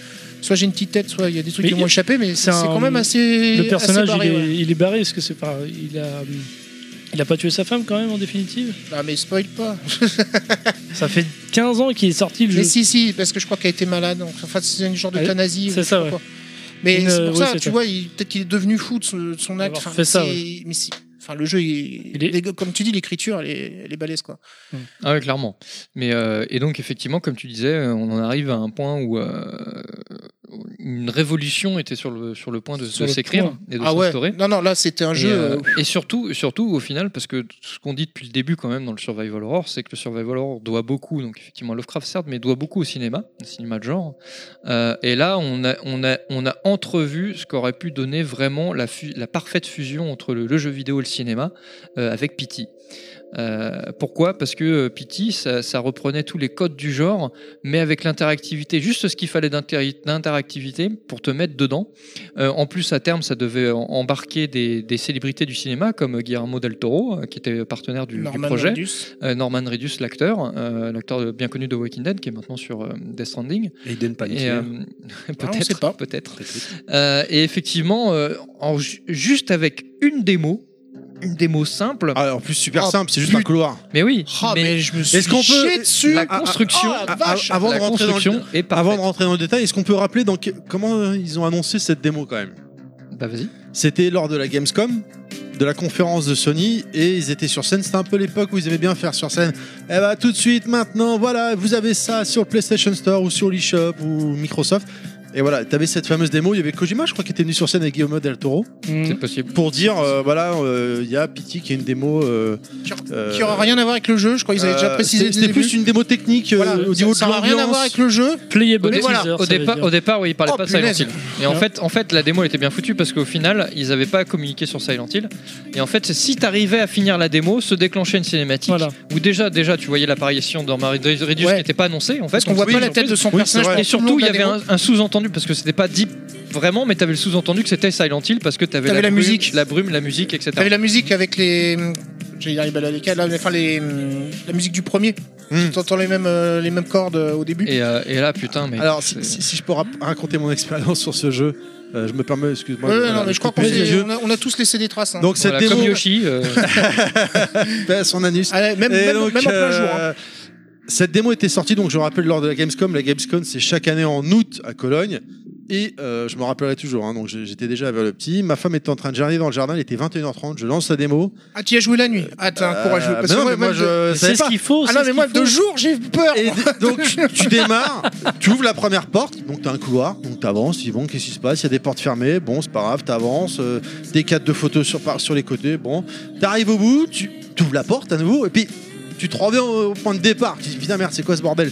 S4: soit j'ai une petite tête, soit il y a des trucs
S6: Mais
S4: qui m'ont échappé, mais c'est
S6: c'est un-
S4: quand même assez.
S6: Le personnage,
S4: assez barré,
S6: il, est,
S4: ouais.
S6: il est barré parce que c'est pas. Il a. Il a pas tué sa femme quand même en définitive
S4: Ah, mais spoil pas.
S6: Ça fait 15 ans qu'il est sorti le jeu.
S4: Mais si, si, parce que je crois qu'elle était malade. Donc, enfin, c'est une genre
S6: Ah oui,
S4: d'euthanasie.
S6: c'est
S4: ou je sais
S6: ça,
S4: pas
S6: ouais.
S4: quoi. Mais
S6: Une,
S4: c'est pour
S6: euh,
S4: ça,
S6: ouais, c'est
S4: tu
S6: ça.
S4: vois, il- peut-être qu'il est devenu fou de, ce- de son acte.
S6: D'avoir
S4: Enfin,
S6: fait ça,
S4: c'est- Mais si. Enfin, le jeu, il-
S6: Il est-
S4: les- comme tu dis, l'écriture, elle est, elle est balèze, quoi.
S2: Ah ouais, clairement. Mais euh, et donc effectivement, comme tu disais, euh, on en arrive à un point où euh, une révolution était sur le sur le point de,
S6: Sur
S2: de
S6: le
S2: s'écrire
S6: point.
S2: et de
S4: Ah ouais.
S2: s'instaurer.
S4: Non, non, là, c'était un
S2: Et,
S4: jeu.
S2: euh,
S4: euh,
S2: et surtout, surtout au final, parce que ce qu'on dit depuis le début quand même dans le survival horror, c'est que le survival horror doit beaucoup, donc effectivement à Lovecraft certes, mais doit beaucoup au cinéma, au cinéma de genre. Euh, et là, on a, on a, on a entrevu ce qu'aurait pu donner vraiment la, fu- la parfaite fusion entre le, le jeu vidéo et le cinéma euh, avec Pity. Euh, pourquoi Parce que euh, Pity, ça, ça reprenait tous les codes du genre, mais avec l'interactivité, juste ce qu'il fallait d'inter- d'interactivité pour te mettre dedans. Euh, en plus, à terme, ça devait en- embarquer des, des célébrités du cinéma comme Guillermo del Toro, euh, qui était partenaire du, du
S4: Norman
S2: projet.
S4: Reedus.
S2: Euh, Norman Reedus, l'acteur, euh, l'acteur de- bien connu de Walking Dead, qui est maintenant sur euh, Death Stranding.
S3: Hayden
S2: Et,
S3: Panettiere.
S2: euh,
S4: Ah, on sait
S2: peut-être,
S4: pas.
S2: peut-être.
S3: Peut-être.
S2: Euh, et effectivement, euh, en ju- juste avec une démo, une démo simple.
S1: Ah, en plus, super
S4: Ah,
S1: simple, c'est juste
S4: putain.
S1: un couloir.
S2: Mais oui,
S4: Ah, mais,
S2: mais
S4: je me suis
S1: qu'on peut-
S4: chié dessus.
S2: la
S1: ah,
S2: construction,
S4: ah,
S1: Ah,
S4: vache.
S1: ah, avant
S2: la
S1: de rentrer dans le-
S2: construction est parfaite.
S1: Avant de rentrer dans le détail, est-ce qu'on peut rappeler dans que- comment euh, ils ont annoncé cette démo quand même
S2: Bah vas-y.
S1: C'était lors de la Gamescom, de la conférence de Sony, et ils étaient sur scène. C'était un peu l'époque où ils aimaient bien faire sur scène. Eh bah tout de suite, maintenant, voilà, vous avez ça sur le PlayStation Store ou sur l'eShop ou Microsoft. Et voilà, t'avais cette fameuse démo. Il y avait Kojima, je crois, qui était venu sur scène avec Guillermo del Toro
S6: Mm.
S2: C'est possible.
S1: pour dire, euh, voilà, euh, il y a Pity qui est une démo. euh,
S4: Qui aura-
S1: euh,
S4: qui aura rien à voir avec le jeu. Je crois qu'ils avaient déjà
S1: euh,
S4: précisé.
S1: c'était-
S4: dès le
S1: C'était
S4: début.
S1: plus une démo technique euh,
S4: Voilà,
S1: au
S4: ça
S1: niveau de
S4: ça aura rien à voir
S1: l'ambiance.
S4: avec le jeu.
S6: Playable
S2: Au, dé-
S6: teaser,
S4: voilà,
S2: au
S6: ça veut
S2: départ,
S6: dire.
S2: au départ, oui, il parlait
S4: Oh,
S2: pas de Silent
S4: punaise.
S2: Hill. Et en fait, en fait, la démo elle était bien foutue parce qu'au final, ils n'avaient pas communiqué sur Silent Hill. Et en fait, si t'arrivais à finir la démo, se déclenchait une cinématique
S6: Voilà.
S2: où déjà, déjà, tu voyais l'apparition d'Henry Reedus
S4: Ouais.
S2: qui n'était pas annoncée. En fait,
S4: Parce qu'on
S2: Donc,
S4: voit
S2: oui,
S4: pas
S2: ils
S4: la
S2: ont
S4: tête
S2: fait-
S4: de son
S1: Oui, c'est
S4: personnage.
S1: vrai.
S2: Et
S4: tout le
S2: surtout,
S4: long de
S2: il y
S4: la
S2: avait
S4: démo.
S2: un, un sous-entendu parce que c'était pas dit vraiment, mais t'avais le sous-entendu que c'était Silent Hill parce que t'avais
S4: T'avais la
S2: brume,
S4: musique.
S2: la brume, la musique, etc.
S4: T'avais la musique avec les. J'allais dire bah, les balades lesquelles, là, mais enfin les. La musique du premier.
S1: Hmm.
S4: T'entends les mêmes, euh, les mêmes cordes euh, au début.
S2: Et, euh, et là, putain, mais
S1: Alors, si,
S2: c'est-
S1: si- si je peux rap- raconter mon expérience sur ce jeu, euh, je me permets, excuse-moi.
S4: Ouais,
S1: de-
S4: ouais, non,
S1: voilà,
S4: mais je crois qu'on euh,
S1: couper les
S4: s'est-
S1: yeux.
S4: on a, on a tous laissé des traces. hein.
S1: Donc, cette
S2: voilà,
S1: démo,
S2: comme Yoshi, euh,
S1: paix à son anus.
S4: Ah, même, même,
S1: Et
S4: même
S1: donc,
S4: en plein jour. hein.
S1: euh, Cette démo était sortie, donc je me rappelle lors de la Gamescom. La Gamescom, c'est chaque année en août à Cologne. Et euh, je me rappellerai toujours. hein, donc j'ai- j'étais déjà vers le petit. Ma femme était en train de jardiner dans le jardin. Il était 21h30 Je lance la démo.
S4: Ah, tu y as joué la nuit. Ah, t'es un
S1: Euh,
S4: courageux. Parce
S1: mais
S4: que
S1: non, mais
S4: moi,
S1: moi,
S4: même de-
S1: je savais
S6: C'est ce
S1: pas.
S6: qu'il faut.
S4: Ah
S6: c'est
S4: non,
S6: ce
S4: mais
S6: qu'il
S4: moi,
S6: faut.
S4: deux jours, j'ai peur.
S1: Et d- donc tu- tu démarres, tu ouvres la première porte, donc t'as un couloir, donc t'avances, tu dis bon qu'est-ce qui se passe, il y a des portes fermées, bon c'est pas grave, t'avances, euh, des cadres de photos sur, par- sur les côtés, bon, t'arrives au bout, tu ouvres la porte à nouveau, et puis tu te reviens au, au point de départ, tu dis putain merde c'est quoi ce bordel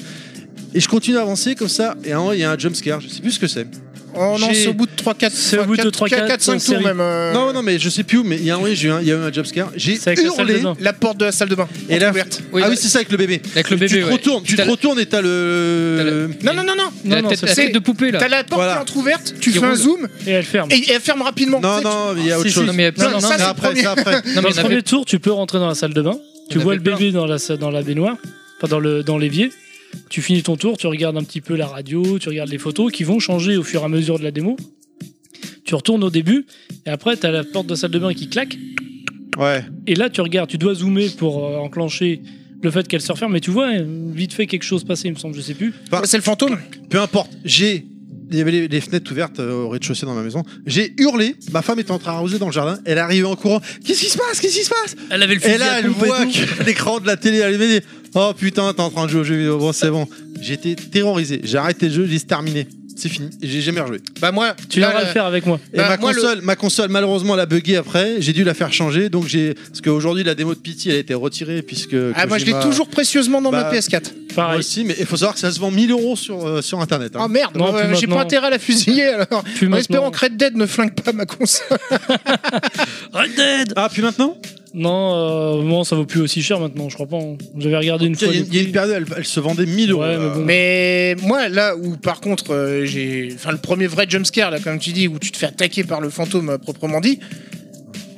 S1: et je continue à avancer comme ça, et à un moment, il y a un jumpscare, je sais plus ce que c'est.
S4: Oh non,
S1: j'ai-
S4: c'est au bout de 3, 4,
S6: C'est au bout de trois, quatre,
S4: 4, 5 tours
S6: série.
S4: même. euh,
S1: Non, non, mais je sais plus où, mais il y a un, oui, j'ai eu un- il y a eu un jumpscare, j'ai
S6: C'est avec la salle de
S1: hurlé.
S6: bain.
S4: La porte de la salle de bain.
S1: Et là-
S4: ouverte.
S2: Oui,
S1: ah
S2: la-
S1: oui, c'est ça avec le bébé.
S2: avec le
S1: tu
S2: bébé.
S1: te
S2: ouais.
S1: retournes, tu te
S2: T'as la-
S1: retournes et t'as
S2: T'as le-
S1: le.
S4: Non, non, non, non.
S2: t'as la
S6: Non, non,
S2: tête-
S6: c'est-
S2: la tête de poupée là.
S4: T'as la porte
S1: Voilà.
S4: qui est entrouverte, tu
S2: Qui
S4: fais un
S2: roule.
S4: zoom
S6: Et elle ferme.
S4: et elle ferme rapidement.
S1: Non,
S4: Tu sais,
S1: non, il y a
S6: Ah,
S1: autre
S6: si, si,
S1: chose.
S2: Non mais
S4: Non,
S2: non, non,
S4: ça,
S2: mais-
S1: C'est
S4: c'est
S1: après,
S4: premier.
S1: c'est après.
S2: non,
S6: Dans
S2: mais il y
S6: le
S2: en avait-
S6: premier tour, tu peux rentrer dans la salle de bain.
S2: Il y
S6: Tu
S2: en
S6: vois le
S2: avait plein.
S6: bébé dans la sa- dans la baignoire, enfin dans le dans l'évier. Tu finis ton tour, tu regardes un petit peu la radio, tu regardes les photos qui vont changer au fur et à mesure de la démo. Tu retournes au début et après t'as la porte de la salle de bain qui claque
S1: Ouais.
S6: et là tu regardes, tu dois zoomer pour euh, enclencher le fait qu'elle se referme mais tu vois euh, vite fait quelque chose passer il me semble je sais plus
S1: Bah,
S4: C'est le fantôme.
S1: Peu importe, j'ai. Il y avait les, les fenêtres ouvertes euh, au rez-de-chaussée dans ma maison. J'ai hurlé. Ma femme était en train d'arroser dans le jardin. Elle est arrivée en courant. Qu'est-ce qui se passe Qu'est-ce qui se passe
S6: elle avait le
S1: Et là, elle voit que l'écran de la télé est allumé. elle dit, Oh putain, t'es en train de jouer aux jeux vidéo. Bon, c'est bon. J'étais terrorisé. J'ai arrêté le jeu. J'ai dit, c'est terminé. C'est fini. Et J'ai jamais rejoué.
S4: Bah moi,
S6: tu
S4: là,
S6: devras
S4: là,
S6: le faire avec moi
S1: Et
S4: Bah,
S1: ma,
S4: moi, le-
S1: console, ma console, malheureusement, elle a bugué après. J'ai dû la faire changer. Donc j'ai. Parce qu'aujourd'hui, la démo de Pity, elle a été retirée. Puisque.
S4: Ah, moi je l'ai
S1: euh, Kojima-
S4: toujours précieusement dans ma
S1: Bah,
S4: PS4.
S1: Moi
S6: pareil
S1: aussi, mais il faut savoir que ça se vend 1000 euros sur, euh, sur internet. hein.
S4: Ah merde,
S6: Non,
S4: bah,
S6: puis
S4: j'ai pas
S6: maintenant-
S4: intérêt à la fusiller alors.
S6: puis
S4: En espérant
S6: maintenant
S4: que Red Dead ne flingue pas ma console.
S6: Red Dead
S1: Ah, puis maintenant
S6: Non, euh, bon, ça vaut plus aussi cher maintenant, je crois pas. hein. J'avais regardé une
S1: Il y,
S6: fois.
S1: a-
S6: les
S1: il y a une
S6: prix.
S1: période, elle, elle se vendait 1000 euros.
S6: Ouais, mais
S1: là.
S6: bon.
S4: Mais moi, là où par contre, euh, j'ai. Enfin, le premier vrai jumpscare, là, comme tu dis, où tu te fais attaquer par le fantôme euh, proprement dit.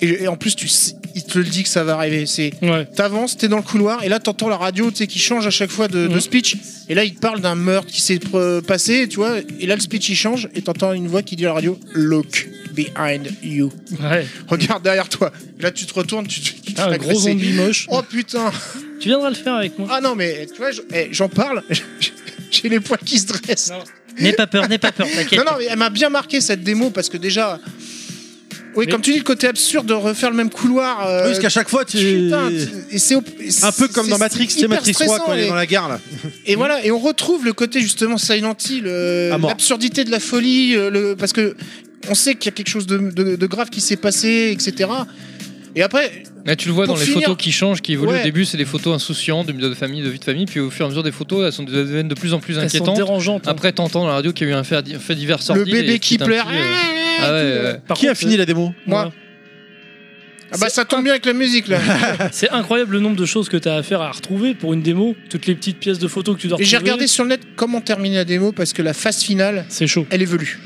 S4: Et, et en plus, tu, sais- il te le dit que ça va arriver. C'est.
S6: Ouais.
S4: T'avances, t'es dans le couloir, et là t'entends la radio, tu sais, qui change à chaque fois de, de
S1: Mm.
S6: Mhm.
S4: speech. Et là, il te parle d'un meurtre qui s'est euh, passé, tu vois. Et là, le speech il change, et t'entends une voix qui dit à la radio Look behind you.
S6: ouais.
S4: Regarde derrière toi. Et là, tu te retournes, tu, tu- tu te
S6: Ah,
S4: fais
S6: un gros
S4: agresser.
S6: zombie moche.
S4: Oh putain
S6: Tu viendras le faire avec moi.
S4: Ah non, mais tu vois, je- eh, j'en parle, j'ai les poils qui se dressent.
S6: Non.
S9: N'aie pas peur, n'aie pas peur, t'inquiète.
S4: Non, non, mais elle m'a bien marqué cette démo parce que déjà. Oui,
S6: Mais-
S4: comme tu dis, le côté absurde de refaire le même couloir. euh,
S1: Oui, parce qu'à chaque fois, tu.
S4: putain, tu- et c'est op-
S1: Un peu comme dans Matrix, tu sais,
S4: hyper
S1: Matrix 3
S4: stressant,
S1: quand il
S4: et-
S1: est dans la gare là.
S2: Mm.
S4: Et voilà, et on retrouve le côté justement Silent Hill, euh,
S1: À mort.
S4: l'absurdité de la folie, euh, le, parce que on sait qu'il y a quelque chose de, de- de grave qui s'est passé, etc. Et après,
S2: Mais tu le vois
S4: Pour
S2: dans les
S4: finir-
S2: photos qui changent, qui évoluent.
S4: Ouais.
S2: Au début, c'est des photos insouciantes, de milieu de famille, de vie de famille. Puis au fur et à mesure des photos, elles sont deviennent de plus en plus
S6: Elles sont
S2: inquiétantes.
S6: dérangeantes. hein.
S2: Après, t'entends dans la radio qu'il y a eu un fait, un fait divers sorti.
S4: le bébé qui pleure. eh,
S2: Ah ouais, ouais.
S6: Par
S1: Qui a
S6: contre,
S1: fini la démo
S6: euh, moi,
S4: Ah bah ça tombe bien avec la musique là.
S6: C'est incroyable le nombre de choses que t'as à faire à retrouver pour une démo. Toutes les petites pièces de photos que tu dois
S4: Et
S6: retrouver.
S4: j'ai regardé sur le net comment terminer la démo parce que la phase finale,
S6: C'est chaud.
S4: elle évolue.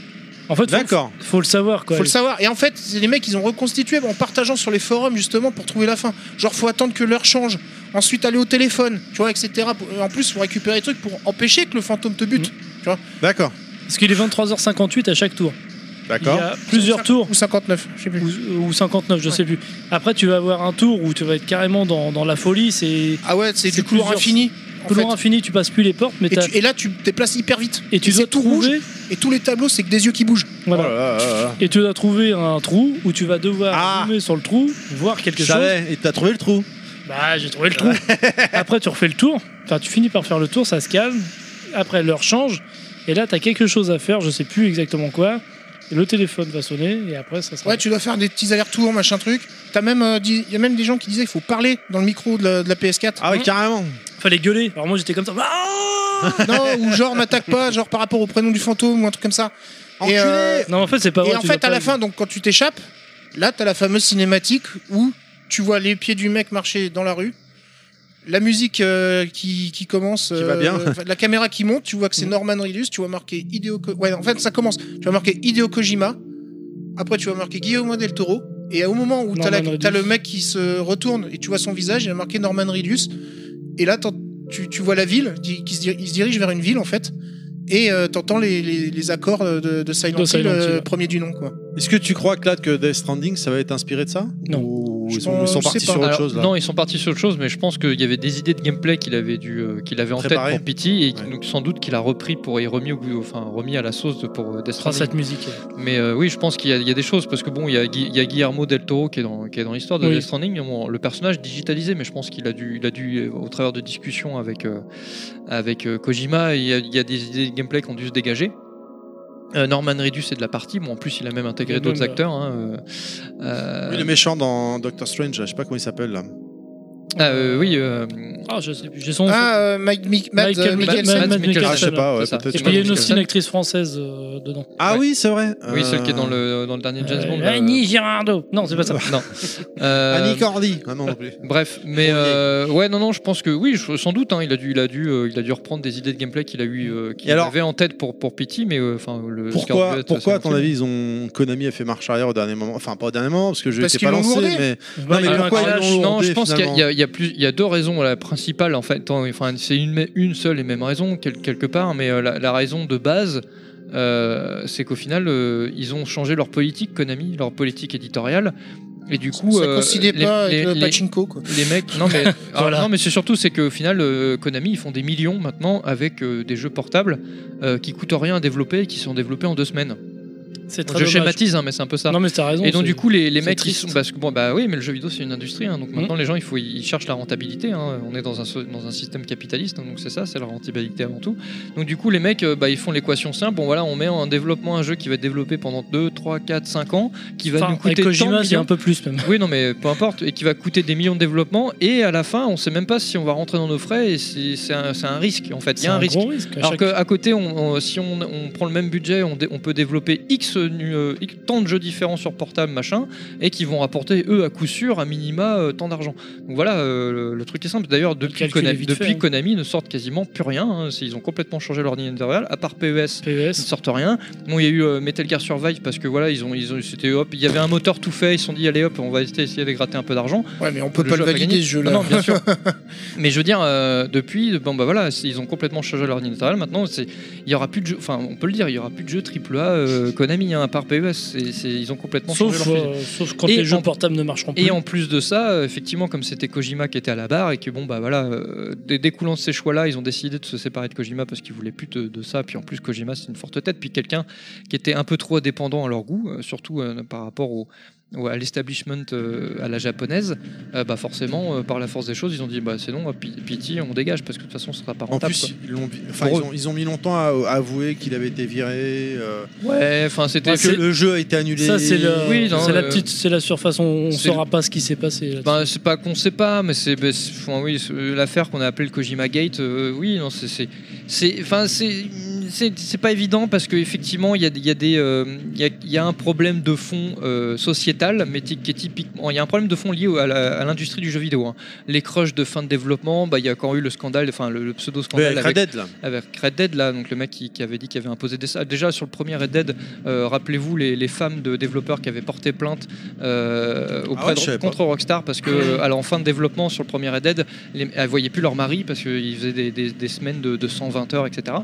S6: En fait, faut,
S1: D'accord.
S6: faut le savoir quoi.
S4: Faut le savoir. Et en fait, les mecs, ils ont reconstitué en partageant sur les forums justement pour trouver la fin. Genre, faut attendre que l'heure change, ensuite aller au téléphone, tu vois, etc. En plus, faut récupérer des trucs pour empêcher que le fantôme te bute.
S2: Mm.
S1: D'accord.
S6: Parce qu'il est 23h58 à chaque tour. Il y
S1: D'accord.
S6: a plusieurs tours.
S4: Ou 59, je sais plus.
S6: ou, ou 59, je sais plus. Après, tu vas avoir un tour où tu vas être carrément dans, dans la folie, c'est
S4: Ah ouais, c'est
S6: C'est
S4: du couloir
S6: plusieurs-
S4: infini. Ah, en
S6: couloir
S4: fait.
S6: infini, tu passes plus les portes, mais
S4: Et,
S6: t'as-
S4: tu- et là, tu te déplaces hyper vite.
S6: et tu
S4: et
S6: dois
S4: c'est tout rouge.
S6: trouver,
S4: Et tous les tableaux, c'est que des yeux qui bougent.
S1: Oh
S6: voilà,
S1: là là là là.
S6: et tu dois trouver un trou où tu vas devoir
S1: Ah.
S6: zoomer sur le trou, voir quelque
S1: Je
S6: chose.
S1: savais, et t'as trouvé le trou.
S6: Bah, j'ai trouvé le trou. Après, tu refais le tour. Enfin, tu finis par faire le tour, ça se calme. Après, l'heure change. Et là, t'as quelque chose à faire, je sais plus exactement quoi. Et le téléphone va sonner et après, ça sera.
S4: Ouais, tu dois faire des petits allers-retours, machin truc. T'as même, euh, dit- il y a même des gens qui disaient qu'il faut parler dans le micro de la, de la PS4.
S1: Ah oui, carrément.
S6: Fallait gueuler. Alors moi, j'étais comme ça. Ah
S4: Non, ou genre n'attaque pas, genre par rapport au prénom du fantôme ou un truc comme ça.
S1: Enculé
S4: et euh,
S6: non, en fait, c'est pas vrai.
S4: et en
S6: tu dois
S4: fait, à
S6: pas-
S4: la fin, donc quand tu t'échappes, là, t'as la fameuse cinématique où tu vois les pieds du mec marcher dans la rue. La musique euh, qui, qui commence, euh,
S1: va bien. Mm.
S4: enfin, la caméra qui monte, tu vois que c'est Norman Reedus, tu vois marqué Hideo. Ko- Ouais, en fait, ça commence. Tu vas marquer Hideo Kojima. Après, tu vas marquer Guillermo del Toro. Et au moment où t'as, la-
S6: Norman Reedus.
S4: t'as le mec qui se retourne et tu vois son visage, il a marqué Norman Reedus. Et là, t'en- tu, tu vois la ville qui, qui se, dir- il se dirige vers une ville en fait. Et euh, t'entends les, les- les accords de, de Silent
S6: De
S4: Hill,
S6: Silent
S4: euh,
S6: Hill, ouais.
S4: premier du nom quoi.
S1: Est-ce que tu crois que là, que Death Stranding, ça va être inspiré de ça
S6: Non.
S1: Ou
S4: Je
S1: ils sont, ils sont
S4: pense- je
S1: partis
S4: sais pas.
S1: sur autre
S2: Alors,
S1: chose là
S2: Non, ils sont partis sur autre chose, mais je pense qu'il y avait des idées de gameplay qu'il avait, dû, euh, qu'il avait en
S1: Préparer.
S2: tête pour Pity et qui-
S1: Ouais.
S2: donc, sans doute qu'il a repris pour et remis, au, goût- enfin, remis à la sauce de, pour euh, Death
S6: Enfin,
S2: Stranding.
S6: cette musique.
S2: Mais euh, oui, je pense qu'il y, a- il y a des choses parce que bon, il y a, Gui- il y a Guillermo del Toro qui est dans, qui est dans l'histoire de
S6: Oui.
S2: Death Stranding, bon, le personnage digitalisé, mais je pense qu'il a dû, il a dû euh, au travers de discussions avec euh, avec euh, Kojima, il y, a, il y a des idées de gameplay qui ont dû se dégager. Euh, Norman Reedus est de la partie, bon en plus il a même
S6: Il y
S2: intégré
S6: a
S2: d'autres
S6: même,
S2: acteurs. hein, euh, euh,
S1: Oui, le méchant dans Doctor Strange, là, je sais pas comment il s'appelle là.
S2: ah, euh, oui, euh,
S6: Ah, je sais plus. J'ai son.
S4: Ah, euh, Mike, Mike- Matt,
S6: Michael-
S4: euh,
S6: Matt- Matt-
S4: Mikkelsen.
S6: Matt
S2: Mikkelsen.
S6: Mikkelsen.
S1: Ah, je sais pas, ouais,
S2: C'est ça.
S1: peut-être.
S2: Et
S1: je sais
S6: il
S1: pas
S6: y a
S1: comment
S6: une aussi
S1: s'appelle.
S6: une actrice française euh, dedans.
S1: Ah oui, c'est vrai.
S2: Oui, celle
S1: Euh,
S2: qui est dans le, dans le dernier James Bond.
S6: Euh,
S2: là.
S6: Annie Girardot. Non, c'est pas ça.
S2: Non. Euh,
S1: Annie Cordy. Ah non, non plus.
S2: Bref, mais euh, ouais, non, non, je pense que oui, je- sans doute, hein, il a dû, il a dû, euh, il a dû reprendre des idées de gameplay qu'il a eu, euh, qu'il
S1: Et alors-
S2: avait en tête pour pour Pity, mais euh, enfin le Scarlet,
S1: Pourquoi,
S2: ça,
S1: pourquoi à
S2: c'est
S1: ton avis, ils ont Konami a fait marche arrière au dernier moment Enfin, pas au dernier moment, parce que je
S4: Parce
S1: n'étais
S4: qu'ils
S1: pas
S4: l'ont
S1: lancé,
S4: lourdé.
S1: mais
S6: Bah,
S1: mais
S6: il y a eu un
S1: pourquoi
S6: clash.
S1: ils l'ont-
S2: Ah, Non, je pense qu'il y a-
S1: finalement.
S2: il y, a- il y a plus, il y a deux raisons. La principale, en fait, en- enfin, c'est une, une seule et même raison quel- quelque part, mais euh, la, la raison de base, euh, c'est qu'au final, euh, ils ont changé leur politique Konami, leur politique éditoriale, et du coup,
S4: ça
S2: euh,
S4: coïncidait
S2: les-
S4: pas avec
S2: les-
S4: le
S2: les-
S4: pachinko quoi.
S2: les mecs, non mais, alors,
S6: Voilà.
S2: non, mais c'est surtout c'est que au final euh, Konami ils font des millions maintenant avec euh, des jeux portables euh, qui coûtent rien à développer et qui sont développés en deux semaines.
S6: C'est
S2: Je
S6: très dommage.
S2: schématise hein, mais c'est un peu ça.
S6: Non mais t'as raison.
S2: et donc
S6: c'est-
S2: du coup les, les
S6: c'est
S2: mecs ils
S6: triste. Mm.
S2: sont parce que bon bah oui mais le jeu vidéo c'est une industrie hein, donc maintenant les gens il faut ils cherchent la rentabilité hein. on est dans un so- dans un système capitaliste hein, donc c'est ça c'est la rentabilité avant tout donc du coup les mecs euh, bah, ils font l'équation simple bon voilà on met en développement un jeu qui va être développé pendant 2 3 4 5 ans qui va
S6: Enfin,
S2: nous coûter
S6: avec Kojima,
S2: tant de
S6: c'est
S2: millions
S6: un peu plus même.
S2: oui, non, mais peu importe, et qui va coûter des millions de développement, et à la fin, on sait même pas si on va rentrer dans nos frais, et c'est c'est un, c'est un risque, en fait. Il y
S6: C'est
S2: a un risque.
S6: gros risque. à
S2: Alors
S6: chaque-
S2: qu'à côté, on, on- si on, on prend le même budget, on, dé- on peut développer X euh, nu- euh, X- tant de jeux différents sur portable, machin, et qui vont apporter, eux, à coup sûr, à minima, euh, tant d'argent. Donc voilà, euh, le, le truc est simple. D'ailleurs, depuis,
S6: calculent
S2: Konami,
S6: vite fait,
S2: depuis
S6: hein.
S2: Konami, ne sortent quasiment plus rien. hein. C'est- Ils ont complètement changé leur ligne éditoriale, à part E PES ils ne
S6: PES.
S2: sortent rien. Bon, il y a eu euh, Metal Gear Survive parce que voilà, ils ont, ils ont, c'était hop, il y avait un moteur tout fait, ils se sont dit allez hop, on va essayer essayer de gratter un peu d'argent.
S4: Ouais, mais on peut
S2: Le
S4: pas
S2: jeu
S4: le
S2: a gagné.
S4: valider ce
S2: Non,
S4: jeu-là.
S2: non, bien sûr. Mais je veux dire, euh, depuis, bon bah voilà, c'est- ils ont complètement changé leur ligne éditoriale. Maintenant, c'est, il y aura plus de jeux, enfin, on peut le dire, il y aura plus de jeux AAA euh, Konami hein, à part PES. C'est- c'est- ils ont complètement changé
S6: Sauf,
S2: leur fusil.
S6: euh, sauf quand
S2: Et
S6: les
S2: en-
S6: jeux portables ne marcheront plus.
S2: Et en plus de ça, euh, effectivement, comme c'était Kojima qui était à la barre et que bon bah voilà, euh, dé- découlant de ces choix-là, ils ont décidé de se séparer de Kojima parce qu'ils voulaient plus de, de ça. Puis en plus, Kojima c'est une forte tête, puis quelqu'un qui était un peu trop dépendant à leur goût, euh, surtout euh, par rapport au au- à l'establishment euh, à la japonaise, euh, bah forcément, euh, par la force des choses, ils ont dit bah c'est non, pi- pitié, on dégage parce que de toute façon, ce sera pas
S1: En
S2: rentable.
S1: plus, ils, l'ont- enfin,
S2: Pour
S1: ils ont, ils ont mis longtemps à, à avouer qu'il avait été viré, euh,
S2: quoi. ouais, enfin c'était
S6: Ouais,
S1: que
S6: c'est-
S1: le jeu a été annulé.
S6: Ça, c'est le-
S2: Oui, non,
S6: c'est la
S2: euh,
S6: petite, c'est la surface. On, ne
S2: c'est
S6: saura pas ce qui s'est passé. là-dessus.
S2: Ben, c'est pas qu'on sait pas, mais c'est ben, c'est- enfin, oui, c'est- l'affaire qu'on a appelée le Kojima Gate. euh, oui, non, c'est c'est c'est- enfin c'est c'est c'est pas évident parce qu'effectivement il y a des- il y a des euh, il y, a, il y a un problème de fond euh, sociétal, mais qui qui est typiquement il y a un problème de fond lié au- à la- à l'industrie du jeu vidéo. hein. Les crushs de fin de développement, bah, il y a quand eu le scandale, enfin le, pseudo
S1: Ouais,
S2: scandale
S1: avec Red Dead, là.
S2: avec Red Dead là, donc le mec qui, qui avait dit qu'il avait imposé des ça. Déjà sur le premier Red Dead, euh, rappelez-vous les, les femmes de développeurs qui avaient porté plainte euh, auprès
S1: Ah ouais,
S2: de-
S1: je savais pas.
S2: contre Rockstar parce que euh, alors en fin de développement sur le premier Red Dead, les, elles voyaient plus leur mari parce qu'ils faisaient des, des- des semaines de, de 120 heures, etc.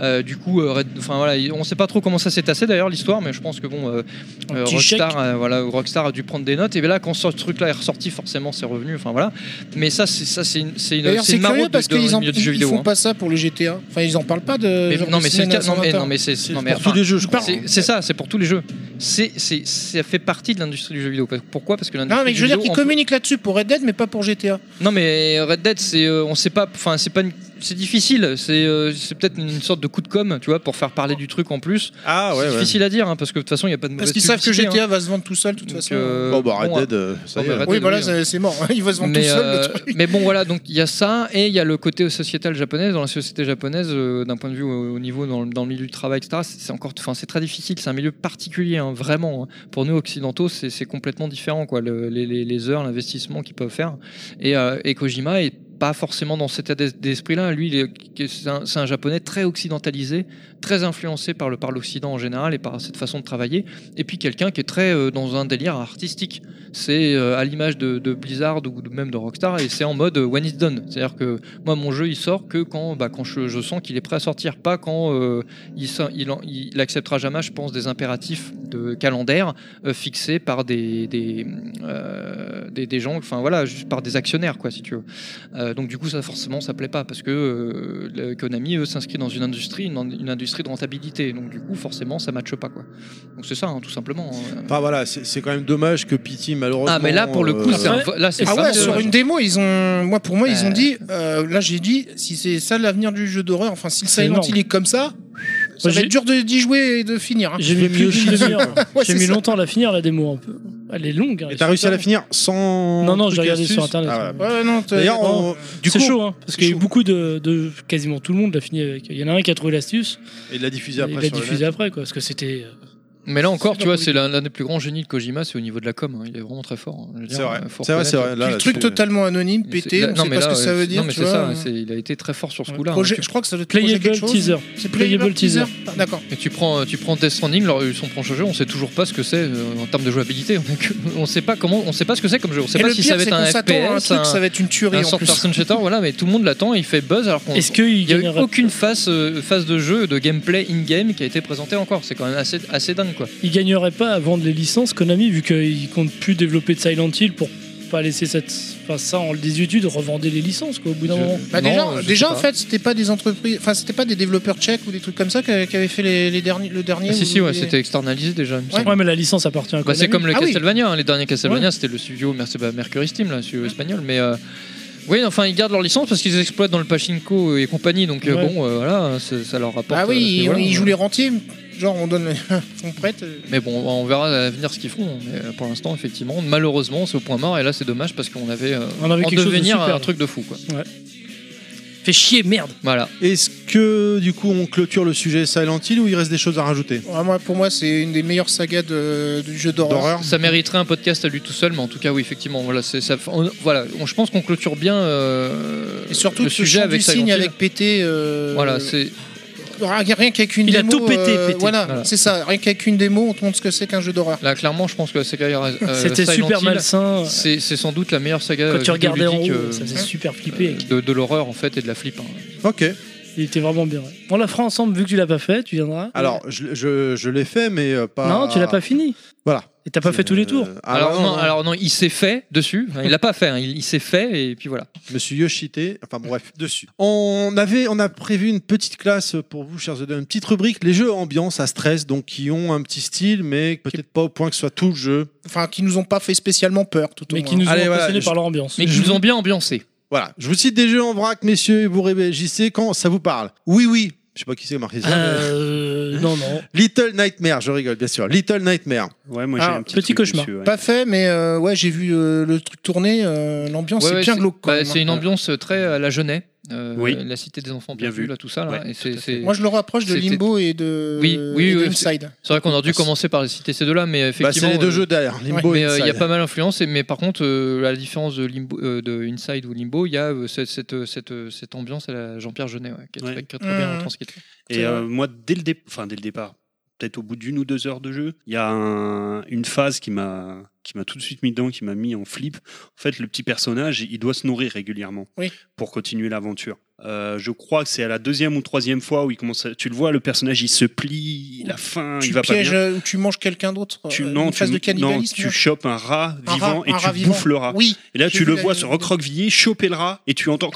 S2: Euh, du coup, euh, Red- enfin voilà, on sait pas trop comment ça s'est tassé d'ailleurs l'histoire, mais je pense que bon, euh,
S6: Un
S2: euh,
S6: petit
S2: Rockstar, euh, voilà, Rockstar a dû prendre des notes et bien là quand ce truc-là est ressorti, forcément c'est revenu. Enfin voilà, mais ça c'est ça c'est une c'est une,
S4: D'ailleurs,
S2: c'est
S4: c'est
S2: une
S4: curieux
S2: maraude
S4: parce
S2: du,
S4: qu'ils en-
S2: milieu du
S4: ils
S2: jeu
S4: ils
S2: vidéo.
S4: font
S2: hein.
S4: pas ça pour le GTA. Enfin, ils en parlent pas de.
S2: Mais-
S4: genre
S2: non
S4: de
S2: mais c'est le
S4: semaine
S2: cas-
S4: Euh, à
S2: non, mais
S4: 120.
S2: non, mais c'est
S1: C'est
S2: non, mais
S1: pour tous
S2: enfin,
S1: les jeux, je crois.
S2: c'est- c'est ça, c'est pour tous les jeux. C'est c'est ça fait partie de l'industrie du jeu vidéo. Parce- Pourquoi Parce que l'industrie
S4: Non, mais
S2: du
S4: je veux
S2: jeu
S4: dire qu'ils
S2: vidéo, on peut-
S4: communiquent là-dessus pour Red Dead, mais pas pour GTA.
S2: Non mais Red Dead c'est euh, on sait pas enfin c'est pas une- c'est difficile, c'est euh, c'est peut-être une sorte de coup de com, tu vois, pour faire parler du truc en plus.
S1: Ah
S2: c'est difficile à dire hein, parce que de toute façon, il y a pas de
S4: Parce
S2: mauvaise
S4: qu'ils savent que
S2: publicité,
S4: GTA
S2: hein.
S4: va se vendre tout seul, de toute
S2: Donc,
S4: façon.
S2: euh,
S1: Bon, bah, Red
S2: bon,
S1: Dead, euh, ça
S2: bon,
S1: y est.
S2: bah, Red
S4: Oui,
S2: Dead,
S4: voilà,
S2: oui,
S4: c'est c'est mort. Ils vont se vendre tout
S2: mais,
S4: seul,
S2: euh,
S4: le truc.
S2: mais bon, voilà, donc il y a ça, et il y a le côté sociétal japonais. Dans la société japonaise, euh, d'un point de vue au, au niveau, dans, le- dans le milieu du travail, etc., c'est c'est encore enfin, c'est très difficile. C'est un milieu particulier, hein, vraiment. hein. Pour nous, occidentaux, c'est c'est complètement différent, quoi. le- les, les- les heures, l'investissement qu'ils peuvent faire. Et, euh, et Kojima est pas forcément dans cet état d'es- d'esprit-là. Lui, il est- c'est un, c'est un japonais très occidentalisé, très influencé par le par l'Occident en général et par cette façon de travailler. Et puis quelqu'un qui est très euh, dans un délire artistique c'est euh, à l'image de, de Blizzard ou de- même de Rockstar et c'est en mode euh, when it's done c'est à dire que moi mon jeu il sort que quand, bah, quand je, je sens qu'il est prêt à sortir pas quand euh, il, sa- il, en- il acceptera jamais je pense des impératifs de calendaire euh, fixés par des des, euh, des des gens enfin voilà juste par des actionnaires quoi si tu veux Euh, donc du coup ça forcément ça plaît pas parce que euh, le Konami eux s'inscrit dans une industrie une, en- une industrie de rentabilité donc du coup forcément ça matche pas quoi donc c'est ça hein, tout simplement hein.
S1: Enfin voilà, c'est c'est quand même dommage que Pity, malheureusement.
S2: Ah mais là pour le coup
S1: euh,
S2: c'est un- là c'est
S4: Ah
S2: vraiment
S4: ouais, sur
S2: dommage.
S4: une démo, ils ont. Moi, pour moi, ils
S2: Euh.
S4: ont dit. euh, là, j'ai dit, si c'est ça l'avenir du jeu d'horreur, enfin, si le
S6: C'est
S4: Silent
S6: énorme.
S4: Hill est comme ça, ça
S6: Moi,
S4: va
S6: j'ai-
S4: être dur de- d'y jouer et de finir. hein.
S6: J'ai mis plus d'une demi-heure.
S4: Ouais,
S6: J'ai
S4: c'est
S6: mis
S4: ça.
S6: longtemps à la finir la démo un peu. Elle est longue. hein,
S1: Et
S6: elle
S1: t'as
S6: est
S1: réussi à la
S6: super
S1: finir sans.
S6: Non, non,
S1: truc
S6: j'ai regardé
S1: astuce
S6: sur internet.
S1: Ah, voilà.
S4: Ouais, non, t'as-
S1: D'ailleurs, on- du coup,
S6: c'est chaud, hein, parce
S1: c'est
S6: qu'il y a eu
S1: chaud.
S6: beaucoup de, de- quasiment tout le monde l'a fini avec. Il y en a un qui a trouvé l'astuce,
S1: et de la diffuser
S6: il
S1: après.
S6: l'a
S1: sur le
S6: diffusé après, quoi, parce que c'était. euh,
S2: Mais là encore,
S6: C'est
S2: tu vois,
S6: leur
S2: c'est l'un l'un des plus grands génies de Kojima, c'est au niveau de la com. hein. Il est vraiment très fort. hein. Je veux
S1: net. C'est
S2: dire,
S1: vrai,
S2: euh, faut
S1: c'est vrai, c'est vrai.
S2: reconnaître.
S1: Là,
S4: Puis le truc
S1: là-dessus,
S4: totalement anonyme,
S2: Mais
S4: pété,
S2: c'est-
S4: on
S2: non,
S4: sait
S2: mais
S4: pas
S2: là,
S4: ce que ça
S2: euh,
S4: veut dire.
S2: Non, mais
S4: tu
S2: c'est
S4: vois.
S2: ça. c'est- Il a été très fort sur ce
S6: Ouais,
S2: coup-là. hein.
S4: Projet-
S2: Tu-
S4: je crois que ça doit être projet
S6: Playable
S4: quelque chose.
S6: teaser.
S4: C'est
S6: Playable teaser.
S4: Ah, D'accord.
S2: Et tu prends, tu prends Death Stranding, leur- euh, son prochain jeu, on sait toujours pas ce que c'est euh, en termes de jouabilité. On a que- On sait pas comment, on sait pas ce que c'est comme jeu. On sait
S4: Et
S2: pas
S4: le
S2: si ça
S4: pire,
S2: va
S4: c'est
S2: être
S4: qu'on
S2: un
S4: s'attend à un
S2: FPS,
S4: truc, ça
S2: un,
S4: va être une tuerie
S2: un
S4: en
S2: sort
S4: plus.
S2: person shooter. Voilà, mais tout le monde l'attend et il fait buzz alors qu'on.
S6: Est-ce qu'il
S2: Il n'y a eu
S6: gagnerait,
S2: aucune phase, euh, phase de jeu, de gameplay in-game qui a été présentée encore. C'est quand même assez, assez dingue quoi.
S6: il gagnerait pas à vendre les licences Konami vu qu'il compte plus développer de Silent Hill pour pas laisser cette, enfin, ça en le 18 revendez les licences quoi, au bout d'un
S2: Je-
S6: moment.
S4: Bah,
S2: Non,
S4: déjà,
S2: je sais
S4: déjà en
S2: pas.
S4: fait, c'était pas des entreprises, enfin, c'était pas des développeurs tchèques ou des trucs comme ça qui qui avaient fait les, les derniers, le dernier.
S2: Ah,
S4: ou
S2: si, si, ouais,
S4: les-
S2: c'était externalisé déjà. il me semble.
S6: Ouais, mais la licence appartient à
S2: Bah,
S6: Konami.
S2: c'est comme le
S4: Ah oui.
S2: Castlevania, hein, les derniers Castlevania, c'était le studio Merc- bah, Mercury Steam, là, le studio espagnol. Mais euh, oui, enfin, ils gardent leur licence parce qu'ils exploitent dans le Pachinko et compagnie. Donc euh,
S6: Ouais.
S2: bon, euh, voilà, c'est- ça leur rapporte.
S4: Ah
S2: euh,
S4: oui,
S2: c'est-
S4: ils-
S2: voilà,
S4: ils
S2: euh.
S4: jouent les rentiers. Genre, on donne, on prête. euh,
S2: Mais bon, on verra à l'avenir ce qu'ils font. Mais euh, pour l'instant, effectivement, malheureusement, c'est au point mort. Et là, c'est dommage parce qu'on avait euh,
S6: On avait
S2: en
S6: quelque chose de
S2: devenir
S6: super.
S2: un truc de fou. Quoi.
S6: fait chier, merde.
S2: Voilà.
S1: Est-ce que du coup on clôture le sujet Silent Hill ou il reste des choses à rajouter
S4: Ouais, Ah, moi, pour moi, c'est une des meilleures sagas de, du jeu d'horreur.
S1: D'horreur
S2: Ça mériterait un podcast à lui tout seul, mais en tout cas, oui, effectivement, voilà, c'est ça. on- voilà, on- je pense qu'on clôture bien euh,
S4: Et surtout,
S2: le
S4: ce
S2: sujet
S4: chant
S2: avec
S4: du
S2: Silent
S4: signe
S2: Hill.
S4: avec pété. euh, Ah,
S2: Voilà, c'est
S4: Rien rien qu'avec une
S6: Il a
S4: démo. euh,
S6: tout pété, pété.
S4: Voilà,
S2: Voilà.
S4: c'est ça. Rien qu'avec une démo, on te montre ce que c'est qu'un jeu d'horreur.
S2: là clairement, je pense que la saga euh,
S6: C'était
S2: Silent
S6: super
S2: Hill, Euh,
S6: malsain.
S2: C'est c'est sans doute la meilleure saga
S6: Quand tu regardais en haut,
S2: vidéoludique, euh,
S6: ça faisait super flipper.
S2: euh, de, de l'horreur en fait et de la flippe. hein.
S1: Ok.
S6: Il était vraiment bien. ouais. On la fera ensemble, vu que tu l'as pas fait, tu viendras.
S1: Alors je, je- je l'ai fait mais euh, pas.
S6: Non, tu l'as pas fini.
S1: Voilà.
S6: Et t'as pas fait tous les tours.
S1: Euh,
S2: Alors, non,
S1: non.
S2: alors non, il s'est fait dessus. Enfin, il l'a pas fait. hein, il il s'est fait et puis voilà.
S1: Monsieur Yoshité, enfin bref, dessus. On avait, on a prévu une petite classe pour vous, chers auditeurs, une petite rubrique, les jeux ambiance à stress, donc qui ont un petit style, mais peut-être pas au point que ce soit tout le jeu.
S4: Enfin, qui nous ont pas fait spécialement peur, tout au
S6: Mais
S4: moins.
S6: qui nous ont
S1: Allez, voilà,
S6: impressionnés
S1: je-
S6: par leur ambiance.
S2: Mais qui nous ont bien ambiancé.
S1: Voilà, je vous cite des jeux en vrac, messieurs, et vous réagissez quand ça vous parle. Oui, oui, je sais pas qui c'est marqué ça. mais-
S2: Ah,
S6: Euh, non, non.
S1: Little Nightmare, je rigole, bien sûr. Little Nightmare. Bah,
S3: Ouais, moi j'ai
S4: Ah,
S3: un petit,
S6: petit
S3: truc
S6: cauchemar.
S3: dessus, ouais.
S4: Pas fait, mais euh, ouais, j'ai vu euh, le truc tourner. euh, L'ambiance
S2: Ouais,
S4: est
S2: ouais,
S4: bien glauque. quand
S2: bah,
S4: même,
S2: C'est une
S4: hein.
S2: ambiance très à la Genet, euh,
S3: Oui.
S2: la cité des enfants
S3: Bien
S2: perdus,
S3: vu.
S2: là, tout ça. là,
S3: Ouais,
S2: et c'est- c'est-
S4: Moi, je le rapproche de
S2: C'était-
S4: Limbo et de,
S2: Oui, oui,
S4: et de
S2: oui,
S4: Inside.
S2: C'est vrai qu'on aurait dû
S1: Bah, c'est-
S2: commencer par citer ces deux-là, mais
S1: Bah, c'est
S2: effectivement.
S1: les deux
S2: euh,
S1: jeux derrière, Limbo
S2: Mais
S1: et
S2: euh, il y a
S1: Inside.
S2: pas mal d'influence, et- mais par contre, euh, à la différence de, Limbo, euh, de Inside ou Limbo, il y a euh, cette, cette, euh, cette, euh, cette ambiance à la Jean-Pierre Jeunet ouais, qui est
S3: Ouais.
S2: très, qui est très bien
S4: Mmh.
S2: transcrite.
S3: Et euh, moi, dès le, dé- enfin, dès le départ, peut-être au bout d'une ou deux heures de jeu, il y a un- une phase qui m'a qui m'a tout de suite mis dedans, qui m'a mis en flip. En fait, le petit personnage, il doit se nourrir régulièrement
S4: Oui.
S3: pour continuer l'aventure. Euh, je crois que c'est à la deuxième ou troisième fois où il commence. à- tu le vois, le personnage, il se plie, il a faim,
S4: Tu
S3: il va
S4: pièges,
S3: pas bien.
S4: euh, ou tu manges quelqu'un d'autre.
S3: Tu,
S4: euh,
S3: non,
S4: une phase
S3: tu,
S4: de
S3: non,
S4: cannibalisme.
S3: tu chopes un rat
S4: Un rat-
S3: vivant et
S4: un
S3: tu
S4: rat vivant.
S3: bouffes le rat.
S4: Oui,
S3: Et là,
S4: J'ai
S3: tu
S4: vu
S3: le
S4: la
S3: vois
S4: vidéo.
S3: se recroqueviller, choper le rat, et tu entends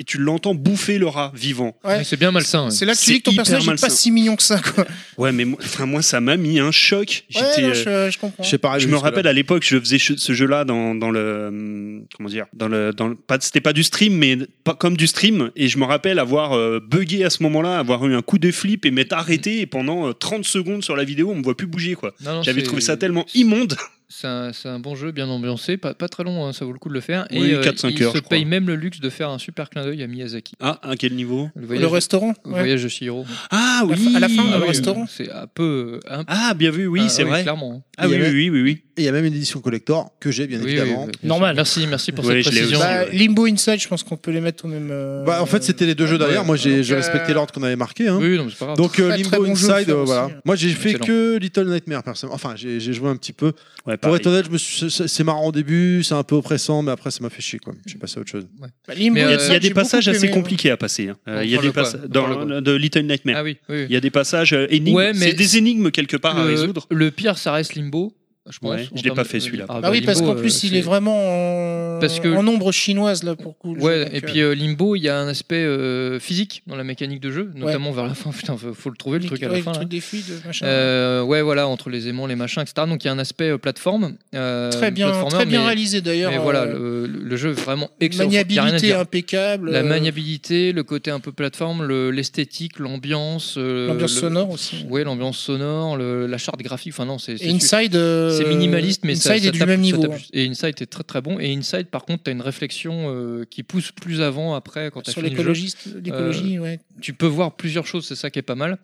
S3: et tu l'entends bouffer le rat vivant.
S4: Ouais.
S2: Mais C'est bien malsain. ouais.
S4: c'est là que tu
S3: c'est
S4: dis que ton
S3: hyper
S4: personnage n'est
S3: malsain.
S4: pas si mignon que ça. Quoi.
S3: Ouais, mais moi, enfin, moi ça m'a mis un choc.
S4: Ouais,
S3: J'étais,
S4: non,
S3: euh,
S4: je, je comprends.
S1: Je sais pas,
S3: je
S1: arrivé
S3: me
S1: jusque-là.
S3: rappelle à l'époque, je faisais che- ce jeu-là dans, dans le hum, comment dire, dans le dans le pas c'était pas du stream, mais pas comme du stream. Et je me rappelle avoir euh, bugué à ce moment-là, avoir eu un coup de flip et m'être arrêté et pendant euh, 30 secondes sur la vidéo, on me voit plus bouger quoi.
S2: Non, non,
S3: J'avais
S2: c'est-
S3: trouvé ça tellement immonde.
S2: C'est un, c'est un bon jeu, bien ambiancé, pas, pas très long, hein, ça vaut le coup de le faire.
S3: Oui,
S2: et euh,
S3: 4-5
S2: il
S3: heures,
S2: se
S3: je crois.
S2: paye même le luxe de faire un super clin d'œil à Miyazaki.
S3: Ah, à quel niveau
S2: Le
S4: Le
S2: voyage,
S4: restaurant
S2: le
S4: ouais.
S2: voyage de Shihiro.
S3: Ah
S4: La
S3: oui.
S4: fin- à la fin,
S2: Ah
S4: le
S2: oui,
S4: restaurant.
S2: C'est un peu. euh, un-
S3: Ah bien vu, oui,
S2: ah,
S3: c'est vrai.
S2: Clairement.
S3: Ah oui, oui, oui, oui, oui.
S1: Et il y a même une édition collector que j'ai, bien
S2: Oui, oui,
S1: évidemment.
S2: oui, bien sûr.
S6: Normal.
S2: Merci, merci pour
S3: Ouais,
S2: cette
S3: je l'ai
S2: précision.
S3: aussi.
S4: Bah,
S3: ouais.
S4: Limbo Inside, je pense qu'on peut les mettre au même. euh,
S1: Bah, en fait, c'était les deux jeux derrière. Moi, j'ai
S4: donc,
S1: j'ai
S4: euh,
S1: respecté l'ordre qu'on avait marqué. hein.
S2: Oui, non, mais c'est pas grave.
S1: Donc euh,
S4: Très,
S1: Limbo
S4: très bon jeu à
S1: Inside,
S4: faire
S1: euh, voilà.
S4: aussi.
S1: Moi j'ai fait
S2: Excellent.
S1: que Little Nightmare personnellement. Enfin j'ai j'ai joué un petit peu.
S3: Ouais,
S1: Pour
S3: pareil.
S1: être honnête, je me suis- c'est- c'est marrant au début, c'est un peu oppressant, mais après ça m'a fait chier quoi. Je suis passé à autre chose.
S4: bah, Limbo
S2: Mais,
S3: Il y a-
S2: euh,
S3: il y a
S4: Inside,
S3: des
S4: j'ai
S3: passages
S4: beaucoup
S3: assez
S4: aimé,
S3: compliqués à passer. hein. Euh, Il y a
S2: On parle
S3: des
S2: quoi
S3: passages
S2: On parle
S3: dans de Little Nightmare.
S2: Ah oui, oui.
S3: Il y a des passages euh, énigmes.
S2: Ouais, mais
S3: c'est des énigmes quelque part à
S2: le,
S3: résoudre.
S2: le pire, ça reste Limbo, je pense.
S3: Ouais,
S2: en
S3: je l'ai
S2: termes
S3: pas
S2: de-
S3: fait, celui-là.
S2: Ah,
S4: ouais. Bah oui, parce
S2: Limbo,
S4: qu'en plus,
S2: euh,
S4: il est
S2: c'est-
S4: vraiment en...
S2: Parce que-
S4: en ombre chinoise là pour coup. le jeu,
S2: Ouais,
S4: donc,
S2: et
S4: euh,
S2: puis euh, Limbo, il y a un aspect euh, physique dans la mécanique de jeu, notamment vers la fin. Putain, faut, faut le
S4: euh,
S2: trouver le truc à la
S4: ouais,
S2: fin.
S4: Le
S2: là.
S4: truc des fluides, machin.
S2: Euh, ouais, voilà, entre les aimants, les machins, etc. Donc il y a un aspect euh, plateforme. euh,
S4: Très bien,
S2: platformer,
S4: très bien
S2: mais-
S4: réalisé d'ailleurs.
S2: Mais voilà,
S4: euh,
S2: le, le jeu est vraiment excellent. Il y a rien à
S4: maniabilité
S2: dire.
S4: impeccable.
S2: La
S4: euh,
S2: maniabilité, le côté un peu plateforme, le- l'esthétique, l'ambiance. euh,
S4: L'ambiance
S2: le-
S4: sonore aussi.
S2: Ouais, l'ambiance sonore, le- la charte graphique. Enfin, non, c'est.
S4: Et
S2: c'est-
S4: Inside. euh,
S2: c'est minimaliste, mais ça,
S4: Inside
S2: ça
S4: est du
S2: tape-
S4: même
S2: ça
S4: niveau. hein.
S2: tape- et Inside est très très bon. Et Inside, par contre, tu as une réflexion euh, qui pousse plus avant après quand tu
S4: Sur
S2: fini le jeu.
S4: l'écologiste,
S1: euh,
S4: l'écologie, ouais.
S2: Tu peux voir plusieurs choses, c'est ça qui est pas mal.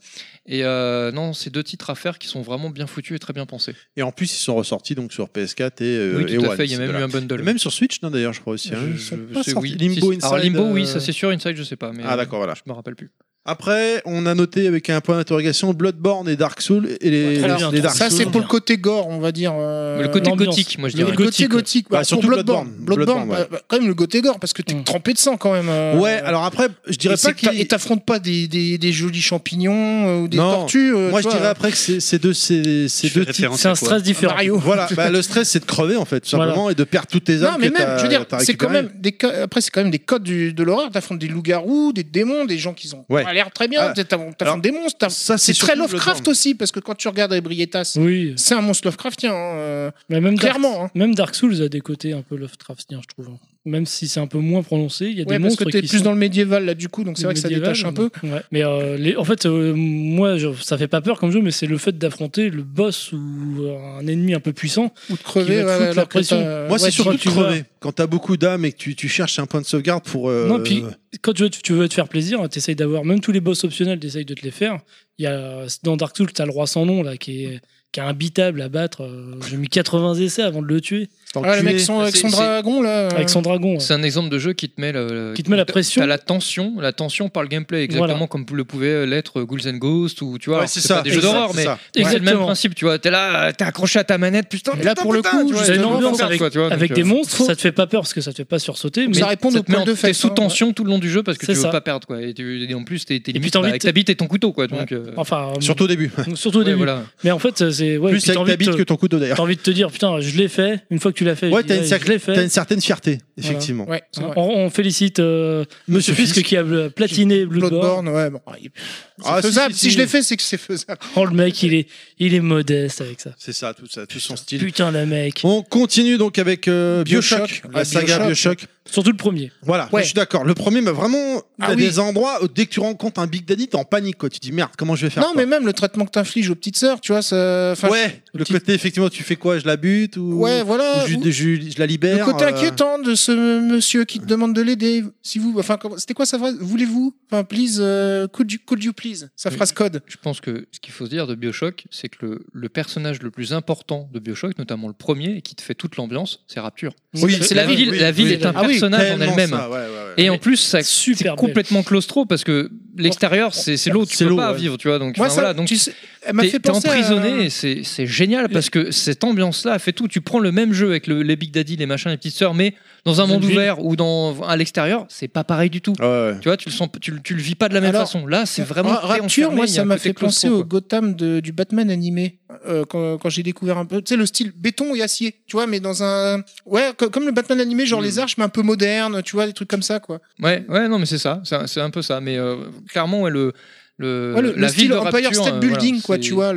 S2: Et euh, non, c'est deux titres à faire qui sont vraiment bien foutus et très bien pensés.
S1: Et en plus ils sont ressortis donc sur PS4 et, euh,
S2: oui,
S1: et
S2: tout à
S1: One,
S2: fait. Il y a même
S1: voilà.
S2: eu un bundle.
S1: Et même sur Switch non, d'ailleurs je crois aussi. hein.
S2: Je-
S1: Ils sont
S2: je
S1: pas
S2: sais,
S1: sortis.
S2: oui.
S1: Limbo
S2: Si, si.
S1: Inside.
S2: Alors Limbo, oui,
S1: euh,
S2: ça c'est sûr. Inside, je sais pas. Mais
S1: Ah
S2: euh,
S1: d'accord voilà.
S2: Je me rappelle plus.
S1: Après on a noté avec un point d'interrogation Bloodborne et Dark Souls et les,
S6: Ouais, très bien,
S1: les Dark
S4: Ça, c'est
S1: Souls.
S4: pour le côté gore, on va dire. euh,
S2: Mais le côté
S6: l'ambiance.
S2: gothique, moi je
S4: le
S2: dirais.
S4: côté
S6: gothique, ouais.
S4: gothique.
S1: Bah,
S4: Bah,
S1: surtout
S4: pour Bloodborne.
S1: Bloodborne.
S4: Bloodborne,
S1: Bloodborne,
S4: bah, bah, quand même le côté gore, parce que t'es
S6: Mm.
S4: trempé de sang quand même. euh,
S1: Ouais alors après je dirais
S4: et c'est
S1: pas
S4: que t'a-
S1: qu'il
S4: Et t'affrontes pas des, des, des jolis champignons euh, ou des
S1: Non.
S4: tortues. euh,
S1: Moi,
S4: tu
S1: je
S4: vois,
S1: dirais après que c'est c'est deux, c'est c'est
S3: Tu fais
S1: deux titres.
S3: référence
S6: C'est
S3: à
S6: un
S3: quoi
S6: stress différent.
S4: Mario.
S1: Voilà, bah, le stress, c'est de crever en fait, tout
S6: Voilà.
S1: simplement, et de perdre toutes tes armes.
S4: Non, mais
S1: que
S4: même,
S1: t'as-
S4: je veux dire,
S1: t'as
S4: c'est quand
S1: récupérées.
S4: même des co- après c'est quand même des codes du- de l'horreur. T'affrontes des loups-garous, des démons, des gens qui sont
S1: Ouais.
S4: pas a l'air très bien.
S1: Ah.
S4: T'as t'as
S1: Alors,
S4: fait des monstres. t'as-
S1: Ça,
S4: C'est
S1: surtout
S4: très
S1: le
S4: Lovecraft
S1: temps.
S4: aussi, parce que quand tu regardes Ebrietas,
S6: Oui.
S4: c'est un monstre Lovecraftien. hein, euh,
S6: Mais Bah, même
S4: Clairement,
S6: Dark,
S4: hein.
S6: même Dark Souls a des côtés un peu Lovecraftien, je trouve. Même si c'est un peu moins prononcé, il y a des
S4: ouais, parce
S6: monstres
S4: que t'es
S6: qui
S4: plus
S6: sont
S4: dans le médiéval là, du coup, donc c'est
S6: du
S4: vrai que ça
S6: médiéval,
S4: détache un peu.
S6: mais- ouais. Mais euh, les- en fait, euh, moi, je- ça fait pas peur comme jeu, mais c'est le fait d'affronter le boss ou euh, un ennemi un peu puissant.
S4: Ou de crever.
S6: Qui va te
S4: ouais,
S6: foutre la
S4: alors que
S6: pression.
S4: t'as-
S1: Moi,
S4: ouais,
S1: c'est surtout
S6: quand
S1: de
S6: tu vas-
S1: crever. Quand t'as beaucoup d'âme et que tu, tu cherches un point de sauvegarde pour. euh,
S6: Non, puis quand tu veux, tu veux te faire plaisir, t'essayes d'avoir même tous les boss optionnels, t'essayes de te les faire. Il y a dans Dark Souls, t'as le roi sans nom là qui est qui est imbitable à battre. Euh, J'ai mis 80 essais avant de le tuer
S4: Ah, le mec
S1: t'enculer.
S4: son- avec
S2: C'est-
S4: son
S2: c'est-
S4: dragon là. euh,
S6: avec son dragon. ouais.
S2: C'est un exemple de jeu qui te met le-
S6: Qui te met la
S2: t'as-
S6: pression.
S2: t'as la tension, la tension par le gameplay, exactement
S6: Voilà.
S2: comme le pouvait l'être Ghouls and Ghosts ou tu vois.
S1: Ouais,
S2: alors,
S1: c'est
S2: c'est
S1: ça.
S2: pas des jeux d'horreur,
S1: c'est
S2: mais
S1: ça.
S2: c'est le même
S6: Exactement.
S2: principe, tu vois. T'es là, euh, t'es accroché à ta manette, putain.
S4: Mais là,
S2: putain,
S4: pour le
S2: putain,
S4: coup,
S2: tu vois,
S4: j'ai
S2: t'es
S6: une
S2: là,
S6: ambiance
S2: l'enfer,
S6: avec-
S2: quoi, tu vois,
S6: Avec
S2: donc,
S6: des
S2: euh,
S6: monstres,
S4: Faut-
S6: ça te fait pas peur parce que ça te fait pas sursauter. Mais
S4: Ça répond
S2: ça
S4: au
S2: te met
S4: point
S2: en-
S4: de
S2: T'es
S4: fait.
S2: sous tension tout le long du jeu parce que
S6: C'est
S2: tu veux
S6: ça.
S2: pas perdre quoi. Et, tu- et en plus t'es t'es
S6: puis
S2: limite
S6: t'as
S2: bah,
S6: envie
S2: avec
S6: de-
S2: ta bite et ton couteau quoi. Donc, euh,
S6: enfin, euh,
S1: Surtout au début.
S6: surtout au
S2: ouais,
S6: début.
S2: voilà.
S6: Mais en fait, c'est ouais,
S1: Plus
S6: puis t'as
S1: avec ta
S6: envie de
S1: bite
S6: te-
S1: que ton couteau d'ailleurs.
S6: T'as envie de te dire, putain, je l'ai fait. Une fois que tu l'as fait,
S1: Ouais,
S6: je, dis,
S1: t'as une,
S6: ouais,
S1: sacr-
S6: je l'ai fait.
S1: t'as une certaine fierté, effectivement.
S4: Ouais, c'est
S6: On,
S4: vrai.
S6: on félicite euh, Monsieur Fisk qui a euh, platiné Bloodborne.
S4: Bloodborne, ouais, bon. il- c'est
S1: Ah, si,
S4: faisable.
S1: si,
S4: Si,
S1: si.
S4: je l'ai fait, c'est que c'est faisable.
S6: Oh, le mec, il est, il est modeste avec ça.
S1: C'est ça, tout ça, tout son style.
S6: Putain, le mec.
S1: On continue donc avec euh, Bioshock,
S4: Bioshock,
S1: la
S4: le
S1: saga Bioshock.
S4: Bioshock.
S6: Surtout le premier.
S1: Voilà,
S4: Ouais.
S1: je suis d'accord. Le premier, mais vraiment,
S4: Ah
S1: t'as
S4: oui.
S1: des endroits où dès que tu rencontres un Big Daddy, t'es en panique. Quoi. Tu dis merde, comment je vais faire
S4: non,
S1: quoi
S4: mais même le traitement que t'infliges aux petites sœurs, tu vois, ça. enfin,
S1: Ouais, le
S4: petit-
S1: côté effectivement, tu fais quoi Je la bute ou,
S4: Ouais, voilà.
S1: ou je,
S4: ou-
S1: je- je- je la
S4: Le
S1: libère
S4: côté
S1: euh,
S4: inquiétant de ce monsieur qui te demande de l'aider. Si vous, enfin, comment- c'était quoi sa phrase Voulez-vous Enfin, please, euh, could, you, could you please Sa
S2: Oui.
S4: phrase code.
S2: Je pense que ce qu'il faut se dire de Bioshock, c'est que le, le personnage le plus important de Bioshock, notamment le premier, et qui te fait toute l'ambiance, c'est Rapture.
S1: Oui,
S2: C'est la
S1: oui,
S2: ville,
S1: oui,
S2: la ville
S1: oui.
S2: est un
S4: Ah oui,
S2: personnage en
S1: Tellement
S2: elle-même.
S1: ça, ouais, ouais, ouais.
S2: Et en plus, ça
S6: Super
S2: c'est
S6: belle.
S2: complètement claustro parce que
S6: Oh.
S2: l'extérieur, c'est c'est l'eau, tu
S1: C'est
S2: peux
S1: l'eau,
S2: pas
S1: ouais.
S2: vivre, tu vois. Donc,
S4: Moi,
S2: enfin,
S4: ça,
S2: voilà, donc
S4: tu sais, elle m'a
S2: t'es
S4: fait
S2: t'es
S4: penser. à-
S2: emprisonné et c'est c'est génial parce que cette ambiance-là fait tout. Tu prends le même jeu avec le- les Big Daddy, les machins, les petites sœurs, mais dans un
S6: Dans
S2: monde
S6: une ville.
S2: ouvert ou dans à l'extérieur, c'est pas pareil du tout.
S1: Ouais, ouais.
S2: Tu vois, tu le sens, tu, le- tu le vis pas de la même
S4: Alors,
S2: façon. Là, c'est vraiment
S4: Ra-
S2: très
S4: Rapture,
S2: enfermé,
S4: moi,
S2: il y a
S4: ça
S2: un
S4: m'a
S2: côté
S4: fait penser
S2: claustro,
S4: au
S2: quoi.
S4: Gotham de- du Batman animé euh, quand, quand j'ai découvert un peu, tu sais, le style béton et acier, tu vois, mais dans un, ouais, co- comme le Batman animé, genre
S2: Mm.
S4: les arches, mais un peu moderne, tu vois, des trucs comme ça, quoi.
S2: Ouais, ouais, non, mais c'est ça, c'est un, c'est un peu ça. Mais euh, clairement, ouais, le, le,
S4: Ouais, le,
S2: Euh, la
S4: le
S2: ville
S4: style
S2: de
S4: Empire
S2: Rapture,
S4: State
S2: euh,
S4: Building,
S2: voilà,
S4: quoi,
S2: c'est-
S4: tu vois,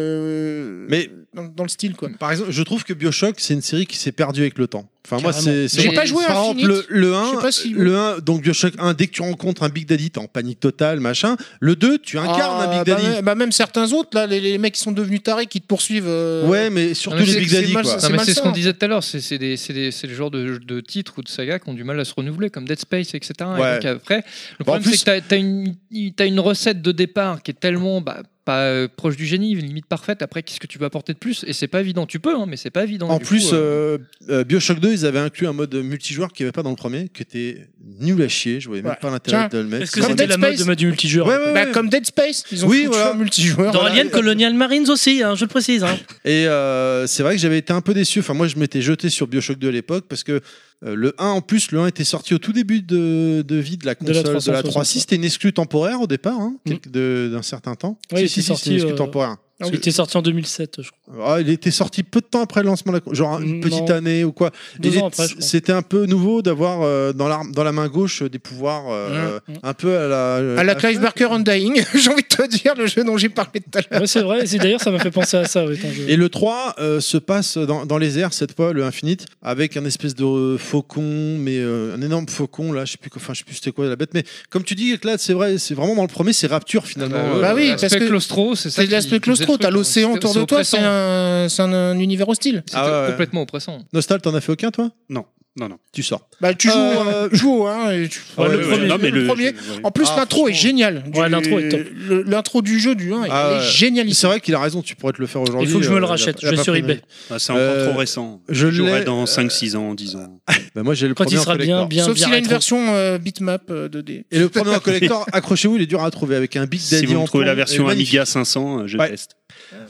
S4: le,
S1: Mais-
S4: dans, dans le style, quoi.
S1: Par exemple, je trouve que Bioshock, c'est une série qui s'est perdue avec le temps. Enfin, moi,
S6: Carrément.
S1: c'est. c'est-
S4: J'ai
S2: Et
S4: pas joué à
S1: Par exemple,
S4: Infinite.
S1: le, le 1,
S4: Je sais pas si-
S1: le 1, donc Bioshock 1, dès que tu rencontres un Big Daddy, t'es en panique totale, machin. Le 2, tu incarnes
S4: Ah,
S2: hein,
S1: un Big
S4: bah,
S1: Daddy.
S4: ouais, bah, même certains autres, là, les, les mecs qui sont devenus tarés, qui te poursuivent. euh,
S1: Ouais, mais
S2: Non,
S1: surtout
S2: mais
S1: les
S2: c'est-
S1: Big
S4: c'est
S1: Daddy,
S4: mal-
S1: quoi.
S4: c'est-
S2: Non, mais c'est ce
S4: malsain.
S2: qu'on disait tout à l'heure, c'est c'est des- c'est des- c'est le genre de, de titres ou de sagas qui ont du mal à se renouveler, comme Dead Space, etc.
S1: Ouais.
S2: Et donc après, le
S1: Bah, en
S2: problème,
S1: plus-
S2: c'est que tu as, une t'as une recette de départ qui est tellement bah, pas euh, proche du génie, limite parfaite. Après, qu'est-ce que tu peux apporter de plus Et c'est pas évident. Tu peux, hein, mais c'est pas évident.
S1: En
S2: Du
S1: plus,
S2: coup, euh,
S1: euh, euh, Bioshock 2, ils avaient inclus un mode multijoueur qu'il n'y avait pas dans le premier, qui était nul à chier. Je voyais même
S4: Ouais.
S1: pas l'intérêt
S4: Tiens,
S1: de le mettre.
S6: Est-ce que
S4: Comme
S6: c'était
S4: Dead
S6: la mode
S4: Space.
S6: de mode du multijoueur
S1: Ouais, ouais,
S4: bah,
S1: ouais.
S4: comme Dead Space, ils ont
S1: Oui,
S4: foutu
S1: voilà.
S4: un multijoueur.
S6: Dans
S1: Voilà.
S6: Alien
S1: Et-
S9: Colonial Marines aussi, hein, je le précise. hein.
S1: Et euh, c'est vrai que j'avais été un peu déçu. Enfin, moi, je m'étais jeté sur Bioshock 2 à l'époque parce que euh, le 1, en plus, le 1 était sorti au tout début de, de vie de la
S6: De la
S1: console, de la
S6: 360.
S1: 3.6. C'était une exclue temporaire au départ, hein, quelque- de- d'un certain temps.
S6: Mm. Ouais, il était
S1: c'était une
S6: sorti,
S1: exclue
S6: euh,
S1: temporaire.
S6: Il était sorti en 2007, je crois.
S1: Ah, il était sorti peu de temps après le lancement de la console, genre une
S6: Mm, Non.
S1: petite année ou quoi.
S6: Deux
S1: Il est-
S6: ans après, je crois.
S1: C'était un peu nouveau d'avoir euh, dans, la, dans la main gauche euh, des pouvoirs euh,
S6: Mhm.
S1: un peu à la.
S6: euh,
S4: À la Clive Barker Undying, j'ai envie de te dire le jeu dont j'ai parlé tout à l'heure.
S6: Ouais, c'est vrai. C'est- D'ailleurs, ça m'a fait penser à ça. ouais, ton jeu.
S1: Mm. Et le 3 euh, se passe dans, dans les airs cette fois, le Infinite, avec un espèce de euh, faucon, mais euh, un énorme faucon là, je sais plus, quoi- enfin je sais plus c'était quoi la bête, mais comme tu dis, là c'est vrai, c'est vraiment dans le premier, c'est Rapture finalement.
S6: Ah,
S2: euh,
S1: Euh,
S4: bah oui,
S2: l'aspect
S4: parce que
S2: claustro, c'est ça.
S4: C'est
S2: qui- qui
S4: de
S2: faisait
S4: l'aspect
S2: le
S4: claustro,
S2: truc,
S4: t'as
S2: hein.
S4: l'océan
S2: C'est-
S4: autour
S2: c'est
S4: de toi,
S2: oppressant.
S4: c'est un, c'est un, un univers hostile.
S2: C'était
S1: Ah ouais, ouais.
S2: complètement oppressant.
S1: Nostal, t'en as fait aucun toi
S3: Non, non, non.
S1: Tu sors.
S4: Bah, tu joues,
S1: Euh,
S4: hein, tu joues, hein, et tu-
S6: Ouais,
S1: Ah
S6: le
S1: ouais,
S6: premier.
S3: non, mais
S4: le
S3: le
S4: premier.
S3: je-
S4: En plus,
S1: Ah,
S4: l'intro est
S1: franchement.
S4: géniale. Du-
S6: Ouais, l'intro est top.
S4: le- L'intro du jeu du 1
S1: Ah
S4: elle est
S1: ouais.
S4: géniale.
S1: C'est vrai qu'il a raison, tu pourrais te le faire aujourd'hui.
S6: Il faut que je me le
S1: euh,
S6: rachète,
S1: il a pas- il a
S6: je vais
S1: pas
S6: sur
S1: pris de-
S6: eBay.
S3: Ah, c'est encore
S1: Euh,
S3: trop récent.
S1: je l'ai-
S3: J'aurai dans 5-6 ans, 10 ans.
S1: Bah moi j'ai le
S6: Quand
S1: premier
S6: il sera
S1: en
S6: bien,
S1: collector.
S6: bien,
S4: Sauf
S6: bien
S4: s'il a une
S6: rétro.
S4: version euh, bitmap euh, 2D.
S1: Et le premier en collector, accrochez-vous, il est dur à trouver avec un Big Daddy
S3: Si vous
S1: en
S3: me trouvez
S1: plomb,
S3: la
S1: il
S3: version
S1: est magnifique.
S3: Amiga 500, euh, je
S1: Ouais.
S3: teste.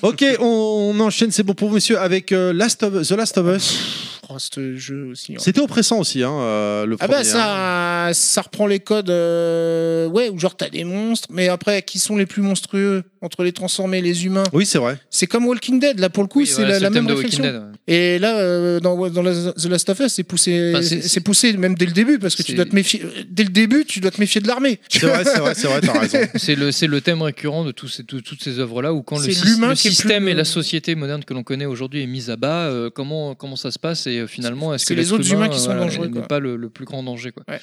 S1: Ok, on, on enchaîne, c'est bon pour vous, monsieur, avec euh, Last of- The Last of Us.
S4: Oh, ce jeu aussi. hein.
S1: C'était oppressant aussi, hein, euh, le
S4: Ah
S1: premier.
S4: bah ça, ça reprend les codes, euh, ouais, où genre t'as des monstres, mais après, qui sont les plus monstrueux entre les transformés et les humains
S1: Oui, c'est vrai.
S4: C'est comme Walking Dead, là pour le coup,
S2: Oui,
S4: c'est
S2: voilà,
S4: la, la
S2: le thème
S4: même
S2: de
S4: réflexion.
S2: Walking Dead. ouais.
S4: Et là, euh, dans, dans la- The Last of Us, c'est poussé,
S2: Enfin, c'est-
S4: c'est poussé même dès le début, parce que tu
S2: c'est-
S4: dois te méfier, euh, dès le début, tu dois te méfier de l'armée.
S1: C'est vrai, c'est vrai, c'est vrai, t'as raison.
S2: C'est le, c'est le thème récurrent de tous ces- tout- toutes ces œuvres-là où quand le,
S4: C'est
S2: sys-
S4: l'humain
S2: le
S4: qui est plus-
S2: système et la société moderne que l'on connaît aujourd'hui est mise à bas, euh, comment, comment ça se passe et euh, finalement est-ce
S4: C'est
S2: que
S4: les
S2: l'être
S4: autres
S2: humain,
S4: humains qui
S2: euh,
S4: sont
S2: voilà,
S4: dangereux,
S2: n'est
S4: quoi.
S2: pas le, le plus grand danger quoi.
S4: Ouais.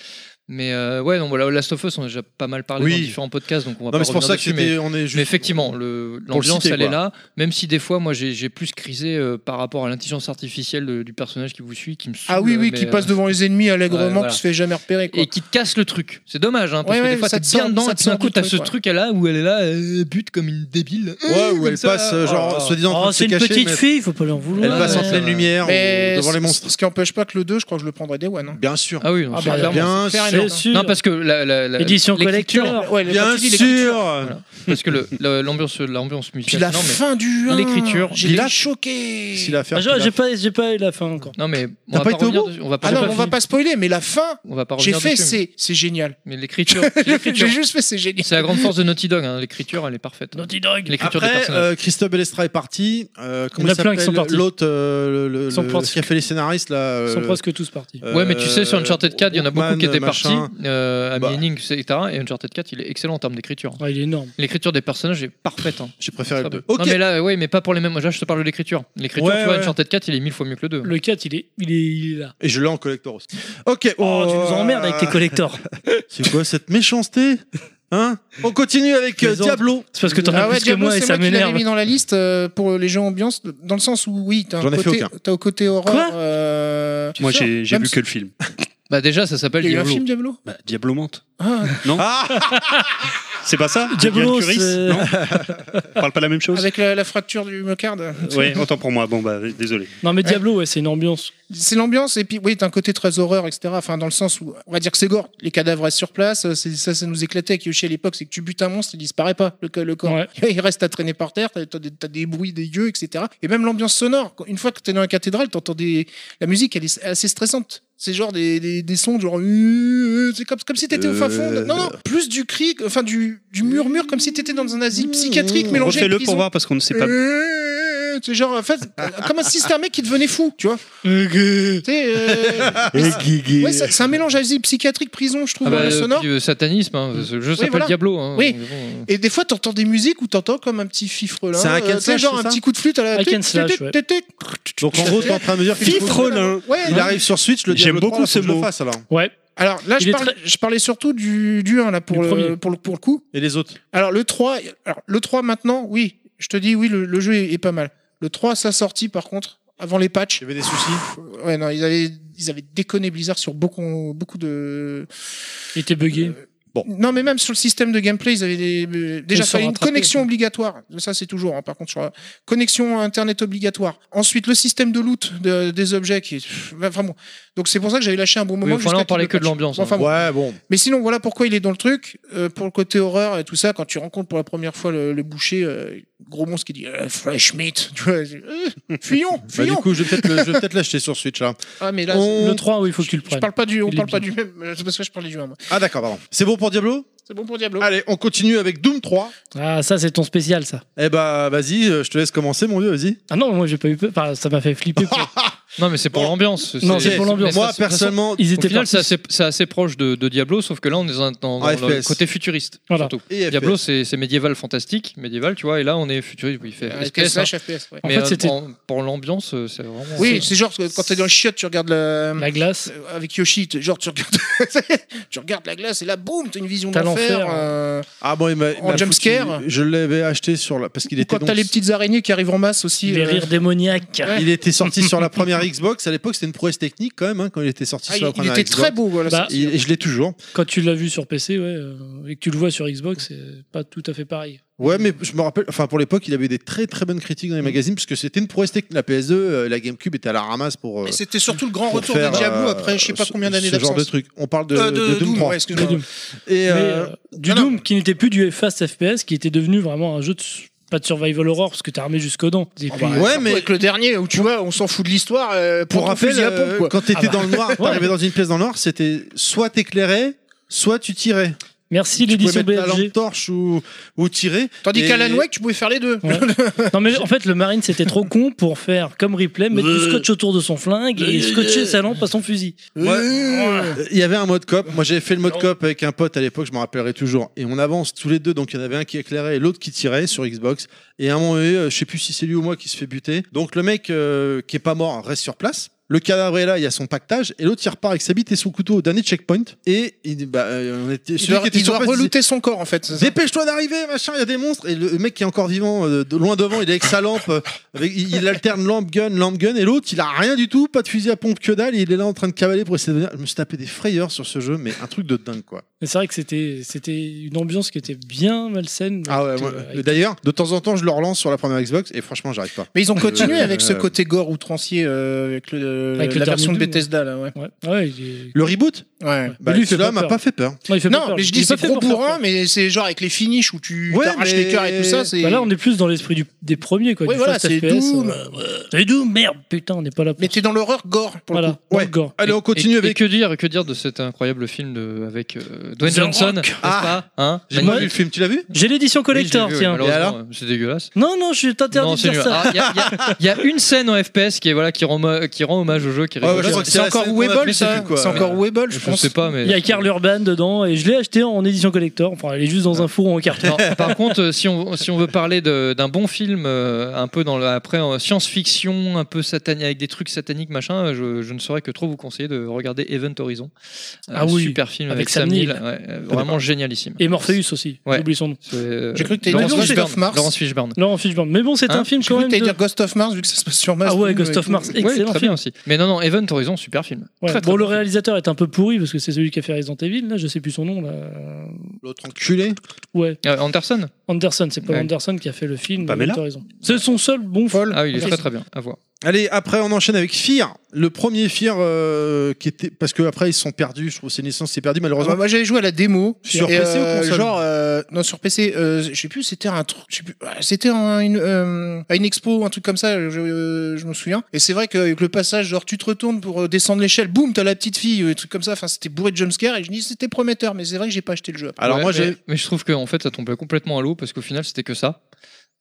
S2: Mais euh, ouais, donc voilà, Last of Us, on en a déjà pas mal parlé
S1: Oui.
S2: dans différents podcasts, donc on va
S1: Non,
S2: pas
S1: mais c'est pour
S2: revenir
S1: ça que
S2: dessus, mais-
S1: c'était- on est juste.
S2: mais effectivement, le- l'ambiance,
S1: citer,
S2: elle est
S1: quoi.
S2: là. Même si des fois, moi, j'ai j'ai plus crisé euh, par rapport à l'intelligence artificielle de- du personnage qui vous suit, qui me
S4: Ah
S2: saoule,
S4: oui, oui,
S2: mais,
S4: qui
S2: euh,
S4: passe devant les ennemis allègrement,
S2: ouais, voilà.
S4: qui se fait jamais repérer. Quoi.
S2: Et qui te casse le truc. C'est dommage, hein, parce
S4: Ouais,
S2: que
S4: ouais,
S2: des fois,
S4: ça
S2: t'es
S4: te
S2: bien
S4: sort-
S2: dedans,
S4: ça
S2: et
S4: te
S2: tout d'un
S4: sort
S2: coup,
S4: du
S2: t'as
S4: truc,
S2: ce
S4: ouais.
S2: truc-là où elle est là, euh, bute comme une débile.
S1: Ouais, où
S2: Comme
S1: elle
S2: ça.
S1: passe, euh, genre,
S2: Oh.
S1: soi-disant, en train
S9: Oh,
S1: de se
S9: c'est une
S1: cacher,
S9: petite
S1: mais
S9: fille, faut pas lui en vouloir.
S1: Elle passe en
S2: ouais.
S1: pleine lumière
S4: Mais
S1: devant les
S4: c-
S1: monstres.
S4: Ce qui empêche pas que le 2, je crois que je le prendrais Day One. hein.
S1: Bien sûr.
S2: Ah oui, non,
S4: Ah,
S2: c'est
S4: bah,
S2: clairement-
S1: Bien
S4: Faire
S1: sûr.
S4: une
S6: Bien
S4: erreur.
S6: sûr.
S2: Non, parce que la, la- la-
S9: Édition
S2: l'écriture-
S9: collector.
S4: Ouais, la
S1: Bien
S4: partie, l'écriture.
S1: sûr.
S2: Parce que le- le- l'ambiance l'ambiance
S4: Puis
S2: musicale.
S4: la
S2: non, mais-
S4: fin du 1,
S2: l'écriture.
S1: Puis
S4: j'étais
S1: la-
S4: choqué.
S1: Si l'affaire.
S6: Ah,
S1: qu'il a-
S6: J'ai j'ai pas, j'ai pas eu la fin encore.
S2: Non,
S1: T'as
S2: mais on va
S1: pas
S2: pas
S1: été au
S2: revenir
S1: bout
S2: dessus, on va pas
S4: Ah non,
S2: revenir
S4: on va
S2: dessus.
S4: pas spoiler, mais la fin,
S2: On va pas
S4: j'ai
S2: revenir
S4: fait,
S2: dessus, mais-
S4: c'est c'est génial.
S2: Mais l'écriture, l'écriture,
S4: J'ai juste fait, c'est génial.
S2: c'est la grande force de Naughty Dog. hein, L'écriture, elle est parfaite.
S6: Naughty Dog.
S2: L'écriture des
S1: Après,
S2: personnages.
S1: euh, Christophe Bellestra est parti. Euh, comment
S6: Il y en
S1: il
S6: a plein qui sont
S1: s'appelle
S6: partis.
S1: L'autre, euh, le, le-
S6: Ils sont
S1: le-
S6: presque-
S1: qui a fait les scénaristes là.
S6: Ils sont
S1: euh,
S6: presque tous partis.
S1: euh,
S2: Ouais, mais tu sais, sur Uncharted 4, il y en a beaucoup qui
S1: Walkman,
S2: étaient partis,
S1: machin.
S2: euh, à
S1: Bah.
S2: Mining, etc. Et Uncharted 4, il est excellent en termes d'écriture.
S6: Ouais, il est énorme.
S2: L'écriture des personnages est parfaite. hein.
S1: J'ai préféré le
S2: Très
S1: 2.
S2: bonne.
S1: Ok.
S2: Non, mais là, ouais, mais pas pour les mêmes. Là, je te parle de l'écriture. L'écriture,
S1: Ouais,
S2: tu vois,
S1: ouais.
S2: Uncharted 4, il est mille fois mieux que le 2.
S6: Le 4, il est, il est, il est là.
S1: Et je l'ai en collector aussi. Ok.
S9: Oh, tu nous emmerdes avec tes collectors.
S1: C'est quoi cette méchanceté Hein On continue avec euh,
S9: Plaisante.
S1: Diablo.
S9: C'est parce que t'en as
S4: Ah ouais,
S9: plus que
S4: Diablo,
S9: moi et
S4: c'est
S9: ça
S4: moi qui l'avais
S9: m'énerve.
S4: mis dans la liste euh, pour les jeux ambiance, dans le sens où oui, t'as
S1: J'en
S4: un
S1: ai fait
S4: côté,
S1: aucun.
S4: t'as au côté horreur.
S9: Quoi
S4: euh,
S3: Moi,
S4: tu sors.
S3: j'ai j'ai
S4: Même
S3: vu
S4: si-
S3: que le film.
S2: Bah, déjà, ça s'appelle
S4: Il y a eu un
S2: Diablo.
S4: film Diablo
S3: Bah, Diablomante.
S4: Ah,
S1: Ah
S3: C'est pas ça
S9: Diablo,
S3: Diane Curis
S9: c'est-
S3: Non On parle pas la même chose
S4: Avec la, la fracture du myocarde.
S3: Ouais, autant pour moi. Bon, bah, désolé.
S6: Non, mais Diablo, ouais, c'est une ambiance.
S4: C'est l'ambiance, et puis oui, t'as un côté très horreur, etc. Enfin, dans le sens où, on va dire que c'est gore. Les cadavres restent sur place, euh, c'est- ça, ça nous éclatait avec Yoshi à l'époque, c'est que tu butes un monstre, il disparaît pas, le, co- le corps.
S6: Ouais.
S4: Il reste à traîner par terre, t'as t'as des, t'as des bruits, des yeux, etc. Et même l'ambiance sonore. Quand- Une fois que t'es dans la cathédrale, t'entends des. La musique, elle est assez stressante. C'est genre des, des, des sons, genre. euh, C'est comme, comme si t'étais au fin fond. de- Non,
S3: Euh.
S4: non, plus du cri, enfin du, du murmure, comme si t'étais dans un asile psychiatrique mélangé à une
S3: Refais-le pour
S4: prison.
S3: voir parce qu'on ne sait pas.
S4: Euh, C'est genre, en fait, comme si c'était un mec qui devenait fou, tu vois. Tu sais, euh, ouais, c'est c'est un mélange asile psychiatrique prison, je trouve,
S2: Ah bah,
S4: dans le sonore.
S2: puis, euh, satanisme, hein, parce que le jeu s'appelle
S4: voilà.
S2: Diablo. hein,
S4: Oui.
S2: donc bon, euh,
S4: Et des fois, t'entends des musiques où t'entends comme un petit fifrelin.
S1: C'est un
S4: euh,
S1: hack and
S4: tu sais,
S1: slash,
S4: genre
S1: c'est
S4: un
S1: ça
S4: petit coup de flûte à la
S6: Hack
S4: tic,
S6: and slash, ouais.
S4: tic, tic, tic.
S1: Donc en gros, t'es en train de me dire qu'il faut-
S3: Frelin.
S4: Ouais,
S1: Il arrive sur Switch, le
S3: J'aime
S1: Diablo
S3: beaucoup
S1: 3, là, faut
S3: ce
S1: que je le
S3: mot.
S1: fasse, alors.
S6: Ouais.
S4: Alors là,
S6: Il
S4: je
S6: est
S4: parlais, je parlais surtout du, du 1 là, pour,
S6: Du
S4: le,
S6: premier.
S4: pour, le, pour le coup.
S1: Et les autres
S4: Alors le 3, alors, le 3 maintenant, oui, je te dis, oui, le, le jeu est, est pas mal. Le 3, sa sortie, par contre, avant les patchs,
S1: Il y avait des soucis.
S4: ouais, non, ils, avaient, ils avaient déconné Blizzard sur beaucoup, beaucoup de,
S6: Il était buggé.
S4: Non, mais même sur le système de gameplay, ils avaient des- euh, déjà
S6: se sont
S4: fallait une
S6: rattrapés,
S4: connexion
S6: quoi.
S4: obligatoire. Ça, c'est toujours. hein, par contre, sur la- connexion internet obligatoire. Ensuite, le système de loot de- des objets. Qui, pff, enfin bon. Donc c'est pour ça que j'avais lâché un bon
S2: Oui,
S4: moment.
S2: enfin, là,
S4: jusqu'à
S2: on parlait
S4: qu'il
S2: que de
S4: patch.
S2: l'ambiance.
S4: Bon, enfin,
S2: hein.
S4: Ah bon.
S1: Ouais, bon.
S4: Mais sinon, voilà pourquoi il est dans le truc. Euh, pour le côté horreur et tout ça, quand tu rencontres pour la première fois le, le boucher, euh, gros monstre qui dit euh, fresh meat. Tu vois, c'est, euh, fuyons,
S1: Bah, du
S4: fuyons.
S1: coup, je vais peut-être le- je vais peut-être l'acheter sur Switch, là.
S4: ah mais là,
S1: On-
S6: Le 3, oui, il faut que tu le
S4: je
S6: prennes.
S4: parle pas du, on
S6: Il est
S4: parle pas du même. euh, C'est parce que je parlais du 1. moi.
S1: Ah d'accord, pardon. C'est bon pour Diablo
S4: C'est bon pour Diablo.
S1: Allez, on continue avec Doom 3.
S6: Ah, ça, c'est ton spécial, ça.
S1: Eh bah vas-y, euh, je te laisse commencer mon vieux, vas-y.
S6: Ah non, moi, j'ai pas eu peur. Enfin, ça m'a fait flipper. quoi.
S2: Non, mais c'est pour
S1: Bon.
S2: l'ambiance.
S6: Non, c'est pour l'ambiance.
S2: mais
S1: Moi
S2: ça, c'est-
S1: personnellement,
S6: Ils
S2: Au
S6: étaient
S2: final,
S6: partis.
S2: c'est assez, c'est assez proche de, de Diablo, sauf que là, on est dans, dans-
S1: Ah,
S2: dans le
S1: FPS.
S2: côté futuriste.
S6: Voilà.
S2: surtout.
S1: et
S2: Diablo,
S1: FPS.
S2: c'est c'est médiéval fantastique, médiéval, tu vois, et là, on est futuriste. Oui, il fait
S4: Euh,
S2: FPS, hein.
S4: slash FPS, ouais.
S6: En
S2: Mais
S6: fait,
S2: euh,
S6: c'était-
S2: pour, pour l'ambiance, euh, c'est vraiment.
S4: Oui, c'est genre quand t'es dans le chiotte, tu regardes la,
S6: La glace.
S4: Euh, avec Yoshi, t'es- genre tu regardes, tu regardes la glace et là boum, t'as une vision
S6: T'as
S4: d'enfer.
S6: l'enfer,
S4: euh,
S1: Ah bon, il m'a il
S4: en
S1: m'a
S4: jump
S1: foutu-
S4: scare.
S1: Je l'avais acheté sur la parce qu'il
S4: ou
S1: était
S4: quand
S1: donc-
S4: t'as les petites araignées qui arrivent en masse aussi.
S6: Les
S4: euh,
S6: rires démoniaques.
S1: Il était sorti sur la première Xbox, à l'époque c'était une prouesse technique quand même hein, quand il était sorti
S4: ah, il,
S1: sur la
S4: il
S1: première
S4: était
S1: Xbox.
S4: très beau, voilà.
S6: Bah,
S4: ça.
S1: Il- et je l'ai toujours.
S6: Quand tu l'as vu sur PC, ouais, euh, et que tu le vois sur Xbox, c'est pas tout à fait pareil.
S1: Ouais, mais je me rappelle, enfin pour l'époque, il avait des très très bonnes critiques dans
S4: Mm.
S1: les magazines parce que c'était une prouesse technique. La PS2, euh, la GameCube était à la ramasse pour. euh,
S4: Et c'était surtout le grand
S1: pour
S4: retour
S1: faire,
S4: de Diablo
S1: euh,
S4: après je sais pas
S1: ce-
S4: combien d'années
S1: Ce genre de
S4: d'absence.
S1: truc. On parle de,
S4: Euh,
S1: de Doom 3.
S4: ouais, excuse-moi.
S6: De Doom.
S1: Et
S6: Mais,
S1: euh,
S6: euh, du
S4: non, non.
S6: Doom qui n'était plus du fast FPS, qui était devenu vraiment un jeu de s- pas de survival horror parce que t'es armé jusqu'aux dents. Et
S4: bah
S6: puis,
S1: ouais, mais-
S4: Avec le dernier, où tu vois, on s'en fout de l'histoire. euh,
S1: Pour
S4: ton
S1: rappel,
S4: fusil à pompe,
S1: euh,
S4: quoi.
S1: quand t'étais
S6: Ah bah.
S1: dans le noir, t'arrivais dans une pièce dans le noir, c'était soit t'éclairais, soit tu tirais.
S6: Merci
S1: tu pouvais
S6: l'édition
S1: mettre ta
S6: BFG.
S1: lampe torche ou, ou tirer.
S4: Tandis
S1: Et-
S4: qu'à qu'Alan Wake, tu pouvais faire les deux.
S6: Ouais. Non mais en fait le marine c'était trop con pour faire comme replay mettre du scotch autour de son flingue et scotcher sa lampe à son fusil.
S1: Euh, Il y avait un mode cop. Moi, j'avais fait le mode cop avec un pote à l'époque, je m'en rappellerai toujours. Et on avance tous les deux. Donc, il y en avait un qui éclairait et l'autre qui tirait sur Xbox. Et à un moment donné, euh, je sais plus si c'est lui ou moi qui se fait buter. Donc, le mec euh, qui est pas mort reste sur place. Le cadavre est là, il y a son pactage. Et l'autre, il repart avec sa bite et son couteau au dernier checkpoint. Et il dit, bah, euh, on était,
S4: Il
S1: celui
S4: doit,
S1: qui était
S4: il
S1: sur
S4: doit
S1: place, il disait,
S4: relooter son corps, en fait. c'est ça
S1: Dépêche-toi d'arriver, machin, il y a des monstres. Et le mec qui est encore vivant, euh, de loin devant, il est avec sa lampe, euh, avec- il, il alterne lampe gun, lampe gun, et l'autre, il a rien du tout, pas de fusil à pompe que dalle, et il est là en train de cavaler pour essayer de venir. Je me suis tapé des frayeurs sur ce jeu, mais un truc de dingue, quoi.
S6: Mais c'est vrai que c'était c'était une ambiance qui était bien malsaine.
S1: Ah ouais,
S6: C'était-
S1: moi,
S6: avec-
S1: et d'ailleurs, de temps en temps, je le relance sur la première Xbox, et franchement, j'arrive pas.
S4: Mais ils ont continué
S1: Euh,
S4: avec ce côté gore outrancier euh, avec, le,
S6: Avec le
S4: la version de
S6: dernier Doom,
S4: Bethesda là, ouais.
S6: Ouais, ouais, il est-
S1: Le reboot
S4: ouais.
S1: bah,
S6: lui, il fait
S1: Celui-là
S6: pas
S1: m'a
S6: peur.
S1: pas fait peur.
S6: Non, il fait pas
S4: Non,
S6: peur.
S4: mais je
S6: Il
S4: dis
S6: est pas
S4: c'est
S6: fait
S4: gros
S6: pour faire
S4: bourrin,
S6: peur.
S4: mais c'est genre avec les finishes où tu
S1: Ouais,
S4: t'arraches
S1: mais-
S4: les cœurs et tout ça, c'est
S6: Bah là on est plus dans l'esprit du- des premiers quoi.
S4: Ouais,
S6: du
S4: voilà,
S6: fast
S4: c'est
S6: FPS,
S4: Doom.
S6: euh, ouais. C'est Doom, merde, putain, on n'est pas là pour.
S4: mais t'es dans l'horreur gore pour
S6: voilà,
S4: le coup.
S6: dans
S1: Ouais.
S6: le gore.
S1: Allez, on continue
S2: et, et
S1: avec.
S2: que dire, que dire de cet incroyable film de, avec euh, Dwayne
S6: The
S2: Johnson,
S6: Rock.
S2: n'est-ce
S1: Ah.
S2: pas hein
S1: J'ai
S2: Magnifique.
S1: pas vu le film, tu l'as vu
S6: J'ai l'édition collector,
S2: Oui, je l'ai vu,
S6: tiens.
S2: oui, malheureusement,
S1: Et alors
S2: euh, c'est dégueulasse.
S6: Non, non, je t'interdis
S2: Non,
S6: de
S2: c'est
S6: faire
S2: nul.
S6: ça.
S2: Ah, Alors, Il y, a- il y a- il y a une scène en FPS qui est voilà qui rend, ma- qui rend hommage au jeu, qui est
S1: Ouais,
S2: rigolote.
S1: je crois que
S4: C'est
S1: la
S4: encore
S1: scène qu'on a
S4: Weeble
S1: plus, c'est
S4: ça
S1: plus, quoi.
S4: C'est encore Weeble
S2: je,
S4: je pense.
S2: sais pas, mais
S6: Il y a Karl Urban dedans et je l'ai acheté en édition collector. Enfin, elle est juste dans un four en carton.
S2: Non, par contre, euh, si on, si on veut parler de- d'un bon film, euh, un peu dans le, après en science-fiction, un peu satanique, avec des trucs sataniques, machin, euh, je, je ne saurais que trop vous conseiller de regarder Event Horizon. Un
S6: Ah oui,
S2: super film avec,
S6: avec Sam
S2: Sam Neill,
S6: Neill.
S2: ouais, euh, vraiment génialissime.
S6: Et Morpheus aussi.
S2: Ouais.
S6: J'oublie son nom.
S2: C'est, euh,
S4: J'ai cru que t'allais
S2: Laurence
S4: dire Ghost
S2: Fishburne,
S4: of Mars.
S2: Laurence Fishburne.
S6: Laurent Fishburne. Mais bon, c'est
S2: Hein
S6: un film
S4: Je
S6: quand
S4: crois que
S6: même.
S4: t'allais
S6: de-
S4: dire Ghost of Mars vu que ça se passe sur Mars.
S6: Ah ouais,
S4: Doom,
S6: Ghost
S4: et
S6: of
S4: tout.
S6: Mars,
S2: Ouais,
S6: excellent
S2: très
S6: film.
S2: bien aussi. Mais non, non, Event Horizon, super film.
S6: Ouais.
S2: Très, très
S6: bon, le
S2: bon film.
S6: réalisateur est un peu pourri parce que c'est celui qui a fait Resident Evil. Là, je sais plus son nom. Là.
S1: L'autre enculé.
S6: Ouais,
S2: Euh, Anderson
S6: Anderson. C'est pas
S2: Ouais.
S6: Anderson qui a fait le film.
S3: Pas
S6: mais
S3: Mella
S6: raison. C'est son seul bon film.
S2: Ah oui, il est
S6: Ok.
S2: très très bien, à voir.
S1: Allez, après on enchaîne avec Fear, le premier Fear euh, qui était parce que après ils se sont perdus, je trouve que c'est une licence qui s'est perdue
S4: Ah bah,
S1: malheureusement.
S4: moi j'avais joué à la démo
S1: Sur
S4: Et,
S1: PC ou
S4: euh,
S1: console
S4: genre euh, non sur PC euh, je sais plus c'était un truc je sais plus ah, c'était un- une euh, à une expo un truc comme ça je, euh, je me souviens et c'est vrai qu'avec le passage genre tu te retournes pour euh, descendre l'échelle boum t'as la petite fille euh, des trucs comme ça enfin c'était bourré de jumpscare et je dis c'était prometteur mais c'est vrai que j'ai pas acheté le jeu après.
S1: Alors
S2: Ouais,
S1: moi
S2: mais,
S1: j'ai
S2: mais je trouve que en fait ça tombait complètement à l'eau parce qu'au final c'était que ça.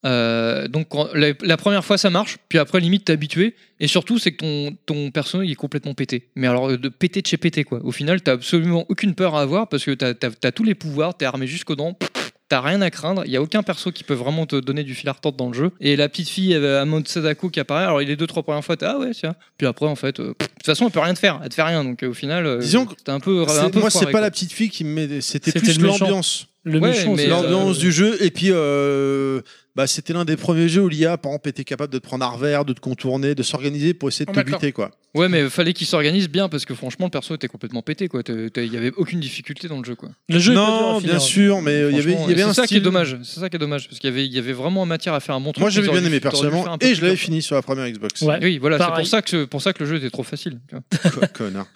S2: Euh, donc quand- la, la première fois ça marche, puis après limite t'es habitué et surtout c'est que ton ton personnage il est complètement pété. Mais alors euh, de pété de chez pété quoi. Au final t'as absolument aucune peur à avoir parce que t'as as, tous les pouvoirs, t'es armé jusqu'aux dents. pff, T'as rien à craindre, il y a aucun perso qui peut vraiment te donner du fil à retordre dans le jeu. Et la petite fille, euh, Amon Sadako qui apparaît, alors il est deux, trois premières fois, t'es ah ouais, tiens. Puis après, en fait, euh, pff, de toute façon, elle peut rien te faire, elle te fait rien. Donc euh, au final, euh,
S1: Disons que
S2: t'es un peu.
S1: c'est-
S2: un peu
S1: moi c'est
S2: foiré,
S1: pas
S2: quoi.
S1: la petite fille qui me met- c'était
S6: C'était
S1: plus
S6: le méchant.
S1: l'ambiance,
S6: Le
S2: Ouais,
S6: méchant.
S2: mais,
S6: c'est-
S1: l'ambiance
S6: euh,
S1: du jeu et puis euh, bah, c'était l'un des premiers jeux où l'IA par exemple était capable de te prendre à revers, de te contourner, de s'organiser pour essayer de
S4: Oh,
S1: te
S4: d'accord.
S1: buter quoi.
S2: Ouais, mais fallait qu'il s'organise bien parce que franchement, le perso était complètement pété quoi. T'es- t'es- Il y avait aucune difficulté dans le jeu quoi.
S6: Le jeu. est pas dur à
S1: non,
S6: finir. hein.
S1: bien sûr, mais euh, il y avait
S2: Franchement,
S1: il y avait un
S2: C'est ça qui est
S1: style-
S2: dommage. C'est ça qui est dommage parce qu'il y avait il y avait vraiment matière à faire un bon truc.
S1: Moi j'avais
S2: Ils auraient
S1: bien aimé
S2: dû- ils auraient dû faire
S1: personnellement
S2: un peu
S1: et
S2: plus
S1: je l'avais
S2: dur.
S1: fini sur la première Xbox.
S6: Ouais.
S2: Oui, voilà, c'est
S6: Pareil.
S2: pour ça que ce- pour ça que le jeu était trop facile. tu vois.
S1: Co- Connard.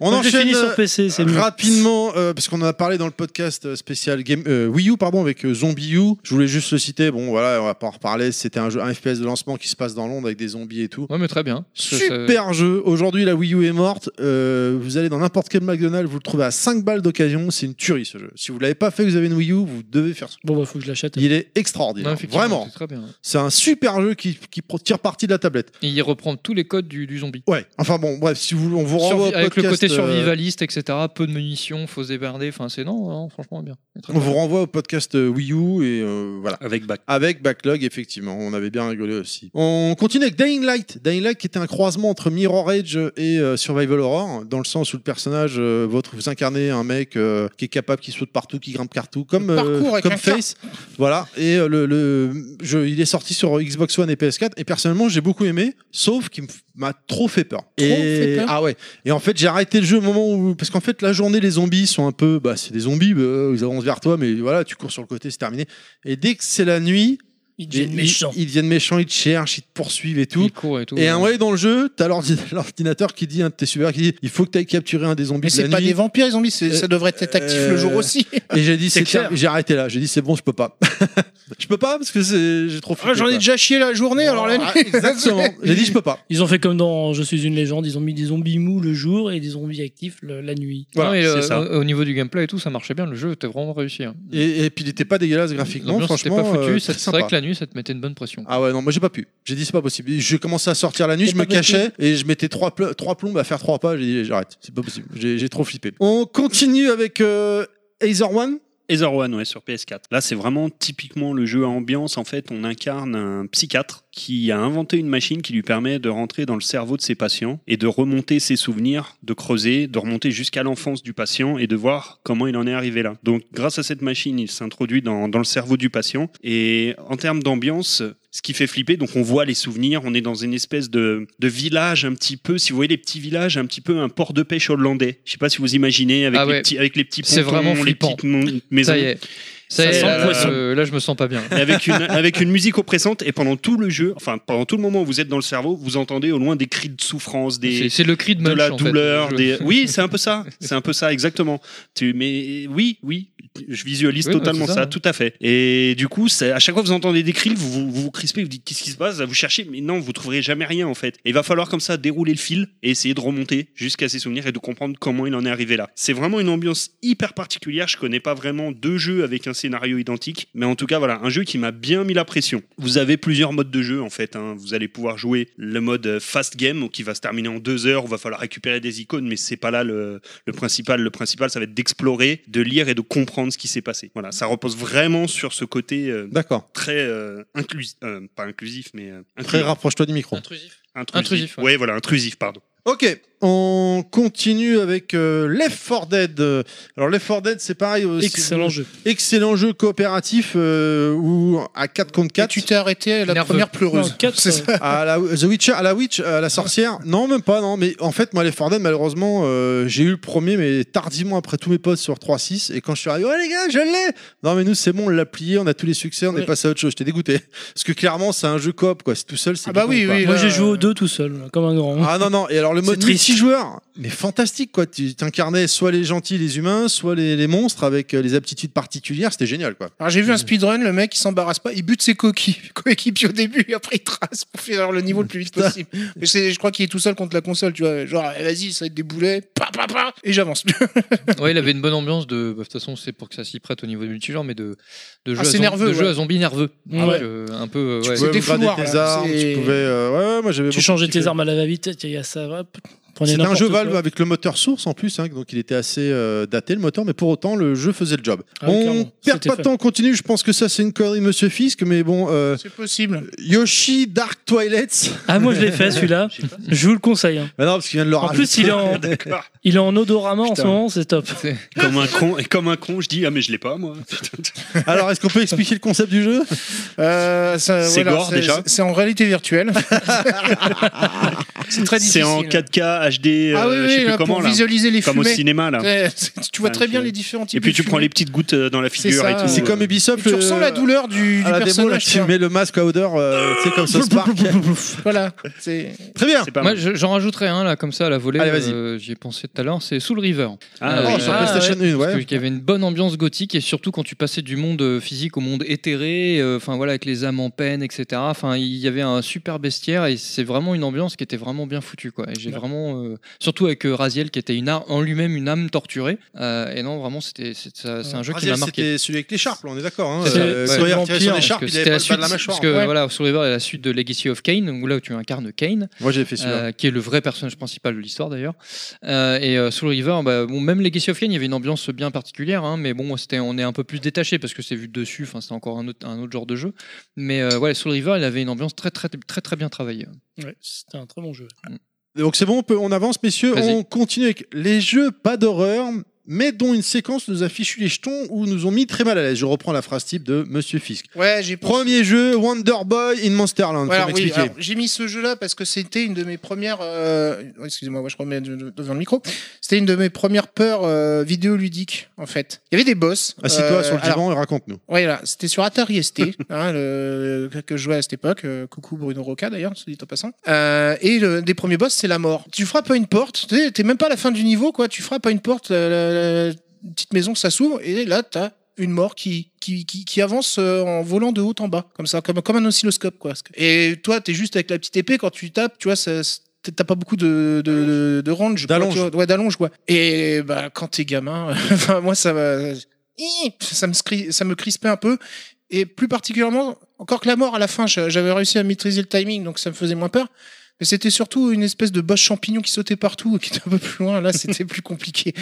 S1: On
S6: Moi, j'ai
S1: enchaîne euh,
S6: fini sur PC, c'est mieux.
S1: Rapidement, euh, parce qu'on en a parlé dans le podcast euh, spécial Game, euh, Wii U, pardon, avec euh, Zombie U. Je voulais juste le citer. Bon, voilà, on va pas en reparler. C'était un, jeu, un FPS de lancement qui se passe dans Londres avec des zombies et tout.
S2: Ouais, mais très bien. hein, Ça- ça-
S1: Super jeu. Aujourd'hui, la Wii U est morte. Euh, vous allez dans n'importe quel McDonald's, vous le trouvez à 5 balles d'occasion. C'est une tuerie ce jeu. Si vous l'avez pas fait, vous avez une Wii U, vous devez faire ça.
S6: Bon, bah, faut que je l'achète.
S1: Il est
S2: Non,
S1: extraordinaire.
S2: effectivement,
S1: Vraiment.
S2: c'est Très bien. hein.
S1: C'est un super jeu qui, qui pro- tire parti de la tablette.
S2: Et il reprend tous les codes du, du zombie.
S1: Ouais. Enfin bon, bref, si vous, on vous renvoie
S2: Survi-
S1: au
S2: avec le
S1: podcast,
S2: côté
S1: euh,
S2: survivaliste, etc. Peu de munitions, faut se démerder. Enfin, c'est non, non, franchement bien. C'est très
S1: on
S2: bien.
S1: vous renvoie au podcast euh, Wii U et euh, voilà.
S3: Avec Back.
S1: Avec Backlog, effectivement, on avait bien rigolé aussi. On continue avec Dying Light. Dying Light qui était un croisement entre Mirror Age et euh, Survival Horror, dans le sens où le personnage, euh, votre, vous incarnez un mec euh, qui est capable, qui saute partout, qui grimpe partout, comme, euh,
S4: Le parcours avec
S1: comme
S4: un cœur.
S1: Face. Voilà. Et euh, le, le jeu, il est sorti sur Xbox One et PS4. Et personnellement, j'ai beaucoup aimé, sauf qu'il me f- m'a trop fait peur. et...
S4: fait peur
S1: Ah ouais. Et en fait, j'ai arrêté le jeu au moment où. Parce qu'en fait, la journée, les zombies sont un peu. Bah, c'est des zombies, bah, ils avancent vers toi, mais voilà, tu cours sur le côté, c'est terminé. Et dès que c'est la nuit,
S6: Ils
S1: Ils,
S6: deviennent
S1: ils-
S6: méchants.
S1: ils deviennent méchants, ils te cherchent, ils te poursuivent et tout.
S2: Ils courent et tout.
S1: Et à un moment dans le jeu, t'as l'ordi- l'ordinateur qui dit, un de tes supérieurs qui dit, il faut que t'ailles capturer un des zombies
S4: Mais
S1: de la
S4: c'est pas
S1: nuit.
S4: des vampires, les zombies, c'est-
S1: Euh,
S4: ça devrait être actif
S1: euh,
S4: le jour aussi.
S1: Et j'ai dit,
S2: C'est
S1: c'est
S2: clair.
S1: terminé. J'ai arrêté là. J'ai dit, c'est bon, je peux pas. je peux pas parce que c'est- j'ai trop flippé,
S4: Ah, J'en ai
S1: quoi.
S4: déjà chié la journée, alors la nuit.
S1: Ah, Exactement. j'ai dit, je peux pas.
S6: Ils ont fait comme dans Je suis une légende, ils ont mis des zombies mous le jour et des zombies actifs le- la nuit.
S2: Non, mais,
S3: Voilà,
S2: euh,
S3: c'est ça.
S2: Au, au niveau du gameplay et tout, ça marchait bien. Le jeu était vraiment réussi. hein.
S1: Et, et puis, il était pas dégueulasse graphiquement.
S2: L'ambiance était
S1: franchement,
S2: pas
S1: euh,
S2: foutue.
S1: très
S2: c'est c'est vrai
S1: sympa.
S2: que la nuit, ça te mettait une bonne pression.
S1: Ah ouais, non, moi j'ai pas pu. J'ai dit, c'est pas possible. J'ai commencé à sortir la nuit,
S6: T'es
S1: je me
S6: pas possible.
S1: cachais et je mettais trois, pl- trois plombes à faire trois pas. J'ai dit, j'arrête, c'est pas possible. J'ai j'ai trop flippé. On continue avec euh, Aether One.
S3: Ether One, ouais, sur PS4. Là, c'est vraiment typiquement le jeu à ambiance. En fait, on incarne un psychiatre qui a inventé une machine qui lui permet de rentrer dans le cerveau de ses patients et de remonter ses souvenirs, de creuser, de remonter jusqu'à l'enfance du patient et de voir comment il en est arrivé là. Donc, grâce à cette machine, il s'introduit dans, dans le cerveau du patient. Et en termes d'ambiance, ce qui fait flipper, donc on voit les souvenirs, on est dans une espèce de, de village un petit peu, si vous voyez les petits villages, un petit peu un port de pêche hollandais. Je sais pas si vous imaginez avec,
S2: Ah
S3: les,
S2: ouais.
S3: petits, avec les petits
S2: C'est
S3: pontons,
S2: vraiment
S3: les
S2: flippant.
S3: petites mon- maisons.
S2: Ça y est.
S3: Ça
S2: Ça, y est,
S3: sent
S2: là,
S3: le
S2: là,
S3: poisson.
S2: euh, là, je me sens pas bien.
S3: Et avec une, avec une musique oppressante et pendant tout le jeu, enfin pendant tout le moment où vous êtes dans le cerveau, vous entendez au loin des cris de souffrance,
S2: C'est-
S3: des
S2: C'est le cri de,
S3: de
S2: Munch,
S3: la
S2: en fait,
S3: douleur,
S2: le jeu.
S3: des oui c'est un peu ça, c'est un peu ça exactement. Tu mais oui oui, je visualise
S2: Oui, bah,
S3: totalement
S2: c'est
S3: ça,
S2: ça, hein.
S3: tout à fait. Et du coup c'est- à chaque fois que vous entendez des cris, vous vous, vous vous crispez, vous dites qu'est-ce qui se passe, vous cherchez mais non vous trouverez jamais rien en fait. Et il va falloir comme ça dérouler le fil et essayer de remonter jusqu'à ses souvenirs et de comprendre comment il en est arrivé là. C'est vraiment une ambiance hyper particulière. Je connais pas vraiment deux jeux avec un scénario identique, mais en tout cas voilà un jeu qui m'a bien mis la pression. Vous avez plusieurs modes de jeu en fait. hein. Vous allez pouvoir jouer le mode euh, fast game qui va se terminer en deux heures. Où va falloir récupérer des icônes, mais c'est pas là le, le principal. Le principal ça va être d'explorer, de lire et de comprendre ce qui s'est passé. Voilà, ça repose vraiment sur ce côté euh,
S1: D'accord.
S3: très euh, inclusif, euh, pas inclusif mais euh,
S1: Très
S3: incluant.
S1: rapproche-toi du micro.
S2: Intrusif.
S3: Intrusif.
S2: Intrusif, ouais.
S3: ouais. voilà, intrusif, pardon.
S1: Ok, on continue avec euh, Left 4 Dead. Euh, Alors Left 4 Dead, c'est pareil. euh, c'est-
S6: Excellent jeu.
S1: Excellent jeu coopératif euh, où à 4 contre
S4: Et
S1: 4.
S4: tu t'es arrêté à la
S2: Nerveux.
S4: première pleureuse.
S6: Non, quatre,
S4: C'est
S6: euh,
S4: ça.
S1: à la The Witcher, à la witch, à la sorcière. Non, même pas, non. Mais en fait, moi, les Forden, malheureusement, euh, j'ai eu le premier, mais tardivement après tous mes potes sur 3.6. Et quand je suis arrivé, oh les gars, je l'ai Non, mais nous, c'est bon, on l'a plié, on a tous les succès, on
S4: Oui.
S1: est passé à autre chose. J'étais dégoûté. Parce que clairement, c'est un jeu coop, quoi. C'est tout seul, c'est
S4: Ah bah
S1: bidon,
S4: oui,
S1: quoi.
S4: oui.
S6: Moi
S4: là,
S6: j'ai joué
S4: euh,
S6: aux deux tout seul, comme un grand.
S1: Ah non, non, et alors le mode
S6: C'est triste.
S1: 6 joueurs, mais fantastique quoi. Tu t'incarnais soit les gentils, les humains, soit les, les monstres avec euh, les aptitudes particulières, c'était génial quoi.
S4: Alors j'ai vu un
S3: Mm.
S4: speedrun, le mec il s'embarrasse pas, il bute ses coquilles, coéquipiers au début, et après il trace pour finir le niveau le plus vite possible. Mais c'est- je crois qu'il est tout seul contre la console, tu vois. Genre, eh, vas-y, ça va être des boulets, pa, pa, pa, et j'avance.
S2: Ouais, il avait une bonne ambiance de. bah, De toute façon, c'est pour que ça s'y prête au niveau du multijoueur, mais de, de jeu
S4: Ah,
S2: à
S4: c'est
S2: zom-
S4: nerveux,
S2: de jeu
S4: ouais.
S2: à zombies nerveux.
S6: Ah
S2: Donc,
S6: ouais.
S2: euh, un peu. euh,
S4: Tu
S2: ouais.
S1: Tu pouvais
S4: des
S1: upgrader
S4: fouloirs,
S1: tes
S4: là.
S1: armes,
S4: hein. C'est-
S1: tu pouvais. euh, ouais, ouais, moi j'avais.
S6: Tu
S1: beaucoup
S6: changeais tes
S1: kiffé.
S6: armes à la va-vite, il y a ça, hop, prenez
S1: C'était un
S6: n'importe
S1: jeu
S6: quoi.
S1: Valve avec le moteur source en plus, hein, donc il était assez euh, daté le moteur, mais pour autant le jeu faisait le job.
S6: Ah oui,
S1: on
S6: clairement.
S1: perd
S6: C'était
S1: pas de
S6: fun.
S1: temps, on continue. Je pense que ça c'est une connerie, Monsieur Fisk, mais bon, euh,
S4: C'est possible.
S1: Yoshi Dark Twilights.
S6: Ah moi je l'ai fait celui-là, je vous le conseille. hein.
S1: Bah non, parce qu'il vient de le
S6: En plus il est en,
S3: D'accord.
S6: il est en odorama en ce
S3: Putain.
S6: moment, c'est top.
S3: comme un con et comme un con, je dis ah mais je l'ai pas moi.
S1: Alors est-ce qu'on peut expliquer le concept du jeu
S4: Euh, ça-
S3: C'est
S4: voilà,
S3: gore,
S4: c'est-
S3: déjà.
S4: c'est- C'est en réalité virtuelle. c'est très
S3: C'est
S4: difficile.
S3: en 4K HD, euh,
S4: ah oui,
S3: je sais
S4: oui,
S3: plus
S4: là,
S3: comment
S4: pour
S3: là,
S4: visualiser les
S3: comme au
S4: fumées.
S3: cinéma là.
S4: Ouais, c'est- tu vois
S3: Ah,
S4: très bien
S3: puis-
S4: les différents types
S3: Et puis
S4: de
S3: tu prends Ah,
S4: fumées.
S3: les petites gouttes euh, dans la
S4: C'est
S3: figure
S4: ça.
S3: et tout.
S1: C'est
S4: euh,
S1: comme Ubisoft.
S4: Et Tu ressens
S1: le-
S4: la douleur du, du
S1: à la démo, là,
S4: personnage.
S1: tu
S4: quoi.
S1: mets le masque à odeur, euh, tu sais, comme South Park.
S4: Voilà. C'est-
S1: Très bien.
S3: C'est pas
S2: Moi,
S3: mal.
S2: je- j'en rajouterai un là, comme ça, à la volée.
S1: Allez, vas-y.
S2: euh, J'y ai pensé tout à l'heure. C'est Soul River.
S3: Ah,
S2: Euh,
S3: oui.
S1: Oh, sur
S2: Ah,
S1: PlayStation 1,
S2: Parce
S1: ouais.
S2: que- qu'il y avait une bonne ambiance gothique et surtout quand tu passais du monde euh, physique au monde éthéré, euh, enfin voilà, avec les âmes en peine, etc. Enfin, il y avait un super bestiaire et c'est vraiment une ambiance qui était vraiment bien foutue, quoi. Et j'ai
S6: Ouais.
S2: vraiment, euh, surtout avec euh, Raziel qui était une ar- en lui-même une âme torturée. Euh, et non, vraiment, c'était c'est ça- c'est un jeu qui
S1: Raziel,
S2: m'a marqué.
S1: C'était euh, celui avec l'écharpe, là, on est d'accord. Hein.
S2: C'est-
S1: Euh,
S2: c'est
S1: quand il
S6: le
S1: a retiré son
S6: vampire,
S1: écharpe,
S2: parce
S1: il
S2: que
S1: avait pas
S2: c'était la
S1: le bas
S2: suite,
S1: de la mâchoire. hein.
S2: parce que
S4: Ouais.
S2: voilà, Soul River est la suite de Legacy of Kane, où là où tu incarnes Kane.
S1: Moi, j'ai fait celui-là.
S2: Euh, qui est le vrai personnage principal de l'histoire d'ailleurs. Euh, et euh, Soul River, bah, bon, même Legacy of Kane, il y avait une ambiance bien particulière, hein, mais bon, c'était, on est un peu plus détaché parce que c'est vu de dessus, enfin, c'était encore un autre, un autre genre de jeu. Mais euh, ouais, Soul River, il avait une ambiance très très très très bien travaillée.
S6: Ouais, C'était un très bon jeu.
S1: Donc c'est bon, on, peut- on avance, messieurs.
S2: Vas-y.
S1: On continue avec les jeux, pas d'horreur. mais dont une séquence nous a fichu les jetons ou nous ont mis très mal à l'aise. Je reprends la phrase type de Monsieur Fisk.
S4: Ouais, j'ai pensé-
S1: Premier jeu, Wonder Boy in Monsterland.
S4: Ouais,
S1: faut
S4: alors, oui,
S1: m'expliquer.
S4: alors, j'ai mis ce jeu-là parce que c'était une de mes premières. euh, oh, Excusez-moi, ouais, je remets de- de- devant le micro. C'était une de mes premières peurs euh, vidéoludiques, en fait. Il y avait des boss.
S1: Assis-toi
S4: euh,
S1: sur le
S4: alors,
S1: divan et raconte-nous.
S4: Ouais, là, c'était sur Atari ST, hein, le, que- que je jouais à cette époque. Euh, coucou Bruno Roca d'ailleurs, se dit en passant. Euh, et le des premiers boss, c'est la mort. Tu frappes à une porte, tu sais, t'es même pas à la fin du niveau, quoi. Tu frappes à une porte, la, la- la petite maison, ça s'ouvre, et là, t'as une mort qui, qui, qui, qui avance euh, en volant de haut en bas, comme ça, comme, comme un oscilloscope, quoi. Et toi, t'es juste avec la petite épée, quand tu tapes, tu vois, ça. T'as pas beaucoup de, de, de, de range. quoi,
S1: D'allonge.
S4: tu vois. Ouais, d'allonge, quoi. Et bah, quand t'es gamin, enfin, moi, ça m'a- Hi ça me, scri- ça me crispait un peu. Et plus particulièrement, encore que la mort à la fin, je- j'avais réussi à maîtriser le timing, donc ça me faisait moins peur. Mais c'était surtout une espèce de boss champignon qui sautait partout, qui était un peu plus loin. Là, c'était plus compliqué.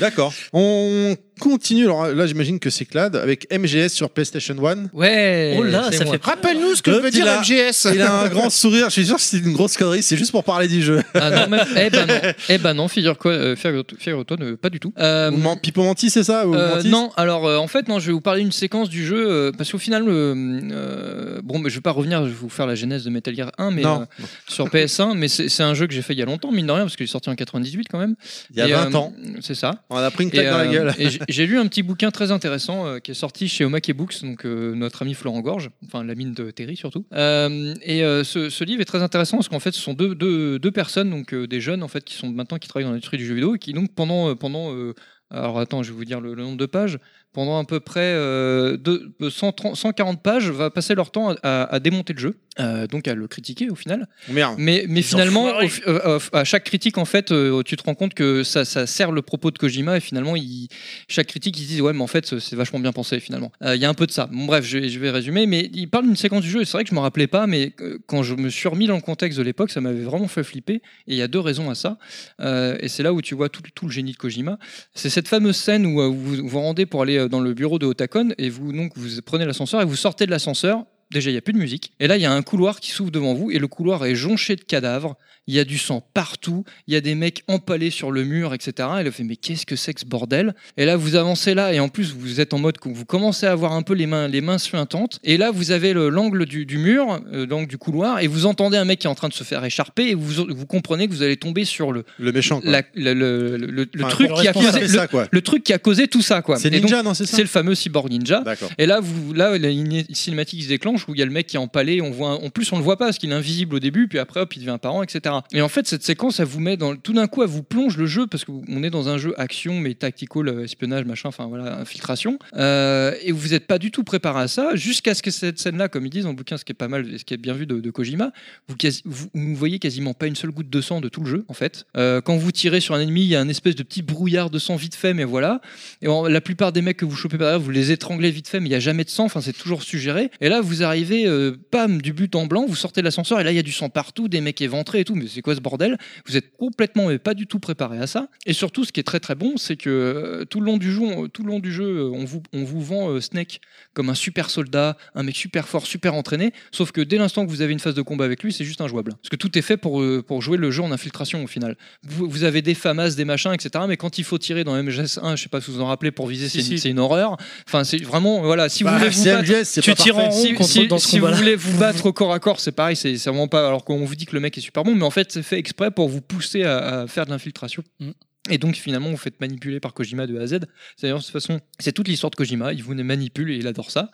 S1: D'accord. On continue. Alors là, j'imagine que c'est Clad avec MGS sur PlayStation 1.
S2: Ouais.
S9: Oh là,
S2: c'est
S9: ça
S2: moi.
S9: fait.
S4: Rappelle-nous ce que
S1: Hop,
S4: veut dire
S1: il a-
S4: MGS.
S1: Il a un grand sourire. Je suis sûr que c'est une grosse connerie. C'est juste pour parler du jeu.
S2: Ah non, même- eh ben non, eh ben non figure-toi, euh, figure-toi- figure-toi, ne- pas du tout. Euh,
S1: Vous ment- Pipo Mantis, c'est ça Vous
S2: euh,
S1: mentissez
S2: non, alors euh, en fait, non, je vais vous parler d'une séquence du jeu euh, parce qu'au final, euh, euh, bon, mais je vais pas revenir, je vais vous faire la genèse de Metal Gear 1 mais,
S1: Non.
S2: euh, sur PS1, mais c'est c'est un jeu que j'ai fait il y a longtemps, mine de rien, parce qu'il est sorti en 98 quand même.
S1: Il y a
S2: Et,
S1: 20
S2: euh,
S1: ans.
S2: C'est ça.
S1: On a pris une
S2: Et,
S1: claque dans la
S2: euh,
S1: gueule.
S2: et j'ai- j'ai lu un petit bouquin très intéressant euh, qui est sorti chez Omake Books, donc euh, notre ami Florent Gorge, enfin l'amine de Terry surtout. Euh, et euh, ce, ce livre est très intéressant parce qu'en fait, ce sont deux, deux, deux personnes, donc euh, des jeunes en fait, qui sont maintenant qui travaillent dans l'industrie du jeu vidéo et qui donc pendant euh, pendant euh, alors attends, je vais vous dire le, le nombre de pages. Pendant à peu près euh, deux- 130 140 pages, va passer leur temps à, à- à démonter le jeu, euh, donc à le critiquer au final.
S1: Merde.
S2: Mais, mais finalement,
S9: enfoirés.
S2: au fi- euh, euh, à chaque critique, en fait, euh, tu te rends compte que ça, ça sert le propos de Kojima et finalement, il, chaque critique, il se dit ouais, mais en fait, c'est vachement bien pensé finalement. Euh, Il y a un peu de ça. Bon, bref, je, vais- je vais résumer, mais il parle d'une séquence du jeu. et C'est vrai que je m'en rappelais pas, mais euh, quand je me suis remis dans le contexte de l'époque, ça m'avait vraiment fait flipper. Et il y a deux raisons à ça. Euh, et c'est là où tu vois tout, tout le génie de Kojima. C'est cette fameuse scène où euh, vous vous vous rendez pour aller euh, dans le bureau de Otakon et vous donc vous prenez l'ascenseur et vous sortez de l'ascenseur. Déjà, il n'y a plus de musique. Et là, il y a un couloir qui s'ouvre devant vous et le couloir est jonché de cadavres. Il y a du sang partout. Il y a des mecs empalés sur le mur, etc. Elle a fait mais qu'est-ce que c'est que ce bordel Et là, vous avancez là et en plus vous êtes en mode que vous commencez à avoir un peu les mains les mains suintantes. Et là, vous avez le- l'angle du, du mur, euh, l'angle du couloir et vous entendez un mec qui est en train de se faire écharper et vous vous comprenez que vous allez tomber sur le
S1: Le méchant. Quoi.
S2: la- le, le- le- le- le
S1: Enfin,
S2: truc qui a
S1: Qui a fait
S2: causé le,
S1: ça, quoi
S2: le truc qui a causé tout ça quoi.
S1: C'est
S2: Et donc,
S1: Ninja, non C'est ça
S2: c'est le fameux cyborg ninja.
S1: D'accord.
S2: Et là, vous, là, la ligne cinématique qui se déclenche où il y a le mec qui est empalé. On voit, en plus, on le voit pas parce qu'il est invisible au début, puis après, hop, il devient apparent, etc. Et en fait, cette séquence, elle vous met dans, tout d'un coup, elle vous plonge le jeu parce qu'on est dans un jeu action, mais tactical, euh, espionnage, machin, enfin voilà, infiltration. Euh, et vous n'êtes pas du tout préparé à ça jusqu'à ce que cette scène-là, comme ils disent dans le bouquin, ce qui est pas mal, et ce qui est bien vu de, de Kojima, vous, quasi- vous ne voyez quasiment pas une seule goutte de sang de tout le jeu, en fait. Euh, quand vous tirez sur un ennemi, il y a un espèce de petit brouillard de sang vite fait, mais voilà. Et en- la plupart des mecs que vous chopez par derrière, vous les étranglez vite fait, mais il n'y a jamais de sang, enfin c'est toujours suggéré. Et là, vous arrivez, euh, pam, du but en blanc, vous sortez de l'ascenseur, et là, il y a du sang partout, des mecs éventrés et tout, mais c'est quoi ce bordel Vous êtes complètement, mais pas du tout préparé à ça. Et surtout, ce qui est très très bon, c'est que euh, tout le long du jeu, on, tout le long du jeu euh, on, vous, on vous vend euh, Snake comme un super soldat, un mec super fort, super entraîné, sauf que dès l'instant que vous avez une phase de combat avec lui, c'est juste injouable. Parce que tout est fait pour, euh, pour jouer le jeu en infiltration au final vous, vous avez des famas, des machins, etc. Mais quand il faut tirer dans MGS1, je sais pas si vous en rappelez, pour viser, c'est
S6: Si,
S2: une,
S6: si.
S2: c'est une horreur. Enfin, c'est vraiment, voilà, si vous
S1: Bah,
S2: voulez vous
S1: c'est
S2: battre.
S1: MGS, c'est
S9: Tu
S1: pas
S9: tires en
S1: parfait.
S9: rond
S2: Si,
S9: contre
S2: si-
S9: dans ce
S2: si vous
S9: combat-là. Mmh.
S2: voulez vous battre au corps à corps, c'est pareil, c'est c'est vraiment pas. Alors qu'on vous dit que le mec est super bon, mais en fait, c'est fait exprès pour vous pousser à, à faire de l'infiltration.
S9: Mmh.
S6: Mm.
S2: Et donc finalement, vous faites manipuler par Kojima de A à Z. D'ailleurs, de toute façon, c'est toute l'histoire de Kojima. Il vous manipule et il adore ça.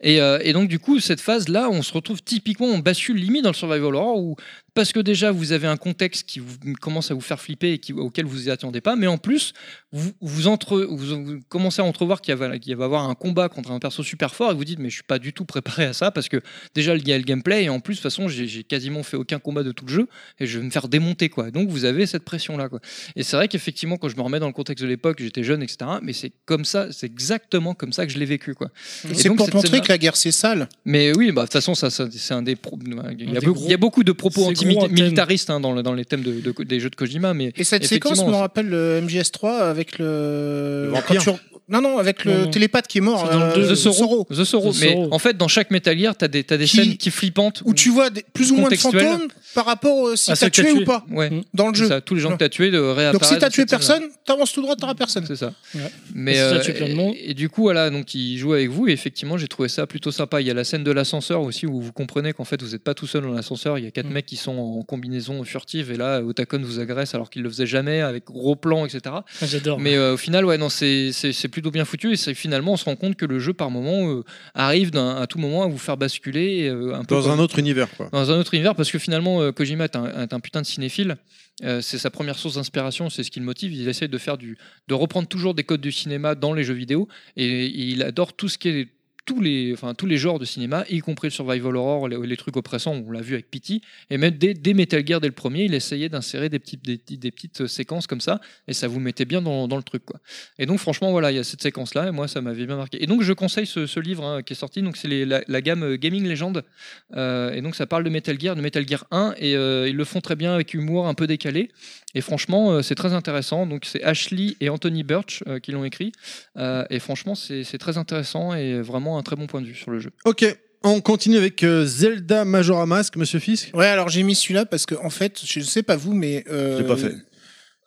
S2: Et, euh, et donc du coup, cette phase-là, on se retrouve typiquement, on bascule limite dans le survival horror où parce que déjà vous avez un contexte qui vous- commence à vous faire flipper et qui- auquel vous vous attendez pas, mais en plus vous, vous, entre- vous- vous commencez à entrevoir qu'il y va, qu'il va y avoir un combat contre un perso super fort et vous dites mais je suis pas du tout préparé à ça parce que déjà il y a le gameplay et en plus de toute façon j'ai j'ai quasiment fait aucun combat de tout le jeu et je vais me faire démonter quoi. Donc vous avez cette pression là quoi. Et c'est vrai qu'effectivement quand je me remets dans le contexte de l'époque j'étais jeune etc. Mais c'est comme ça, c'est exactement comme ça que je l'ai vécu quoi. Et
S4: C'est
S2: donc,
S4: pour
S2: cette
S4: montrer
S2: scène-là-
S4: que la guerre c'est sale.
S2: mais oui, bah, de toute façon, ça, ça- c'est un des. pro- Il y, a
S6: des
S2: beaucoup-
S6: gros-
S2: il y a beaucoup de propos
S6: c'est gros antennes.
S2: anti-militaristes hein, dans, le- dans les thèmes de- de- des jeux de Kojima, mais
S4: Et cette séquence
S2: Effectivement.
S4: me rappelle le MGS3 avec le,
S1: Le
S4: quand
S1: vampire.
S4: tu re- Non, non, avec le
S6: Non, non.
S4: télépathe qui est mort.
S6: C'est dans le
S4: euh,
S6: deux,
S2: The Sorrow.
S4: Sorrow.
S2: The Sorrow.
S6: The
S2: Mais
S6: Sorrow.
S2: en fait, dans chaque Metal Gear, t'as des, t'as des
S4: Qui-
S2: scènes qui flippantes.
S4: Où tu vois des- plus ou moins de
S2: Contextuel.
S4: fantômes par rapport euh, si
S6: À
S4: t'as
S6: ceux que
S4: tué,
S6: t'as
S4: ou
S6: tués.
S4: pas
S2: Ouais.
S4: dans le
S2: C'est
S4: jeu.
S2: ça, tous les gens que t'as tués euh, réapparaissent.
S4: Donc si
S2: dans
S4: t'as tué
S2: cette scène-là.
S4: personne, t'avances tout droit, t'auras personne.
S2: C'est ça.
S6: Ouais.
S2: Mais
S6: Et si ça
S2: euh,
S6: tue plein de
S2: et-
S6: monde.
S2: et, du coup, voilà, donc il joue avec vous. Et effectivement, j'ai trouvé ça plutôt sympa. Il y a la scène de l'ascenseur aussi où vous comprenez qu'en fait, vous n'êtes pas tout seul dans l'ascenseur. Il y a quatre
S6: Mm.
S2: mecs qui sont en combinaison furtive. Et là, Otakon vous agresse alors qu'il le faisait jamais avec gros plan, etc.
S6: Ah, J'adore.
S2: Mais euh, au final, ouais, non, c'est- c'est c'est plutôt bien foutu. Et c'est- finalement, on se rend compte que le jeu, par moment, euh, arrive d'un- à tout moment à vous faire basculer euh, un peu
S1: Dans
S2: comme-
S1: un autre univers, quoi.
S2: dans un autre univers parce que finalement euh, Kojima est un, est un putain de cinéphile Euh, c'est sa première source d'inspiration c'est ce qui le motive il essaie de faire du de reprendre toujours des codes du cinéma dans les jeux vidéo et, il adore tout ce qui est tous les, enfin, tous les genres de cinéma, y compris le survival horror, les, les trucs oppressants, on l'a vu avec Pity, et même dès, dès Metal Gear, dès le premier, il essayait d'insérer des, petits- des, petits- des petites séquences comme ça, et ça vous mettait bien dans, dans le truc. Quoi. Et donc franchement, voilà, il y a cette séquence-là, et moi, ça m'avait bien marqué. Et donc je conseille ce, ce livre hein, qui est sorti, donc c'est les- la, la gamme euh, Gaming Legend, euh, et donc ça parle de Metal Gear, de Metal Gear 1, et euh, ils le font très bien avec humour un peu décalé. Et franchement, euh, c'est très intéressant. Donc c'est Ashley et Anthony Birch euh, qui l'ont écrit. Euh, et franchement, c'est c'est très intéressant et vraiment un très bon point de vue sur le jeu.
S1: Ok, on continue avec euh, Zelda Majora Mask, Monsieur Fisk.
S4: Ouais, alors j'ai mis celui-là parce que en fait, je sais pas vous, mais euh,
S1: J'ai pas fait.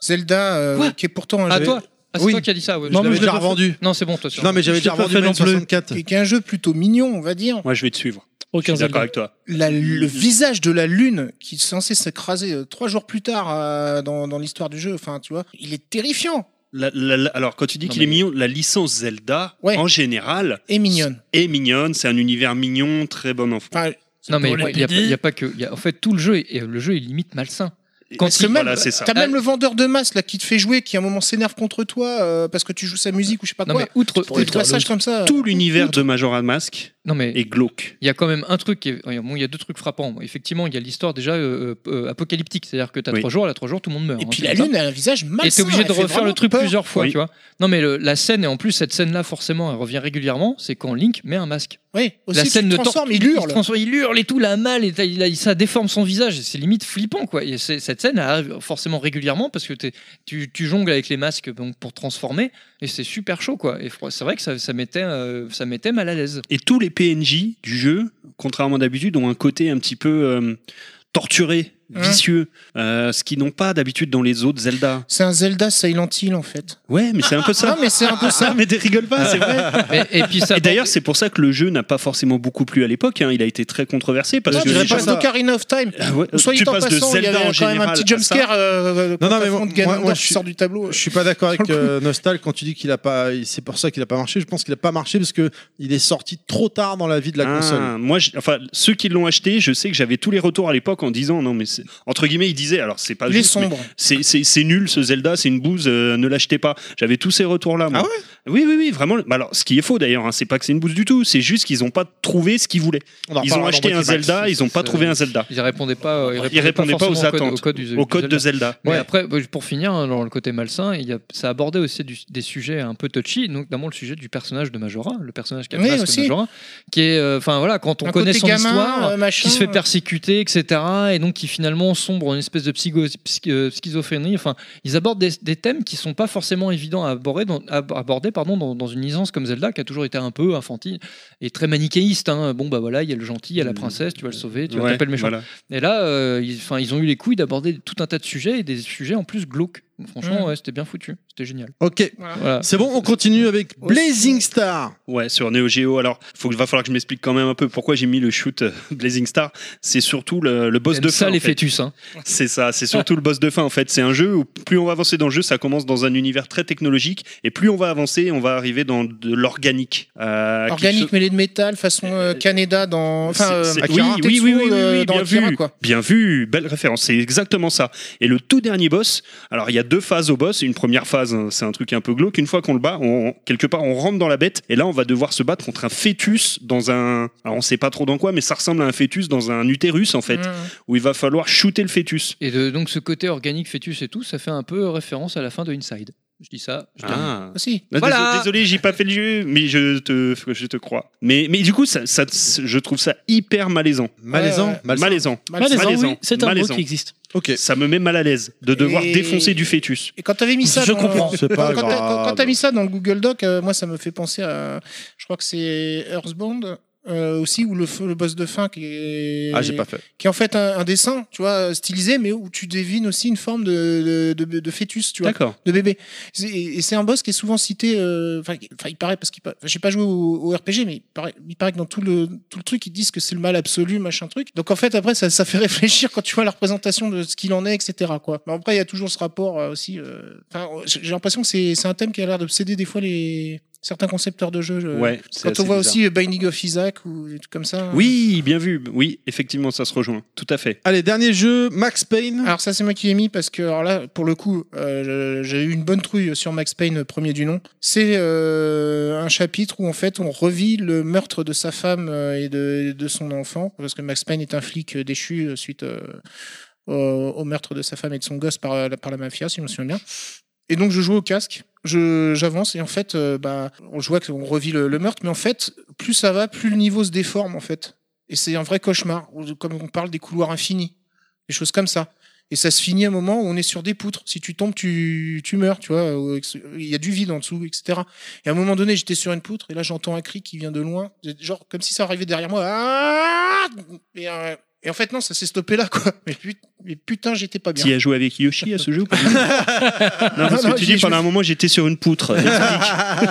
S4: Zelda, euh,
S2: Quoi
S4: qui est pourtant un
S2: Ah
S4: jeu,
S2: toi Ah c'est
S1: Oui.
S2: toi qui a dit ça ouais.
S1: Non, je l'avais
S6: mais je l'ai
S1: déjà
S6: pas fait.
S1: revendu.
S2: Non, c'est bon, toi. sûr.
S1: Non, mais j'avais
S6: Je l'ai
S1: déjà
S6: pas
S1: revendu
S6: fait
S1: le
S6: non plus.
S1: 64.
S4: qui est- qui est un jeu plutôt mignon, on va dire.
S3: Moi, je vais te suivre. Je
S6: Aucun
S3: suis
S6: Zelda.
S3: d'accord avec toi.
S4: La- le visage de la lune qui est censé s'écraser euh, trois jours plus tard euh, dans, dans l'histoire du jeu, enfin tu vois, il est terrifiant
S3: La- la- la- alors, quand tu dis
S2: Non,
S3: qu'il
S2: mais-
S3: est mignon, la licence Zelda,
S4: Ouais.
S3: en général,
S4: et mignonne.
S3: est mignonne. C'est un univers mignon, très bon enfant.
S4: Enfin,
S2: Non, mais
S4: pour les
S2: il n'y a, il y a pas que. il y a- en fait, tout le jeu, est, et le jeu est limite malsain. Quand
S4: parce que
S2: il-
S4: même,
S3: voilà, c'est ça.
S4: t'as
S2: Ah.
S4: même le vendeur de masse là qui te fait jouer, qui à un moment s'énerve contre toi euh, parce que tu joues sa musique ou je sais
S1: Ah,
S4: pas
S2: Non,
S4: quoi.
S2: mais outre.
S4: Des passages comme ça.
S3: Tout l'univers de Majora Mask
S2: Non, mais
S3: est glauque.
S2: Il y a quand même un truc, qui est- oh, bon, il y a deux trucs frappants. Effectivement, il y a l'histoire déjà euh, euh, apocalyptique, c'est-à-dire que tu as
S3: Oui.
S2: trois jours, là trois jours, tout le monde meurt.
S4: Et
S2: hein,
S4: puis
S2: c'est
S4: la
S2: comme ça.
S4: lune a un visage malsain.
S2: Et t'es obligé
S4: elle
S2: de
S4: fait
S2: refaire le
S4: vraiment
S2: truc
S4: peur.
S2: plusieurs fois,
S3: Oui.
S2: tu vois. Non, mais le- la scène, et en plus, cette scène-là, forcément, elle revient régulièrement, c'est quand Link met un masque.
S4: Oui, aussi,
S2: la
S4: tu
S2: scène
S4: te
S2: de
S4: transforme,
S2: tortue,
S4: il
S2: Il, se
S4: hurle.
S2: transforme, il hurle et tout, la mal, et t'as- il a- il- ça déforme son visage, et c'est limite flippant, quoi. Et c'est- cette scène elle arrive forcément régulièrement parce que t'es- tu, tu jongles avec les masques donc, pour transformer, et c'est super chaud, quoi. Et fr- c'est vrai que ça, ça mettait, euh, ça mettait mal à l'aise.
S3: Et tous les PNJ du jeu, contrairement d'habitude, ont un côté un petit peu euh, torturé,
S4: Hein
S3: vicieux, euh, ce qu'ils n'ont pas d'habitude dans les autres Zelda.
S4: C'est un Zelda Silent Hill en fait.
S3: Ouais, mais c'est un peu ça.
S4: Non mais c'est un peu ça.
S3: mais rigole pas, c'est vrai.
S2: Mais- et puis ça.
S3: Et d'ailleurs, c'est pour ça que le jeu n'a pas forcément beaucoup plu à l'époque. hein. Il a été très controversé parce
S4: Non,
S3: que
S4: tu
S1: dirais
S3: les
S1: pas
S4: passes
S3: gens-
S1: ça.
S4: d'Ocarina of Time.
S3: Ah ouais,
S4: Soit
S3: tu
S4: il en
S3: passes de
S4: passant, il y
S3: Zelda
S4: avait
S3: en
S4: quand même
S3: général.
S4: un petit
S3: à ça.
S4: jumpscare euh, quand
S1: non, mais
S4: t'affrontes
S1: moi- moi,
S4: Ganondorf
S1: moi, je
S4: qui
S1: suis-
S4: sort du tableau.
S1: Je suis pas d'accord avec
S4: Sur le coup.
S1: euh, Nostal quand tu dis qu'il a pas. C'est pour ça qu'il a pas marché. Je pense qu'il a pas marché parce que il est sorti trop tard dans la vie de la
S3: Ah,
S1: console.
S3: moi, je- enfin, ceux qui l'ont acheté, je sais que j'avais tous les retours à l'époque en disant non, mais c'est- entre guillemets, ils disaient alors c'est pas
S4: Il est
S3: juste, mais
S4: sombre.
S3: c'est- c'est c'est nul ce Zelda, c'est une bouse, euh, ne l'achetez pas. J'avais tous ces retours là.
S1: Ah
S3: oui, oui, oui, vraiment. Bah alors, ce qui est faux d'ailleurs, hein, c'est pas que c'est une bouse du tout, c'est juste qu'ils n'ont pas trouvé ce qu'ils voulaient.
S1: On en
S3: Ils ont
S1: reparlera
S3: acheté
S1: dans
S3: un
S1: Max.
S3: Zelda, ils n'ont pas
S2: c'est-
S3: trouvé un Zelda.
S2: Ils répondaient pas, euh, ils répondaient,
S3: répondaient pas aux
S2: forcément
S3: attentes,
S2: au code, au code du-
S3: Au
S2: du
S3: code de
S2: Zelda.
S3: Zelda.
S2: Mais
S1: Ouais.
S2: après, bah, pour finir, hein, dans le côté malsain, il y a, ça abordait aussi du- des sujets un peu touchy, notamment le sujet du personnage de Majora, le personnage qui a le
S4: Oui,
S2: masque
S4: aussi.
S2: Majora, qui est, euh, enfin voilà, quand on
S4: Un
S2: connaît
S4: côté
S2: son
S4: gamin,
S2: histoire,
S4: euh, machin,
S2: qui se fait
S4: euh.
S2: persécuter, etc., et donc qui finalement sombre en une espèce de psycho- psy- euh, schizophrénie. Enfin, ils abordent des, des thèmes qui sont pas forcément évidents à aborder, dans, à aborder pardon, dans, dans une licence comme Zelda, qui a toujours été un peu infantile et très manichéiste. hein. Bon bah voilà, il y a le gentil, il y a
S4: Mmh.
S2: la princesse, tu vas le sauver, tu vas
S3: Ouais,
S2: taper le méchant.
S3: voilà.
S2: Et là, euh, ils, 'fin, ils ont eu les couilles d'aborder tout un tas de sujets et des sujets en plus glauques. Franchement,
S4: Mm.
S2: ouais, c'était bien foutu, c'était génial.
S1: Ok,
S2: Voilà.
S1: c'est bon. On continue avec Blazing Star.
S3: Ouais, sur Neo Geo. Alors, faut, que- va falloir que je m'explique quand même un peu pourquoi j'ai mis le shoot euh, Blazing Star. C'est surtout le, le boss
S2: Aime
S3: de
S2: ça
S3: fin.
S2: les
S3: en fait.
S2: fœtus. Hein.
S3: C'est ça, c'est surtout le boss de fin en fait. C'est un jeu où plus on va avancer dans le jeu, ça commence dans un univers très technologique et plus on va avancer, on va arriver dans de l'organique. Euh,
S4: Organique
S3: quelque chose-
S4: mêlé de métal façon euh, Canada dans enfin
S3: C'est-
S4: euh,
S3: c'est- oui,
S4: Akira
S3: oui,
S4: Tetsuo,
S3: oui, oui, oui,
S4: euh,
S3: oui,
S4: dans
S3: bien
S4: Akira,
S3: vu.
S4: quoi.
S3: Bien vu, belle référence, c'est exactement ça. Et le tout dernier boss, alors il y a deux phases au boss, une première phase, hein, c'est un truc un peu glauque, une fois qu'on le bat, on, on- quelque part on rentre dans la bête, et là on va devoir se battre contre un fœtus dans un... Alors on sait pas trop dans quoi, mais ça ressemble à un fœtus dans un utérus en fait,
S4: Mm.
S3: où il va falloir shooter le fœtus.
S2: Et de- donc ce côté organique, fœtus et tout, ça fait un peu référence à la fin de Inside. Je dis ça. je termine.
S3: Ah.
S4: Ah, si.
S3: Ah,
S2: Voilà.
S3: désolé, Désolé, j'ai pas fait le jeu, mais je te, je te crois. Mais, mais du coup, ça, ça- je trouve ça hyper malaisant.
S1: Malaisant,
S4: ouais.
S1: malsain.
S3: Malaisant.
S6: Malaisant, hein. oui,
S3: Malaisant.
S6: c'est un mot
S3: Malaisant.
S6: qui existe.
S1: Ok.
S3: Ça me met mal à l'aise de devoir
S4: Et-
S3: défoncer du fœtus.
S4: Et quand t'avais mis ça,
S6: Je
S4: dans-
S6: comprends.
S1: C'est pas
S4: quand, quand t'as- quand-
S1: grave.
S4: quand t'as mis ça dans le Google Doc, euh, moi ça me fait penser à, je crois que c'est Earthbound euh, aussi où le, f- le boss de fin qui est,
S1: Ah, j'ai pas fait.
S4: qui est en fait un, un dessin, tu vois, stylisé, mais où tu devines aussi une forme de, de, de- de fœtus, tu vois,
S3: D'accord.
S4: de bébé. C'est- Et c'est un boss qui est souvent cité. euh, Enfin, il- enfin, il paraît parce qu'il, pa- enfin, j'ai pas joué au, au RPG, mais il paraît, il paraît que dans tout le tout le truc, ils disent que c'est le mal absolu, machin truc. Donc en fait, après, ça, ça fait réfléchir quand tu vois la représentation de ce qu'il en est, etc. Quoi. Mais après, il y a toujours ce rapport euh, aussi. euh, Enfin, j'ai j'ai l'impression que c'est c'est un thème qui a l'air d'obséder des fois les certains concepteurs de jeux. euh,
S3: Ouais. c'est
S4: Quand
S3: assez
S4: on voit
S3: bizarre.
S4: aussi euh, Binding of Isaac ou des trucs comme ça.
S3: Oui, bien vu. Oui, effectivement, ça se rejoint. Tout à fait.
S1: Allez, dernier jeu, Max Payne.
S4: Alors ça c'est moi qui l'ai mis parce que alors là pour le coup euh, je- j'ai eu une bonne trouille sur Max Payne euh, premier du nom. C'est euh, un chapitre où en fait on revit le meurtre de sa femme euh, et de, de son enfant parce que Max Payne est un flic euh, déchu euh, suite euh, au, au meurtre de sa femme et de son gosse par, euh, la- par la mafia si je me souviens bien. Et donc je joue au casque, je j'avance et en fait euh, bah on je vois qu'on revit le, le meurtre mais en fait plus ça va plus le niveau se déforme en fait. Et c'est un vrai cauchemar, comme on parle des couloirs infinis, des choses comme ça. Et ça se finit à un moment où on est sur des poutres. Si tu tombes, tu, tu meurs, tu vois. ou ex- Il y a du vide en dessous, etc. Et à un moment donné, j'étais sur une poutre et là, j'entends un cri qui vient de loin. Genre, comme si ça arrivait derrière moi. Ah Et, euh, et en fait, non, ça s'est stoppé là, quoi. Mais, put- mais putain, j'étais pas bien.
S3: Tu as joué avec Yoshi à ce jeu ou pas du tout Non, parce
S4: Non, non,
S3: que tu
S4: j'y ai
S3: dis pendant un moment j'étais sur une poutre. Explique.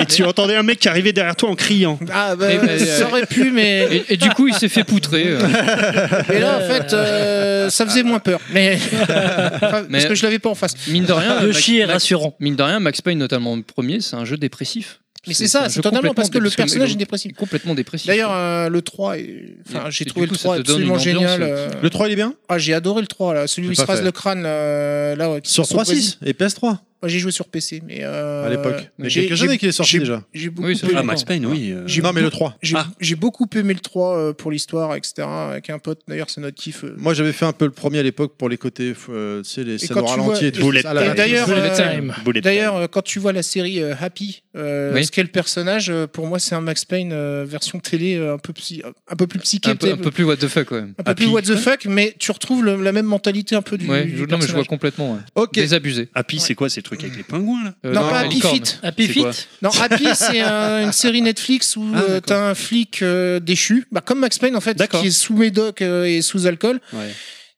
S3: Et tu entendais un mec qui arrivait derrière toi en criant.
S4: Ah, bah,
S2: Et mais, euh,
S4: ça aurait pu,
S9: Ah.
S4: mais.
S2: Et, et du coup, il s'est fait poutrer. euh.
S4: Et là, en fait, euh, ça faisait moins peur. Mais. Enfin,
S2: Mais-
S4: Parce que je l'avais pas en face.
S2: Mine de rien,
S9: Le
S2: Max-
S9: chi est
S2: Max-
S9: rassurant.
S2: Mine de rien, Max Payne, notamment le premier, c'est un jeu dépressif.
S4: Mais c'est ça,
S2: un
S4: c'est
S2: jeu
S4: totalement parce que
S2: complètement
S4: le
S2: dé-
S4: personnage est dépressif.
S2: Complètement dépressif.
S4: D'ailleurs, euh, le 3, est- enfin,
S2: Et-
S4: j'ai
S2: et
S4: trouvé
S2: du
S4: le
S2: coup,
S4: 3
S2: ça te donne une
S4: absolument génial.
S2: ambiance,
S4: euh.
S1: Le 3, il est bien
S4: Ah, j'ai adoré le 3, là, celui où
S1: J'ai
S4: il se
S1: pas
S4: rase
S1: fait.
S4: le crâne. euh, là, ouais, qui
S1: Sur
S4: se
S1: 3.6 et PS3
S4: Moi, J'ai joué sur PC, mais. euh,
S1: à l'époque. Mais
S4: j'ai-
S1: quelques
S4: j'ai-
S1: années qu'il est sorti
S4: j'ai-
S1: déjà.
S4: J'ai beaucoup,
S2: Oui, c'est
S4: aimé-
S2: vrai.
S3: Ah, Max Payne, oui. euh,
S4: j'ai
S1: Non, mais
S4: beaucoup-
S1: le 3.
S4: j'ai-
S3: Ah.
S4: j'ai beaucoup aimé le 3 euh, pour l'histoire, etc. Avec un pote, d'ailleurs, c'est notre kiff. euh.
S1: Moi, j'avais fait un peu le premier à l'époque pour les côtés, euh, tu sais, les scènes
S4: quand
S1: au
S4: tu
S1: ralenti
S4: vois-
S1: et tout.
S3: Bullet
S1: ça, là,
S4: Et
S1: là,
S4: d'ailleurs,
S6: Bullet
S4: euh,
S6: Time.
S3: Bullet
S4: D'ailleurs, euh, quand tu vois la série euh, Happy, euh,
S2: Oui.
S4: ce qu'est le personnage, euh, pour moi, c'est un Max Payne euh, version télé euh, un peu, psy- un peu plus psyché,
S2: un peu, un
S4: peut-être,
S2: peu plus what the fuck, ouais.
S4: un peu plus
S3: Happy.
S4: what the fuck, mais tu retrouves le- la même mentalité un peu du.
S2: Ouais,
S4: du
S2: je, non, mais je vois Euh,
S4: personnage.
S2: complètement. ouais.
S1: Ok.
S2: Désabusé.
S3: Happy, c'est quoi ces trucs avec les pingouins là
S2: Euh,
S4: non,
S2: dans
S4: pas
S2: la
S4: Happy
S2: licorne.
S4: Feet.
S9: Happy
S3: C'est
S9: Feet
S3: quoi
S4: Non, Happy, c'est un- une série Netflix où
S3: Ah,
S4: euh,
S3: d'accord.
S4: t'as un flic euh, déchu, bah, comme Max Payne en fait,
S3: D'accord.
S4: qui est sous médoc euh, et sous alcool,
S3: Ouais.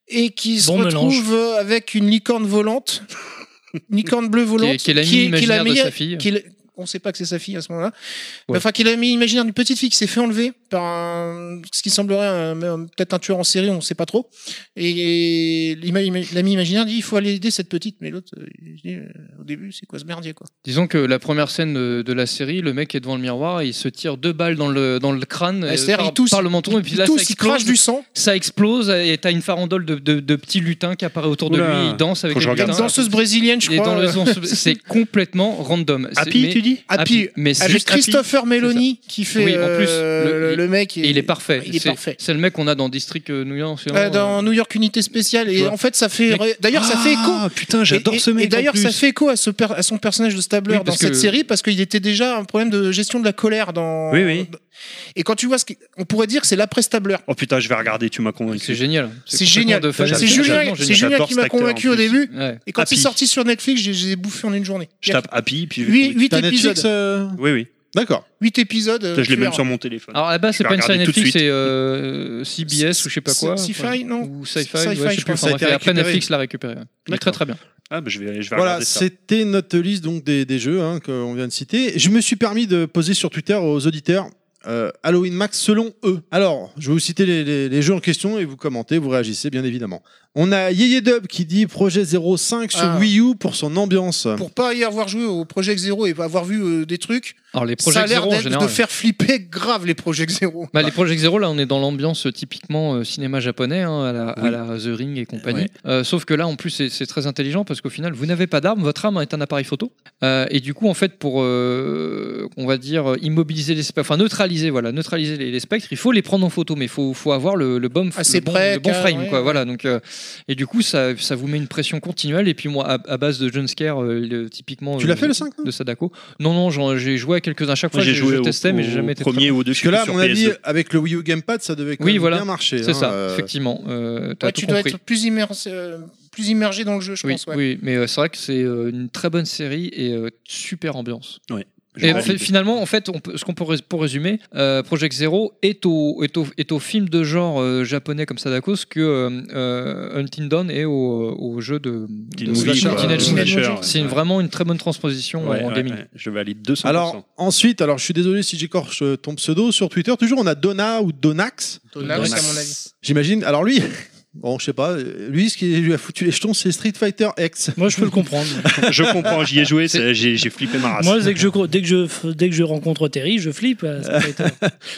S4: et qui se
S6: Bon mélange.
S4: retrouve euh, avec une licorne volante, une licorne bleue
S2: Qui est,
S4: volante,
S2: qui est l'ami
S4: qui est la
S2: imaginaire de
S4: meilleure-
S2: sa fille.
S4: qui est la- on sait pas que c'est sa fille à ce moment-là.
S2: Ouais.
S4: Enfin, qu'il a mis imaginaire d'une petite fille qui s'est fait enlever par un, ce qui semblerait un- un- peut-être un tueur en série, on sait pas trop. Et, l'ima- ima- l'ami imaginaire dit il faut aller aider cette petite, mais l'autre, euh, il dit, euh, au début, c'est quoi ce merdier quoi
S2: Disons que la première scène euh, de, de la série, le mec est devant le miroir, il se tire deux balles dans le, dans le crâne,
S4: Ah,
S2: euh,
S4: c'est-à-dire,
S2: par,
S4: il tousse,
S2: par le menton, et puis
S4: Il
S2: là,
S4: tousse,
S2: ça
S4: il crache
S2: explose,
S4: du sang.
S2: ça explose, et t'as une farandole de, de, de petits lutins qui apparaît autour de
S3: Oula.
S2: lui, il danse avec
S3: Faut que je
S2: les
S3: regarde
S2: lutins.
S4: Une danseuse brésilienne, je
S2: Et
S4: crois.
S2: dans
S4: euh,
S2: le- c'est complètement random. C'est-
S3: Happy,
S2: mais-
S3: tu dis
S4: Happy. Ah,
S2: mais c'est
S4: Avec
S2: juste Happy.
S4: Christopher Meloni qui fait
S2: Oui, en plus,
S4: euh,
S2: le-
S4: le,
S2: il-
S4: mec.
S2: Et il est parfait.
S4: Il est
S2: C'est-
S4: parfait.
S2: C'est le mec qu'on a dans District euh, New York. c'est
S4: Euh,
S2: vraiment,
S4: dans
S2: euh,
S4: New York Unité Spéciale. Et
S2: vois.
S4: en fait, ça fait. ré- D'ailleurs, ça fait écho.
S3: Ah putain, j'adore
S4: Et- et-
S3: ce mec.
S4: Et d'ailleurs,
S3: en plus.
S4: ça fait écho à, ce per- à son personnage de Stabler
S2: Oui,
S4: dans
S2: parce
S4: cette
S2: que-
S4: série parce qu'il était déjà un problème de gestion de la colère dans.
S3: Oui, oui.
S4: Et quand tu vois ce qui- on pourrait dire que c'est l'après Stabler.
S3: Oh putain, je vais regarder, tu m'as
S2: C'est
S3: convaincu.
S2: génial.
S4: C'est génial.
S2: complètement de fuck.
S4: C'est
S3: J'adore
S4: Julien,
S2: complètement
S4: c'est Julien
S3: J'adore
S4: qui
S3: cet
S4: m'a
S3: acteur,
S4: convaincu
S3: en
S4: au
S3: plus.
S4: début.
S2: Ouais.
S4: Et quand c'est
S3: Happy.
S4: sorti sur Netflix, j'ai- j'ai bouffé en une journée.
S3: Je tape Happy, puis je vais
S4: 8,
S3: trouver.
S1: T'as Netflix,
S4: épisodes.
S1: euh,
S3: Oui, oui.
S1: D'accord.
S4: 8 épisodes. euh,
S3: Putain, Je l'ai
S4: tu
S3: même
S4: verras.
S3: sur mon téléphone.
S4: Ah.
S2: Alors là-bas, c'est
S3: vais
S2: pas une série
S3: regarder tout de
S2: Netflix,
S3: suite.
S2: c'est euh, CBS ou je sais pas quoi.
S4: Sci-fi,
S2: Enfin,
S4: non
S2: Ou Sci-Fi,
S4: Sci-fi,
S2: ouais,
S4: je
S2: je sais plus.
S4: crois.
S2: Enfin,
S1: Ça a
S2: bref,
S1: été
S2: après,
S1: récupéré.
S2: Netflix l'a récupéré. ouais. Il est
S3: D'accord.
S2: très très bien.
S3: Ah bah je vais, je vais
S1: Voilà,
S3: regarder ça.
S1: c'était notre liste donc des, des jeux hein, qu'on vient de citer. Je me suis permis de poser sur Twitter aux auditeurs euh, Halloween Max selon eux. Alors, je vais vous citer les, les- les jeux en question et vous commentez, vous réagissez bien évidemment. On a Yeye Dub qui dit Projet 05 sur
S4: Ah.
S1: Wii U pour son ambiance.
S4: Pour pas y avoir joué au Project Zero et avoir vu euh, des trucs,
S2: Alors les
S4: ça a
S2: Project
S4: l'air
S2: Zero en
S4: d'être de
S2: général.
S4: faire flipper grave les Project Zero.
S2: Bah, les Project Zero, là, on est dans l'ambiance euh, typiquement euh, cinéma japonais, hein, à, la, à
S3: Oui.
S2: la The Ring et compagnie.
S3: Ouais.
S2: Euh, sauf que là, en plus, c'est- c'est très intelligent parce qu'au final, vous n'avez pas d'arme, votre arme est un appareil photo. Euh, et du coup, en fait, pour, euh, on va dire, immobiliser les spectres, enfin neutraliser, voilà, neutraliser les, les spectres, il faut les prendre en photo, mais il faut, faut avoir le, le, bon,
S4: Assez
S2: le bon,
S4: près,
S2: le bon
S4: car-
S2: frame.
S4: ouais,
S2: quoi,
S4: ouais.
S2: Voilà, donc, euh, Et du coup, ça, ça vous met une pression continuelle. Et puis moi, à, à base de jumpscare, euh, le- typiquement.
S1: Tu l'as
S2: euh,
S1: fait, le 5, non
S2: De Sadako. Non, non, j'en- j'ai joué à quelques-uns. À chaque fois,
S3: Moi,
S2: j'ai joué je
S3: au-
S2: testais, mais
S3: au
S2: j'ai jamais été.
S3: premier ou au deux
S1: Parce que là, à
S3: sur
S1: mon avis,
S3: PS2.
S1: avec le Wii U Gamepad, ça devait quand
S2: Oui,
S1: même
S2: voilà.
S1: bien marcher.
S2: très- C'est
S1: hein,
S2: ça,
S1: euh,
S2: effectivement. Euh, T'as
S4: Ouais,
S2: tout
S4: tu dois
S2: compris.
S4: être plus immersé, euh, plus immergé dans le jeu, je
S2: oui,
S4: pense. ouais.
S2: oui, mais euh, c'est vrai que c'est euh, une très bonne série et euh, super ambiance.
S3: Je
S2: Et
S3: valide.
S2: fi- finalement, en fait, on peut- ce qu'on peut rés- pour résumer, euh, Project Zero est au, est, au, est au film de genre euh, japonais comme Sadako, ce que euh, euh, Hunting Dawn est au, euh, au jeu de, de
S3: Teen Movie,
S2: Slasher,
S3: quoi.
S2: Teenage Mutant.
S4: Teen Mutant.
S3: Slasher, euh, ouais.
S2: C'est une- vraiment une très bonne transposition
S3: Ouais,
S2: en
S3: ouais,
S2: gaming.
S3: ouais, je valide 200%.
S1: Alors ensuite, alors je suis désolé si j'écorche euh, ton pseudo sur Twitter. Toujours, on a Donna ou Donax.
S4: Donax, à mon avis.
S1: J'imagine. Alors lui, bon, je sais pas. euh, Lui, ce qui lui a foutu les jetons, c'est Street Fighter X.
S6: Moi, je peux le comprendre.
S3: je comprends, j'y ai joué, c'est- j'ai j'ai flippé ma race.
S6: Moi, dès que, je, dès, que je, dès que je rencontre Terry, je flippe. euh, ça peut être-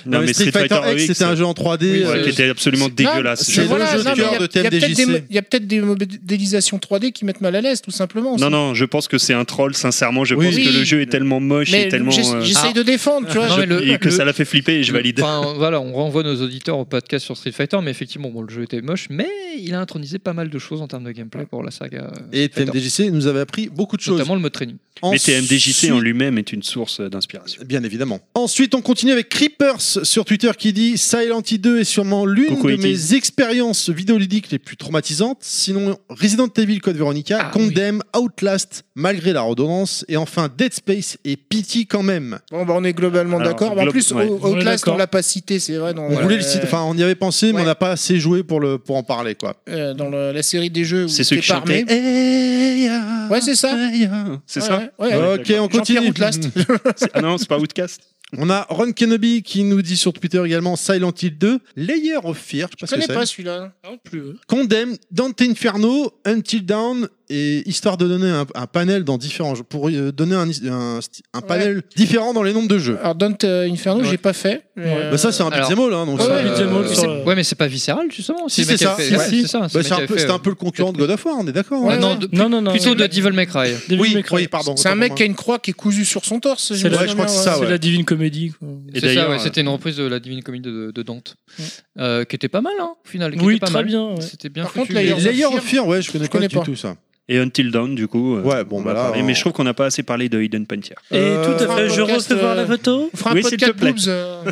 S3: non,
S4: euh,
S1: Euh,
S3: mais Street Fighter, X,
S1: c'était un jeu en 3D.
S2: Oui,
S1: euh,
S3: ouais, qui était absolument dégueulasse.
S1: c'est
S4: mais voilà,
S1: le jeu
S4: non,
S1: de
S4: mais
S1: cœur
S4: il y a-
S1: de
S4: il y a peut-être
S1: TMDJC.
S4: des- Il y a peut-être des modélisations 3D qui mettent mal à l'aise, tout simplement.
S3: Non, non, je pense que c'est un troll, sincèrement. Je
S1: Oui.
S3: pense que
S4: Oui.
S3: le jeu est tellement moche
S4: mais
S3: et tellement.
S4: j'ess-
S3: euh,
S4: j'essaye
S2: Ah.
S4: de défendre, tu vois.
S2: Non,
S4: je-
S2: mais le-
S3: et que
S2: le-
S3: ça l'a fait flipper et je valide.
S2: Enfin, voilà, on renvoie nos auditeurs au podcast sur Street Fighter, mais effectivement, bon, le jeu était moche, mais il a intronisé pas mal de choses en termes de gameplay pour la saga. euh,
S1: Et
S2: Street Fighter.
S1: TMDJC nous avait appris beaucoup de choses.
S2: Notamment le mode training.
S3: Mais
S1: Ensuite-
S3: TMDJC en lui-même est une source euh, d'inspiration.
S1: Bien évidemment. Ensuite, on continue avec Creepers sur Twitter qui dit Silent Hill 2 est sûrement l'une
S3: Coucou,
S1: de
S3: E.T.
S1: mes expériences vidéoludiques les plus traumatisantes. Sinon, Resident Evil Code Veronica,
S2: Ah,
S1: Condemn, Outlast, malgré la redondance, et enfin Dead Space et Pity quand même.
S4: Bon, bah, on est globalement
S3: Alors,
S4: d'accord. Bah, en
S3: glo-
S4: plus,
S3: ouais.
S4: au-
S6: On est
S4: Outlast,
S6: d'accord.
S4: on l'a pas cité, c'est vrai. Dans,
S1: On voulait le citer- enfin, on y avait pensé, mais
S4: Ouais.
S1: on n'a pas assez joué pour le pour en parler quoi.
S4: euh, dans le- la série des jeux où
S3: C'est ceux
S4: t'es
S3: qui
S4: pas armé.
S3: chantaient. Eh, ah,
S4: Ouais, c'est ça.
S3: eh, ah. C'est
S4: Hein, Ouais,
S3: ça
S4: ouais, ouais, ouais.
S1: ok, on
S4: Jean-Pierre
S1: continue.
S4: Outlast.
S3: C'est- Ah non, c'est pas Outcast.
S1: On a Ron Kenobi qui nous dit sur Twitter également Silent Hill 2, Layer of Fear, je sais pas
S4: Je
S1: ce que
S4: connais
S1: c'est.
S4: pas celui-là.
S6: Non plus. euh.
S1: Condemn, Dante Inferno, Until Dawn, et histoire de donner un, un panel dans différents jeux, pour euh, donner un, un, un panel différent dans les nombres de jeux.
S4: Alors, Don't euh, Inferno,
S6: Ouais.
S4: j'ai pas fait. mais,
S6: Ouais.
S1: Bah ça, c'est un
S2: alors-
S1: beat'em all, hein, donc
S4: Ouais,
S1: ça,
S4: ouais, beat'em all,
S1: euh,
S6: Sur
S1: c'est-
S6: le-
S2: Ouais, mais c'est pas viscéral, justement.
S1: Si,
S2: le
S1: c'est
S2: mec
S1: ça.
S2: qui a fait-
S1: si,
S2: ouais,
S1: si.
S2: c'est ça.
S1: Bah,
S2: le
S1: c'est
S2: mec
S1: un
S2: qui
S1: peu-
S2: a fait- euh,
S1: C'était un peu le concurrent de God of War, on est d'accord.
S4: Ouais,
S1: hein.
S2: Ah non,
S4: ouais.
S2: de-
S6: Non, non, non.
S2: plutôt de
S6: c'est-
S2: Devil May Cry.
S6: Devil
S1: Oui,
S6: May Cry.
S1: oui, pardon.
S4: C'est un
S1: autant
S4: mec
S1: pour
S4: qui a une croix qui est cousue sur son torse.
S6: C'est
S4: je me
S6: la-
S1: Ouais, je crois que
S4: souviens,
S1: ça,
S6: C'est
S1: ouais.
S6: la divine comédie. quoi.
S3: Et
S2: C'est ça,
S3: d'ailleurs,
S2: ouais,
S3: euh,
S2: c'était une reprise de la Divine Comédie de, de Dante, Euh, qui était pas mal, hein, au final. qui
S6: Oui,
S2: était pas
S6: très
S2: mal.
S6: bien. ouais.
S2: C'était bien
S4: Par
S2: foutu.
S4: contre,
S1: moi.
S4: Layer
S1: Et
S4: of
S1: Layer of
S4: Fear,
S1: Fear, ouais, je connais
S4: je
S1: pas
S4: connais
S1: du
S4: pas.
S1: tout ça.
S3: Et Until Dawn, du coup. euh,
S1: Ouais, bon,
S3: on
S1: bah
S3: en
S1: là,
S3: parlait,
S1: on-
S3: Mais je trouve qu'on n'a pas assez parlé de Hidden Pantier.
S9: Et
S1: Euh,
S9: tout à
S4: enfin,
S9: fait, je
S4: podcast,
S9: reste voir la
S4: euh,
S9: photo.
S4: On fera un
S3: Oui, s'il
S4: podcast
S3: te plaît.
S4: boobs. euh,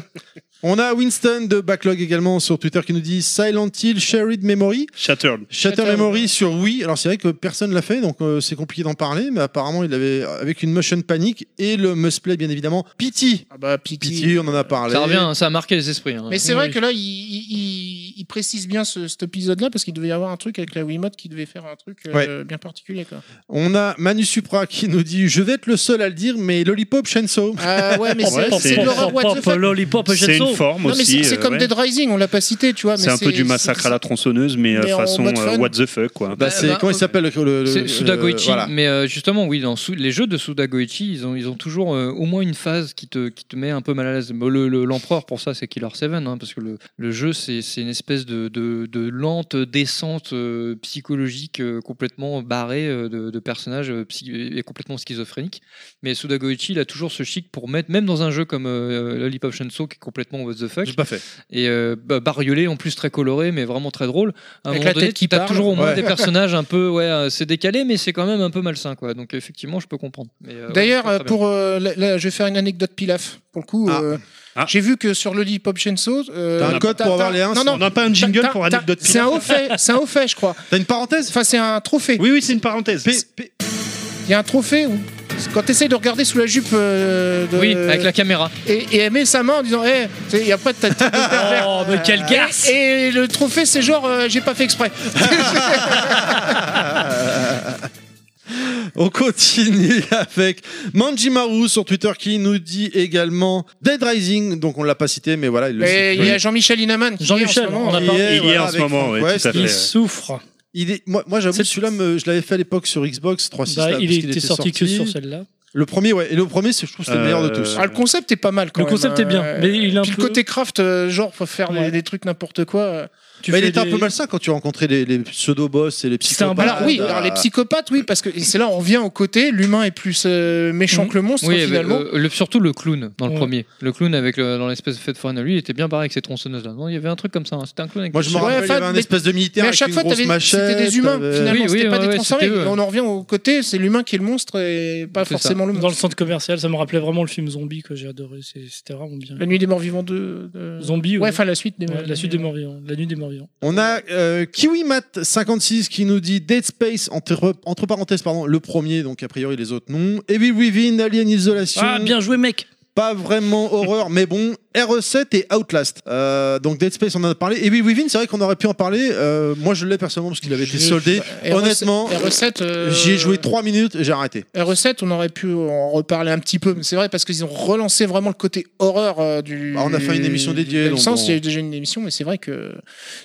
S1: On a Winston de Backlog également sur Twitter qui nous dit Silent Hill Shared Memory,
S3: Shattered.
S1: Shatter
S4: Shatter
S1: Memory sur Wii. Alors c'est vrai que personne l'a fait, donc euh, c'est compliqué d'en parler, mais apparemment il avait avec une motion panic et le must-play bien évidemment. Pity,
S4: Ah bah, Piki.
S1: Pity, on en a parlé.
S2: Ça revient, hein, ça a marqué les esprits. hein.
S4: Mais c'est vrai
S6: Oui.
S4: que là, il, il- il- il précise bien ce, cet épisode-là parce qu'il devait y avoir un truc avec la Wiimote qui devait faire un truc euh,
S1: Ouais.
S4: bien particulier. Quoi.
S1: On a Manu Supra qui nous dit Je vais être le seul à le dire, mais Lollipop Chainsaw.
S4: Ah ouais, mais c'est-
S3: Ouais,
S4: c'est
S3: c'est-
S4: de l'horreur. What the
S9: Pop,
S4: fuck
S9: Lollipop,
S3: C'est une
S9: Jetson.
S3: forme
S4: Non, mais
S3: aussi.
S4: c'est- c'est
S3: euh,
S4: comme
S3: ouais.
S4: Dead Rising, on l'a pas cité, tu vois. mais
S3: C'est un peu du massacre à la tronçonneuse, mais euh,
S4: mais en
S3: façon
S4: mode
S3: euh,
S4: fun.
S3: what the fuck, quoi.
S1: Bah, c'est
S2: bah,
S1: comment il s'appelle le, le-
S2: C'est
S1: le-
S2: Suda
S1: le-
S2: Goichi,
S1: voilà.
S2: mais euh, justement, oui, dans Su- les jeux de Suda Goichi, ils ont, ils ont toujours euh, au moins une phase qui te, qui te met un peu mal à l'aise. Bon, le- le- L'empereur, pour ça, c'est Killer 7, parce que le, le jeu, c'est c'est une espèce de, de- de lente descente euh, psychologique euh, complètement barrée euh, de, de personnages euh, psy- et complètement schizophrénique. Mais Suda Goichi, il a toujours ce chic pour mettre, même dans un jeu comme euh, Lollipop Shenso, qui est complètement what the fuck,
S1: J'ai pas fait.
S2: et euh, bah, bariolé en plus très coloré mais vraiment très drôle à un
S4: Avec
S2: moment
S4: la
S2: donné
S4: tête qui
S2: t'as
S4: parle.
S2: toujours au moins
S1: Ouais.
S2: des personnages un peu ouais euh, c'est décalé mais c'est quand même un peu malsain quoi donc effectivement je peux comprendre Mais, euh, ouais,
S4: D'ailleurs,
S2: très
S4: euh,
S2: bien.
S4: pour euh, là, là, je vais faire une anecdote pilaf. Pour le coup,
S1: Ah.
S4: euh,
S3: Ah.
S4: j'ai vu que sur le Lollipop Chainsaw, euh,
S1: T'as un code pour avoir les uns,
S4: Non,
S1: sinon-
S4: non,
S3: On n'a pas un
S4: t'as-
S3: jingle
S4: t'as-
S3: pour
S4: t'as-
S3: anecdote
S4: C'est un haut fait, c'est un haut fait, je crois.
S1: T'as une parenthèse
S4: Enfin, c'est un trophée.
S3: Oui, oui, c'est une parenthèse.
S1: P- P-
S4: Il y a un trophée où quand tu essayes de regarder sous la jupe euh, de-
S2: oui avec la caméra
S4: et, et elle met sa main en disant Eh Tu sais, et après t'as t'as- t'as-
S9: Oh, mais quelle
S6: bah.
S9: garce
S4: et le trophée c'est genre euh, j'ai pas fait exprès
S1: On continue avec Manjimaru sur Twitter qui nous dit également Dead Rising, donc on l'a pas cité, mais voilà. Il le
S4: mais
S1: cite.
S4: il y a Jean-Michel Inaman qui
S6: Jean-Michel,
S4: est en ce moment-
S6: on a
S1: Il
S6: parlé.
S1: est,
S3: Il y a en ce
S1: avec
S3: moment, ouais,
S1: Frank
S3: tout à
S1: West.
S3: fait.
S6: Il souffre.
S1: Il est- moi, moi, j'avoue,
S6: C'est-
S1: celui-là, me- je l'avais fait à l'époque sur Xbox 360.
S6: Bah,
S1: là,
S6: il
S1: parce qu'il
S6: était sorti que sur celle-là.
S1: Le premier, ouais. Et le premier, c'est- je trouve, que c'était le meilleur de tous.
S4: Ah, le concept est pas mal quand
S6: Le
S4: même,
S6: concept est bien,
S4: euh,
S6: mais il est un
S4: puis le
S6: peu-
S4: côté craft euh, genre faut faire les-
S6: Ouais.
S4: des trucs n'importe quoi euh,
S1: mais
S6: Tu
S1: Bah, il
S6: fais
S1: était un
S6: des-
S1: peu malsain quand tu rencontrais les, les pseudo-boss et les
S6: C'était un
S1: psychopathes.
S6: balade.
S4: Alors oui, alors les psychopathes, oui, parce que et c'est là on revient au côté l'humain est plus euh, méchant
S6: Mhm.
S4: que le monstre
S2: Oui, euh, avec
S4: finalement.
S2: le- le- surtout le clown dans le
S6: Ouais.
S2: premier. Le clown avec le- dans l'espèce de fête foraine, lui, il était bien barré avec ses tronçonneuses-là. Non, Il y avait un truc comme ça. hein. C'était un clown avec
S1: Moi,
S2: des
S1: je me
S4: Ouais,
S1: rappelle, il y
S4: enfin,
S1: avait un
S4: mais-
S1: espèce de militaire
S4: Mais à
S1: avec
S4: chaque
S1: une
S4: fois,
S1: grosse
S4: t'avais-
S1: machette. euh,
S4: c'était des humains,
S1: t'avais-
S4: finalement,
S2: Oui,
S4: c'était
S2: oui,
S4: pas
S2: ouais,
S4: des
S2: ouais,
S4: transformés.
S2: c'était eux, ouais.
S4: On en revient au côté, c'est l'humain qui est le monstre et pas
S2: C'est ça.
S4: forcément le
S6: Dans le
S4: monstre.
S6: centre commercial, ça me rappelait vraiment le film Zombie que j'ai adoré. C'est- C'était vraiment bien.
S4: La nuit des morts vivants de. de-
S6: Zombie,
S4: Ouais,
S6: ouais.
S4: enfin la suite des.
S6: Ouais, la suite des morts vivants. La nuit des morts vivants.
S1: On a euh, KiwiMat56 qui nous dit Dead Space, entre, entre parenthèses, pardon, le premier, donc a priori les autres non. Evil Within, Alien Isolation.
S9: Ah, bien joué, mec.
S1: Pas vraiment horreur, mais bon. RE7 et Outlast. Euh, donc Dead Space, on en a parlé. Evil Within, c'est vrai qu'on aurait pu en parler. Euh, moi, je l'ai personnellement parce qu'il avait été
S4: Je-
S1: soldé.
S4: E
S1: Honnêtement,
S4: R7,
S1: J'y ai joué 3 minutes et j'ai arrêté.
S4: R7, E on aurait pu en reparler un petit peu, mais c'est vrai parce qu'ils ont relancé vraiment le côté horreur euh, du.
S1: Ah, on a fait une émission dédiée,
S4: de la
S1: donc
S4: licence,
S1: on-
S4: il y a eu déjà une émission, mais c'est vrai que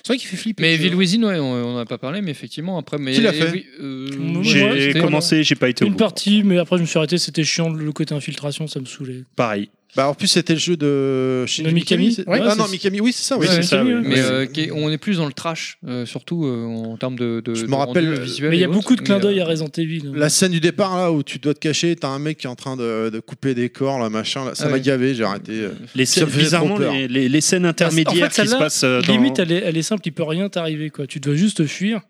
S4: c'est vrai qu'il fait flipper.
S2: Mais
S4: tu
S2: Evil
S4: vois.
S2: Within, ouais, on n'en a pas parlé, mais effectivement, après. Mais
S1: Qui l'a fait
S2: oui, euh,
S6: Moi,
S2: ouais,
S6: ouais,
S3: J'ai
S2: c'était-
S3: commencé, j'ai pas été au
S6: Une
S3: bout.
S6: partie, mais après je me suis arrêté. C'était chiant le côté infiltration, ça me saoulait.
S3: Pareil.
S1: Bah, en plus, c'était le jeu de. chez
S6: De Mikami
S1: c'est-
S6: Ouais,
S1: Ah
S6: c'est-
S1: non, Mikami, oui, c'est ça, oui.
S6: Ouais,
S3: c'est ça,
S6: celui,
S3: oui.
S6: ouais.
S2: Mais
S3: Ouais.
S2: euh, qui est- on est plus dans le trash, euh, surtout euh, en termes de, de-
S1: Je me
S2: de rendu
S1: rappelle, euh,
S2: visuel.
S6: Mais il y a
S2: et autres,
S6: beaucoup de clins
S2: mais,
S6: d'œil
S2: euh,
S6: à Resident Evil.
S1: La scène du départ là où tu dois te cacher, t'as un mec qui est en train de, de couper des corps, là, machin, là, ça
S2: Ah
S1: m'a
S2: oui.
S1: gavé, j'ai arrêté. euh.
S3: Les
S1: Ça
S3: scènes,
S1: me faisait
S3: bizarrement,
S1: trop peur.
S3: les, les- les scènes intermédiaires qui se
S6: celle-là,
S3: passent euh, dans...
S6: Limite, elle est, elle est simple, il peut rien t'arriver. quoi. Tu dois juste fuir.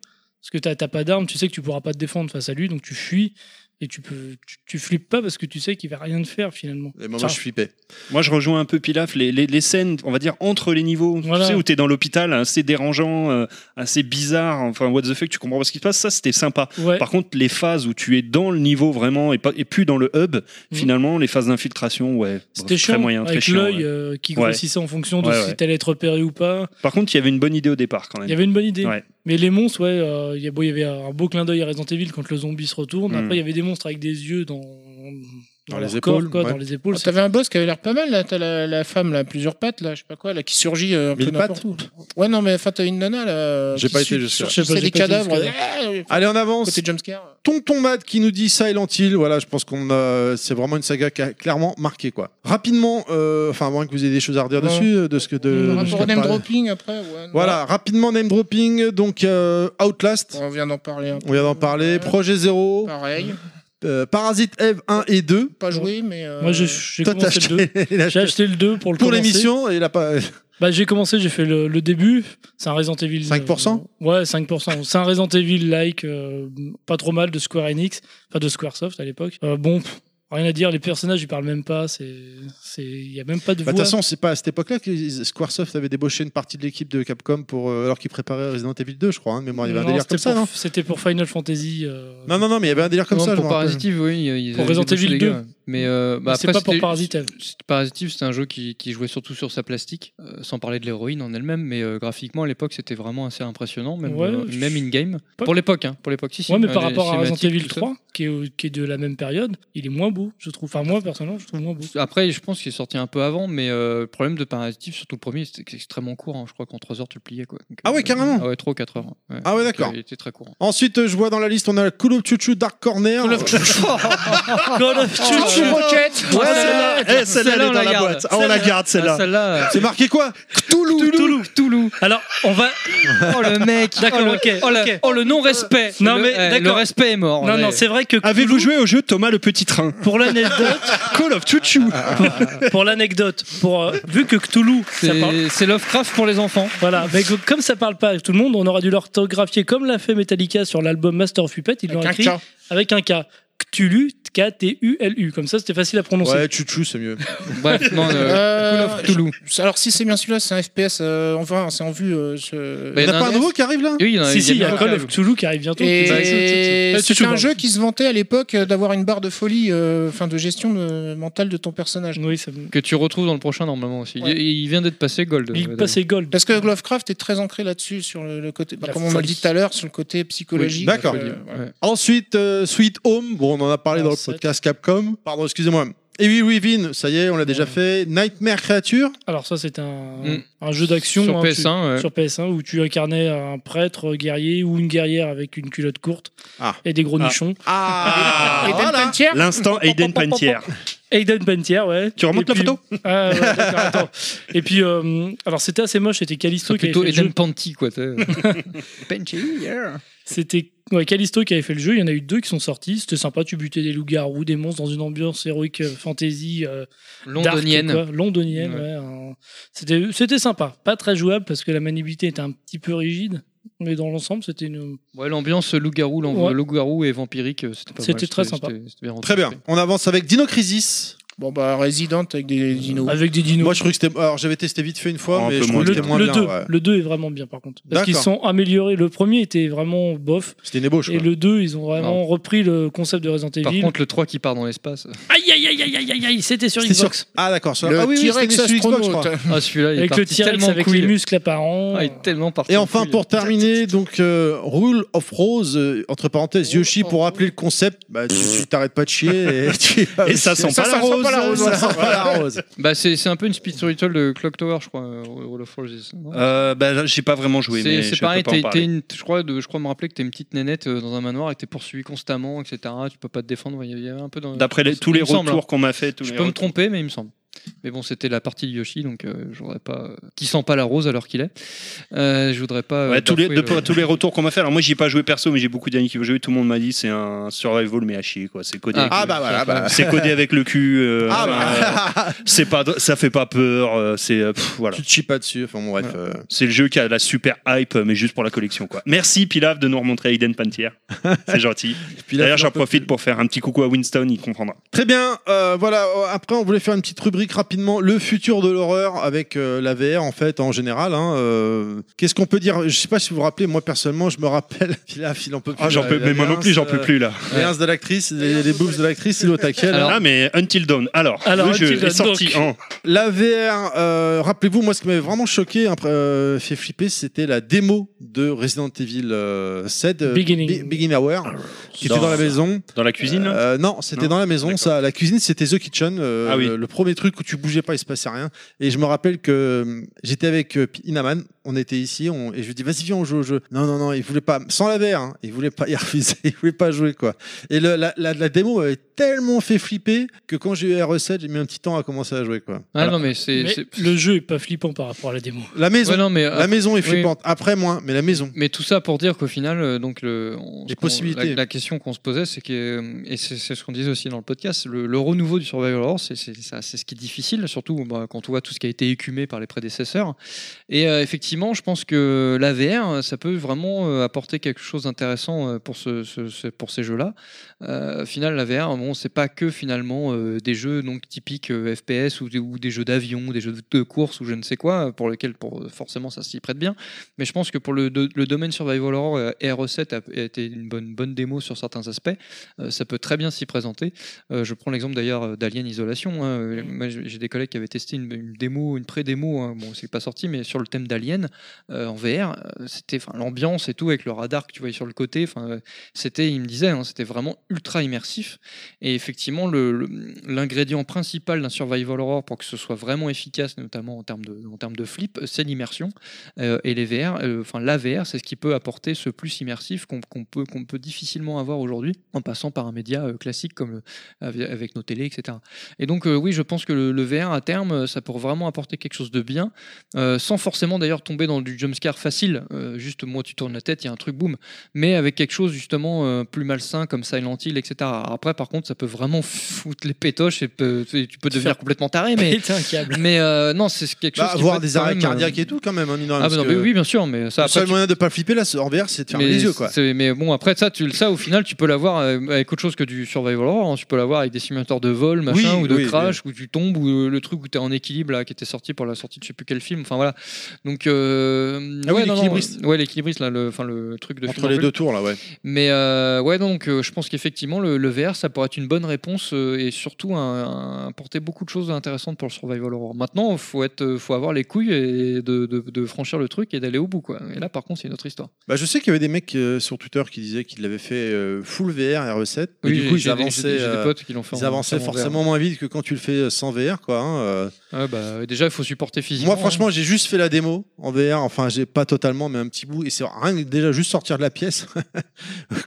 S6: Parce que t'as t'as pas d'armes, tu sais que tu pourras pas te défendre face à lui, donc tu fuis. Et tu peux, tu, tu flippes pas parce que tu sais qu'il va rien te faire finalement.
S1: Et moi, moi,
S6: Tiens.
S1: je flippais.
S3: Moi, je rejoins un peu Pilaf. Les, les- les scènes, on va dire, entre les niveaux,
S6: Voilà.
S3: tu sais, où t'es dans l'hôpital, assez dérangeant, euh, assez bizarre, enfin, what the fuck, tu comprends pas ce qui se passe, ça, c'était sympa.
S6: Ouais.
S3: Par contre, les phases où tu es dans le niveau vraiment et, pas, et plus dans le hub, finalement, les phases d'infiltration, ouais,
S6: C'était
S3: bref,
S6: chiant,
S3: très moyen, très
S6: avec
S3: chiant.
S6: l'œil
S3: ouais.
S6: euh, qui
S3: Ouais.
S6: grossissait en fonction de
S3: Ouais,
S6: si
S3: ouais.
S6: t'allais être repéré ou pas.
S3: Par contre, il y avait une bonne idée au départ quand
S6: Il y
S3: même.
S6: avait une bonne idée.
S3: Ouais.
S6: Mais les monstres, ouais, euh, il y a- bon, il y avait un beau clin d'œil à Resident Evil quand le zombie se retourne.
S3: Mm.
S6: Après, il y avait des monstres avec des yeux dans,
S1: Dans
S6: leur
S1: les
S6: corps,
S1: épaules,
S6: quoi,
S1: ouais.
S6: dans les
S3: Ah,
S6: épaules.
S4: Oh, T'avais un boss qui avait l'air pas mal, là. T'as la, la femme, là, à plusieurs pattes, là, je sais pas quoi, là, qui surgit euh, un peu
S1: Mille
S4: n'importe
S1: pattes
S4: où. Ouais, non, mais enfin, t'as une nana, là. euh,
S1: J'ai
S4: qui
S1: pas été
S4: suit-
S1: jusque-là.
S4: sur-
S6: Je sais pas,
S4: C'est
S6: j'ai
S4: des
S6: pas été
S4: cadavres.
S6: jusque-là.
S4: euh,
S1: Allez, on avance.
S4: Côté jumpscare.
S1: Tonton Mad qui nous dit Silent Hill, voilà, je pense qu'on a, c'est vraiment une saga qui a clairement marqué quoi. Rapidement, euh, enfin, à moins que vous ayez des choses à redire
S4: Non.
S1: dessus, euh, de ce que de.
S4: Le
S1: de ce
S4: rapport au
S1: qu'a
S4: name
S1: parlé.
S4: dropping, après, ouais. non.
S1: Voilà, rapidement name dropping, donc euh, Outlast,
S4: On vient d'en parler. un peu.
S1: on vient d'en parler,
S4: Ouais.
S1: Projet Zero,
S4: Pareil.
S1: euh, Parasite Eve 1 et 2.
S4: Pas joué, mais. euh,
S6: Moi, j'ai- j'ai
S1: Toi, t'as
S6: commencé le 2.
S1: acheté, il a
S6: J'ai
S1: acheté
S6: acheté le 2 pour le
S1: pour
S6: commencer.
S1: l'émission et il a pas.
S6: Bah, j'ai commencé, j'ai fait le, le début. C'est un Resident Evil.
S1: 5%
S6: euh, Ouais, 5%. C'est un Resident Evil-like, euh, pas trop mal de Square Enix, enfin de Squaresoft à l'époque. Euh, bon, pff, rien à dire, les personnages, ils parlent même pas. c'est c'est- Il y a même pas de
S1: Bah,
S6: voix.
S1: De toute façon, c'est pas à cette époque-là que ils- Squaresoft avait débauché une partie de l'équipe de Capcom pour, euh, alors qu'ils préparaient Resident Evil 2, je crois, hein, de mémoire. Il y avait un
S6: Non,
S1: délire
S6: c'était
S1: comme ça,
S6: pour-
S1: non
S6: C'était pour Final Fantasy. euh,
S1: Non, non, non, mais il y avait un délire comme
S2: non,
S1: ça, euh. je
S2: pour
S1: me rappelle.
S2: Parasitive, oui. ils
S6: Pour
S2: avaient
S6: Resident
S2: débauché
S6: Evil
S2: les
S6: 2.
S2: gars. Mais euh, bah,
S6: Mais c'est
S2: après,
S6: pas pour
S2: c'était-
S6: Parasite. elle.
S2: c'était- Parasitive, c'était un jeu qui, qui jouait surtout sur sa plastique, euh, sans parler de l'héroïne en elle-même, mais euh, graphiquement à l'époque c'était vraiment assez impressionnant, même,
S6: Ouais,
S2: euh,
S6: je-
S2: même in-game.
S6: Pas-
S2: Pour l'époque, hein, pour l'époque, si, si.
S6: Ouais, mais
S2: euh,
S6: par
S2: les
S6: rapport à Resident
S2: cinématiques,
S6: Evil
S2: tout ça.
S6: 3, qui est, au- qui est de la même période, il est moins beau, je trouve. Enfin, moi, personnellement, je trouve moins beau.
S2: Après, je pense qu'il est sorti un peu avant, mais euh, le problème de Parasitive, surtout le premier, c'était que c'est extrêmement court. hein. Je crois qu'en 3 heures, tu le pliais. Quoi. Donc,
S1: Ah ouais,
S2: euh,
S1: carrément
S2: Ah ouais, 3 ou 4 heures. ouais.
S1: Ah ouais,
S2: Donc,
S1: d'accord.
S2: euh, Il était très court.
S1: Ensuite, euh, je vois dans la liste, on a Cool of Chuchu Dark Corner.
S9: Call of Duty.
S4: Chouchou Rocket
S2: Ouais,
S1: celle-là,
S2: celle-là,
S1: eh, celle-là, elle
S2: celle-là,
S1: est
S2: on
S1: dans
S2: la
S1: la
S2: garde.
S1: boîte. Ah, on la garde,
S2: Ah,
S1: celle-là.
S2: Celle-là.
S1: C'est marqué quoi Cthulhu
S2: Toulouse, Toulouse.
S9: Alors, on va.
S2: Oh le mec.
S9: D'accord,
S2: oh, le,
S9: ok,
S2: oh, le-
S9: ok.
S2: oh, le non-respect.
S9: Non,
S2: Le-
S9: mais,
S2: eh, le
S9: d'accord.
S2: respect est mort.
S9: Non,
S2: ouais.
S9: non, c'est vrai que
S3: Avez-vous joué au jeu Thomas le Petit Train
S9: pour l'anecdote,
S3: Call of Chuchu
S9: pour l'anecdote, pour euh, vu que Cthulhu, ça parle-
S2: C'est c'est Lovecraft pour les enfants.
S9: voilà, mais que- comme ça parle pas à tout le monde, on aura dû l'orthographier comme l'a fait Metallica sur l'album Master of Puppets, ils l'ont
S4: Avec un
S9: écrit
S4: K.
S9: avec un K. Cthulhu, K-T-U-L-U, comme ça c'était facile à prononcer.
S1: Ouais, Chuchu, c'est mieux.
S2: Bref, non, euh, Call
S4: Euh,
S2: of Toulouse.
S4: Alors, si c'est bien celui-là, c'est un FPS, euh, enfin, c'est en vue. euh, ce-
S2: Mais
S1: Bah, Il
S2: Il y
S1: n'y
S2: en
S1: a pas un nouveau qui arrive là
S2: Oui, il y en a-
S9: si, si, il y a
S2: en un
S9: Call
S2: qui
S9: of
S2: arrive.
S9: Cthulhu qui arrive bientôt. qui va-
S4: Et
S1: Eh,
S9: Ouais, tu
S4: c'est un
S9: vois.
S4: jeu qui se vantait à l'époque euh, d'avoir une barre de folie, euh, enfin de gestion euh, mentale de ton personnage.
S6: Oui, ça me-
S2: que tu retrouves dans le prochain normalement aussi. Il-
S4: Ouais.
S2: Il, vient d'être passé Gold. euh,
S6: Il passe et gold.
S4: Parce que Lovecraft est très ancré là-dessus, sur le, le côté, bah,
S9: La
S4: comme on l'a
S9: folie.
S4: dit tout à l'heure, sur le côté psychologique.
S1: Oui, d'accord.
S4: euh, voilà.
S1: Ensuite, euh, Sweet Home. Bon, on en a parlé
S6: Ah,
S1: dans le
S6: sept.
S1: podcast Capcom. Pardon, excusez-moi. Et oui, Within, ça y est, on l'a déjà fait. Nightmare Creature.
S9: Alors ça, c'était un,
S2: Mm.
S9: un jeu d'action
S2: Sur
S9: hein, tu-
S2: PS1, ouais.
S9: sur PS1 où tu incarnais un prêtre euh, guerrier ou une guerrière avec une culotte courte
S1: Ah.
S9: et des gros
S3: Ah.
S9: nichons.
S1: Ah, voilà.
S3: L'instant Aiden Pantier.
S9: Aiden Pentier, ouais.
S3: Tu remontes
S9: Et
S3: la
S9: puis-
S3: photo
S9: Ah, ouais, d'accord, attends. Et puis, euh, alors c'était assez moche, c'était Callisto
S2: C'est
S9: qui avait
S2: plutôt
S9: fait le jeu.
S2: Eden Panty, quoi. t'as- Panty, yeah.
S9: C'était ouais, Callisto qui avait fait le jeu. Il y en a eu deux qui sont sortis. C'était sympa. Tu butais des loups-garous, des monstres dans une ambiance héroïque euh, fantasy euh, dark,
S2: Londonienne.
S9: quoi. Londonienne,
S2: Ouais.
S9: ouais, un- C'était c'était sympa. Pas très jouable parce que la maniabilité était un petit peu rigide. Mais dans l'ensemble, c'était une.
S2: Ouais, l'ambiance loup-garou, l'en-
S9: Ouais.
S2: loup-garou et vampirique, euh, c'était pas mal,
S9: C'était très sympa.
S2: c'était- c'était bien
S1: Très bien.
S2: rentré.
S1: On avance avec Dino Crisis.
S4: Bon, bah, Resident avec
S1: Euh,
S4: des dinos.
S1: ah,
S9: Avec des dinos.
S1: Moi, je crois que c'était. Alors, j'avais testé vite fait une fois,
S3: Un
S1: mais
S3: peu
S1: je
S3: moins
S1: crois que
S9: le,
S1: c'était moins
S9: le
S1: bien.
S9: deux.
S1: ouais.
S9: le 2 est vraiment bien par contre. Parce qu'ils
S1: D'accord.
S9: sont améliorés. Le premier était vraiment bof.
S1: C'était une ébauche.
S9: Et
S1: quoi.
S9: le 2, ils ont vraiment
S2: Non.
S9: repris le concept de Resident
S2: Par
S9: Evil.
S2: contre, le 3 qui part dans l'espace.
S9: Aïe aïe aïe aïe aïe aïe aïe, c'était sur
S1: C'était sur-
S9: Xbox.
S1: Ah, d'accord. ça-
S4: Le
S1: Ah oui, oui,
S4: T-Rex
S1: c'était sur Xbox, je crois.
S4: astronaute.
S2: Ah, celui-là, il est
S9: Avec le
S2: parti
S9: T-Rex
S2: tellement
S9: avec
S2: couille.
S9: les muscles apparents.
S2: Ah, il est tellement parti.
S1: Et
S2: en
S1: enfin,
S2: couille.
S1: pour terminer, donc, euh, Rule of Rose, euh, entre parenthèses, Yoshi, pour rappeler le concept, bah, tu tu t'arrêtes pas de chier et, tu-
S3: Et ça sent
S4: Ça,
S3: pas
S4: ça
S3: la
S4: sent
S3: rose.
S4: pas la rose,
S3: ça
S4: voilà.
S3: sent pas la rose.
S2: Bah, c'est c'est un peu une speed ritual de Clock Tower, je crois, euh, Roll of Forges. non
S3: Euh, bah, là, j'ai pas vraiment joué.
S2: C'est
S3: mais
S2: c'est
S3: je
S2: pareil,
S3: peux pas en
S2: t'es-
S3: parler.
S2: t'es une- je, crois de, je crois me rappeler que t'es une petite nénette euh, dans un manoir et que t'es poursuivi constamment, etc. Tu peux pas te défendre. Il y avait un peu dans.
S3: D'après les-
S2: dans-
S3: tous les
S2: il me semble, hein.
S3: retours qu'on m'a fait, tous
S2: Je
S3: les
S2: peux me
S3: retours-
S2: tromper, mais il me semble. Mais bon, c'était la partie de Yoshi, donc euh, je voudrais pas. qui sent pas la rose alors qu'il est. Euh, je voudrais pas. euh,
S3: Ouais, tous, les,
S2: bafouer
S3: de-
S2: le-
S3: tous les retours qu'on m'a fait. Alors moi, j'y ai pas joué perso, mais j'ai beaucoup d'amis qui ont joué. Tout le monde m'a dit c'est un survival mais à chier quoi. C'est codé.
S1: Ah, bah, voilà, bah.
S3: C'est codé avec le cul. euh,
S1: Ah,
S3: euh,
S1: bah.
S3: c'est pas, ça fait pas peur. euh, C'est euh, pff, voilà.
S1: Tu te chies pas dessus. Enfin, bon, bref. euh,
S3: C'est le jeu qui a la super hype, mais juste pour la collection quoi. Merci Pilaf de nous remontrer Aiden Pantier. C'est gentil.
S1: puis là,
S3: D'ailleurs, j'en
S1: un peu-
S3: profite pour faire un petit coucou à Winston, il comprendra.
S1: Très bien, euh, voilà, euh, après on voulait faire une petite rubrique rapidement, le futur de l'horreur avec euh, la VR en fait en général. hein, euh, Qu'est-ce qu'on peut dire Je sais pas si vous vous rappelez, moi personnellement je me rappelle, il a- il en peut plus.
S3: Ah, j'en
S2: bah,
S1: là,
S3: peux,
S1: il a
S3: mais moi
S1: les
S3: non plus, j'en peux
S1: euh,
S3: plus là.
S1: Les ins de l'actrice, les, les boobs de l'actrice, il est au taquet. là.
S2: Alors-
S3: ah, mais Until Dawn. Alors,
S9: Alors,
S3: le jeu
S9: Until
S3: est
S9: Dawn,
S3: sorti
S9: donc.
S3: en.
S1: La VR, euh, rappelez-vous, moi ce qui m'avait vraiment choqué, après, euh, fait flipper, c'était la démo de Resident Evil euh, 7, euh,
S9: Beginning.
S1: Be- Begin Hour, qui était dans la maison.
S3: Dans la Ah, cuisine là
S1: Euh, Non, c'était
S3: Non
S1: dans la maison.
S3: D'accord.
S1: Ça, la cuisine, c'était The Kitchen. euh,
S3: Ah oui.
S1: le, le premier truc où tu bougeais pas, il se passait rien. Et je me rappelle que euh, j'étais avec euh, P- Inaman. On était ici. On, et je lui dis, vas-y, viens, on joue au jeu. Non, non, non, il voulait pas. Sans la verre. il voulait pas. Il refusait. Il voulait pas jouer, quoi. Et le- la, la- la démo m'avait tellement fait flipper que quand j'ai eu la recette, j'ai mis un petit temps à commencer à jouer, quoi.
S2: Ah
S3: Voilà.
S2: non, mais c'est.
S9: Mais
S2: c'est-
S9: le jeu est pas flippant par rapport à la démo.
S1: La maison.
S2: Ouais, non, mais euh,
S1: la maison est
S2: oui.
S1: flippante. Après, moins, mais la maison.
S2: Mais tout ça pour dire qu'au final, euh, donc le, on-
S1: Les
S2: ce qu'on-
S1: possibilités.
S2: La, la question qu'on se posait, c'est que euh, et c'est c'est ce qu'on disait aussi dans le podcast, le, le renouveau du survival horror, c'est c'est ça, c'est ce qui est difficile, surtout bah, quand on voit tout ce qui a été écumé par les prédécesseurs. Et euh, effectivement, je pense que la VR, ça peut vraiment euh, apporter quelque chose d'intéressant euh, pour ce, ce- ce- pour ces jeux-là. Euh, au final, la VR, bon, c'est pas que finalement euh, des jeux donc typiques euh, FPS ou, des- ou des jeux d'avion, des jeux de course ou je ne sais quoi, pour lesquels pour, forcément ça s'y prête bien. Mais je pense que pour le, do- le domaine survival horror, euh, RE7 a, a été une bonne, bonne démo sur certains aspects. Euh, ça peut très bien s'y présenter. Euh, je prends l'exemple d'ailleurs euh, d'Alien Isolation. hein. Euh, moi, j'ai j'ai des collègues qui avaient testé une, une démo, une pré-démo. hein. Bon, c'est pas sorti, mais sur le thème d'Alien euh, en VR, euh, c'était enfin, l'ambiance et tout avec le radar que tu voyais sur le côté. Enfin, euh, c'était, il me disait, hein, c'était vraiment ultra immersif. Et effectivement, le- le- l'ingrédient principal d'un survival horror pour que ce soit vraiment efficace, notamment en termes de, en termes de flip, c'est l'immersion. Euh, et les VR, euh, enfin la VR, c'est ce qui peut apporter ce plus immersif qu'on qu'on peut, qu'on peut difficilement avoir aujourd'hui en passant par un média euh, classique comme le- avec, avec nos télés, etc. Et donc euh, oui, je pense que le, le VR à terme, euh, ça pourrait vraiment apporter quelque chose de bien, euh, sans forcément d'ailleurs tomber dans du jumpscare facile. Euh, juste moi, tu tournes la tête, il y a un truc boum, mais avec quelque chose justement euh, plus malsain comme Silent Hill, etc. Alors après, par contre, ça peut vraiment foutre les pétoches et peut- tu peux devenir complètement taré, mais
S9: Pétain un câble.
S2: mais euh, non, c'est quelque chose.
S1: Bah,
S2: qui
S1: avoir
S2: peut être
S1: des
S2: quand
S1: arrêts
S2: même, euh,
S1: cardiaques et tout, quand même, hein, mine de rien,
S2: ah
S1: parce
S2: bah non,
S1: que
S2: mais oui, bien sûr, mais ça
S1: Le
S2: après,
S1: seul
S2: tu-
S1: moyen de pas flipper là en VR, c'est de fermer
S2: mais
S1: les yeux, quoi.
S2: c'est- Mais bon, après ça, tu, ça au final, tu peux l'avoir euh, avec autre chose que du survival horror. hein. Tu peux l'avoir avec des simulateurs de vol, machin,
S1: Oui,
S2: ou de
S1: oui,
S2: crash, où tu tombes, ou euh, le truc où tu es en équilibre, là, qui était sorti pour la sortie de je sais plus quel film. Enfin voilà. Donc euh, euh,
S1: Ah oui,
S2: ouais, non, non,
S1: l'équilibriste.
S2: ouais, l'équilibriste, là, le, enfin, le truc de
S1: Entre
S2: film
S1: les
S2: en
S1: deux tours, là, ouais.
S2: Mais euh, ouais, donc euh, je pense qu'effectivement, le, le VR, ça pourrait être une bonne réponse euh, et surtout un- un- apporter beaucoup de choses intéressantes pour le survival horror. Maintenant, il faut, être, euh, faut avoir les couilles et de, de- de franchir le truc et d'aller au bout. Quoi. Et là, par contre, c'est une autre histoire.
S1: Bah, je sais qu'il y avait des mecs euh, sur Twitter qui disaient qu'ils l'avaient fait euh, full VR RE7. mais du
S2: j'ai-
S1: coup, ils
S2: j'ai des- j'ai
S1: avançaient,
S2: des, j'ai des
S1: euh,
S2: potes qui l'ont fait.
S1: ils
S2: en-
S1: avançaient
S2: en VR.
S1: forcément moins vite que quand tu le fais euh, sans VR, quoi. hein, euh.
S2: Ouais, bah, déjà, il faut supporter physiquement.
S1: Moi, franchement, j'ai juste fait la démo en VR. Enfin, j'ai pas totalement, mais un petit bout. Et c'est rien que déjà juste sortir de la pièce.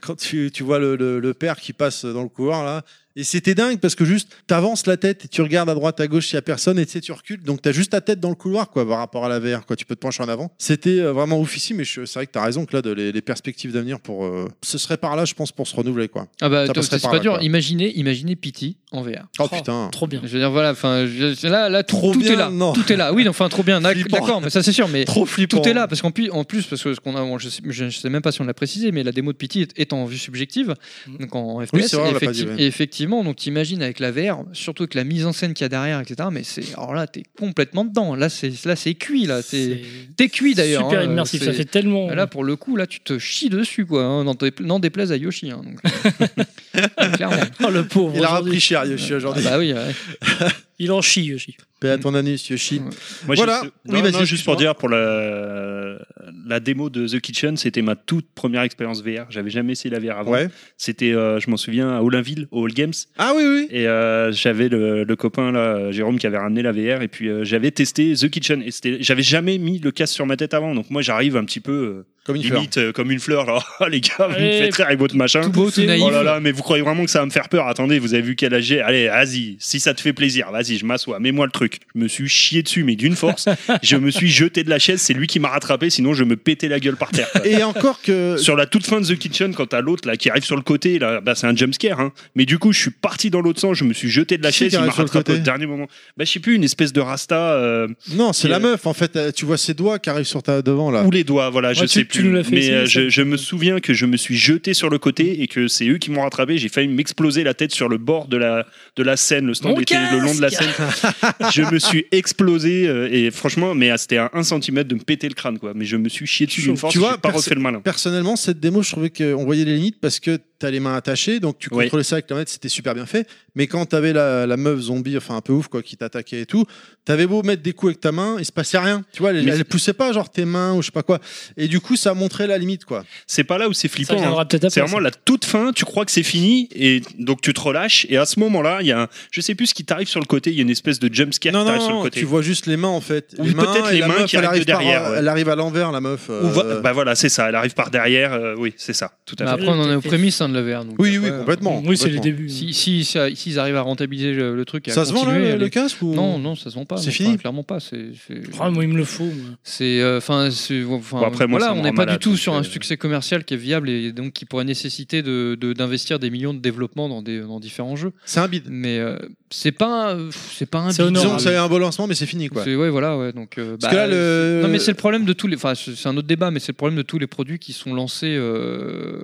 S1: Quand tu, tu vois le, le- le père qui passe dans le couloir, là. Et c'était dingue parce que juste, t'avances la tête et tu regardes à droite, à gauche, s'il y a personne, et tu sais, tu recules. Donc, t'as juste ta tête dans le couloir, quoi, par rapport à la VR, quoi. Tu peux te pencher en avant. C'était euh, vraiment ouf ici, mais je- c'est vrai que t'as raison que là, de, les, les perspectives d'avenir pour. euh, ce serait par là, je pense, pour se renouveler, quoi.
S2: Ah bah,
S1: Ça
S2: t-
S1: passerait
S2: c'est
S1: par
S2: pas
S1: là,
S2: dur.
S1: quoi.
S2: Imaginez, imaginez Pity en VR.
S1: Oh,
S6: Oh,
S1: putain.
S6: Trop bien.
S2: Je veux dire, voilà, enfin, je- là, là, tout-
S1: Trop
S2: tout
S1: bien,
S2: est là.
S1: non.
S2: Tout est là. Oui, enfin, trop bien. d'ac-
S1: Flippant.
S2: D'accord, mais ça, c'est sûr. Mais
S1: Trop flippant.
S2: Tout est là, parce qu'en plus, en plus, parce que ce qu'on a, on- je, sais, je- je sais même pas si on l'a précisé, mais la démo de Pity est, est en vue subjective, donc en FPS.
S1: Mm. Oui, c'est vrai, on
S2: et,
S1: l'a pas dit,
S2: effecti-
S1: ouais.
S2: et effectivement, donc t'imagines avec la VR, surtout avec la mise en scène qu'il y a derrière, etc. Mais c'est, alors là, t'es complètement dedans. Là, c'est, là, c'est cuit, là, t'es, t'es cuit d'ailleurs.
S9: Super
S2: hein,
S9: immersif,
S2: c'est-
S9: ça fait tellement.
S2: Là, pour le coup, là, tu te chies dessus, quoi. hein, n'en dé- N'en déplaise à Yoshi. hein, donc. Clairement.
S9: Oh, le pauvre.
S1: Il a
S9: aujourd'hui.
S1: repris cher, Yoshi,
S2: Ah
S1: aujourd'hui.
S2: bah oui. ouais.
S9: Il en chie, Yoshi.
S1: Paix à ton anus, Yoshi.
S3: Moi,
S1: Voilà.
S3: j'ai-
S1: Oui,
S3: non,
S1: vas-y,
S3: non, juste pour
S1: excuse-moi.
S3: dire, pour la, la démo de The Kitchen, c'était ma toute première expérience VR. J'avais jamais essayé la VR avant.
S1: Ouais.
S3: C'était, euh, je m'en souviens, à Olinville, au All Games.
S1: Ah oui, oui.
S3: Et euh, j'avais le, le copain, là, Jérôme, qui avait ramené la VR. Et puis, euh, j'avais testé The Kitchen. Et c'était- j'avais jamais mis le casque sur ma tête avant. Donc, moi, j'arrive un petit peu,
S1: Comme
S3: euh,
S1: une fleur.
S3: limite, euh, comme une fleur. Genre, Ah, les gars, vous me
S9: Allez,
S3: faites rire avec votre machin.
S2: Tout beau, tout naïf.
S3: Oh là là, mais vous croyez vraiment que ça va me faire peur Attendez, vous avez vu quel âge j'ai Allez, vas-y, si ça te fait plaisir, vas-y, je m'assois, mets-moi le truc. Je me suis chié dessus, mais d'une force. je me suis jeté de la chaise, c'est lui qui m'a rattrapé, sinon je me pétais la gueule par terre. quoi.
S1: Et euh, encore que.
S3: Sur la toute fin de The Kitchen, quand t'as l'autre là qui arrive sur le côté, là, bah, c'est un jumpscare. Hein. Mais du coup, je suis parti dans l'autre sens, je me suis jeté de la
S1: Qui
S3: chaise,
S1: qui
S3: il m'a
S1: arrive sur le
S3: rattrapé au
S1: côté
S3: dernier moment. Bah, je sais plus, une espèce de rasta euh,
S1: Non, c'est
S3: Et,
S1: la
S3: euh,
S1: meuf en fait. euh, Tu vois ses doigts qui arrivent sur ta devant là.
S3: ou les doigts, voilà, je
S9: Ouais, Ah, tu-
S3: sais
S9: tu
S3: plus.
S9: nous l'as fait
S3: mais
S9: essayer,
S3: euh, je,
S9: ça.
S3: je me souviens que je me suis jeté sur le côté et que c'est eux qui m'ont rattrapé. J'ai failli m'exploser la tête sur le bord de la, de la scène. Le stand
S9: Mon
S3: était le long de la scène. je me suis explosé euh, et franchement, mais ah, c'était à 1 cm de me péter le crâne, quoi. Mais je me suis chié dessus d'une
S1: Tu
S3: force.
S1: vois,
S3: j'ai pas
S1: perso-
S3: refait le malin.
S1: Personnellement, cette démo, je trouvais qu'on voyait les limites parce que t'as les mains attachées, donc tu
S3: Ouais.
S1: contrôlais ça avec la manette, c'était super bien fait. Mais quand t'avais la, la meuf zombie, enfin un peu ouf quoi, qui t'attaquait et tout, t'avais beau mettre des coups avec ta main, il se passait rien. Tu vois, elle,
S3: Mais-
S1: elle poussait pas genre tes mains ou je sais pas quoi. Et du coup, ça montrait la limite quoi.
S3: C'est pas là où c'est
S9: Ça
S3: flippant. hein.
S9: viendra peut-être après.
S3: C'est vraiment
S9: ça.
S3: la toute fin, tu crois que c'est fini, et donc tu te relâches, et à ce moment-là, il y a un- je sais plus ce qui t'arrive sur le côté, il y a une espèce de jumpscare qui
S1: non,
S3: t'arrive sur le
S1: non,
S3: côté.
S1: tu vois juste les mains en fait.
S3: Ou peut-être
S1: et
S3: les
S1: la
S3: mains
S1: meuf,
S3: qui
S1: elle
S3: arrivent
S1: arrive par-
S3: derrière, ouais.
S1: Elle arrive à l'envers la meuf. euh,
S3: Ou va- Bah voilà, c'est ça, elle arrive par derrière, euh, oui, c'est ça, tout à
S2: Mais
S3: fait.
S2: Bah, après, on en est aux prémices hein, de la VR. donc
S1: Oui, oui,
S2: après,
S1: complètement.
S9: Oui, c'est les
S1: complètement.
S9: débuts.
S2: Si, si, ça- s'ils arrivent à rentabiliser le, le truc, et à
S1: Ça se vend là
S2: continuer,
S1: le,
S2: allez.
S1: le casque ou
S2: Non, non, ça se vend pas.
S1: C'est
S2: non,
S1: fini
S2: enfin, Clairement pas. C'est, c'est-
S9: Ah, moi, il me le faut. moi.
S2: c'est, euh, enfin, c'est- enfin,
S3: Bon, après, moi, ça
S2: voilà,
S3: me
S2: on n'est
S3: rend
S2: pas
S3: malade,
S2: du tout
S3: donc,
S2: sur
S3: euh,
S2: un succès commercial qui est viable et donc qui pourrait nécessiter de, de- d'investir des millions de développements dans, des, dans différents jeux.
S1: C'est un bide.
S2: Mais euh, c'est pas, un- c'est pas un.
S9: C'est
S2: bidon.
S1: Disons
S9: honorable.
S1: que ça a eu un beau lancement, mais c'est fini quoi.
S2: ah C'est- ouais, voilà, ouais. Donc, euh,
S1: Parce que
S2: bah,
S1: là, le-
S2: c'est- Non, mais c'est le problème de tous les. Enfin, c'est c'est un autre débat, mais c'est le problème de tous les produits qui sont lancés euh,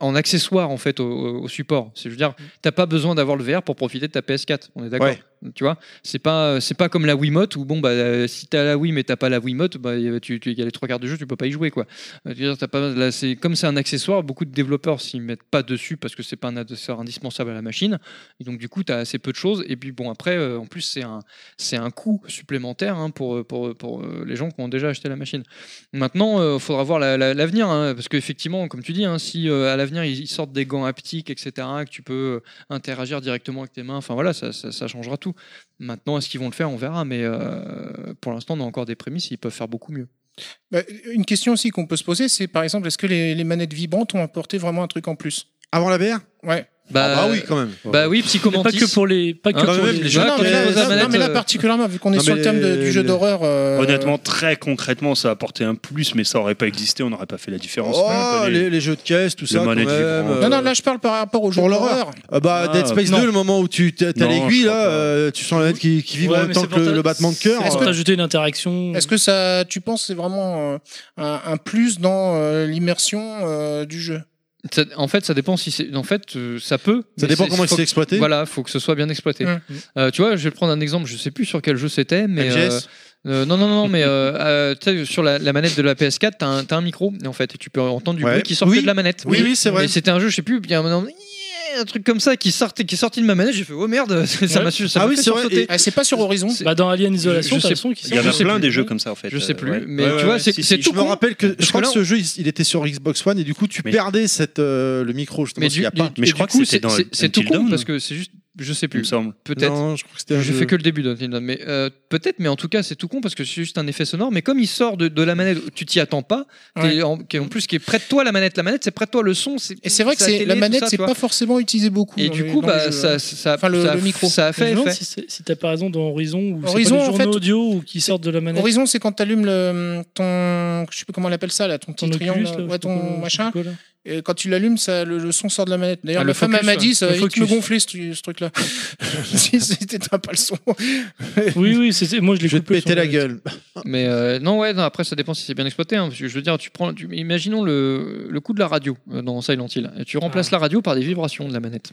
S2: en accessoire, en fait, au, au support. C'est, je veux dire, t'as pas besoin d'avoir le VR pour profiter de ta PS4. On est d'accord
S1: Ouais.
S2: Tu vois C'est pas, euh, c'est pas comme la Wiimote où, bon, bah, euh, si t'as la Wii mais t'as pas la Wiimote, bah, y a- tu, tu- y a les trois quarts du jeu, tu peux pas y jouer, quoi. Euh, je veux dire, t'as pas, là, c'est, comme c'est un accessoire, beaucoup de développeurs s'y mettent pas dessus parce que c'est pas un accessoire indispensable à la machine. Et donc, du coup, t'as assez peu de choses. Et puis, bon, après, euh, en plus, c'est un c'est un coût supplémentaire hein, pour, pour, pour euh, les gens qui ont déjà acheté la machine. Maintenant, il faudra voir la- la- l'avenir, hein, parce qu'effectivement, comme tu dis, hein, si euh, à l'avenir ils ils sortent des gants haptiques, etc., que tu peux euh, interagir directement avec tes mains, enfin voilà, ça, ça- ça changera tout. Maintenant, est-ce qu'ils vont le faire On verra, mais euh, pour l'instant, on a encore des prémices, ils peuvent faire beaucoup mieux.
S4: Bah, une question aussi qu'on peut se poser, c'est par exemple, est-ce que les, les manettes vibrantes ont apporté vraiment un truc en plus
S1: Avant la VR
S4: Ouais.
S1: Ah bah oui, quand même.
S2: Euh, bah oui,
S9: Mais
S2: Psychomantis.
S9: pas que pour les. Pas que
S2: Hein,
S9: pour
S1: quand
S9: les-
S1: même, les
S4: Non,
S1: jeux-
S2: Ouais,
S4: non, mais là,
S2: quand
S4: là-
S2: même,
S4: non, mais là,
S2: euh,
S4: particulièrement, vu qu'on est
S1: non,
S4: sur
S1: mais
S4: le thème de-
S1: les-
S4: du jeu
S1: les-
S4: d'horreur. euh,
S3: Honnêtement, très concrètement, ça a apporté un plus, mais ça aurait pas existé, on n'aurait pas fait la différence.
S1: Oh,
S3: on connaît.
S1: les, les jeux de caisse, tout ça. Quand même,
S3: manette vibrante.
S1: euh,
S4: Non, non, là, je parle par rapport au jeu
S1: pour
S4: d'horreur.
S1: Ah bah,
S3: Ah,
S1: Dead Space
S9: non.
S1: 2, le moment où tu t'as t'as
S3: Non,
S1: l'aiguille,
S3: je crois
S1: là,
S3: pas.
S1: euh, tu sens la manette qui, qui vibre
S9: Ouais,
S1: en même
S9: mais
S1: temps
S9: c'est
S1: que
S9: pour
S1: le,
S9: ta-
S1: le battement de cœur.
S9: Est-ce
S4: Est-ce
S9: que
S1: Euh,
S9: t'as ajouté une interaction
S4: Est-ce que ça, tu penses, c'est vraiment euh, un, un plus dans euh, l'immersion euh, du jeu
S2: ça- en fait, ça dépend si c'est. En fait, euh, ça peut.
S1: Ça
S2: mais
S1: dépend
S2: c'est-
S1: comment il
S2: faut
S1: s'est exploité.
S2: Voilà, faut que ce soit bien exploité.
S4: Mm.
S2: Euh, tu vois, je vais prendre un exemple, je sais plus sur quel jeu c'était, mais. euh,
S1: MGS
S2: Euh, non, non, non, mais euh, euh, tu sais, sur la, la manette de la PS4, t'as un, t'as un micro, et en fait, et tu peux entendre du
S1: Ouais.
S2: bruit qui sort que
S1: Oui.
S2: de la manette.
S1: Oui, oui, c'est vrai.
S2: Et c'était un jeu, je sais plus, il y a un moment, un truc comme ça qui sortait, qui est sorti de ma manette, j'ai fait oh merde, ça
S9: Ouais.
S2: m'a su- ça
S1: Ah
S2: m'a
S1: oui,
S2: fait
S1: c'est vrai,
S2: sursauter.
S4: Ah, c'est pas sur Horizon.
S2: C'est-
S9: Bah, dans Alien Isolation,
S2: Je- je
S9: t'as
S2: sais
S9: le son qui
S3: Il y en
S9: sort.
S3: a
S2: Je sais
S3: plein
S2: plus.
S3: des jeux comme ça en fait.
S2: Je sais
S3: Euh,
S2: plus,
S3: ouais.
S2: mais
S3: Ouais,
S2: tu
S3: ouais,
S2: vois,
S3: ouais,
S2: c'est
S3: si,
S2: c'est
S3: si,
S1: Je
S2: tout
S1: me
S2: con.
S1: rappelle que je
S2: Parce
S1: crois
S2: que
S1: que
S2: là,
S1: ce jeu il, il était sur Xbox One et du coup tu
S3: Mais-
S1: perdais cette, euh, le micro justement
S2: Mais
S1: s'il
S2: du,
S1: y a pas.
S2: du-
S3: Mais je
S2: et
S3: crois
S2: du
S3: que
S2: coup,
S3: c'était
S2: c'est
S3: dans
S2: c'est- c'est tout
S3: Until
S2: con
S3: Dawn.
S2: parce que c'est juste, je sais
S3: Il me
S2: plus,
S3: semble.
S2: peut-être.
S1: Non, je crois que c'était un
S2: J'ai
S1: jeu-
S2: fait que le début d'Until Dawn, mais euh, peut-être, mais en tout cas, c'est tout con parce que c'est juste un effet sonore. Mais comme il sort de, de la manette, où tu t'y attends pas. t'es En, qui est- en plus, qui est près de toi la manette, la manette, c'est près de toi le son.
S4: Et c'est vrai que
S2: ça
S4: c'est
S2: télé,
S4: la
S2: tout
S4: manette,
S2: ça, tu
S4: c'est
S2: vois.
S4: pas forcément utilisé beaucoup.
S2: Et
S4: dans
S2: du
S4: les-
S2: coup,
S4: dans
S2: bah,
S4: les jeux.
S2: ça,
S4: hein.
S2: ça,
S4: Enfin, le-
S2: ça-
S4: le micro.
S2: ça a
S9: Je me
S2: fait
S9: demande
S2: effet.
S9: si, c'est- si t'as pas raison dans Horizon ou
S4: Horizon,
S9: c'est pas
S4: en
S9: les
S4: fait-
S9: journaux audio ou qui sortent de la manette.
S4: Horizon, c'est quand t'allumes le ton, je sais plus comment on appelle ça là, ton petit
S9: ton
S4: triangle,
S9: Oculus,
S4: là,
S9: là, je
S4: ouais,
S9: sais pas quoi,
S4: ton
S9: je sais
S4: machin.
S9: pas quoi, là.
S4: Et quand tu l'allumes, ça, le, le son sort de la manette. D'ailleurs,
S9: Ah, le
S4: la femme elle
S9: focus,
S4: m'a
S9: ouais.
S4: dit, ça,
S9: Le
S4: il me
S9: focus.
S4: gonflait ce, ce truc-là. si si t'éteins pas le son.
S9: Oui, oui, c'est- c'est- moi je l'ai
S1: Je vais te
S9: coupé.
S1: péter
S9: sur
S1: la
S9: le-
S1: gueule.
S2: Mais euh, non, ouais, non, après, ça dépend si c'est bien exploité. hein, parce que je veux dire, tu prends, tu- imaginons le, le coup de la radio euh, dans Silent Hill. Et tu remplaces
S4: Ah.
S2: la radio par des vibrations de la manette.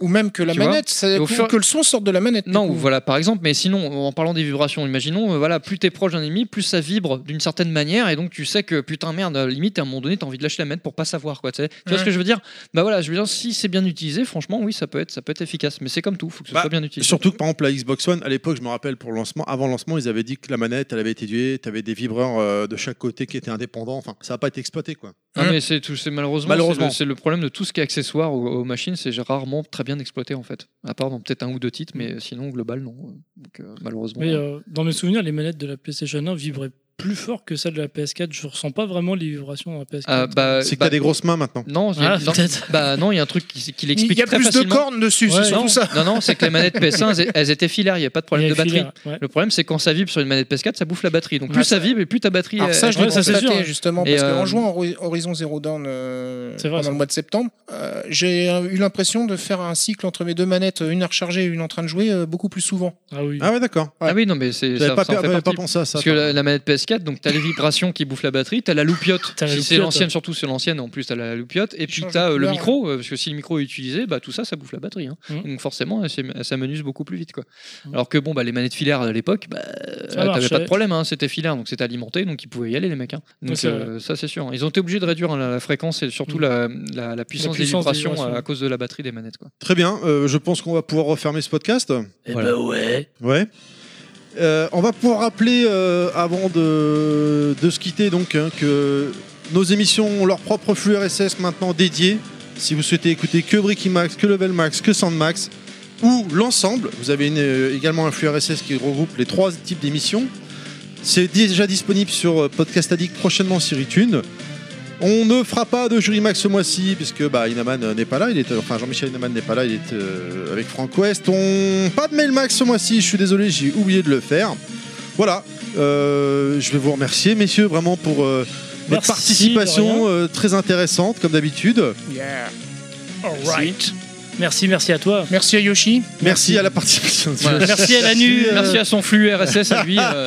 S4: Ou même que la
S2: Tu vois
S4: manette, ça,
S2: Et au
S4: que-
S2: fur-
S4: que le son sorte de la manette. du
S2: Non,
S4: coup.
S2: ou voilà, par exemple, mais sinon, en parlant des vibrations, imaginons, euh, voilà, plus t'es proche d'un ennemi, plus ça vibre d'une certaine manière, et donc tu sais que putain, merde, à la limite, à un moment donné, t'as envie de lâcher la manette pour pas savoir, quoi. Tu sais. Tu vois
S4: Ouais.
S2: ce que je veux dire Bah voilà, je veux dire, si c'est bien utilisé, franchement, oui, ça peut être, ça peut être efficace, mais c'est comme tout, faut que ce
S1: Bah,
S2: soit bien utilisé.
S1: Surtout que par exemple la Xbox One, à l'époque, je me rappelle pour le lancement, avant le lancement, ils avaient dit que la manette, elle avait été tuée, t'avais des vibreurs euh, de chaque côté qui étaient indépendants. Enfin, ça n'a pas été exploité quoi.
S2: Non, mais c'est tout, c'est malheureusement,
S1: Malheureusement.
S2: c'est le- c'est le, problème de tout ce qui est accessoire aux, aux machines, c'est rarement très bien exploité en fait. À part dans peut-être un ou deux titres, mais sinon, global, non. Donc, euh, malheureusement.
S9: Mais euh, dans mes souvenirs, les manettes de la PlayStation 1 vibraient plus fort que celles de la PS4. Je ressens pas vraiment les vibrations dans la PS4.
S2: Ah, bah,
S1: C'est que
S2: bah,
S1: t'as des grosses mains maintenant.
S2: Non, il y a-
S9: Ah,
S2: non,
S9: peut-être.
S2: bah non, il y a un truc qui, qui
S4: Il
S2: l'explique
S4: y a
S2: très
S4: plus de
S2: facilement.
S4: cornes dessus,
S9: Ouais,
S4: c'est
S2: non,
S4: surtout ça.
S2: non, non, c'est que les manettes PS1, elles- elles étaient filaires, il n'y a pas de problème de batterie.
S9: Ouais.
S2: Le problème, c'est quand ça vibre sur une manette PS4, ça bouffe la batterie. Donc plus
S4: Ouais,
S2: ça vibre et plus ta batterie.
S4: Alors
S2: elle-
S4: ça, je
S9: ouais,
S4: l'ai
S9: ça, c'est
S4: constaté
S9: sûr.
S4: justement
S2: Et
S4: parce
S2: euh,
S4: qu'en jouant Hori- Horizon Zero Dawn euh,
S9: C'est vrai,
S4: pendant
S9: ça.
S4: le mois de septembre, euh, j'ai euh, eu l'impression de faire un cycle entre mes deux manettes, euh, une à recharger et une en train de jouer, euh, beaucoup plus souvent.
S9: Ah oui.
S1: Ah ouais, d'accord.
S2: Ah oui, non, mais c'est.
S1: J'avais
S2: Ça,
S1: pas,
S2: ça en fait
S1: j'avais pas
S2: partie.
S1: pensé à ça.
S2: Parce que la, la manette PS4, donc t'as les vibrations qui bouffent la batterie, t'as la loupiote.
S9: T'as la
S2: si c'est
S9: loupiote.
S2: l'ancienne, surtout c'est l'ancienne, en plus t'as la loupiote, et puis
S4: Change
S2: t'as
S4: de
S2: euh, le
S4: couleur.
S2: micro, euh, parce que si le micro est utilisé, bah tout ça, ça bouffe la batterie. hein.
S9: Mhm.
S2: Donc forcément, elle s'é- elle s'amenuise beaucoup plus vite, quoi.
S9: Mhm.
S2: Alors que bon, bah les manettes filaires à l'époque, bah euh, t'avais
S9: marchait.
S2: pas de problème, hein, c'était filaire, donc c'était alimenté, donc ils pouvaient y aller les mecs. hein. Donc
S9: Ouais, c'est
S2: euh, ça c'est sûr. Ils ont été obligés de réduire hein, la, la fréquence et surtout
S9: Mhm.
S2: la, la- la puissance, des
S9: puissance des
S2: vibrations, euh,
S9: vibrations.
S2: à, à cause de la batterie des manettes, quoi.
S1: Très bien. euh, je pense qu'on va pouvoir refermer ce podcast.
S2: Voilà.
S1: Ouais. Euh, on va pouvoir rappeler euh, avant de, de se quitter donc hein, que nos émissions ont leur propre flux RSS maintenant dédié. Si vous souhaitez écouter que Bricky Max, que Level Max, que Sound Max ou l'ensemble, vous avez une, euh, également un flux RSS qui regroupe les trois types d'émissions. C'est déjà disponible sur euh, Podcast Addict prochainement sur iTunes. On ne fera pas de jury max ce mois-ci puisque bah, Inaman euh, n'est pas là, il est, euh, enfin Jean-Michel Inaman n'est pas là, il est euh, avec Franck West. On... Pas de mail max ce mois-ci, je suis désolé, j'ai oublié de le faire. Voilà, euh, je vais vous remercier messieurs vraiment pour euh, votre
S9: Merci, de
S1: participation euh, très intéressante comme d'habitude.
S4: Yeah.
S9: Alright. Merci, merci à toi.
S4: Merci à Yoshi.
S1: Merci. à la participation.
S2: Voilà.
S9: Merci à la
S2: Merci,
S9: nu.
S2: euh, merci à son flux RSS à lui. euh,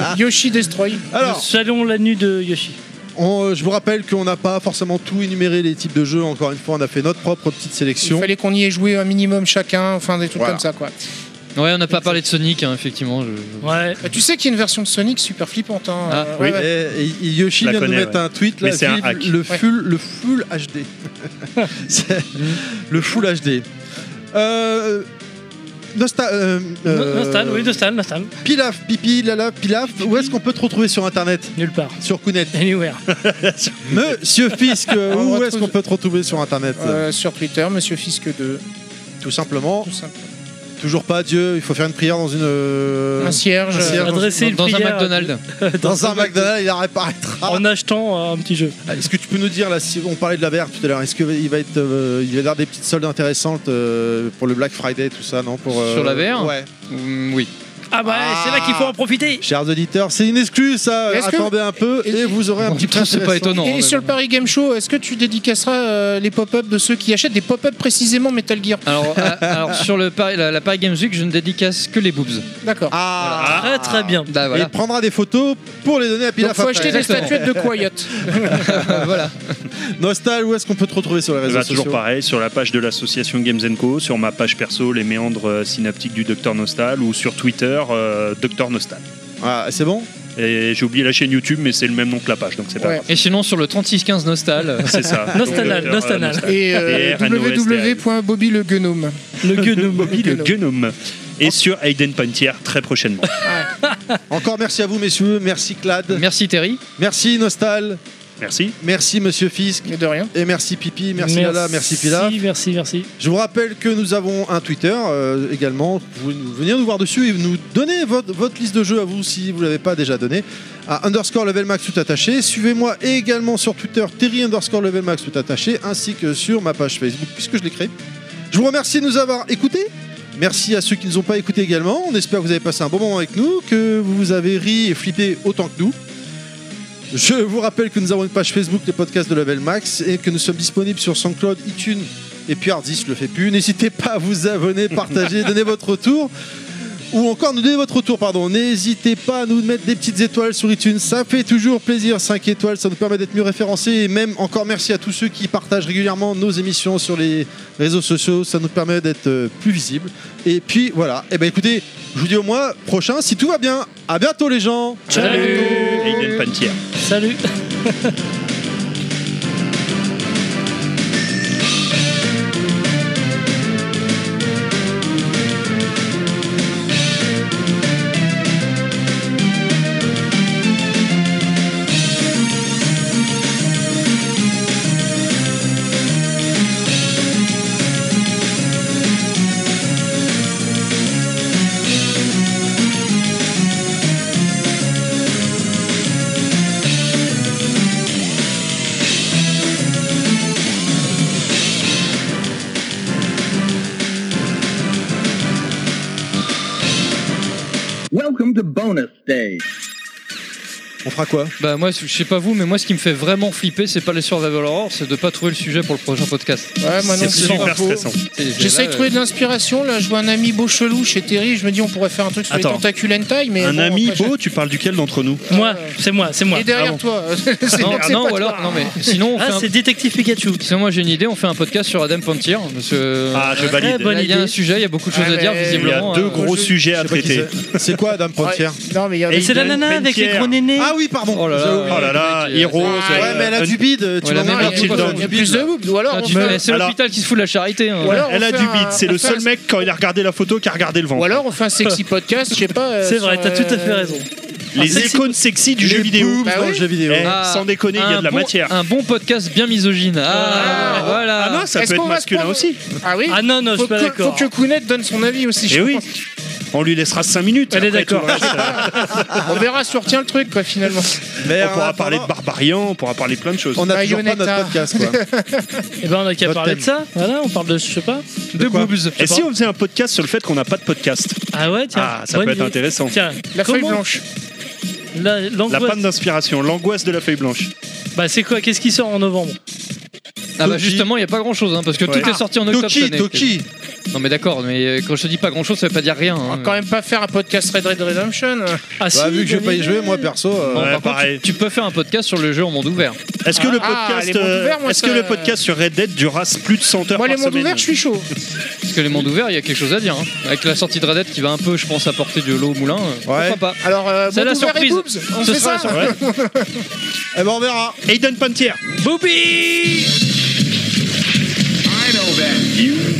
S4: Ah. Yoshi Destroy.
S1: Alors,
S9: Salon la nu de Yoshi.
S1: on, euh, je vous rappelle qu'on n'a pas forcément tout énuméré les types de jeux. Encore une fois, on a fait notre propre petite
S4: Il
S1: sélection.
S4: fallait qu'on y ait joué un minimum chacun, enfin des trucs
S1: Voilà.
S4: comme ça quoi.
S2: Ouais, on n'a pas parlé de Sonic, hein, effectivement. je-
S9: Ouais.
S4: Bah, tu sais qu'il y a une version de Sonic super flippante. Hein.
S2: Ah,
S4: Euh,
S1: Oui,
S4: ouais, ouais.
S1: et- et- et Yoshi
S3: Je la
S1: vient de
S3: connais,
S1: mettre un tweet là,
S3: Mais c'est un
S1: Philippe,
S3: hack.
S1: le full, le full HD. C'est le full HD. Euh, Nosta- euh, euh,
S9: Nostal, oui, Nostal, Nostal.
S1: Pilaf, pipi, lala, pilaf. Où est-ce qu'on peut te retrouver sur internet
S9: Nulle part.
S1: Sur Kounet.
S9: Anywhere.
S1: Monsieur Fisk,
S4: On
S1: où
S4: retrouve-
S1: est-ce qu'on peut te retrouver sur internet
S4: Euh, sur Twitter, Monsieur Fisk 2,
S1: Tout simplement.
S4: tout simple.
S1: Toujours pas Dieu, il faut faire une prière dans une. euh,
S4: un cierge.
S1: un cierge.
S9: Adresser
S2: Dans,
S9: une
S2: dans un
S9: prière
S2: McDonald's.
S1: dans un McDonald's, il apparaîtra.
S9: en achetant euh, un petit jeu.
S1: Est-ce que tu peux nous dire là, si on parlait de la VR tout à l'heure, est-ce qu'il va être, euh, il va y avoir des petites soldes intéressantes euh, pour le Black Friday, tout ça, non pour, euh,
S2: Sur la VR
S1: Ouais.
S2: Mm, oui.
S9: Ah bah
S1: Ah.
S9: c'est là qu'il faut en profiter.
S1: Chers auditeurs, c'est une excuse, ça.
S4: Est-ce que-
S1: Attendez un peu et vous aurez un
S2: Bon,
S1: petit
S2: putain,
S1: truc.
S2: c'est pas
S1: intéressant.
S2: étonnant. hein,
S4: Et
S2: mais
S4: sur le
S2: bon.
S4: Paris Game Show, est-ce que tu dédicaceras euh, les pop-up de ceux qui achètent des pop-up précisément Metal Gear
S2: Alors, à- alors sur le Paris- la, la Paris Games Week, je ne dédicace que les boobs.
S4: D'accord.
S1: Ah.
S9: Très très bien.
S2: Bah
S1: Et il
S2: voilà.
S1: prendra des photos pour les donner à
S4: Donc
S1: Pilaf.
S4: faut
S1: après.
S4: acheter des
S2: Exactement.
S4: statuettes de Quiet.
S2: euh, voilà.
S1: Nostal, où est-ce qu'on peut te retrouver sur les réseaux
S3: Bah,
S1: sociaux
S3: toujours pareil, sur la page de l'association Games Co, sur ma page perso, les méandres euh, synaptiques du euh, Docteur Nostal, ou sur Twitter, Docteur Nostal.
S1: Ah, c'est bon
S3: Et j'ai oublié la chaîne YouTube, mais c'est le même nom que la page, donc c'est pas
S4: Ouais.
S3: grave.
S2: Et sinon, sur le 3615 Nostal, euh,
S3: C'est ça.
S9: Nostanal,
S3: Donc, euh,
S9: Nostanal.
S3: Nostal.
S4: Et euh,
S3: R, N, O, S, T, A, L.
S4: www.bobbyleguenome.
S9: Le guenome.
S3: Bobby le Gnome. Et sur Hayden Pantier très prochainement.
S1: Encore merci à vous, messieurs. Merci, Clad.
S2: merci Terry.
S1: Merci, Nostal.
S3: Merci.
S1: Merci, monsieur Fisk.
S4: Mais de rien.
S1: Et merci, Pipi. Merci, Lala. Merci, Pilar.
S9: Merci, merci.
S1: Je vous rappelle que nous avons un Twitter euh, également. Vous pouvez nous- venir nous voir dessus et nous donner votre, votre liste de jeux à vous si vous ne l'avez pas déjà donné. À underscore level max tout attaché. Suivez-moi également sur Twitter Terry underscore level max tout attaché ainsi que sur ma page Facebook puisque je l'ai créé. Je vous remercie de nous avoir écoutés. Merci à ceux qui ne nous ont pas écoutés également. On espère que vous avez passé un bon moment avec nous, que vous avez ri et flippé autant que nous. Je vous rappelle que nous avons une page Facebook, les podcasts de Level Max, et que nous sommes disponibles sur SoundCloud, iTunes, et puis Ardis le fait plus. N'hésitez pas à vous abonner, partager, donner votre retour. Ou encore nous donner votre retour, pardon. N'hésitez pas à nous mettre des petites étoiles sur iTunes, ça fait toujours plaisir. 5 étoiles, ça nous permet d'être mieux référencés. Et même encore merci à tous ceux qui partagent régulièrement nos émissions sur les réseaux sociaux, ça nous permet d'être euh, plus visibles. Et puis voilà, et ben écoutez, je vous dis au mois prochain si tout va bien. À bientôt les gens
S9: Salut.
S3: Hayden Pantier.
S9: Salut.
S10: Welcome to bonus stage.
S1: On fera quoi
S2: Bah, moi, je sais pas vous, mais moi, ce qui me fait vraiment flipper, c'est pas les Survival Horror, c'est de pas trouver le sujet pour le prochain podcast.
S4: Ouais, moi non
S3: C'est
S4: plus, c'est pas
S3: super
S4: faux.
S3: stressant.
S4: J'essaye de
S2: euh,
S4: trouver de l'inspiration. Là, je vois un ami beau chelou chez Terry. Je me dis, on pourrait faire un truc sur
S3: Attends.
S4: les tentacules hentai, mais
S3: Un
S4: bon,
S3: ami
S4: après,
S3: beau, tu parles duquel d'entre nous
S9: Moi, c'est moi, c'est moi.
S4: Et derrière
S9: Ah
S4: toi. C'est-
S2: Non,
S4: c'est
S2: non,
S4: pas
S2: ou alors, non, mais sinon, on
S9: bon.
S2: fait
S9: Ah,
S2: un-
S9: c'est Détective Pikachu.
S2: sinon, moi, j'ai une idée, on fait un podcast sur Adam Pantier. Parce que...
S3: Ah, je valide.
S9: bonne
S2: Là, il y a
S9: idée.
S2: un sujet, il y a beaucoup de
S4: Ah,
S2: choses à dire,
S4: mais-
S3: Il y
S2: visiblement.
S3: a deux
S2: hein.
S3: gros
S4: euh, je-
S3: sujets à
S1: Je sais pas qui
S3: traiter.
S1: c'est. C'est quoi Adam
S4: toi. Ouais.
S1: Pontier
S4: Non, mais il y a
S3: Et
S9: C'est la nana avec les gros nénés.
S1: Ah oui, pardon.
S2: Oh là là,
S1: J'avoue.
S3: Oh là là,
S2: Ah,
S3: Heroes.
S4: ouais,
S1: Ouais, mais elle a
S3: euh,
S1: du bide.
S2: Ouais,
S1: Tu
S2: la
S1: m'en
S2: même
S1: as
S4: Ah, il y a-
S1: dit, quoi,
S4: il y a plus de boobs. Ou alors,
S9: Ah,
S2: Là,
S4: on
S2: Ah, tu
S4: fait-
S2: fais- C'est
S3: alors-
S2: l'hôpital qui se fout de la charité. hein.
S4: ou alors, on
S3: Elle a
S4: fait
S3: du
S4: un-
S3: bide. C'est
S4: on
S3: le
S4: fait
S3: seul
S4: un-
S3: mec, quand il a regardé la photo, qui a regardé le ventre.
S4: Ou alors, on fait un sexy podcast. Je sais pas. euh,
S9: C'est vrai,
S4: sur,
S9: t'as tout à fait
S4: euh,
S9: raison.
S3: Les icônes sexy du jeu vidéo.
S4: Bah
S1: dans
S4: oui.
S1: le jeu vidéo.
S3: Eh,
S2: Ah,
S3: sans déconner, il y a
S2: un
S3: de la
S2: bon-
S3: matière.
S2: Un bon podcast bien misogyne. Ah,
S4: Ah,
S2: voilà.
S3: Ah non, ça
S4: Est-ce
S3: peut être
S4: qu'on va se
S3: masculin
S4: prendre-
S3: aussi.
S4: Ah oui
S9: Ah non, non, je
S4: Faut
S9: suis pas
S4: que, faut
S9: d'accord.
S4: que Kounet donne son avis aussi.
S3: Eh
S4: je
S3: oui. On lui laissera 5 minutes.
S9: Elle est
S3: après, tout le
S9: d'accord.
S3: reste, euh,
S4: pense. On verra si on retient le truc, quoi, finalement.
S1: Mais
S3: On pourra
S1: attendant,
S3: parler de Barbarian, on pourra parler de plein de choses.
S1: On a toujours pas
S4: Bayonetta.
S1: notre podcast, quoi.
S9: Et ben on a qu'à
S1: Notre
S9: parler
S1: thème.
S9: de ça. Voilà, on parle de je sais pas.
S2: de
S1: quoi
S2: boobs.
S3: Et si on faisait un podcast sur le fait qu'on n'a pas de podcast
S9: Ah ouais, tiens.
S3: Ah, ça
S9: bonne
S3: peut être
S9: idée.
S3: intéressant.
S9: Tiens,
S4: La feuille
S9: comment-
S4: blanche.
S9: La,
S3: La
S9: l'angoisse-
S3: panne d'inspiration, l'angoisse de la feuille blanche.
S9: Bah c'est quoi Qu'est-ce qui sort en novembre
S2: Ah bah
S1: Toki.
S2: justement, il n'y a pas grand chose, parce que
S3: Ouais.
S2: tout est sorti en octobre.
S1: Toki,
S2: cette année.
S1: Toki.
S2: Non mais d'accord, mais euh, quand je te dis pas grand chose, ça veut pas dire rien.
S4: On
S3: Ah,
S2: hein.
S9: Hmm.
S4: va quand même pas faire un podcast Red Dead Redemption.
S9: Ah
S1: Bah, vu que je vais
S9: bonne
S1: pas y
S9: idée.
S1: jouer, moi perso. euh,
S2: Bon,
S3: Ouais,
S2: par contre,
S3: pareil.
S2: tu, tu peux faire un podcast sur le jeu en monde ouvert.
S3: Est-ce que, le
S4: Ah,
S3: podcast,
S4: les mondes
S3: euh,
S4: ouverts, moi,
S3: est-ce
S4: ça-
S3: que le podcast sur Red Dead durera plus de 100 heures
S4: Moi, les
S3: par
S4: mondes
S3: semaine
S4: ouverts, je suis chaud.
S2: Parce que les mondes ouverts, il y a quelque chose à dire. hein. Avec la sortie de Red Dead qui va un peu, je pense, apporter de l'eau au moulin. euh,
S1: Ouais.
S2: Pourquoi pas
S4: Alors, euh,
S2: C'est la
S4: mondes ouverts et
S2: surprise.
S4: boobs, on
S2: Ce
S4: fait
S2: sera
S4: ça.
S2: la
S3: Ouais.
S1: Eh ben on verra.
S3: Hayden Pantier
S10: I know that. You